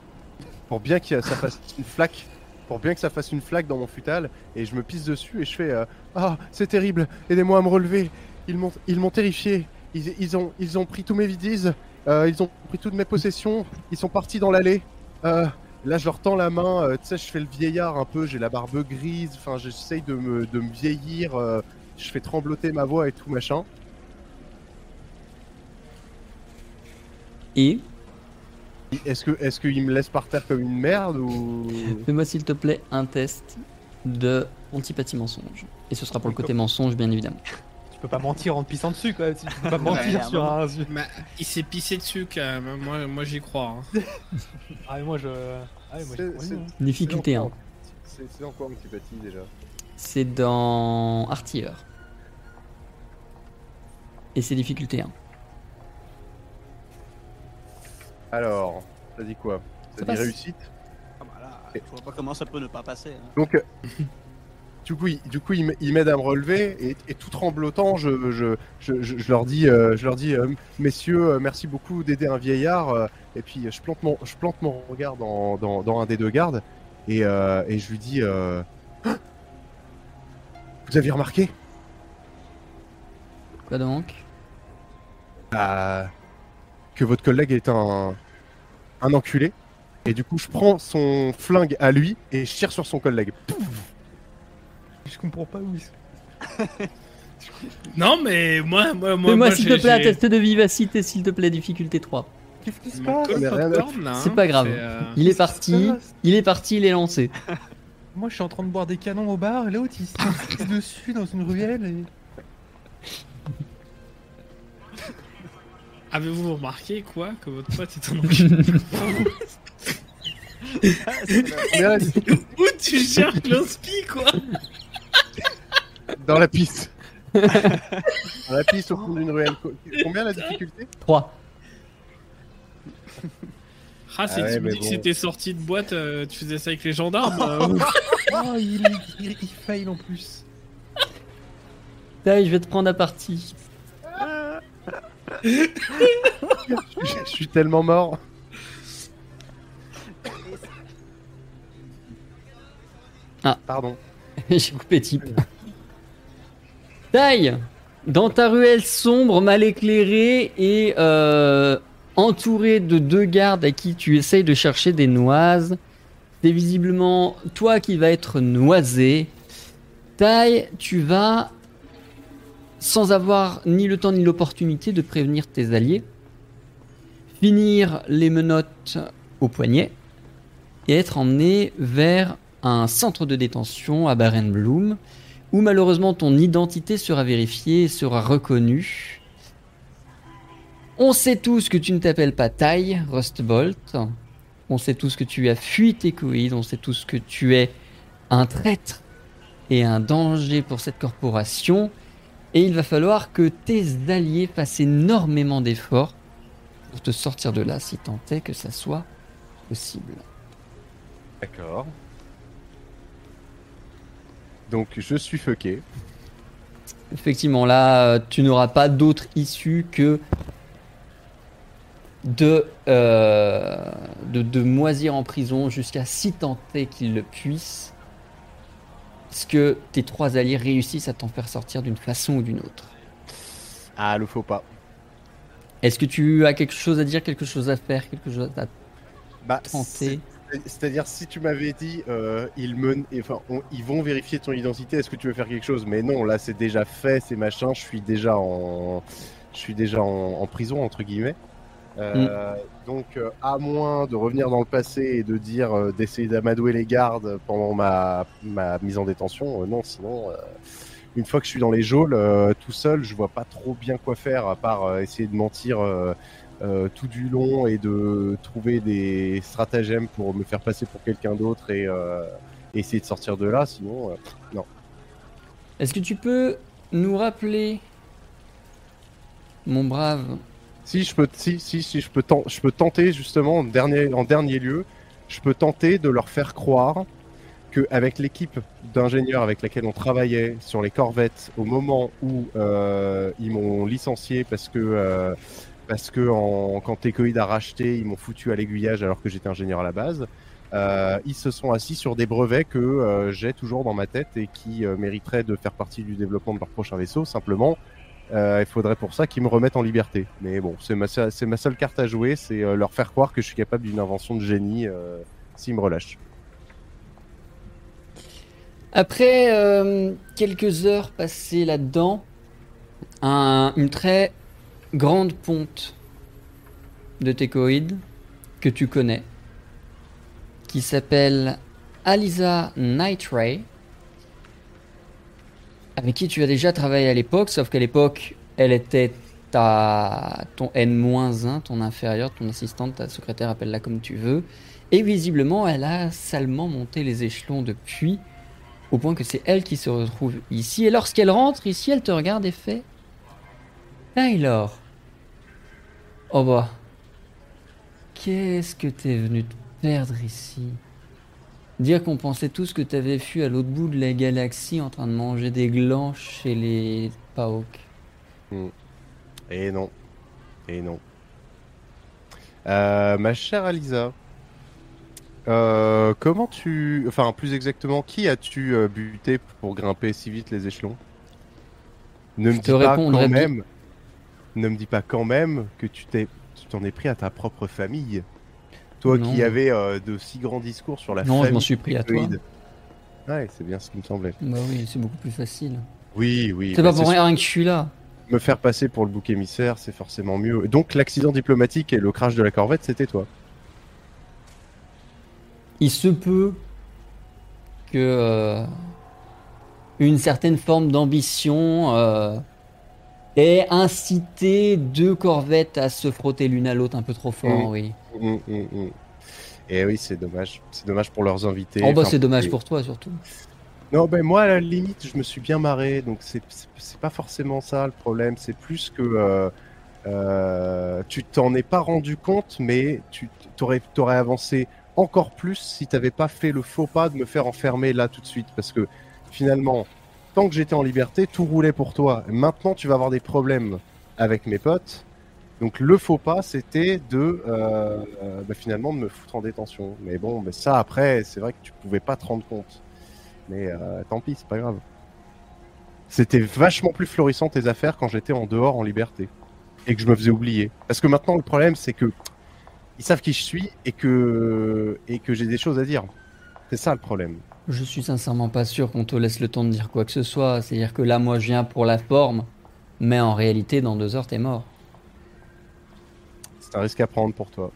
[SPEAKER 3] pour bien que ça fasse une flaque, pour bien que ça fasse une flaque dans mon futal et je me pisse dessus et je fais euh, ah c'est terrible, aidez-moi à me relever, ils m'ont ils m'ont terrifié, ils, ils ont ils ont pris tous mes vidies, euh, ils ont pris toutes mes possessions, ils sont partis dans l'allée. Euh, là je leur tends la main, euh, tu sais je fais le vieillard un peu, j'ai la barbe grise, enfin j'essaye de me de me vieillir, euh, je fais trembloter ma voix et tout machin.
[SPEAKER 7] Et,
[SPEAKER 3] Est-ce que est-ce qu'ils me laissent par terre comme une merde ou
[SPEAKER 7] fais-moi s'il te plaît un test de antipathie mensonge. Et ce sera pour le côté mensonge, bien évidemment.
[SPEAKER 5] Tu peux pas mentir en te pissant dessus, quoi. Tu peux pas mentir
[SPEAKER 4] clairement.
[SPEAKER 5] sur un. sur-
[SPEAKER 6] Mais il s'est pissé dessus quand même. hein. Moi, moi j'y crois. hein.
[SPEAKER 5] Ah, mais moi, je. Ah, mais moi, j'ai
[SPEAKER 3] C'est-
[SPEAKER 5] trouvé,
[SPEAKER 3] c'est-
[SPEAKER 5] hein.
[SPEAKER 7] Difficulté 1.
[SPEAKER 3] C'est c'est dans quoi antipathie déjà
[SPEAKER 7] C'est dans Artilleur. Et c'est difficulté 1.
[SPEAKER 3] Alors, T'as dit quoi T'as
[SPEAKER 7] Ça
[SPEAKER 3] dit
[SPEAKER 7] passe.
[SPEAKER 3] réussite
[SPEAKER 4] Ah bah là, je vois pas comment ça peut ne pas passer. hein.
[SPEAKER 3] Donc, euh, du coup, il, du coup, il m- il m'aide à me relever et, et tout tremblotant, je, je, je, je- je leur dis, euh, je leur dis euh, messieurs, euh, merci beaucoup d'aider un vieillard. euh, et puis, je plante mon, je plante mon regard dans, dans, dans un des deux gardes et, euh, et je lui dis, euh, Ah vous avez remarqué
[SPEAKER 7] Quoi donc
[SPEAKER 3] Bah, que votre collègue est un, un enculé. Et du coup, je prends son flingue à lui et je tire sur son collègue.
[SPEAKER 5] Je comprends pas où ils sont.
[SPEAKER 6] Non, mais moi, moi, moi,
[SPEAKER 7] Fais-moi, s'il
[SPEAKER 6] j'ai-
[SPEAKER 7] te plaît, un
[SPEAKER 6] j'ai-
[SPEAKER 7] test de vivacité, s'il te plaît, difficulté 3.
[SPEAKER 5] Qu'est-ce qui se
[SPEAKER 6] mon
[SPEAKER 5] passe
[SPEAKER 6] col
[SPEAKER 3] Mais rien
[SPEAKER 6] popcorn, là,
[SPEAKER 7] C'est
[SPEAKER 6] hein,
[SPEAKER 7] pas grave.
[SPEAKER 6] euh,
[SPEAKER 5] Qu'est-ce
[SPEAKER 7] Il est
[SPEAKER 5] qui se
[SPEAKER 7] parti,
[SPEAKER 5] passe
[SPEAKER 7] il est parti, il est lancé.
[SPEAKER 5] Moi, je suis en train de boire des canons au bar, et l'autre, il se pisse dessus dans une ruelle. Et...
[SPEAKER 6] Avez-vous remarqué quoi que votre pote est un enculé
[SPEAKER 4] Ah, c'est la-
[SPEAKER 3] Mais arrête,
[SPEAKER 6] Où tu cherches l'inspi quoi
[SPEAKER 3] dans la piste. dans la piste au fond d'une ruelle. Co- Combien la difficulté
[SPEAKER 7] 3.
[SPEAKER 6] Ah, c'est
[SPEAKER 3] Ah ouais,
[SPEAKER 6] tu me
[SPEAKER 3] mais
[SPEAKER 6] dis que
[SPEAKER 3] bon.
[SPEAKER 6] c'était sorti de boîte, euh, tu faisais ça avec les gendarmes euh, ou-
[SPEAKER 5] Oh, il, il, il fail en plus.
[SPEAKER 7] Taille, je vais te prendre à partie.
[SPEAKER 3] je, je suis tellement mort.
[SPEAKER 7] Ah.
[SPEAKER 3] Pardon.
[SPEAKER 7] J'ai coupé type. Taille Dans ta ruelle sombre, mal éclairée et euh, entourée de deux gardes à qui tu essayes de chercher des noises, c'est visiblement toi qui vas être noisé. Taille, tu vas, sans avoir ni le temps ni l'opportunité de prévenir tes alliés, finir les menottes au poignet et être emmené vers un centre de détention à Barenbloom, où malheureusement ton identité sera vérifiée et sera reconnue. On sait tous que tu ne t'appelles pas Ty Rustbolt. On sait tous que tu as fui tes coïdes. On sait tous que tu es un traître et un danger pour cette corporation. Et il va falloir que tes alliés fassent énormément d'efforts pour te sortir de là, si tant est que ça soit possible.
[SPEAKER 3] D'accord. Donc je suis fucké.
[SPEAKER 7] Effectivement, là, euh, tu n'auras pas d'autre issue que de, euh, de, de moisir en prison jusqu'à si tenter qu'il le puisse. Parce que tes trois alliés réussissent à t'en faire sortir d'une façon ou d'une autre.
[SPEAKER 3] Ah, le faux pas.
[SPEAKER 7] Est-ce que tu as quelque chose à dire, quelque chose à faire, quelque chose à
[SPEAKER 3] Bah,
[SPEAKER 7] tenter
[SPEAKER 3] c'est- c'est-à-dire si tu m'avais dit, euh, ils me, enfin, on- ils vont vérifier ton identité. Est-ce que tu veux faire quelque chose Mais non, là c'est déjà fait, c'est machin. Je suis déjà en, je suis déjà en, en prison entre guillemets. Euh, Donc, euh, à moins de revenir dans le passé et de dire euh, d'essayer d'amadouer les gardes pendant ma, ma mise en détention, euh, non, sinon, euh, une fois que je suis dans les geôles, euh, tout seul, je vois pas trop bien quoi faire à part euh, essayer de mentir euh, euh, tout du long et de trouver des stratagèmes pour me faire passer pour quelqu'un d'autre et euh, essayer de sortir de là. Sinon, euh,
[SPEAKER 7] Est-ce que tu peux nous rappeler, mon brave
[SPEAKER 3] Si je peux, si, si, si je peux, ten- je peux tenter justement en dernier, en dernier lieu, je peux tenter de leur faire croire que avec l'équipe d'ingénieurs avec laquelle on travaillait sur les corvettes, au moment où euh, ils m'ont licencié parce que euh, parce que en, quand Tecoïd a racheté, ils m'ont foutu à l'aiguillage alors que j'étais ingénieur à la base. euh, ils se sont assis sur des brevets que euh, j'ai toujours dans ma tête et qui euh, mériteraient de faire partie du développement de leur prochain vaisseau. Simplement, euh, il faudrait pour ça qu'ils me remettent en liberté. Mais bon, c'est ma, seule- c'est ma seule carte à jouer, c'est euh, leur faire croire que je suis capable d'une invention de génie euh, s'ils me relâchent.
[SPEAKER 7] Après euh, quelques heures passées là-dedans, un- une très grande ponte de técoïdes que tu connais, qui s'appelle Alisa Nightray, avec qui tu as déjà travaillé à l'époque, sauf qu'à l'époque, elle était ta, ton N-1, ton inférieur, ton assistante, ta secrétaire, appelle-la comme tu veux. Et visiblement, elle a salement monté les échelons depuis au point que c'est elle qui se retrouve ici. Et lorsqu'elle rentre ici, elle te regarde et fait Taylor. Oh bah. Qu'est-ce que t'es venu te perdre ici Dire qu'on pensait tout ce que t'avais vu à l'autre bout de la galaxie en train de manger des glands chez les Paok.
[SPEAKER 3] Et Eh non. Et non. Euh, ma chère Alisa, euh, comment tu. Enfin, plus exactement, qui as-tu euh, buté pour grimper si vite les échelons Ne me
[SPEAKER 7] te
[SPEAKER 3] dis pas
[SPEAKER 7] répondrai
[SPEAKER 3] quand
[SPEAKER 7] bi-
[SPEAKER 3] même. Ne me dis pas quand même que tu t'es, tu t'en es pris à ta propre famille. Toi qui
[SPEAKER 7] Non.
[SPEAKER 3] avais euh, de si grands discours sur la
[SPEAKER 7] Non, je
[SPEAKER 3] famille.
[SPEAKER 7] m'en suis pris à toi.
[SPEAKER 3] humanoïde. Ouais, c'est bien ce qui me semblait.
[SPEAKER 7] Bah oui, c'est beaucoup plus facile.
[SPEAKER 3] Oui, oui. bah,
[SPEAKER 7] C'est
[SPEAKER 3] mais
[SPEAKER 7] pas pour rien que je suis là.
[SPEAKER 3] sûr, Me faire passer pour le bouc émissaire, c'est forcément mieux. Donc l'accident diplomatique et le crash de la corvette, c'était toi.
[SPEAKER 7] Il se peut que euh, une certaine forme d'ambition euh, ait incité deux corvettes à se frotter l'une à l'autre un peu trop fort,
[SPEAKER 3] Mm.
[SPEAKER 7] oui.
[SPEAKER 3] Mm, mm, mm. Et oui, c'est dommage. C'est dommage pour leurs invités.
[SPEAKER 7] Oh bah
[SPEAKER 3] Enfin,
[SPEAKER 7] c'est dommage
[SPEAKER 3] et-
[SPEAKER 7] pour toi surtout.
[SPEAKER 3] Non, ben moi, à la limite, je me suis bien marré. Donc, c'est- c'est c'est pas forcément ça le problème. C'est plus que euh, euh, tu t'en es pas rendu compte, mais tu t'aurais t'aurais avancé encore plus si t'avais pas fait le faux pas de me faire enfermer là tout de suite. Parce que finalement, tant que j'étais en liberté, tout roulait pour toi. Maintenant, tu vas avoir des problèmes avec mes potes. Donc, le faux pas, c'était de euh, euh, ben, finalement de me foutre en détention. Mais bon, ben, ça, après, c'est vrai que tu pouvais pas te rendre compte. Mais euh, tant pis, c'est pas grave. C'était vachement plus florissant tes affaires quand j'étais en dehors en liberté et que je me faisais oublier. Parce que maintenant le problème c'est que ils savent qui je suis et que et que j'ai des choses à dire. C'est ça le problème.
[SPEAKER 7] Je suis sincèrement pas sûr qu'on te laisse le temps de dire quoi que ce soit. C'est-à-dire que là moi je viens pour la forme, mais en réalité dans deux heures t'es mort.
[SPEAKER 3] C'est un risque à prendre pour toi.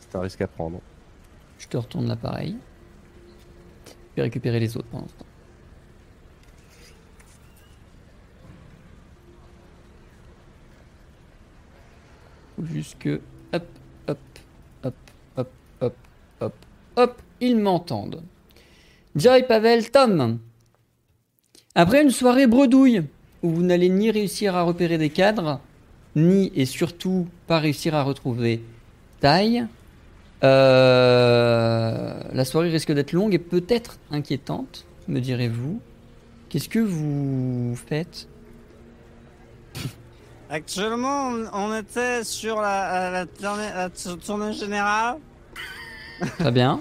[SPEAKER 3] C'est un risque à prendre.
[SPEAKER 7] Je te retourne l'appareil. Je vais récupérer les autres pendant ce temps. Faut Juste que. Hop, hop, hop, hop, hop, hop, hop, ils m'entendent. Joy, Pavel, Tom. Après une soirée bredouille, où vous n'allez ni réussir à repérer des cadres, ni et surtout pas réussir à retrouver taille, euh, la soirée risque d'être longue et peut-être inquiétante, me direz-vous. Qu'est-ce que vous faites
[SPEAKER 4] Actuellement, on- on était sur la, à la tournée, la t- tournée générale.
[SPEAKER 7] Très bien.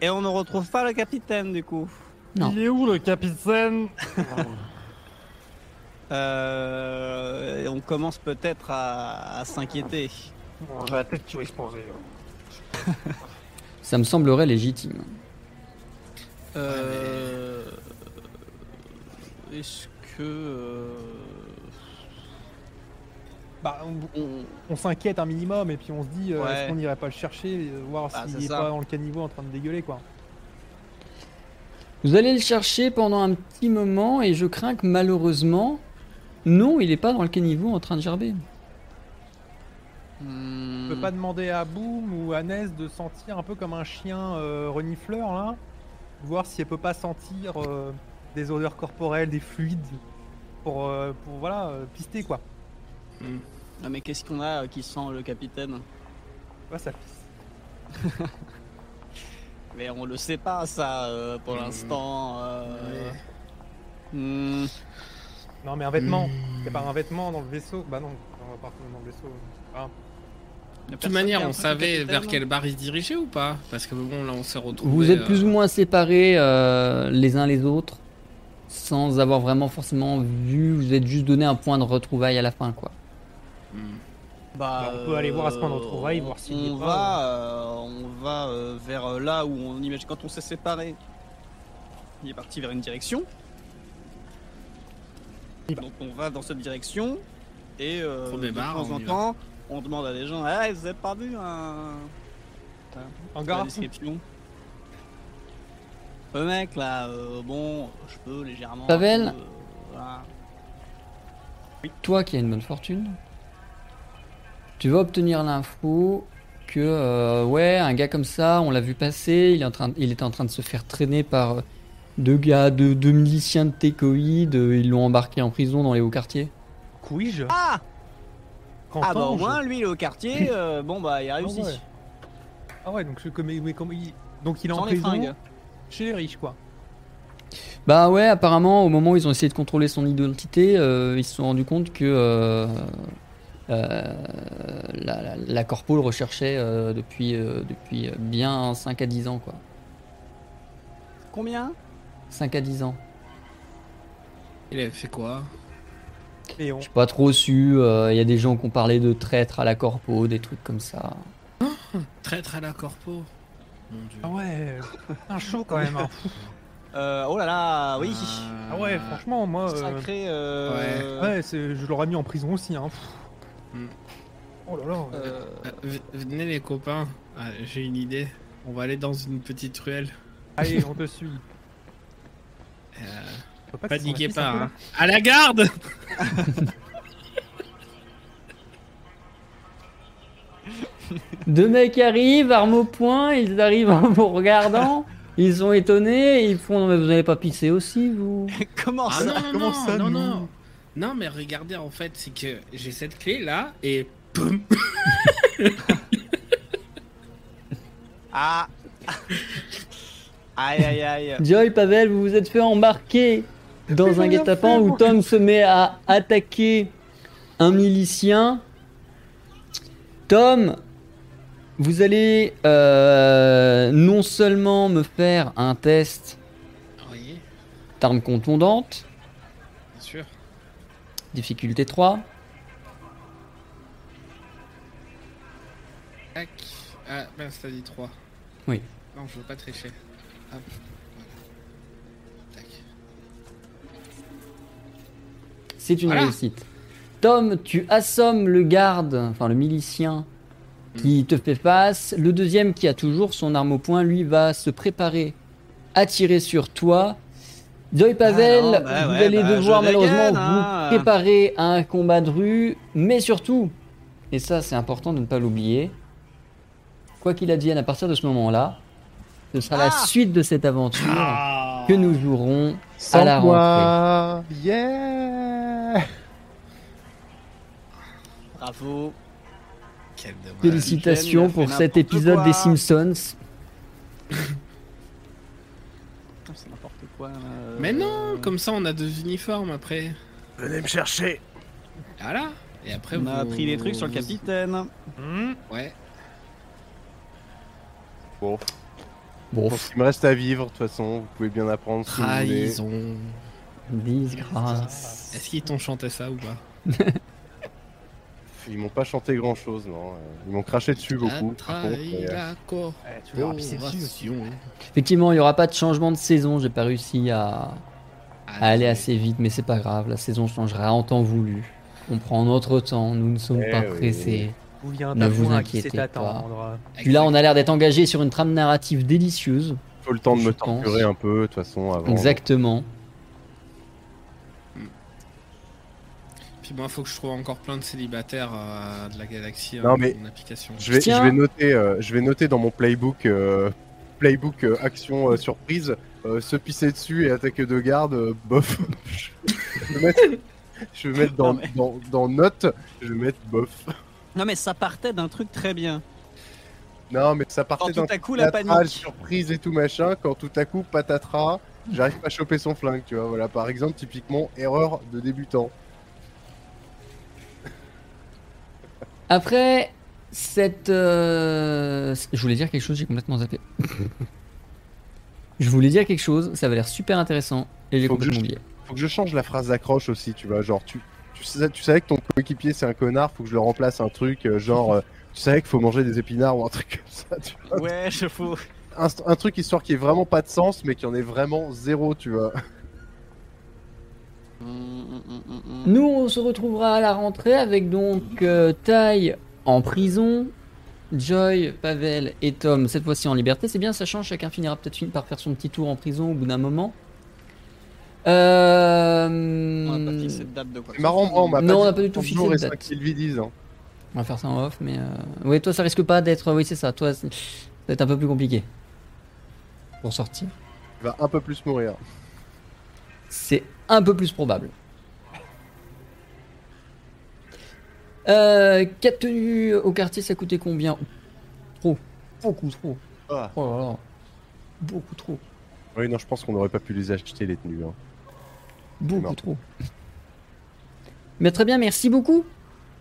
[SPEAKER 4] Et on ne retrouve pas le capitaine du coup.
[SPEAKER 7] Non.
[SPEAKER 5] Il est où le capitaine
[SPEAKER 4] Euh, et on commence peut-être à, à s'inquiéter.
[SPEAKER 8] Bon, j'ai la tête qui va exploser.
[SPEAKER 7] Ça me semblerait légitime.
[SPEAKER 6] Euh,
[SPEAKER 4] Est-ce que. euh,
[SPEAKER 5] Bah, on, on s'inquiète un minimum et puis on se dit euh,
[SPEAKER 4] Ouais.
[SPEAKER 5] est-ce qu'on irait pas le chercher, euh, voir
[SPEAKER 4] Bah,
[SPEAKER 5] s'il
[SPEAKER 4] c'est
[SPEAKER 5] est
[SPEAKER 4] ça.
[SPEAKER 5] pas dans le caniveau en train de dégueuler quoi.
[SPEAKER 7] Vous allez le chercher pendant un petit moment et je crains que malheureusement, non, il n'est pas dans le caniveau en train de gerber.
[SPEAKER 4] Mm.
[SPEAKER 5] On
[SPEAKER 6] Hmm.
[SPEAKER 5] peut pas demander à Boom ou à Ness de sentir un peu comme un chien euh, renifleur là, voir si elle peut pas sentir euh, des odeurs corporelles, des fluides pour, euh, pour voilà euh, pister quoi.
[SPEAKER 4] Ah, mais qu'est-ce qu'on a euh, qui sent le capitaine
[SPEAKER 5] Ouais, ça pisse.
[SPEAKER 4] Mais on le sait pas ça euh, pour
[SPEAKER 6] Hmm.
[SPEAKER 4] l'instant. euh. Hmm.
[SPEAKER 5] Non mais un vêtement,
[SPEAKER 4] Mm.
[SPEAKER 6] Hmm.
[SPEAKER 5] y a pas un vêtement dans le vaisseau Bah non, on va pas retourner dans le vaisseau. Ah.
[SPEAKER 6] De toute manière, on savait vers quel bar il se dirigeait ou pas Parce que bon, là, on s'est retrouvés.
[SPEAKER 7] Vous êtes plus
[SPEAKER 6] euh,
[SPEAKER 7] ou moins séparés euh, les uns les autres sans avoir vraiment forcément vu, vous êtes juste donné un point de retrouvaille à la fin quoi.
[SPEAKER 6] hmm.
[SPEAKER 4] Bah,
[SPEAKER 5] Bah, on peut aller voir à ce point de retrouvailles,
[SPEAKER 4] on-
[SPEAKER 5] voir s'il y est
[SPEAKER 4] on,
[SPEAKER 5] pas, hein.
[SPEAKER 4] va, euh, on va euh, vers euh, là où on imagine quand on s'est séparés. Il est parti vers une direction.
[SPEAKER 5] Il va.
[SPEAKER 4] Donc on va dans cette direction et euh,
[SPEAKER 6] Premier
[SPEAKER 4] de
[SPEAKER 6] bar,
[SPEAKER 4] temps
[SPEAKER 6] on
[SPEAKER 4] en
[SPEAKER 6] y va.
[SPEAKER 4] temps, on demande à des gens "Ah, vous avez pas vu un la Bah,
[SPEAKER 5] Hangar
[SPEAKER 4] description Le mec là, euh, bon, je peux légèrement. un
[SPEAKER 7] Pavel
[SPEAKER 4] peu, euh, voilà.
[SPEAKER 7] Toi qui as une bonne fortune, tu vas obtenir l'info que euh, ouais, un gars comme ça, on l'a vu passer, il est en train, il était en train de se faire traîner par euh, deux gars, deux, deux miliciens de Técoïde, euh, ils l'ont embarqué en prison dans les hauts quartiers.
[SPEAKER 5] Couige
[SPEAKER 4] Ah
[SPEAKER 5] Qu'en
[SPEAKER 4] Ah bah au
[SPEAKER 5] tange.
[SPEAKER 4] moins, lui, il est au quartier, euh, bon bah, il a
[SPEAKER 5] Ah
[SPEAKER 4] réussi.
[SPEAKER 5] ouais. Ah ouais, donc, je- comme, il- mais comme il, donc il est en
[SPEAKER 4] Sans les fringues.
[SPEAKER 5] prison chez les riches, quoi.
[SPEAKER 7] Bah ouais, apparemment, au moment où ils ont essayé de contrôler son identité, euh, ils se sont rendus compte que euh, euh, la, la, la corpo le recherchait euh, depuis, euh, depuis euh, bien 5 à 10 ans, quoi.
[SPEAKER 4] Combien
[SPEAKER 7] 5 à 10 ans.
[SPEAKER 6] Il avait fait quoi
[SPEAKER 5] Et on,
[SPEAKER 7] J'ai pas trop su, euh, il y a des gens qui ont parlé de traître à la corpo, des trucs comme ça.
[SPEAKER 6] Traître à la corpo. Mon dieu.
[SPEAKER 5] ah ouais, un chaud quand même. hein.
[SPEAKER 4] euh, Oh là là, oui.
[SPEAKER 6] Euh,
[SPEAKER 5] Ah ouais, franchement, moi, euh,
[SPEAKER 4] Sacré. euh,
[SPEAKER 5] ouais, c'est- je l'aurais mis en prison aussi. Hein.
[SPEAKER 6] Hmm.
[SPEAKER 5] Oh là là.
[SPEAKER 4] euh,
[SPEAKER 6] euh, v- Venez les copains, Ah, j'ai une idée. On va aller dans une petite ruelle.
[SPEAKER 5] Allez, on te suit.
[SPEAKER 6] Euh,
[SPEAKER 5] Faut pas qu'ils
[SPEAKER 6] paniquez
[SPEAKER 5] s'en
[SPEAKER 6] pas.
[SPEAKER 5] affichent un
[SPEAKER 6] hein. À la garde
[SPEAKER 7] Deux mecs arrivent, armes au poing, ils arrivent en vous regardant, ils sont étonnés, ils font non mais vous n'avez pas pissé aussi vous.
[SPEAKER 4] Comment
[SPEAKER 6] Ah
[SPEAKER 4] ça
[SPEAKER 6] non, non,
[SPEAKER 5] comment
[SPEAKER 6] non,
[SPEAKER 5] ça,
[SPEAKER 6] non,
[SPEAKER 5] nous
[SPEAKER 6] non. Non, mais regardez, en fait, c'est que j'ai cette clé là et. boum.
[SPEAKER 4] Ah Aïe aïe aïe
[SPEAKER 7] Joy Pavel, vous vous êtes fait embarquer dans un guet-apens où Tom se met à attaquer un milicien. Tom, vous allez euh, non seulement me faire un test
[SPEAKER 6] Ah, Oui,
[SPEAKER 7] d'armes contondante,
[SPEAKER 6] bien sûr.
[SPEAKER 7] difficulté 3,
[SPEAKER 6] Tac. Ah, ben, ça dit 3.
[SPEAKER 7] Oui.
[SPEAKER 6] Non, je veux pas tricher. Hop. Voilà. Tac.
[SPEAKER 7] c'est une
[SPEAKER 6] Voilà.
[SPEAKER 7] réussite. Tom, tu assommes le garde, enfin le milicien
[SPEAKER 4] Hmm.
[SPEAKER 7] qui te fait face. Le deuxième qui a toujours son arme au poing, lui va se préparer à tirer sur toi. Joy Pavel,
[SPEAKER 4] non, bah
[SPEAKER 7] vous
[SPEAKER 4] ouais,
[SPEAKER 7] allez
[SPEAKER 4] bah, je
[SPEAKER 7] devoir
[SPEAKER 4] dégaine,
[SPEAKER 7] malheureusement
[SPEAKER 4] hein.
[SPEAKER 7] vous préparer à un combat de rue, mais surtout, et ça c'est important de ne pas l'oublier, quoi qu'il advienne à partir de ce moment-là, ce sera la
[SPEAKER 4] Ah.
[SPEAKER 7] suite de cette aventure
[SPEAKER 6] Ah.
[SPEAKER 7] que nous jouerons à
[SPEAKER 3] Sans
[SPEAKER 7] la rentrée.
[SPEAKER 3] moi. Yeah
[SPEAKER 4] Bravo
[SPEAKER 6] Quel dommage.
[SPEAKER 7] Félicitations
[SPEAKER 4] Jen, il a
[SPEAKER 7] pour
[SPEAKER 4] fait n'importe
[SPEAKER 7] cet épisode
[SPEAKER 4] quoi.
[SPEAKER 7] des Simpsons.
[SPEAKER 4] Putain, C'est n'importe quoi. euh,
[SPEAKER 6] Mais non, comme ça on a deux uniformes après.
[SPEAKER 3] Venez me chercher
[SPEAKER 6] Voilà. Et après
[SPEAKER 4] On a
[SPEAKER 6] vous-
[SPEAKER 4] appris des trucs sur le
[SPEAKER 6] vous-
[SPEAKER 4] capitaine.
[SPEAKER 5] Hmm.
[SPEAKER 6] Ouais.
[SPEAKER 3] Bon,
[SPEAKER 7] Bon,
[SPEAKER 3] pour ce qui me reste à vivre, de toute façon, vous pouvez bien apprendre si vous
[SPEAKER 7] Ah,
[SPEAKER 3] voulez.
[SPEAKER 6] Trahison.
[SPEAKER 7] disgrâce.
[SPEAKER 6] Est-ce qu'ils t'ont chanté ça ou pas
[SPEAKER 3] Ils m'ont pas chanté grand chose, non. euh, Ils m'ont craché dessus beaucoup.
[SPEAKER 6] La
[SPEAKER 3] par contre,
[SPEAKER 6] trahi,
[SPEAKER 3] mais, euh,
[SPEAKER 6] la
[SPEAKER 5] Eh, tu verras, puis c'est dessus.
[SPEAKER 6] corporation.
[SPEAKER 7] Effectivement, il n'y aura pas de changement de saison. J'ai pas réussi à, Ah, à aller assez vite, mais c'est pas grave. La saison changera en temps voulu. On prend notre temps. Nous ne sommes
[SPEAKER 3] Eh
[SPEAKER 7] pas
[SPEAKER 3] oui.
[SPEAKER 7] pressés.
[SPEAKER 5] Vous vient
[SPEAKER 7] Ne
[SPEAKER 5] d'un
[SPEAKER 7] vous
[SPEAKER 5] point à qui
[SPEAKER 7] inquiétez
[SPEAKER 5] c'est
[SPEAKER 7] pas.
[SPEAKER 5] attendre.
[SPEAKER 7] Puis là, on a l'air d'être engagé sur une trame narrative délicieuse.
[SPEAKER 3] Faut le temps de
[SPEAKER 7] Je
[SPEAKER 3] me
[SPEAKER 7] pense.
[SPEAKER 3] torturer un peu, de toute façon, avant.
[SPEAKER 7] Exactement.
[SPEAKER 6] Puis moi, faut que je trouve encore plein de célibataires euh, de la galaxie euh,
[SPEAKER 3] Non, mais-
[SPEAKER 6] dans mon application.
[SPEAKER 3] Je vais, je
[SPEAKER 7] Tiens.
[SPEAKER 3] vais noter, euh, je vais noter dans mon playbook, euh, playbook euh, action euh, surprise, euh, se pisser dessus et attaquer de garde, euh, bof. je vais mettre, je vais mettre dans,
[SPEAKER 4] Non, mais-
[SPEAKER 3] dans, dans note, je vais mettre bof.
[SPEAKER 4] Non mais ça partait d'un truc très bien.
[SPEAKER 3] Non, mais ça
[SPEAKER 4] Quand
[SPEAKER 3] partait
[SPEAKER 4] tout
[SPEAKER 3] d'un
[SPEAKER 4] à coup la
[SPEAKER 3] patatras,
[SPEAKER 4] panique.
[SPEAKER 3] surprise et tout machin, quand tout à coup patatras, j'arrive pas à choper son flingue, tu vois. Voilà, par exemple, typiquement erreur de débutant.
[SPEAKER 7] Après, cette. euh, Je voulais dire quelque chose, j'ai complètement zappé. Je voulais dire quelque chose, ça va l'air super intéressant et j'ai
[SPEAKER 3] Faut que je-
[SPEAKER 7] complètement oublié.
[SPEAKER 3] Faut que je change la phrase d'accroche aussi, tu vois, genre tu, tu, sais, tu savais que ton coéquipier c'est un connard, faut que je le remplace un truc, euh, genre euh, tu savais qu'il faut manger des épinards ou un truc comme ça, tu vois.
[SPEAKER 4] Ouais, je fous.
[SPEAKER 3] Un, un truc histoire qui ait vraiment pas de sens mais qui en est vraiment zéro, tu vois.
[SPEAKER 7] Nous, on se retrouvera à la rentrée avec donc euh, Tai en prison, Joy, Pavel et Tom cette fois-ci en liberté. C'est bien, sachant chacun finira peut-être fin- par faire son petit tour en prison au bout d'un moment. Euh,
[SPEAKER 4] On a pas fixé de date de quoi.
[SPEAKER 3] C'est marrant, moi on m'a
[SPEAKER 7] Non, on
[SPEAKER 3] pas
[SPEAKER 7] a pas du tout fixé de
[SPEAKER 3] et
[SPEAKER 7] date.
[SPEAKER 3] 5 Sylvidis, hein.
[SPEAKER 7] On va faire ça en off, mais euh, ouais, toi ça risque pas d'être. Oui, c'est ça. Toi, c'est- ça va être un peu plus compliqué pour sortir.
[SPEAKER 3] Il va un peu plus mourir.
[SPEAKER 7] C'est un peu plus probable. Euh, 4 tenues au quartier, ça coûtait combien Trop. Beaucoup trop.
[SPEAKER 3] Ah.
[SPEAKER 7] Oh là là. Beaucoup trop.
[SPEAKER 3] Oui, non, je pense qu'on n'aurait pas pu les acheter, les tenues. hein.
[SPEAKER 7] Beaucoup
[SPEAKER 3] Non.
[SPEAKER 7] trop. Mais très bien, merci beaucoup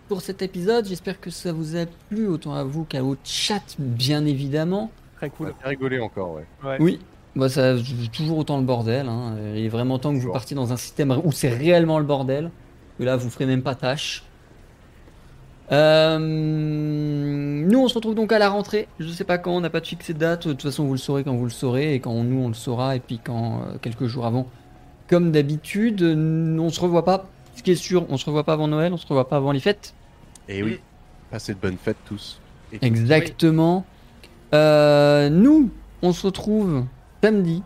[SPEAKER 7] pour cet épisode. J'espère que ça vous a plu, autant à vous qu'à au chat, bien évidemment.
[SPEAKER 5] Très
[SPEAKER 3] On
[SPEAKER 5] cool.
[SPEAKER 3] a bien rigolé encore, ouais.
[SPEAKER 5] Ouais.
[SPEAKER 7] Oui. Bah, ça, c'est toujours autant le bordel. hein. Il est vraiment temps que vous
[SPEAKER 3] Toujours.
[SPEAKER 7] partiez dans un système où c'est réellement le bordel. Et là, vous ferez même pas tâche. Euh, Nous, on se retrouve donc à la rentrée. Je sais pas quand, on n'a pas de fixé de date. De toute façon, vous le saurez quand vous le saurez, et quand on- nous, on le saura, et puis quand euh, quelques jours avant. Comme d'habitude, euh, on se revoit pas. Ce qui est sûr, on se revoit pas avant Noël, on se revoit pas avant les fêtes.
[SPEAKER 3] Et Eh oui, passez de bonnes fêtes tous.
[SPEAKER 7] Exactement. Euh, nous, on se retrouve samedi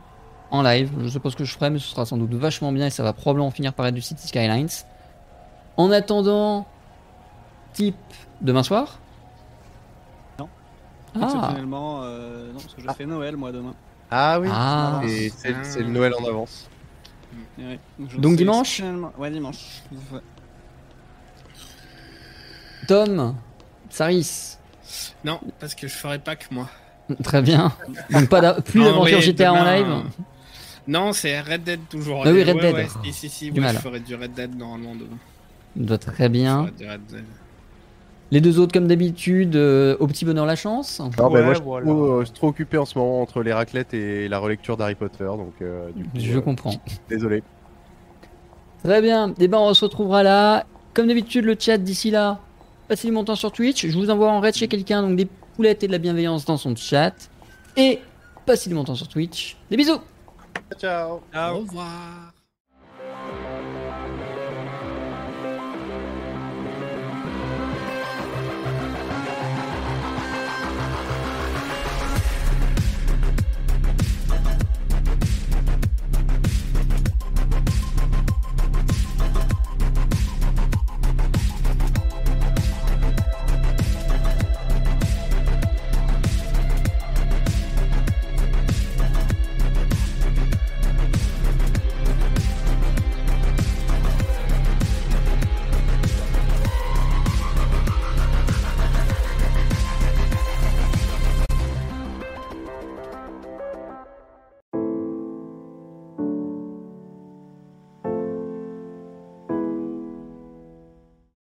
[SPEAKER 7] en live. Je sais pas ce que je ferai, mais ce sera sans doute vachement bien et ça va probablement finir par être du City Skylines. En attendant, type demain soir
[SPEAKER 4] Non.
[SPEAKER 7] Ah,
[SPEAKER 4] Exceptionnellement, euh, non, parce que je
[SPEAKER 3] Ah.
[SPEAKER 4] fais Noël moi demain.
[SPEAKER 3] Ah oui
[SPEAKER 7] Ah.
[SPEAKER 3] Et c'est c'est le Noël en avance.
[SPEAKER 4] Et ouais, je
[SPEAKER 7] Donc
[SPEAKER 4] sais
[SPEAKER 7] dimanche
[SPEAKER 4] exceptionnellement- Ouais, dimanche. Ouais.
[SPEAKER 7] Tom, Saris.
[SPEAKER 6] Non, parce que je ferai pas que moi.
[SPEAKER 7] Très bien. Donc pas d'a- plus
[SPEAKER 6] Ah
[SPEAKER 7] d'aventure
[SPEAKER 6] ouais,
[SPEAKER 7] GTA en
[SPEAKER 6] demain,
[SPEAKER 7] live.
[SPEAKER 6] euh, Non, c'est Red Dead toujours.
[SPEAKER 7] Ah oui,
[SPEAKER 6] Et
[SPEAKER 7] Red
[SPEAKER 6] ouais,
[SPEAKER 7] Dead.
[SPEAKER 6] ouais, si, si, si,
[SPEAKER 7] Du
[SPEAKER 6] ouais,
[SPEAKER 7] mal. Hein
[SPEAKER 6] je ferai du Red Dead normalement demain.
[SPEAKER 7] Doit Bah, très
[SPEAKER 6] Je
[SPEAKER 7] bien.
[SPEAKER 6] ferai du Red Dead.
[SPEAKER 7] Les deux autres, comme d'habitude, euh, au petit bonheur la chance.
[SPEAKER 3] Non,
[SPEAKER 5] Ouais,
[SPEAKER 3] bah, moi, je suis
[SPEAKER 5] voilà.
[SPEAKER 3] trop, euh, je suis trop occupé en ce moment entre les raclettes et la relecture d'Harry Potter, donc euh, du coup,
[SPEAKER 7] Je
[SPEAKER 3] euh,
[SPEAKER 7] comprends.
[SPEAKER 3] désolé.
[SPEAKER 7] Très bien, et ben on se retrouvera là. Comme d'habitude, le chat d'ici là, passez du bon temps sur Twitch. Je vous envoie en raid chez quelqu'un, donc des poulettes et de la bienveillance dans son chat. Et passez du bon temps sur Twitch. Des bisous
[SPEAKER 3] Ciao
[SPEAKER 5] Ah,
[SPEAKER 6] Au revoir.